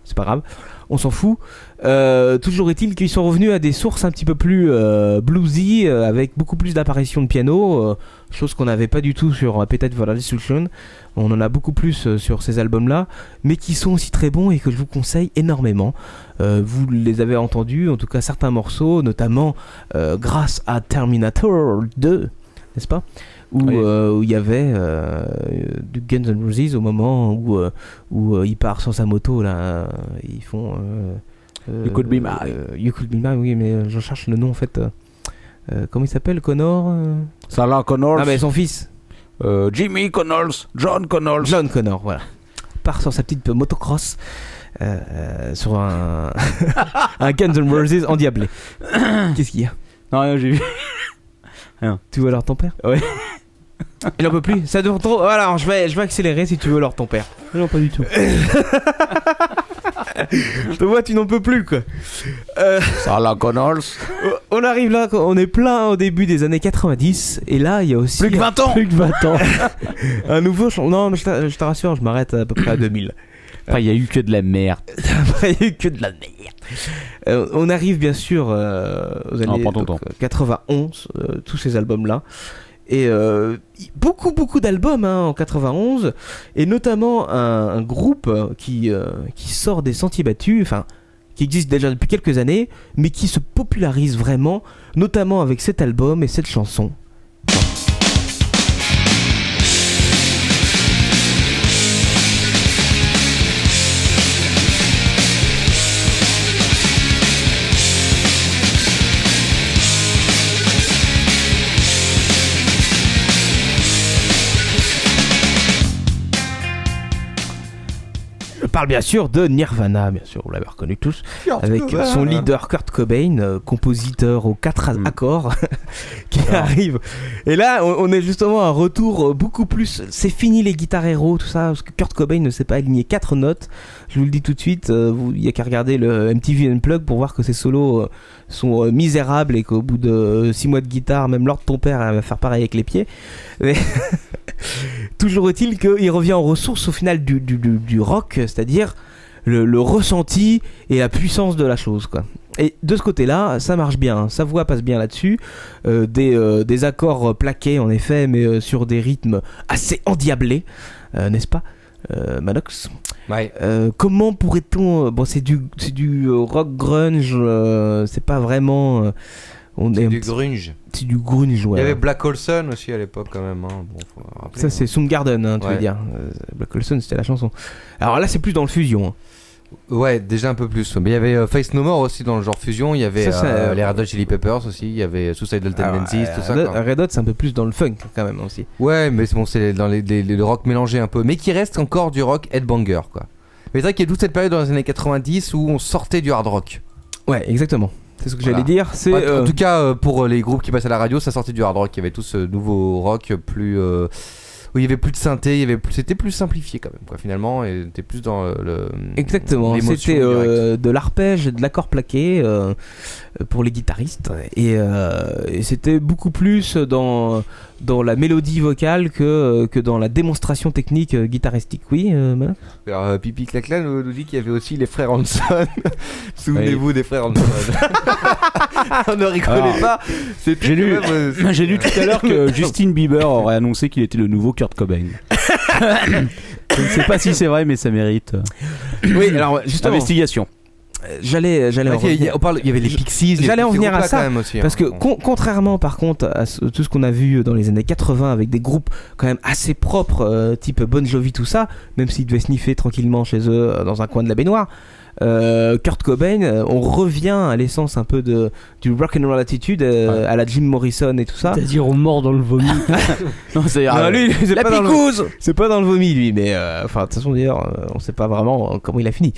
c'est pas grave, on s'en fout. Euh, toujours est-il qu'ils sont revenus à des sources un petit peu plus euh, bluesy, euh, avec beaucoup plus d'apparitions de piano, euh, chose qu'on n'avait pas du tout sur euh, peut-être Voilà Destruction. On en a beaucoup plus euh, sur ces albums-là, mais qui sont aussi très bons et que je vous conseille énormément. Euh, vous les avez entendus, en tout cas certains morceaux, notamment euh, grâce à Terminator 2, n'est-ce pas où euh, où il y avait euh, du Guns N' Roses au moment où, euh, où euh, il part sur sa moto, là, euh, ils font... euh, You could be euh, mine. euh, you could be mine, oui, mais euh, je cherche le nom en fait. euh, euh, comment il s'appelle, Connor euh Salah Connors. Ah, mais son fils. Jimmy Connors. John Connors. John Connor, voilà. Part sur sa petite euh, motocross euh, euh, sur un, un Guns N' Roses endiablé. Qu'est-ce qu'il y a Non, rien, j'ai vu. Rien. Tu vois alors ton père Ouais. Il en peut plus. Ça dure trop. Voilà, je vais, je vais accélérer si tu veux, alors ton père. Non, pas du tout. Je te vois, tu n'en peux plus quoi. Euh, Salah Connors. on arrive là, on est plein au début des années 90, et là il y a aussi. Plus que 20 ans Plus que 20 ans Un nouveau. chan- Non, mais je te, je te rassure, je m'arrête à peu près à 2000. Enfin, il y a eu que de la merde. Il y a eu que de la merde. Euh, on arrive bien sûr euh, aux Non, années prends ton donc, temps. 91, euh, tous ces albums-là. Et euh, y- beaucoup, beaucoup d'albums hein, en 91, et notamment un, un groupe euh, qui, euh, qui sort des sentiers battus, enfin, qui existe déjà depuis quelques années, mais qui se popularise vraiment, notamment avec cet album et cette chanson. parle bien sûr de Nirvana, bien sûr, vous l'avez reconnu tous, Kurt avec Cobain. son leader Kurt Cobain, euh, compositeur aux quatre a- accords, qui arrive. Et là, on, on est justement à un retour euh, beaucoup plus. C'est fini les guitares héros, tout ça, parce que Kurt Cobain ne sait pas aligner quatre notes. Je vous le dis tout de suite, euh, vous- il n'y a qu'à regarder le MTV Unplugged pour voir que ses solos euh, sont euh, misérables et qu'au bout de euh, six mois de guitare, même Lord ton père elle va faire pareil avec les pieds. Mais- Toujours est-il qu'il revient aux ressources au final du, du- du- du rock, c'est-à-dire le, le ressenti et la puissance de la chose. Quoi. Et de ce côté-là, ça marche bien, hein. sa voix passe bien là-dessus, euh, des, euh, des accords euh, plaqués en effet, mais euh, sur des rythmes assez endiablés, euh, n'est-ce pas euh, Maddox Euh, comment pourrait-on euh, bon c'est du c'est du euh, rock grunge euh, c'est pas vraiment euh, on est un du petit- grunge. c'est du grunge ouais Il y avait Black Olson aussi à l'époque quand même. hein. Bon, faut le rappeler, ça, c'est hein. Soundgarden, hein, tu Ouais. veux dire. Euh, Black Olson, c'était la chanson. Alors là, c'est plus dans le fusion. hein. Ouais, déjà un peu plus. Mais il y avait euh, Face No More aussi dans le genre fusion. Il y avait Ça, ça, euh, euh, les Red Hot Chili Peppers aussi. Il y avait Suicidal Alors, Tendencies, euh, tout ça. Red- quoi. Red Hot, c'est un peu plus dans le funk quand même aussi. Ouais, mais c'est bon, c'est dans les, les- le rock mélangé un peu. Mais qui reste encore du rock headbanger, quoi. Mais c'est vrai qu'il y a toute cette période dans les années 90 où on sortait du hard rock. Ouais, exactement. C'est ce que j'allais dire, c'est, En, en euh, tout cas, euh, pour euh, les groupes qui passent à la radio, ça sortait du hard rock. Il y avait tout ce nouveau rock plus. euh, où il y avait plus de synthé, il y avait plus- c'était plus simplifié quand même, quoi, finalement. Et t'es plus dans euh, le. Exactement, l'émotion c'était directe. euh, de l'arpège, et de l'accord plaqué euh, pour les guitaristes et, euh, et c'était beaucoup plus dans dans la mélodie vocale que que dans la démonstration technique euh, guitaristique. Oui, euh, Manon Alors, euh, Pipi Claclan nous, nous dit qu'il y avait aussi les frères Hanson. Souvenez-vous des frères Hanson. On ne rigolait Alors, pas. C'était J'ai quand lu, même, euh, j'ai lu tout à l'heure que Justin Bieber aurait annoncé qu'il était le nouveau Kurt Cobain. Je ne sais pas si c'est vrai, mais ça mérite. euh, Oui, alors justement. Investigation. Ah, J'allais, j'allais. en Il y a- il y a- revenir. on parle- il y avait les Pixies, il y a J'allais tous en ces venir à groupes-là ça quand même aussi, hein. parce que con- contrairement par contre à ce- tout ce qu'on a vu dans les années 80 avec des groupes quand même assez propres, euh, type Bon Jovi tout ça, même s'ils devaient sniffer tranquillement chez eux euh, dans un coin de la baignoire. euh, Kurt Cobain, euh, on revient à l'essence un peu de du rock and roll attitude euh, à la Jim Morrison et tout ça. C'est-à-dire on mord dans le vomi. Ah. non, c'est ah, euh, lui, c'est la pas dans le- picouse C'est pas dans le vomi lui, mais euh, enfin de toute façon d'ailleurs, euh, on sait pas vraiment euh, comment il a fini.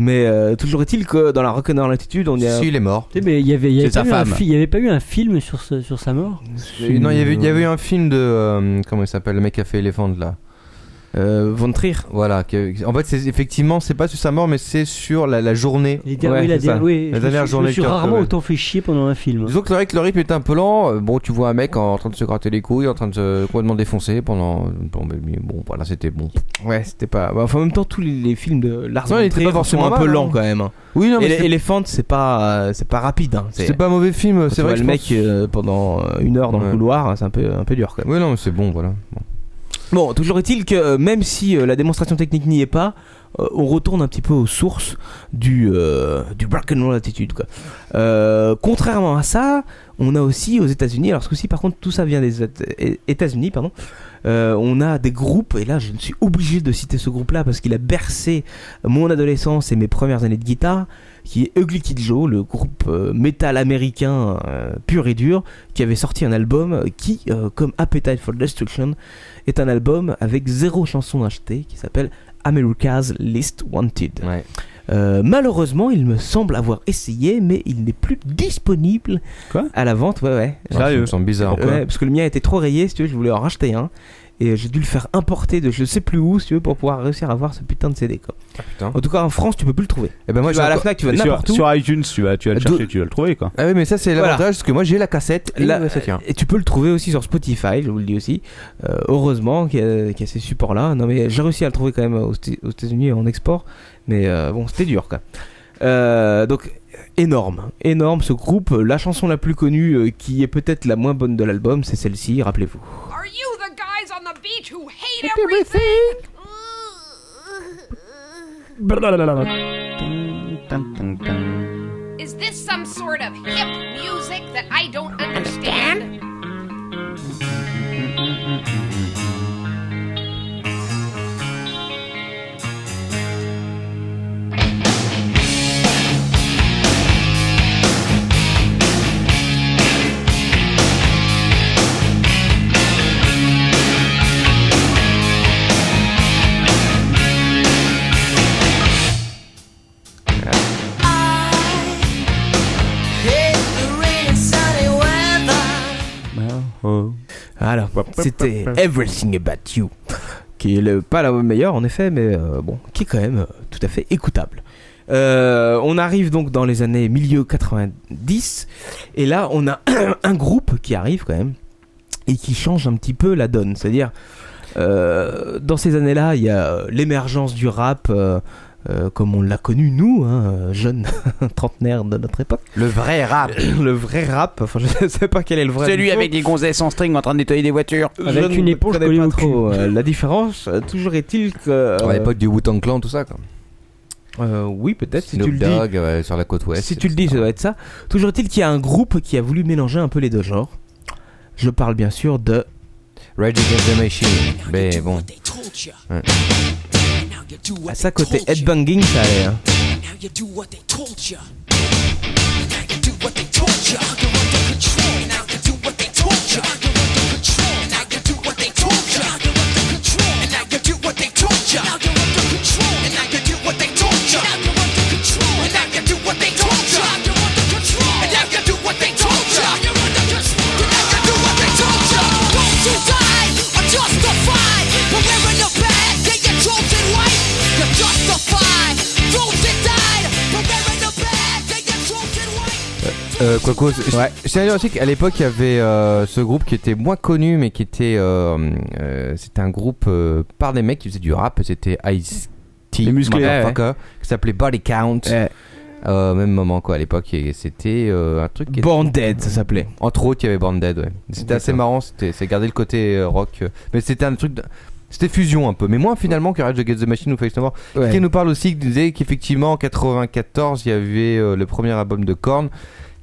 Mais euh, toujours est-il que dans la rock and roll attitude, on y a. Si, il est mort. Tu sais, Eh, mais il y avait, il y avait C'est pas sa eu un femme. fi- il y avait pas eu un film sur, ce- sur sa mort Euh, Non, il y avait- il y avait eu un film de. euh, comment il s'appelle Le mec qui a fait Elephant là. Von Trier. Voilà. que- en fait, c'est effectivement, c'est pas sur sa mort, mais c'est sur la, la journée. Les ah derniers- la c'est ça. dernière- oui, je la me dernière suis- journée. Je me suis de Kurt rarement Cobain. autant fait chier pendant un film. Disons que le, rythme- le rythme est un peu lent. Euh, Bon, tu vois un mec en, en train de se gratter les couilles, en train de se complètement défoncer pendant. Bon, mais- mais bon, voilà, c'était bon. Ouais, c'était pas. bah, enfin, en même temps, tous les, les films de Lars Non, il von était Trier pas forcément sont un peu mal, lents hein. quand même. hein. Oui, non, mais Et c'est- Elephant, c'est pas, euh, c'est pas rapide. hein. C'est pas un mauvais film. Quand C'est tu vrai. vois je le mec pense. euh, pendant euh, une heure dans le Ouais. couloir, c'est un peu, un peu dur quand même. Oui, non, mais c'est bon, voilà. Bon, toujours est-il que euh, même si euh, la démonstration technique n'y est pas, euh, on retourne un petit peu aux sources du, euh, du rock and roll attitude. Quoi. Euh, contrairement à ça, on a aussi aux États-Unis, alors ce coup-ci par contre tout ça vient des Éta- é- États-Unis, pardon. euh, on a des groupes, et là je ne suis obligé de citer ce groupe-là parce qu'il a bercé mon adolescence et mes premières années de guitare, qui est Ugly Kid Joe, le groupe euh, métal américain euh, pur et dur, qui avait sorti un album qui, euh, comme Appetite for Destruction, est un album avec zéro chanson achetée qui s'appelle America's List Wanted. Euh, malheureusement, il me semble avoir essayé, mais il n'est plus disponible à la vente. Ouais, ouais. Ah, Sérieux ça me semble bizarre. Ouais, Pourquoi parce que le mien était trop rayé, si tu veux, je voulais en racheter un. Et j'ai dû le faire importer de je sais plus où, si tu veux, pour pouvoir réussir à voir ce putain de CD. Quoi. En tout cas, en France, tu peux plus le trouver. Et ben Ah, moi, tu vas j'ai à la encore- Fnac, tu vas Mais sur- n'importe où. sur iTunes, tu vas, tu vas le chercher, tu vas le trouver quoi. Ah oui, mais ça c'est Voilà. l'avantage parce que moi j'ai la cassette et Là, ouais, ça tient. Et tu peux le trouver aussi sur Spotify, je vous le dis aussi. Euh, heureusement qu'il y, a- qu'il y a ces supports-là. Non, mais j'ai réussi à le trouver quand même aux, Sti- aux États-Unis en export. Mais euh, bon, c'était dur, quoi. Euh, donc, énorme, énorme ce groupe. La chanson la plus connue, euh, qui est peut-être la moins bonne de l'album, c'est celle-ci, rappelez-vous. Are you the guys on the beach who hate everything? Is this some sort of hip music that I don't understand? Bah, Euh, Voilà, c'était Everything About You, qui est le- pas la meilleure en effet, mais euh, bon, qui est quand même euh, tout à fait écoutable. Euh, on arrive donc dans les années milieu 90, et là on a un groupe qui arrive quand même et qui change un petit peu la donne. C'est-à-dire, euh, dans ces années-là, il y a euh, l'émergence du rap. euh, euh, comme on l'a connu nous, hein, euh, jeunes trentenaires de notre époque. Le vrai rap. Le vrai rap. Enfin, je ne sais pas quel est le vrai. Celui niveau. avec des gonzesses en string en train de nettoyer des voitures. Je ne connais pas trop, euh, la différence, euh, toujours est-il que. À euh, l'époque du Wu-Tang Clan, tout ça. Quoi. euh, oui, peut-être si tu Snoop le dis. Dogg, ouais, sur la côte ouest. si tu le dis, ça doit être ça. Toujours est-il qu'il y a un groupe qui a voulu mélanger un peu les deux genres. Je parle bien sûr de. Rage Against the Machine. Mais bon. Ouais. À ça côté headbanging, ça allait. hein. Now you do what they told ya. Now you do what they told ya. You're under control. Now you do what they told ya. You're under control. Now you do what they told ya. You're under control. And now you do what they told ya. Now you're under control. And now you do what they told ya. Now you're under control. And now you do what they told ya. Now you're under control. And now you do what they told ya. Now you're under control. And now you do what they told ya. Don't you die or justify? But we're in the bag. Yeah, you're chosen white. You justify. Those that died. But we're in the bag. Yeah, you're chosen white. Euh, quoi qu'au- je- Je tiens à dire aussi qu'à l'époque, il y avait euh, ce groupe qui était moins connu, mais qui était. euh, euh, c'était un groupe euh, par des mecs qui faisaient du rap. C'était Ice T. Les musclés, motherfucker, qui s'appelait Body Count. Euh, même moment quoi à l'époque et c'était euh, un truc qui Born Dead ça s'appelait entre autres il y avait Born Dead ouais c'était assez marrant c'était c'est garder le côté euh, rock euh, mais c'était un truc de- c'était fusion un peu mais moins finalement que Rage Against the Machine ou Face No More Ouais. qui nous parle aussi qui disait qu'effectivement en 94 il y avait euh, le premier album de Korn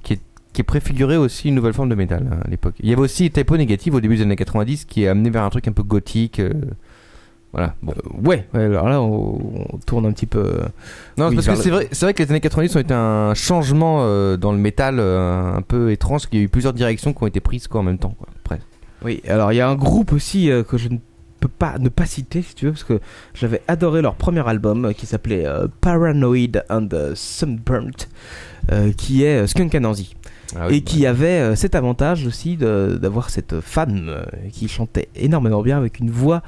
qui est qui préfigurait aussi une nouvelle forme de métal hein, à l'époque. Il y avait aussi Typo Négative au début des années 90 qui est amené vers un truc un peu gothique. euh, voilà. Bon. Ouais, ouais, alors là on, on tourne un petit peu. euh, Non, oui, c'est parce vers que le- c'est vrai, c'est vrai que les années 90 ont été un changement euh, dans le métal euh, un peu étrange, qu'il y a eu plusieurs directions qui ont été prises quoi, en même temps. Quoi. Après. Oui, alors il y a un groupe aussi euh, que je ne peux pas ne pas citer si tu veux parce que j'avais adoré leur premier album euh, qui s'appelait euh, Paranoid and euh, Sunburnt euh, qui est euh, Skunk Anansi. Ah oui, et qui avait euh, cet avantage aussi de- d'avoir cette femme euh, qui chantait énormément bien avec une voix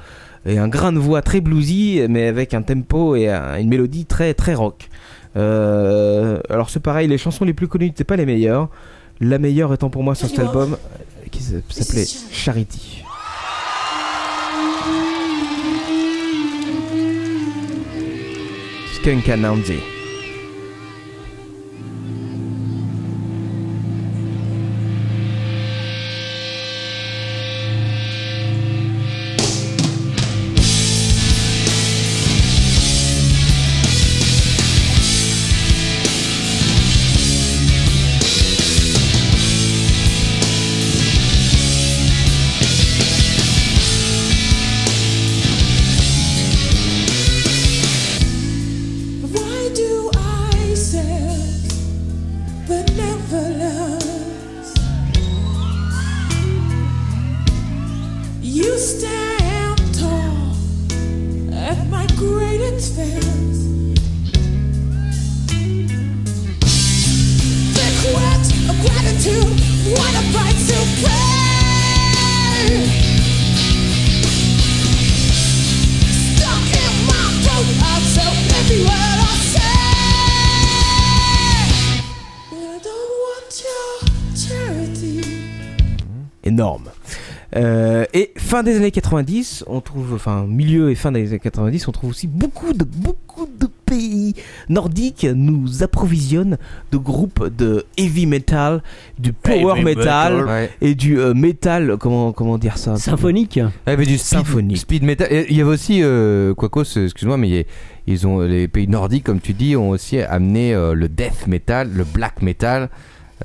et un grain de voix très bluesy mais avec un tempo et un- une mélodie très très rock. Euh, alors c'est pareil, les chansons les plus connues n'étaient pas les meilleures. La meilleure étant pour moi sur cet album euh, qui s- s'appelait Charity. Skunk Anansi. Why do I serve benevolence? You stand tall at my great expense. The quit of gratitude, what a price to pay! Stuck in my throat, I'll tell every word I say. But I don't want your charity. énorme. Euh, et fin des années 90, on trouve, enfin milieu et fin des années 90, on trouve aussi beaucoup de beaucoup de pays nordiques nous approvisionnent de groupes de heavy metal, du power Heavy metal, metal. Ouais. et du euh, metal, comment comment dire ça Symphonique. Ah, Il y avait du speed, speed metal. Et Il y avait aussi, euh, Quacos, euh, excuse-moi, mais il y a- ils ont, les pays nordiques, comme tu dis, ont aussi amené euh, le death metal, le black metal,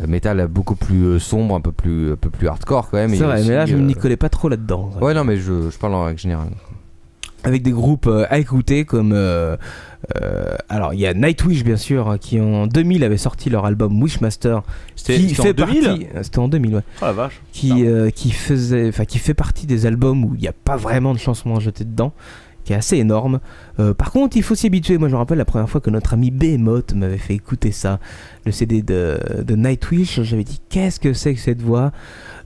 euh, metal beaucoup plus euh, sombre, un peu plus, un peu plus hardcore quand même. C'est Il y a vrai, aussi, mais là je euh, n'y connais pas trop là-dedans. Ouais, non, mais je, je parle en règle générale. avec des groupes euh, à écouter comme euh, euh, alors il y a Nightwish bien sûr hein, qui en 2000 avait sorti leur album Wishmaster C'était- qui c'était en fait 2000? partie c'était en 2000 ouais Oh la vache. qui euh, qui faisait enfin qui fait partie des albums où il n'y a pas vraiment de chansons à jeter dedans qui est assez énorme. Euh, par contre, il faut s'y habituer. Moi, je me rappelle la première fois que notre ami Behemoth m'avait fait écouter ça, le CD de, de Nightwish. J'avais dit Qu'est-ce que c'est que cette voix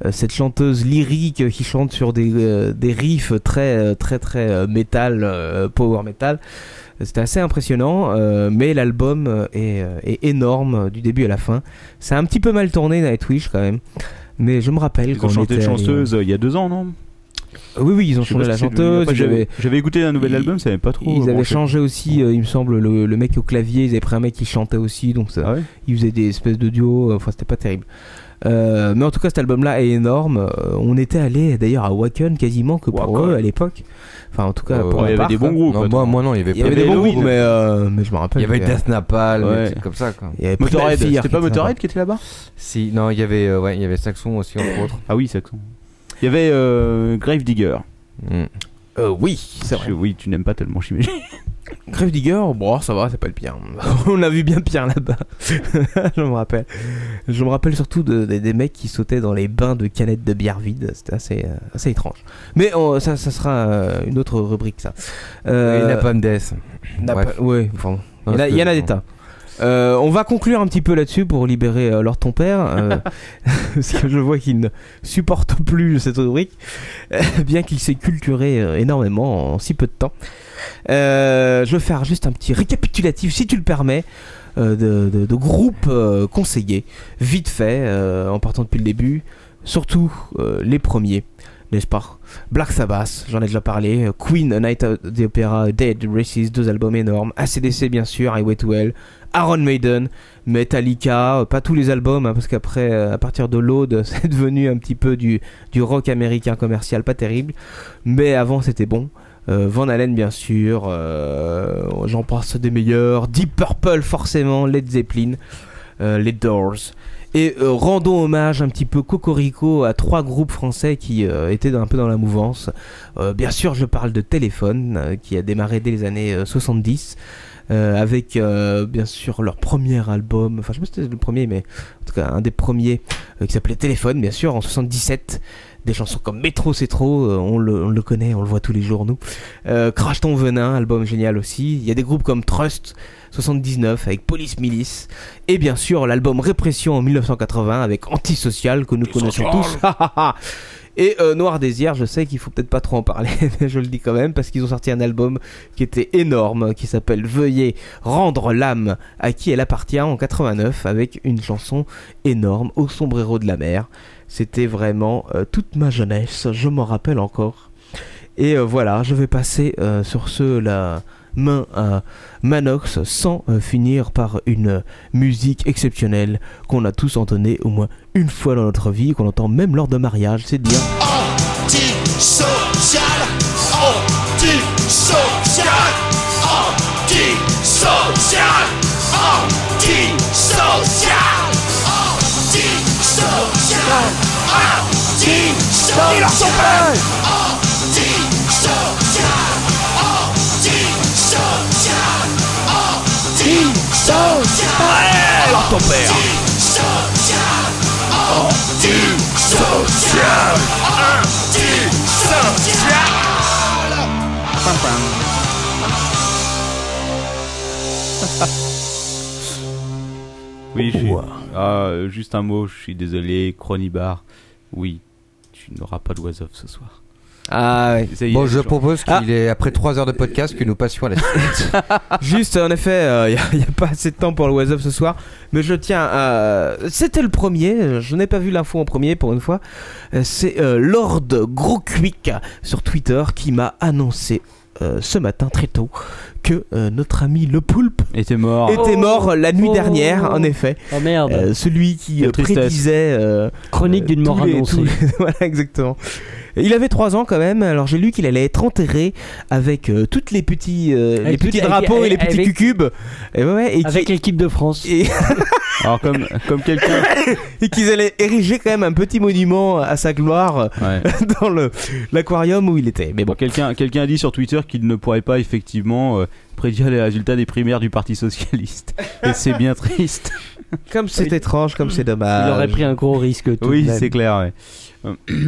Euh, Cette chanteuse lyrique qui chante sur des, euh, des riffs très, euh, très, très euh, metal, euh, power metal. C'était assez impressionnant, euh, mais l'album euh, est, euh, est énorme euh, du début à la fin. Ça a un petit peu mal tourné Nightwish quand même, mais je me rappelle Ils quand ont on chanté était allé- chanteuse euh, il y a deux ans, non Oui, oui, ils ont Je sais pas changé ce la que c'est devenu. chanteuse. Après, ils J'avais avaient- j'avais écouté un nouvel ils- album, ça n'avait pas trop. Ils avaient branché. changé aussi, euh, il me semble, le, le mec au clavier. Ils avaient pris un mec qui chantait aussi, donc Ah. ça, ils faisaient des espèces de duos. euh, Enfin, c'était pas terrible. Euh, mais en tout cas, cet album-là est énorme. Euh, on était allé d'ailleurs à Wacken quasiment que pour eux à l'époque. Enfin, en tout cas, Euh, pour ouais, il ma y avait part, des bons quoi. groupes, Non, attends. moi- moi, non, il y avait il y pas avait de des bons Halloween. groupes, mais, euh, mais je me rappelle. Il y avait que- Death Napalm, Ouais. des trucs comme ça. Quoi. Il y avait Motorhead, Primal Fear c'était pas qui était Motorhead sympa. qui était là-bas Si, non, il y avait, euh, ouais, il y avait Saxon aussi entre autres. Ah oui, Saxon. Il y avait euh, Gravedigger. Euh, oui, c'est vrai. Oui, tu n'aimes pas tellement, j'imagine. Gravedigger, bon, ça va, c'est pas le pire. On a vu bien pire là-bas. je me rappelle. Je me rappelle surtout de- des- des mecs qui sautaient dans les bains de canettes de bière vide. C'était assez, euh, assez étrange. Mais on- ça, ça sera euh, une autre rubrique, ça. Et Napalm Death. Napa- Bref. ouais, enfin, il y en a- Parce il y en a que- des tas. Ah, Euh, on va conclure un petit peu là-dessus pour libérer euh, Lord ton père, euh, parce que je vois qu'il ne supporte plus cette rubrique, euh, bien qu'il s'est culturé euh, énormément en si peu de temps. Euh, je vais faire juste un petit récapitulatif, si tu le permets, euh, de, de- de groupes euh, conseillés, vite fait, euh, en partant depuis le début, surtout euh, les premiers n'est-ce pas Black Sabbath, j'en ai déjà parlé. euh, Queen, A Night at the Opera, Dead Races, deux albums énormes. ACDC, bien sûr, Highway to Hell. Aaron Maiden, Metallica, euh, pas tous les albums, hein, parce qu'après, euh, à partir de l'Aude, c'est devenu un petit peu du, du rock américain commercial, pas terrible. Mais avant, c'était bon. Euh, Van Halen, bien sûr. euh, j'en passe des meilleurs. Deep Purple, forcément. Led Zeppelin. euh, les Doors. Et euh, rendons hommage un petit peu cocorico à trois groupes français qui euh, étaient un peu dans la mouvance. Euh, bien sûr, je parle de Téléphone, euh, qui a démarré dès les années euh, 70, euh, avec euh, bien sûr leur premier album, enfin je sais pas si c'était le premier, mais en tout cas un des premiers, euh, qui s'appelait Téléphone, bien sûr, en 77. Des chansons comme Métro c'est trop, euh, on, le, on le connaît, on le voit tous les jours nous. Euh, Crash ton venin, album génial aussi. Il y a des groupes comme Trust 79 avec Police Milice et bien sûr l'album Répression en 1980 avec Antisocial que nous connaissons tous. Et euh, Noir Désir, je sais qu'il faut peut-être pas trop en parler, mais je le dis quand même parce qu'ils ont sorti un album qui était énorme, qui s'appelle Veuillez rendre l'âme à qui elle appartient en 89 avec une chanson énorme au sombrero de la mer. C'était vraiment euh, toute ma jeunesse, je m'en rappelle encore. Et euh, voilà, je vais passer euh, sur ce la main à Manox sans euh, finir par une musique exceptionnelle qu'on a tous entonnée au moins une fois dans notre vie, qu'on entend même lors de mariage, c'est dire. Antisocial, antisocial, antisocial, antisocial, antisocial, antisocial. Ils leur sont pas Antisocial, antisocial, antisocial. Ouais, alors ton père. Antisocial, antisocial, antisocial. Oui, je suis- Ah, euh, juste un mot, je suis désolé, Cronibar. Oui, tu n'auras pas d'oiseau ce soir. Ah Ça y est, Bon, je genre- propose qu'il est après 3 heures de podcast que nous passions à la suite. Ah, Juste, en effet, il n'y a, pas assez de temps pour le What's Up ce soir. Mais je tiens à. C'était le premier, je n'ai pas vu l'info en premier pour une fois. Euh, C'est euh, Lord Grosquick sur Twitter qui m'a annoncé euh, ce matin très tôt que euh, notre ami le poulpe était mort. Était Oh. mort la nuit Oh. dernière, en effet. Oh merde. Euh, celui qui Quelle euh, tristesse. prédisait. euh, Chronique d'une tous mort les- annoncée. tous les- voilà, exactement. Il avait 3 ans quand même, alors j'ai lu qu'il allait être enterré avec euh, toutes les petits, euh, les Avec petits tout- drapeaux et les avec- petits avec- cucubes. Et ouais, ouais, et Avec l'équipe de France. Alors, comme, comme quelqu'un. et qu'ils allaient ériger quand même un petit monument à sa gloire euh, dans le l'aquarium où il était. Mais bon, quelqu'un quelqu'un a dit sur Twitter qu'il ne pourrait pas effectivement euh, prédire les résultats des primaires du Parti Socialiste. Et c'est bien triste. Comme c'est étrange, comme c'est dommage. euh, Il aurait pris un gros risque. tout oui, de même. c'est clair. ouais. Euh,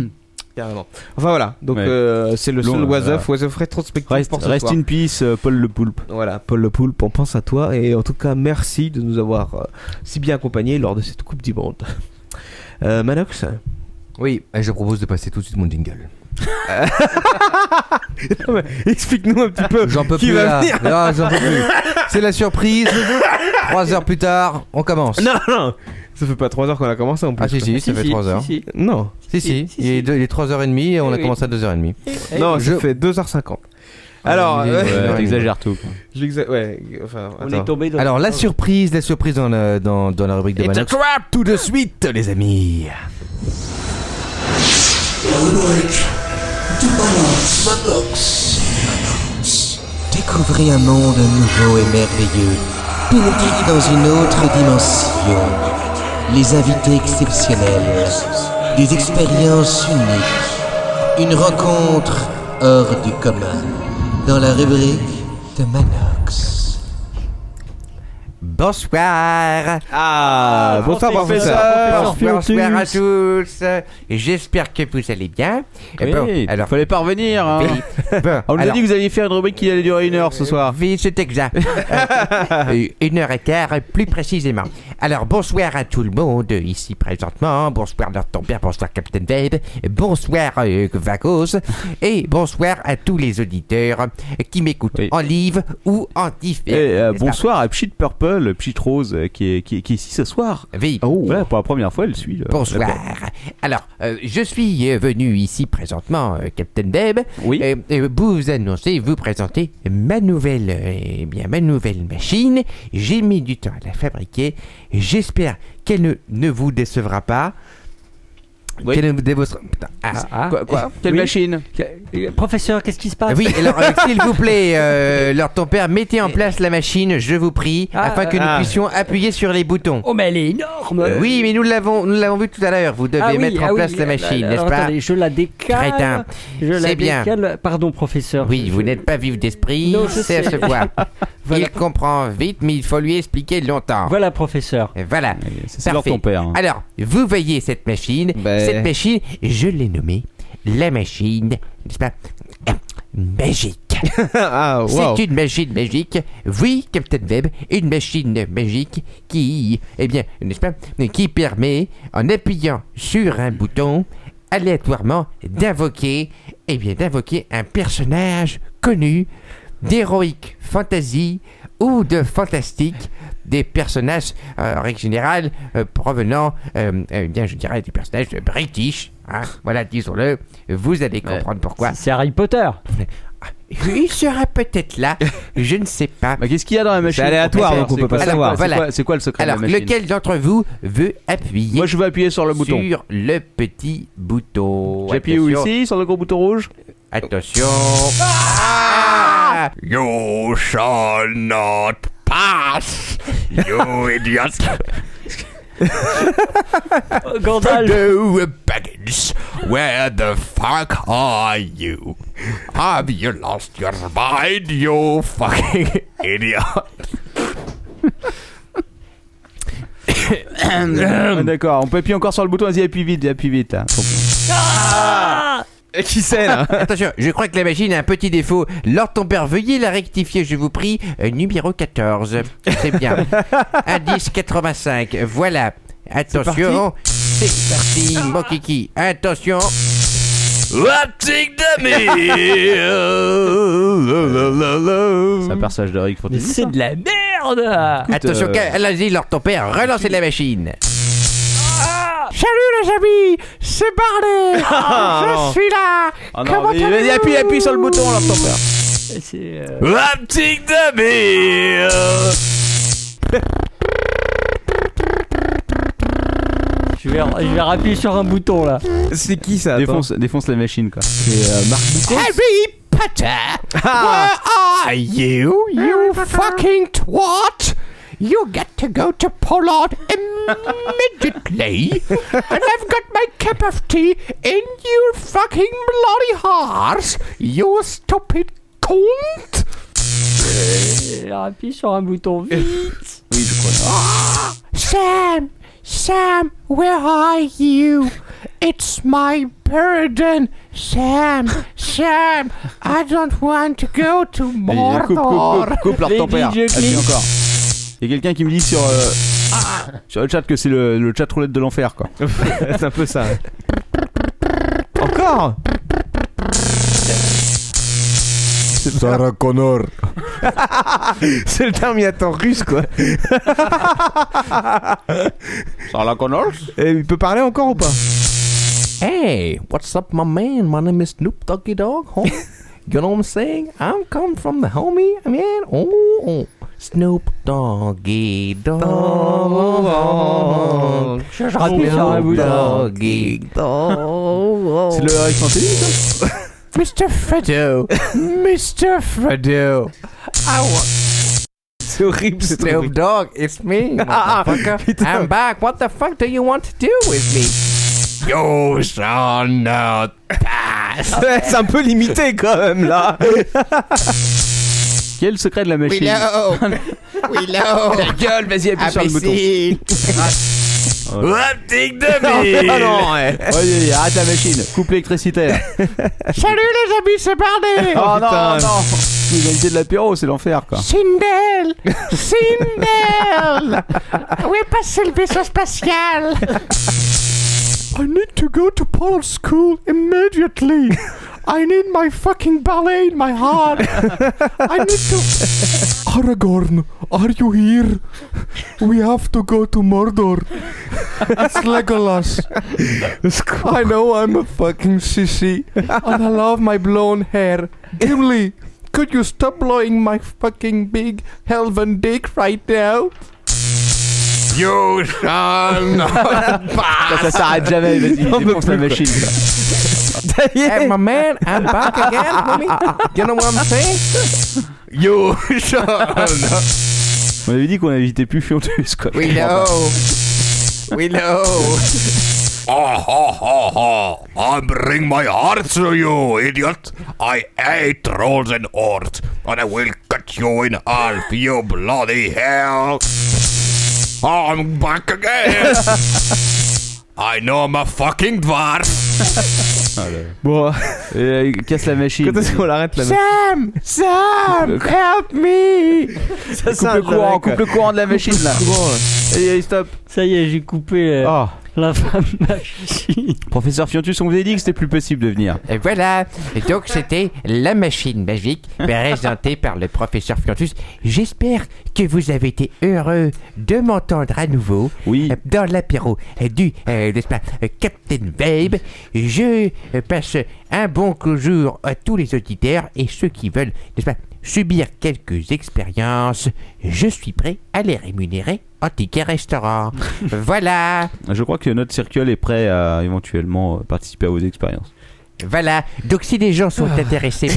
Carrément. Enfin voilà, donc euh, c'est le seul was up, was up rétrospectif Reste, pour ce reste soir. in peace, euh, Paul le Poulpe. Voilà, Paul Le Poulpe, on pense à toi et en tout cas merci de nous avoir euh, si bien accompagnés lors de cette Coupe du Monde. Euh, Manox Oui, je propose de passer tout de suite mon jingle. Ah Explique-nous un petit peu. Ah, J'en peux qui plus va là. venir. Non, j'en peux plus. C'est la surprise. Trois heures plus tard, on commence. Non, non. Ça fait pas 3 heures qu'on a commencé en plus. Ah si si, ça fait 3 heures. Non. Si si, il est deux- il est 3h30 et on Eh a oui. commencé à 2h30. Non, ça fait 2h50. Alors, Ah, euh, il est- ouais, t'exagères tout. Ouais, enfin, On attends. est tombé Alors la surprise, la surprise dans la, dans, dans la rubrique de It's a Manox. Tout de suite, les amis. Découvrez un monde nouveau et merveilleux. Pénétrez dans une autre dimension. Les invités exceptionnels. Des expériences uniques. Une rencontre hors du commun. Dans la rubrique de Manox. Bonsoir. Ah, bonsoir, professeur. Bonsoir, Professeur bonsoir à tous. J'espère que vous allez bien. Eh Oui, alors, fallait pas revenir. hein. Oui. Bon, Oh, On nous a alors- dit que vous alliez faire une rubrique qui allait durer une heure ce soir. Oui, c'est exact. Euh, une heure et quart, plus précisément. Alors, bonsoir à tout le monde euh, ici présentement. Bonsoir, Lord ton père. Bonsoir, Captain Web. Bonsoir, euh, Vagos. Et bonsoir à tous les auditeurs euh, qui m'écoutent en live ou en Et, différé. euh, n'est-ce pas bonsoir à Pchit Purple, Pchit Rose, euh, qui est, qui, est- qui est ici ce soir. Oh, voilà, pour la première fois, elle suit. le- Bonsoir. la- Alors, euh, je suis euh, venu ici présentement, euh, Captain Deb. Oui. vous annoncer, vous présenter ma nouvelle, euh, eh bien, ma nouvelle machine. J'ai mis du temps à la fabriquer. J'espère qu'elle ne, ne vous décevra pas. Qu'elle ne vous décevra. Putain, ah, Quoi, quoi Quelle machine Professeur, qu'est-ce qui se passe Oui, alors euh, s'il vous plaît, euh, Lord ton père, mettez en place la machine, je vous prie, Ah, afin que nous ah. puissions appuyer sur les boutons. Oh, mais elle est énorme Euh, oui, mais nous l'avons, nous l'avons vu tout à l'heure. Vous devez Ah oui, mettre ah en oui, place la alors, machine, alors, n'est-ce pas attendez, je la décale. Crétin. Je la C'est bien. décale. Pardon, professeur. Oui, vous n'êtes pas vif d'esprit, Non, je c'est à sais. se voir. Il comprend vite, mais il faut lui expliquer longtemps. Voilà, professeur. Voilà. c'est leur Parfait. ton père, hein. Alors, vous voyez cette machine. Ben. Cette machine, je l'ai nommée la machine, n'est-ce pas Magique. ah, wow. C'est une machine magique. Oui, Captain Webb, une machine magique qui, eh bien, n'est-ce pas, qui permet, en appuyant sur un bouton, aléatoirement, d'invoquer, eh bien, d'invoquer un personnage connu d'héroïque fantasy ou de fantastique, des personnages, euh, en règle générale, euh, provenant, euh, eh bien, je dirais, des personnages british. hein. voilà, disons-le, vous allez comprendre pourquoi. C'est Harry Potter. Il sera peut-être là, je ne sais pas. Qu'est-ce qu'il y a dans la machine aléatoire, donc on peut pas C'est savoir. quoi- c'est Voilà. quoi- C'est quoi le secret de la Alors, machine lequel d'entre vous veut appuyer Moi, je veux appuyer sur le bouton. Sur le petit bouton. J'appuie où Attention. ici Sur le gros bouton rouge Attention. You shall not pass, you idiot. Hello, baggage. Where the fuck are you? Have you lost your mind, you fucking idiot? Ah, D'accord, on peut appuyer encore sur le bouton, vas-y, appuie vite, appuie vite. là. Eh, Qui c'est là Attention, je crois que la machine a un petit défaut. Lord ton père, veuillez la rectifier, je vous prie. Euh, numéro 14. C'est bien. Indice 85. Voilà. Attention. C'est parti, mon kiki. Attention. C'est un personnage de Rick Fantasy. C'est de la merde Attention, euh, qu'elle- allez-y, Lord ton père, relancez la machine. Ah Salut les amis, c'est Barney. Ah, Je non. suis là. Ah non, mais vas-y, appuie, appuie sur le bouton, alors ton père. euh, Laptic de Bill. Je vais, je vais rappuyer sur un bouton là. C'est qui ça défonce, défonce la machine, quoi. C'est euh, Marc Boucon. Harry Potter, where are you, you fucking twat? You get to go to Pollard immediately, and I've got my cup of tea in your fucking bloody hearts, you stupid cunt! Je rappuie sur un bouton vite. Sam, Sam, where are you? It's my burden, Sam. Sam, I don't want to go to Allez, Coupe, coupe, Mordor. coupe, coupe leur tempère. Allez, encore. Il y a quelqu'un qui me dit sur, euh, sur le chat que c'est le, le chat roulette de l'enfer, quoi. c'est un peu ça. Encore Sarah Connor. C'est le Terminator russe, quoi. Sarah Connor Et Eh, il peut parler encore ou pas Hey, what's up, my man? My name is Snoop Doggy Dog. Huh? you know what I'm saying? I'm coming from the homie, man. Oh, oh. Snoop Doggy Dog. Snoop Doggy Dog. C'est le Eric Fantelli, ça Mr. Fredo. Mr. Fredo. I want. C'est horrible, c'est Snoop Dogg, it's me, motherfucker. I'm back. What the fuck do you want to do with me? You shall not pass. Ouais, c'est un peu limité quand même là. Quel secret de la machine oh, Willow. Willow. Ta gueule, vas-y, Ah, appuie sur le bouton. bouton. Optique de Ah non, ouais. Vas-y, arrête la machine. Coupe l'électricité. Salut les amis, c'est Barney. Oh, non, non. L'égalité de l'apéro, c'est l'enfer, quoi. Sindel Sindel Où est passé le vaisseau spatial I need to go to Paul School immediately I need my fucking ballet in my heart I need to... Aragorn, are you here? We have to go to Mordor. It's Legolas. I know I'm a fucking sissy, and I love my blonde hair. Gimli, could you stop blowing my fucking big helven dick right now? You shall not pass Ça s'arrête jamais, Eh, vas-y, défonce la machine. Hey my man, I'm back again, homie You know what I'm saying You shall not On avait dit qu'on invitait plus Fiontus, quoi. Willow. Oh, ho, ho, ho. I bring my heart to you, idiot. I hate trolls and orcs, and I will cut you in half, you bloody hell. I'm back again. I know I'm a fucking dwarf. Bon, euh, il casse la machine. Quand est-ce qu'on l'arrête la Sam Sam Help me coupe le courant, coupe le courant de la machine là. Et stop. Ça y est, j'ai coupé euh, Ah. la femme machine. Professeur Fiontus, on vous avait dit que c'était plus possible de venir. Et voilà. Et donc c'était la machine magique présentée par le professeur Fiontus. J'espère que vous avez été heureux de m'entendre à nouveau. Oui. Dans l'apéro euh, du euh, n'est-ce pas, euh, Captain Babe. Je euh, passe un bon jour à tous les auditeurs et ceux qui veulent n'est-ce pas subir quelques expériences. Je suis prêt à les rémunérer en ticket restaurant. voilà. Je crois que notre circle est prêt à éventuellement euh, participer à vos expériences. Voilà, donc si les gens sont Ah. intéressés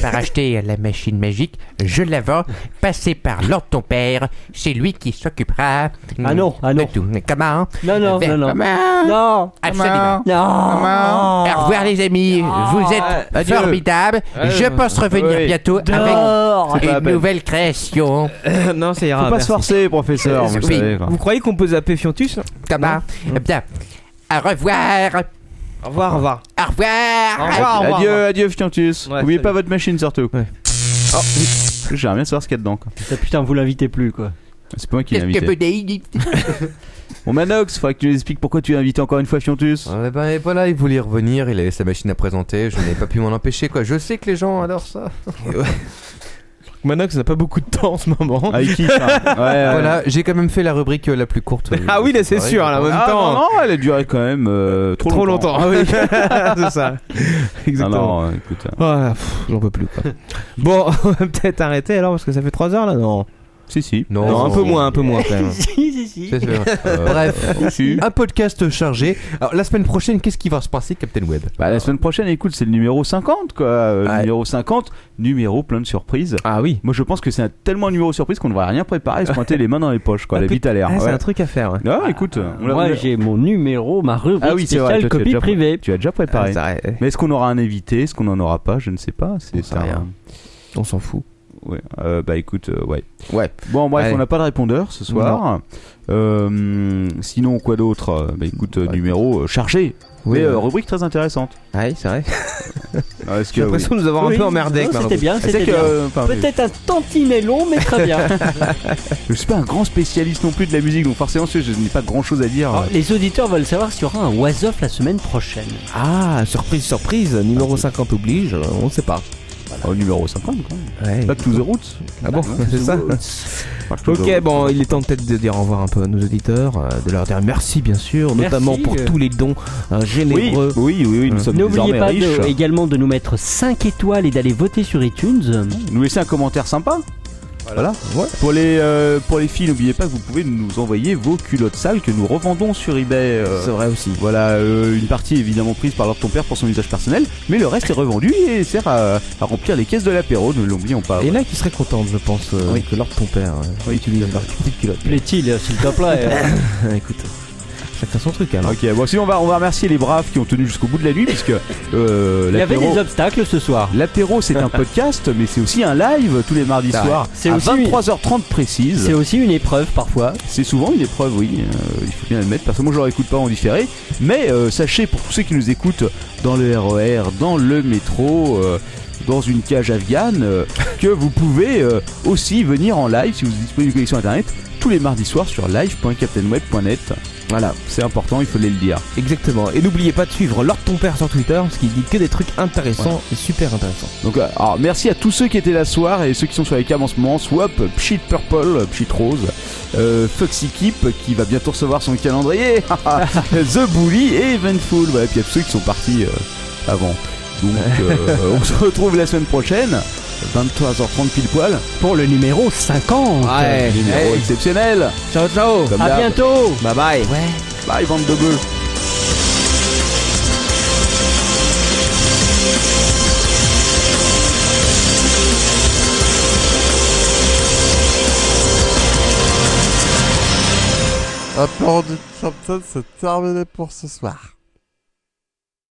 par acheter la machine magique, je la vends, passez par Lord ton père, c'est lui qui s'occupera. Hmm. Ah non, ah non. de tout. Comment Non, non, Ben, non, non. Comment Non. Absolument. Non. Au revoir les amis, vous êtes Adieu. formidables, Euh, je pense revenir Oui. bientôt Ah, Dehors. avec bah, C'est pas la une peine. nouvelle création. non, ça Faut ira. pas merci. se forcer, professeur, vous le Oui. savez. quoi. Vous croyez qu'on peut zapper Fiontus Comment Eh Bien, au revoir, Au revoir, au revoir. au revoir. Au revoir, au revoir. Adieu, adieu Fiontus. Ouais, Oubliez salut. pas votre machine surtout. Oh, J'aimerais bien savoir ce qu'il y a dedans. quoi. Ah, Putain, vous l'invitez plus quoi. C'est pas moi qui l'ai Qu'est-ce que vous invité. dites Bon, Manox, faudrait que tu nous expliques pourquoi tu as invité encore une fois Fiontus. Ouais, ben et voilà, il voulait revenir, il avait sa machine à présenter, je n'ai pas pu m'en empêcher quoi. Je sais que les gens adorent ça. Euh. Manox n'a pas beaucoup de temps en ce moment. Ah Avec qui ça Ouais, ouais. Voilà, j'ai quand même fait la rubrique euh, la plus courte. euh, Ah oui, là, de c'est la soirée, sûr, quoi. là, en même Ah, temps. non, non, elle a duré quand même euh, trop, Trop longtemps, ah oui. c'est ça. Ah Exactement. non, euh, écoute. euh, Ah, pff, J'en peux plus quoi. bon, on va peut-être arrêter alors parce que ça fait 3 heures là, non Si, si. Non, Non, un peu moins, un peu moins quand même. si, si, si. C'est sûr. Euh, Bref, Si. un podcast chargé. Alors la semaine prochaine, qu'est-ce qui va se passer, Captain Web Bah, la semaine prochaine, écoute, c'est le numéro 50, quoi. Euh, Ouais. Numéro 50, numéro plein de surprises. Ah oui. Moi, je pense que c'est un- tellement un numéro surprise qu'on ne va rien préparer et se pointer les mains dans les poches, quoi. Ah, la putain. vite à l'air. Ah, c'est ouais. un truc à faire. ouais. Non, écoute, on l'a- on Moi l'a- j'ai mon numéro, ma rubrique Ah oui, c'est vrai, toi, spéciale tu as copie déjà pris- privée. tu as déjà préparé. Ah, ça, ouais. Mais est-ce qu'on aura un invité Est-ce qu'on en aura pas Je ne sais pas. C'est sait rien. un- eh, On s'en fout. ouais. Euh, bah écoute, euh, ouais. Ouais. Bon, bref, Allez. on n'a pas de répondeur ce soir. Euh, sinon, quoi d'autre Bah écoute, euh, numéro euh, chargé. Oui, mais euh, ouais. rubrique très intéressante. Ah, Ouais, c'est vrai. Est-ce que J'ai l'impression oui. de nous avoir un Oui, peu emmerdé non, avec ma C'était rubrique. bien, C'est c'était que, bien. euh, enfin, oui. Peut-être un tantinet long, mais très bien. Je suis pas un grand spécialiste non plus de la musique, donc forcément, je je n'ai pas grand chose à dire. Alors, les auditeurs veulent savoir s'il y aura un was-off la semaine prochaine. Ah, surprise, surprise, numéro 50 oblige, euh, on sait pas. euh, Au numéro 50 quand même. Back to the roots. Ah bon, Back to c'est the ça Back to the Ok, roots. bon, il est temps peut-être de dire au revoir un peu à nos auditeurs, euh, de leur dire merci bien sûr, Merci, notamment pour euh. tous les dons euh, généreux. Oui, oui, oui, nous sommes N'oubliez désormais pas riches. de- également de nous mettre 5 étoiles et d'aller voter sur iTunes. Nous laisser un commentaire sympa. Voilà. Pour les euh, pour les filles, n'oubliez pas que vous pouvez nous envoyer vos culottes sales que nous revendons sur eBay. C'est vrai aussi. Voilà, euh, une partie évidemment prise par leur ton père pour son usage personnel, mais le reste est revendu et sert à, à remplir les caisses de l'apéro. Ne l'oublions pas. Et là, qui serait contente, je pense, euh, que Lord ton père euh, utilise leur petite culotte. Plaît-il, euh, s'il te plaît Écoute, chacun son truc alors. Ok, bon, sinon on va, on va remercier les braves qui ont tenu jusqu'au bout de la nuit, puisque euh, Il y avait l'apéro- des obstacles ce soir. L'apéro, c'est un podcast, mais c'est aussi un live tous les mardis Ah ouais. soirs C'est à aussi- 23h30 précise. C'est aussi une épreuve parfois. C'est souvent une épreuve, oui. euh, il faut bien l'admettre. Personnellement, je ne leur écoute pas en différé. Mais euh, sachez, pour tous ceux qui nous écoutent dans le RER, dans le métro, euh, dans une cage afghane, euh, que vous pouvez euh, aussi venir en live si vous êtes disponible de connexion internet tous les mardis soirs sur live.captainweb.net. Voilà, c'est important, il fallait le dire. Exactement. Et n'oubliez pas de suivre Lord ton père sur Twitter, parce qu'il dit que des trucs intéressants, et super intéressants. Donc, euh, alors, merci à tous ceux qui étaient là ce soir et ceux qui sont sur les câbles en ce moment. Swap, Pchit Purple, Pchit Rose, euh, Foxy Keep qui va bientôt recevoir son calendrier, The Bully et Eventful. Voilà, et puis il y a tous ceux qui sont partis euh, avant. Donc, euh, on se retrouve la semaine prochaine, 23h30 pile poil. Pour le numéro 50. Ouais, numéro Hey. exceptionnel. Ciao, ciao. À bientôt. Bye bye. Bye, bande de gueux. Un plan de Champion, c'est terminé pour ce soir.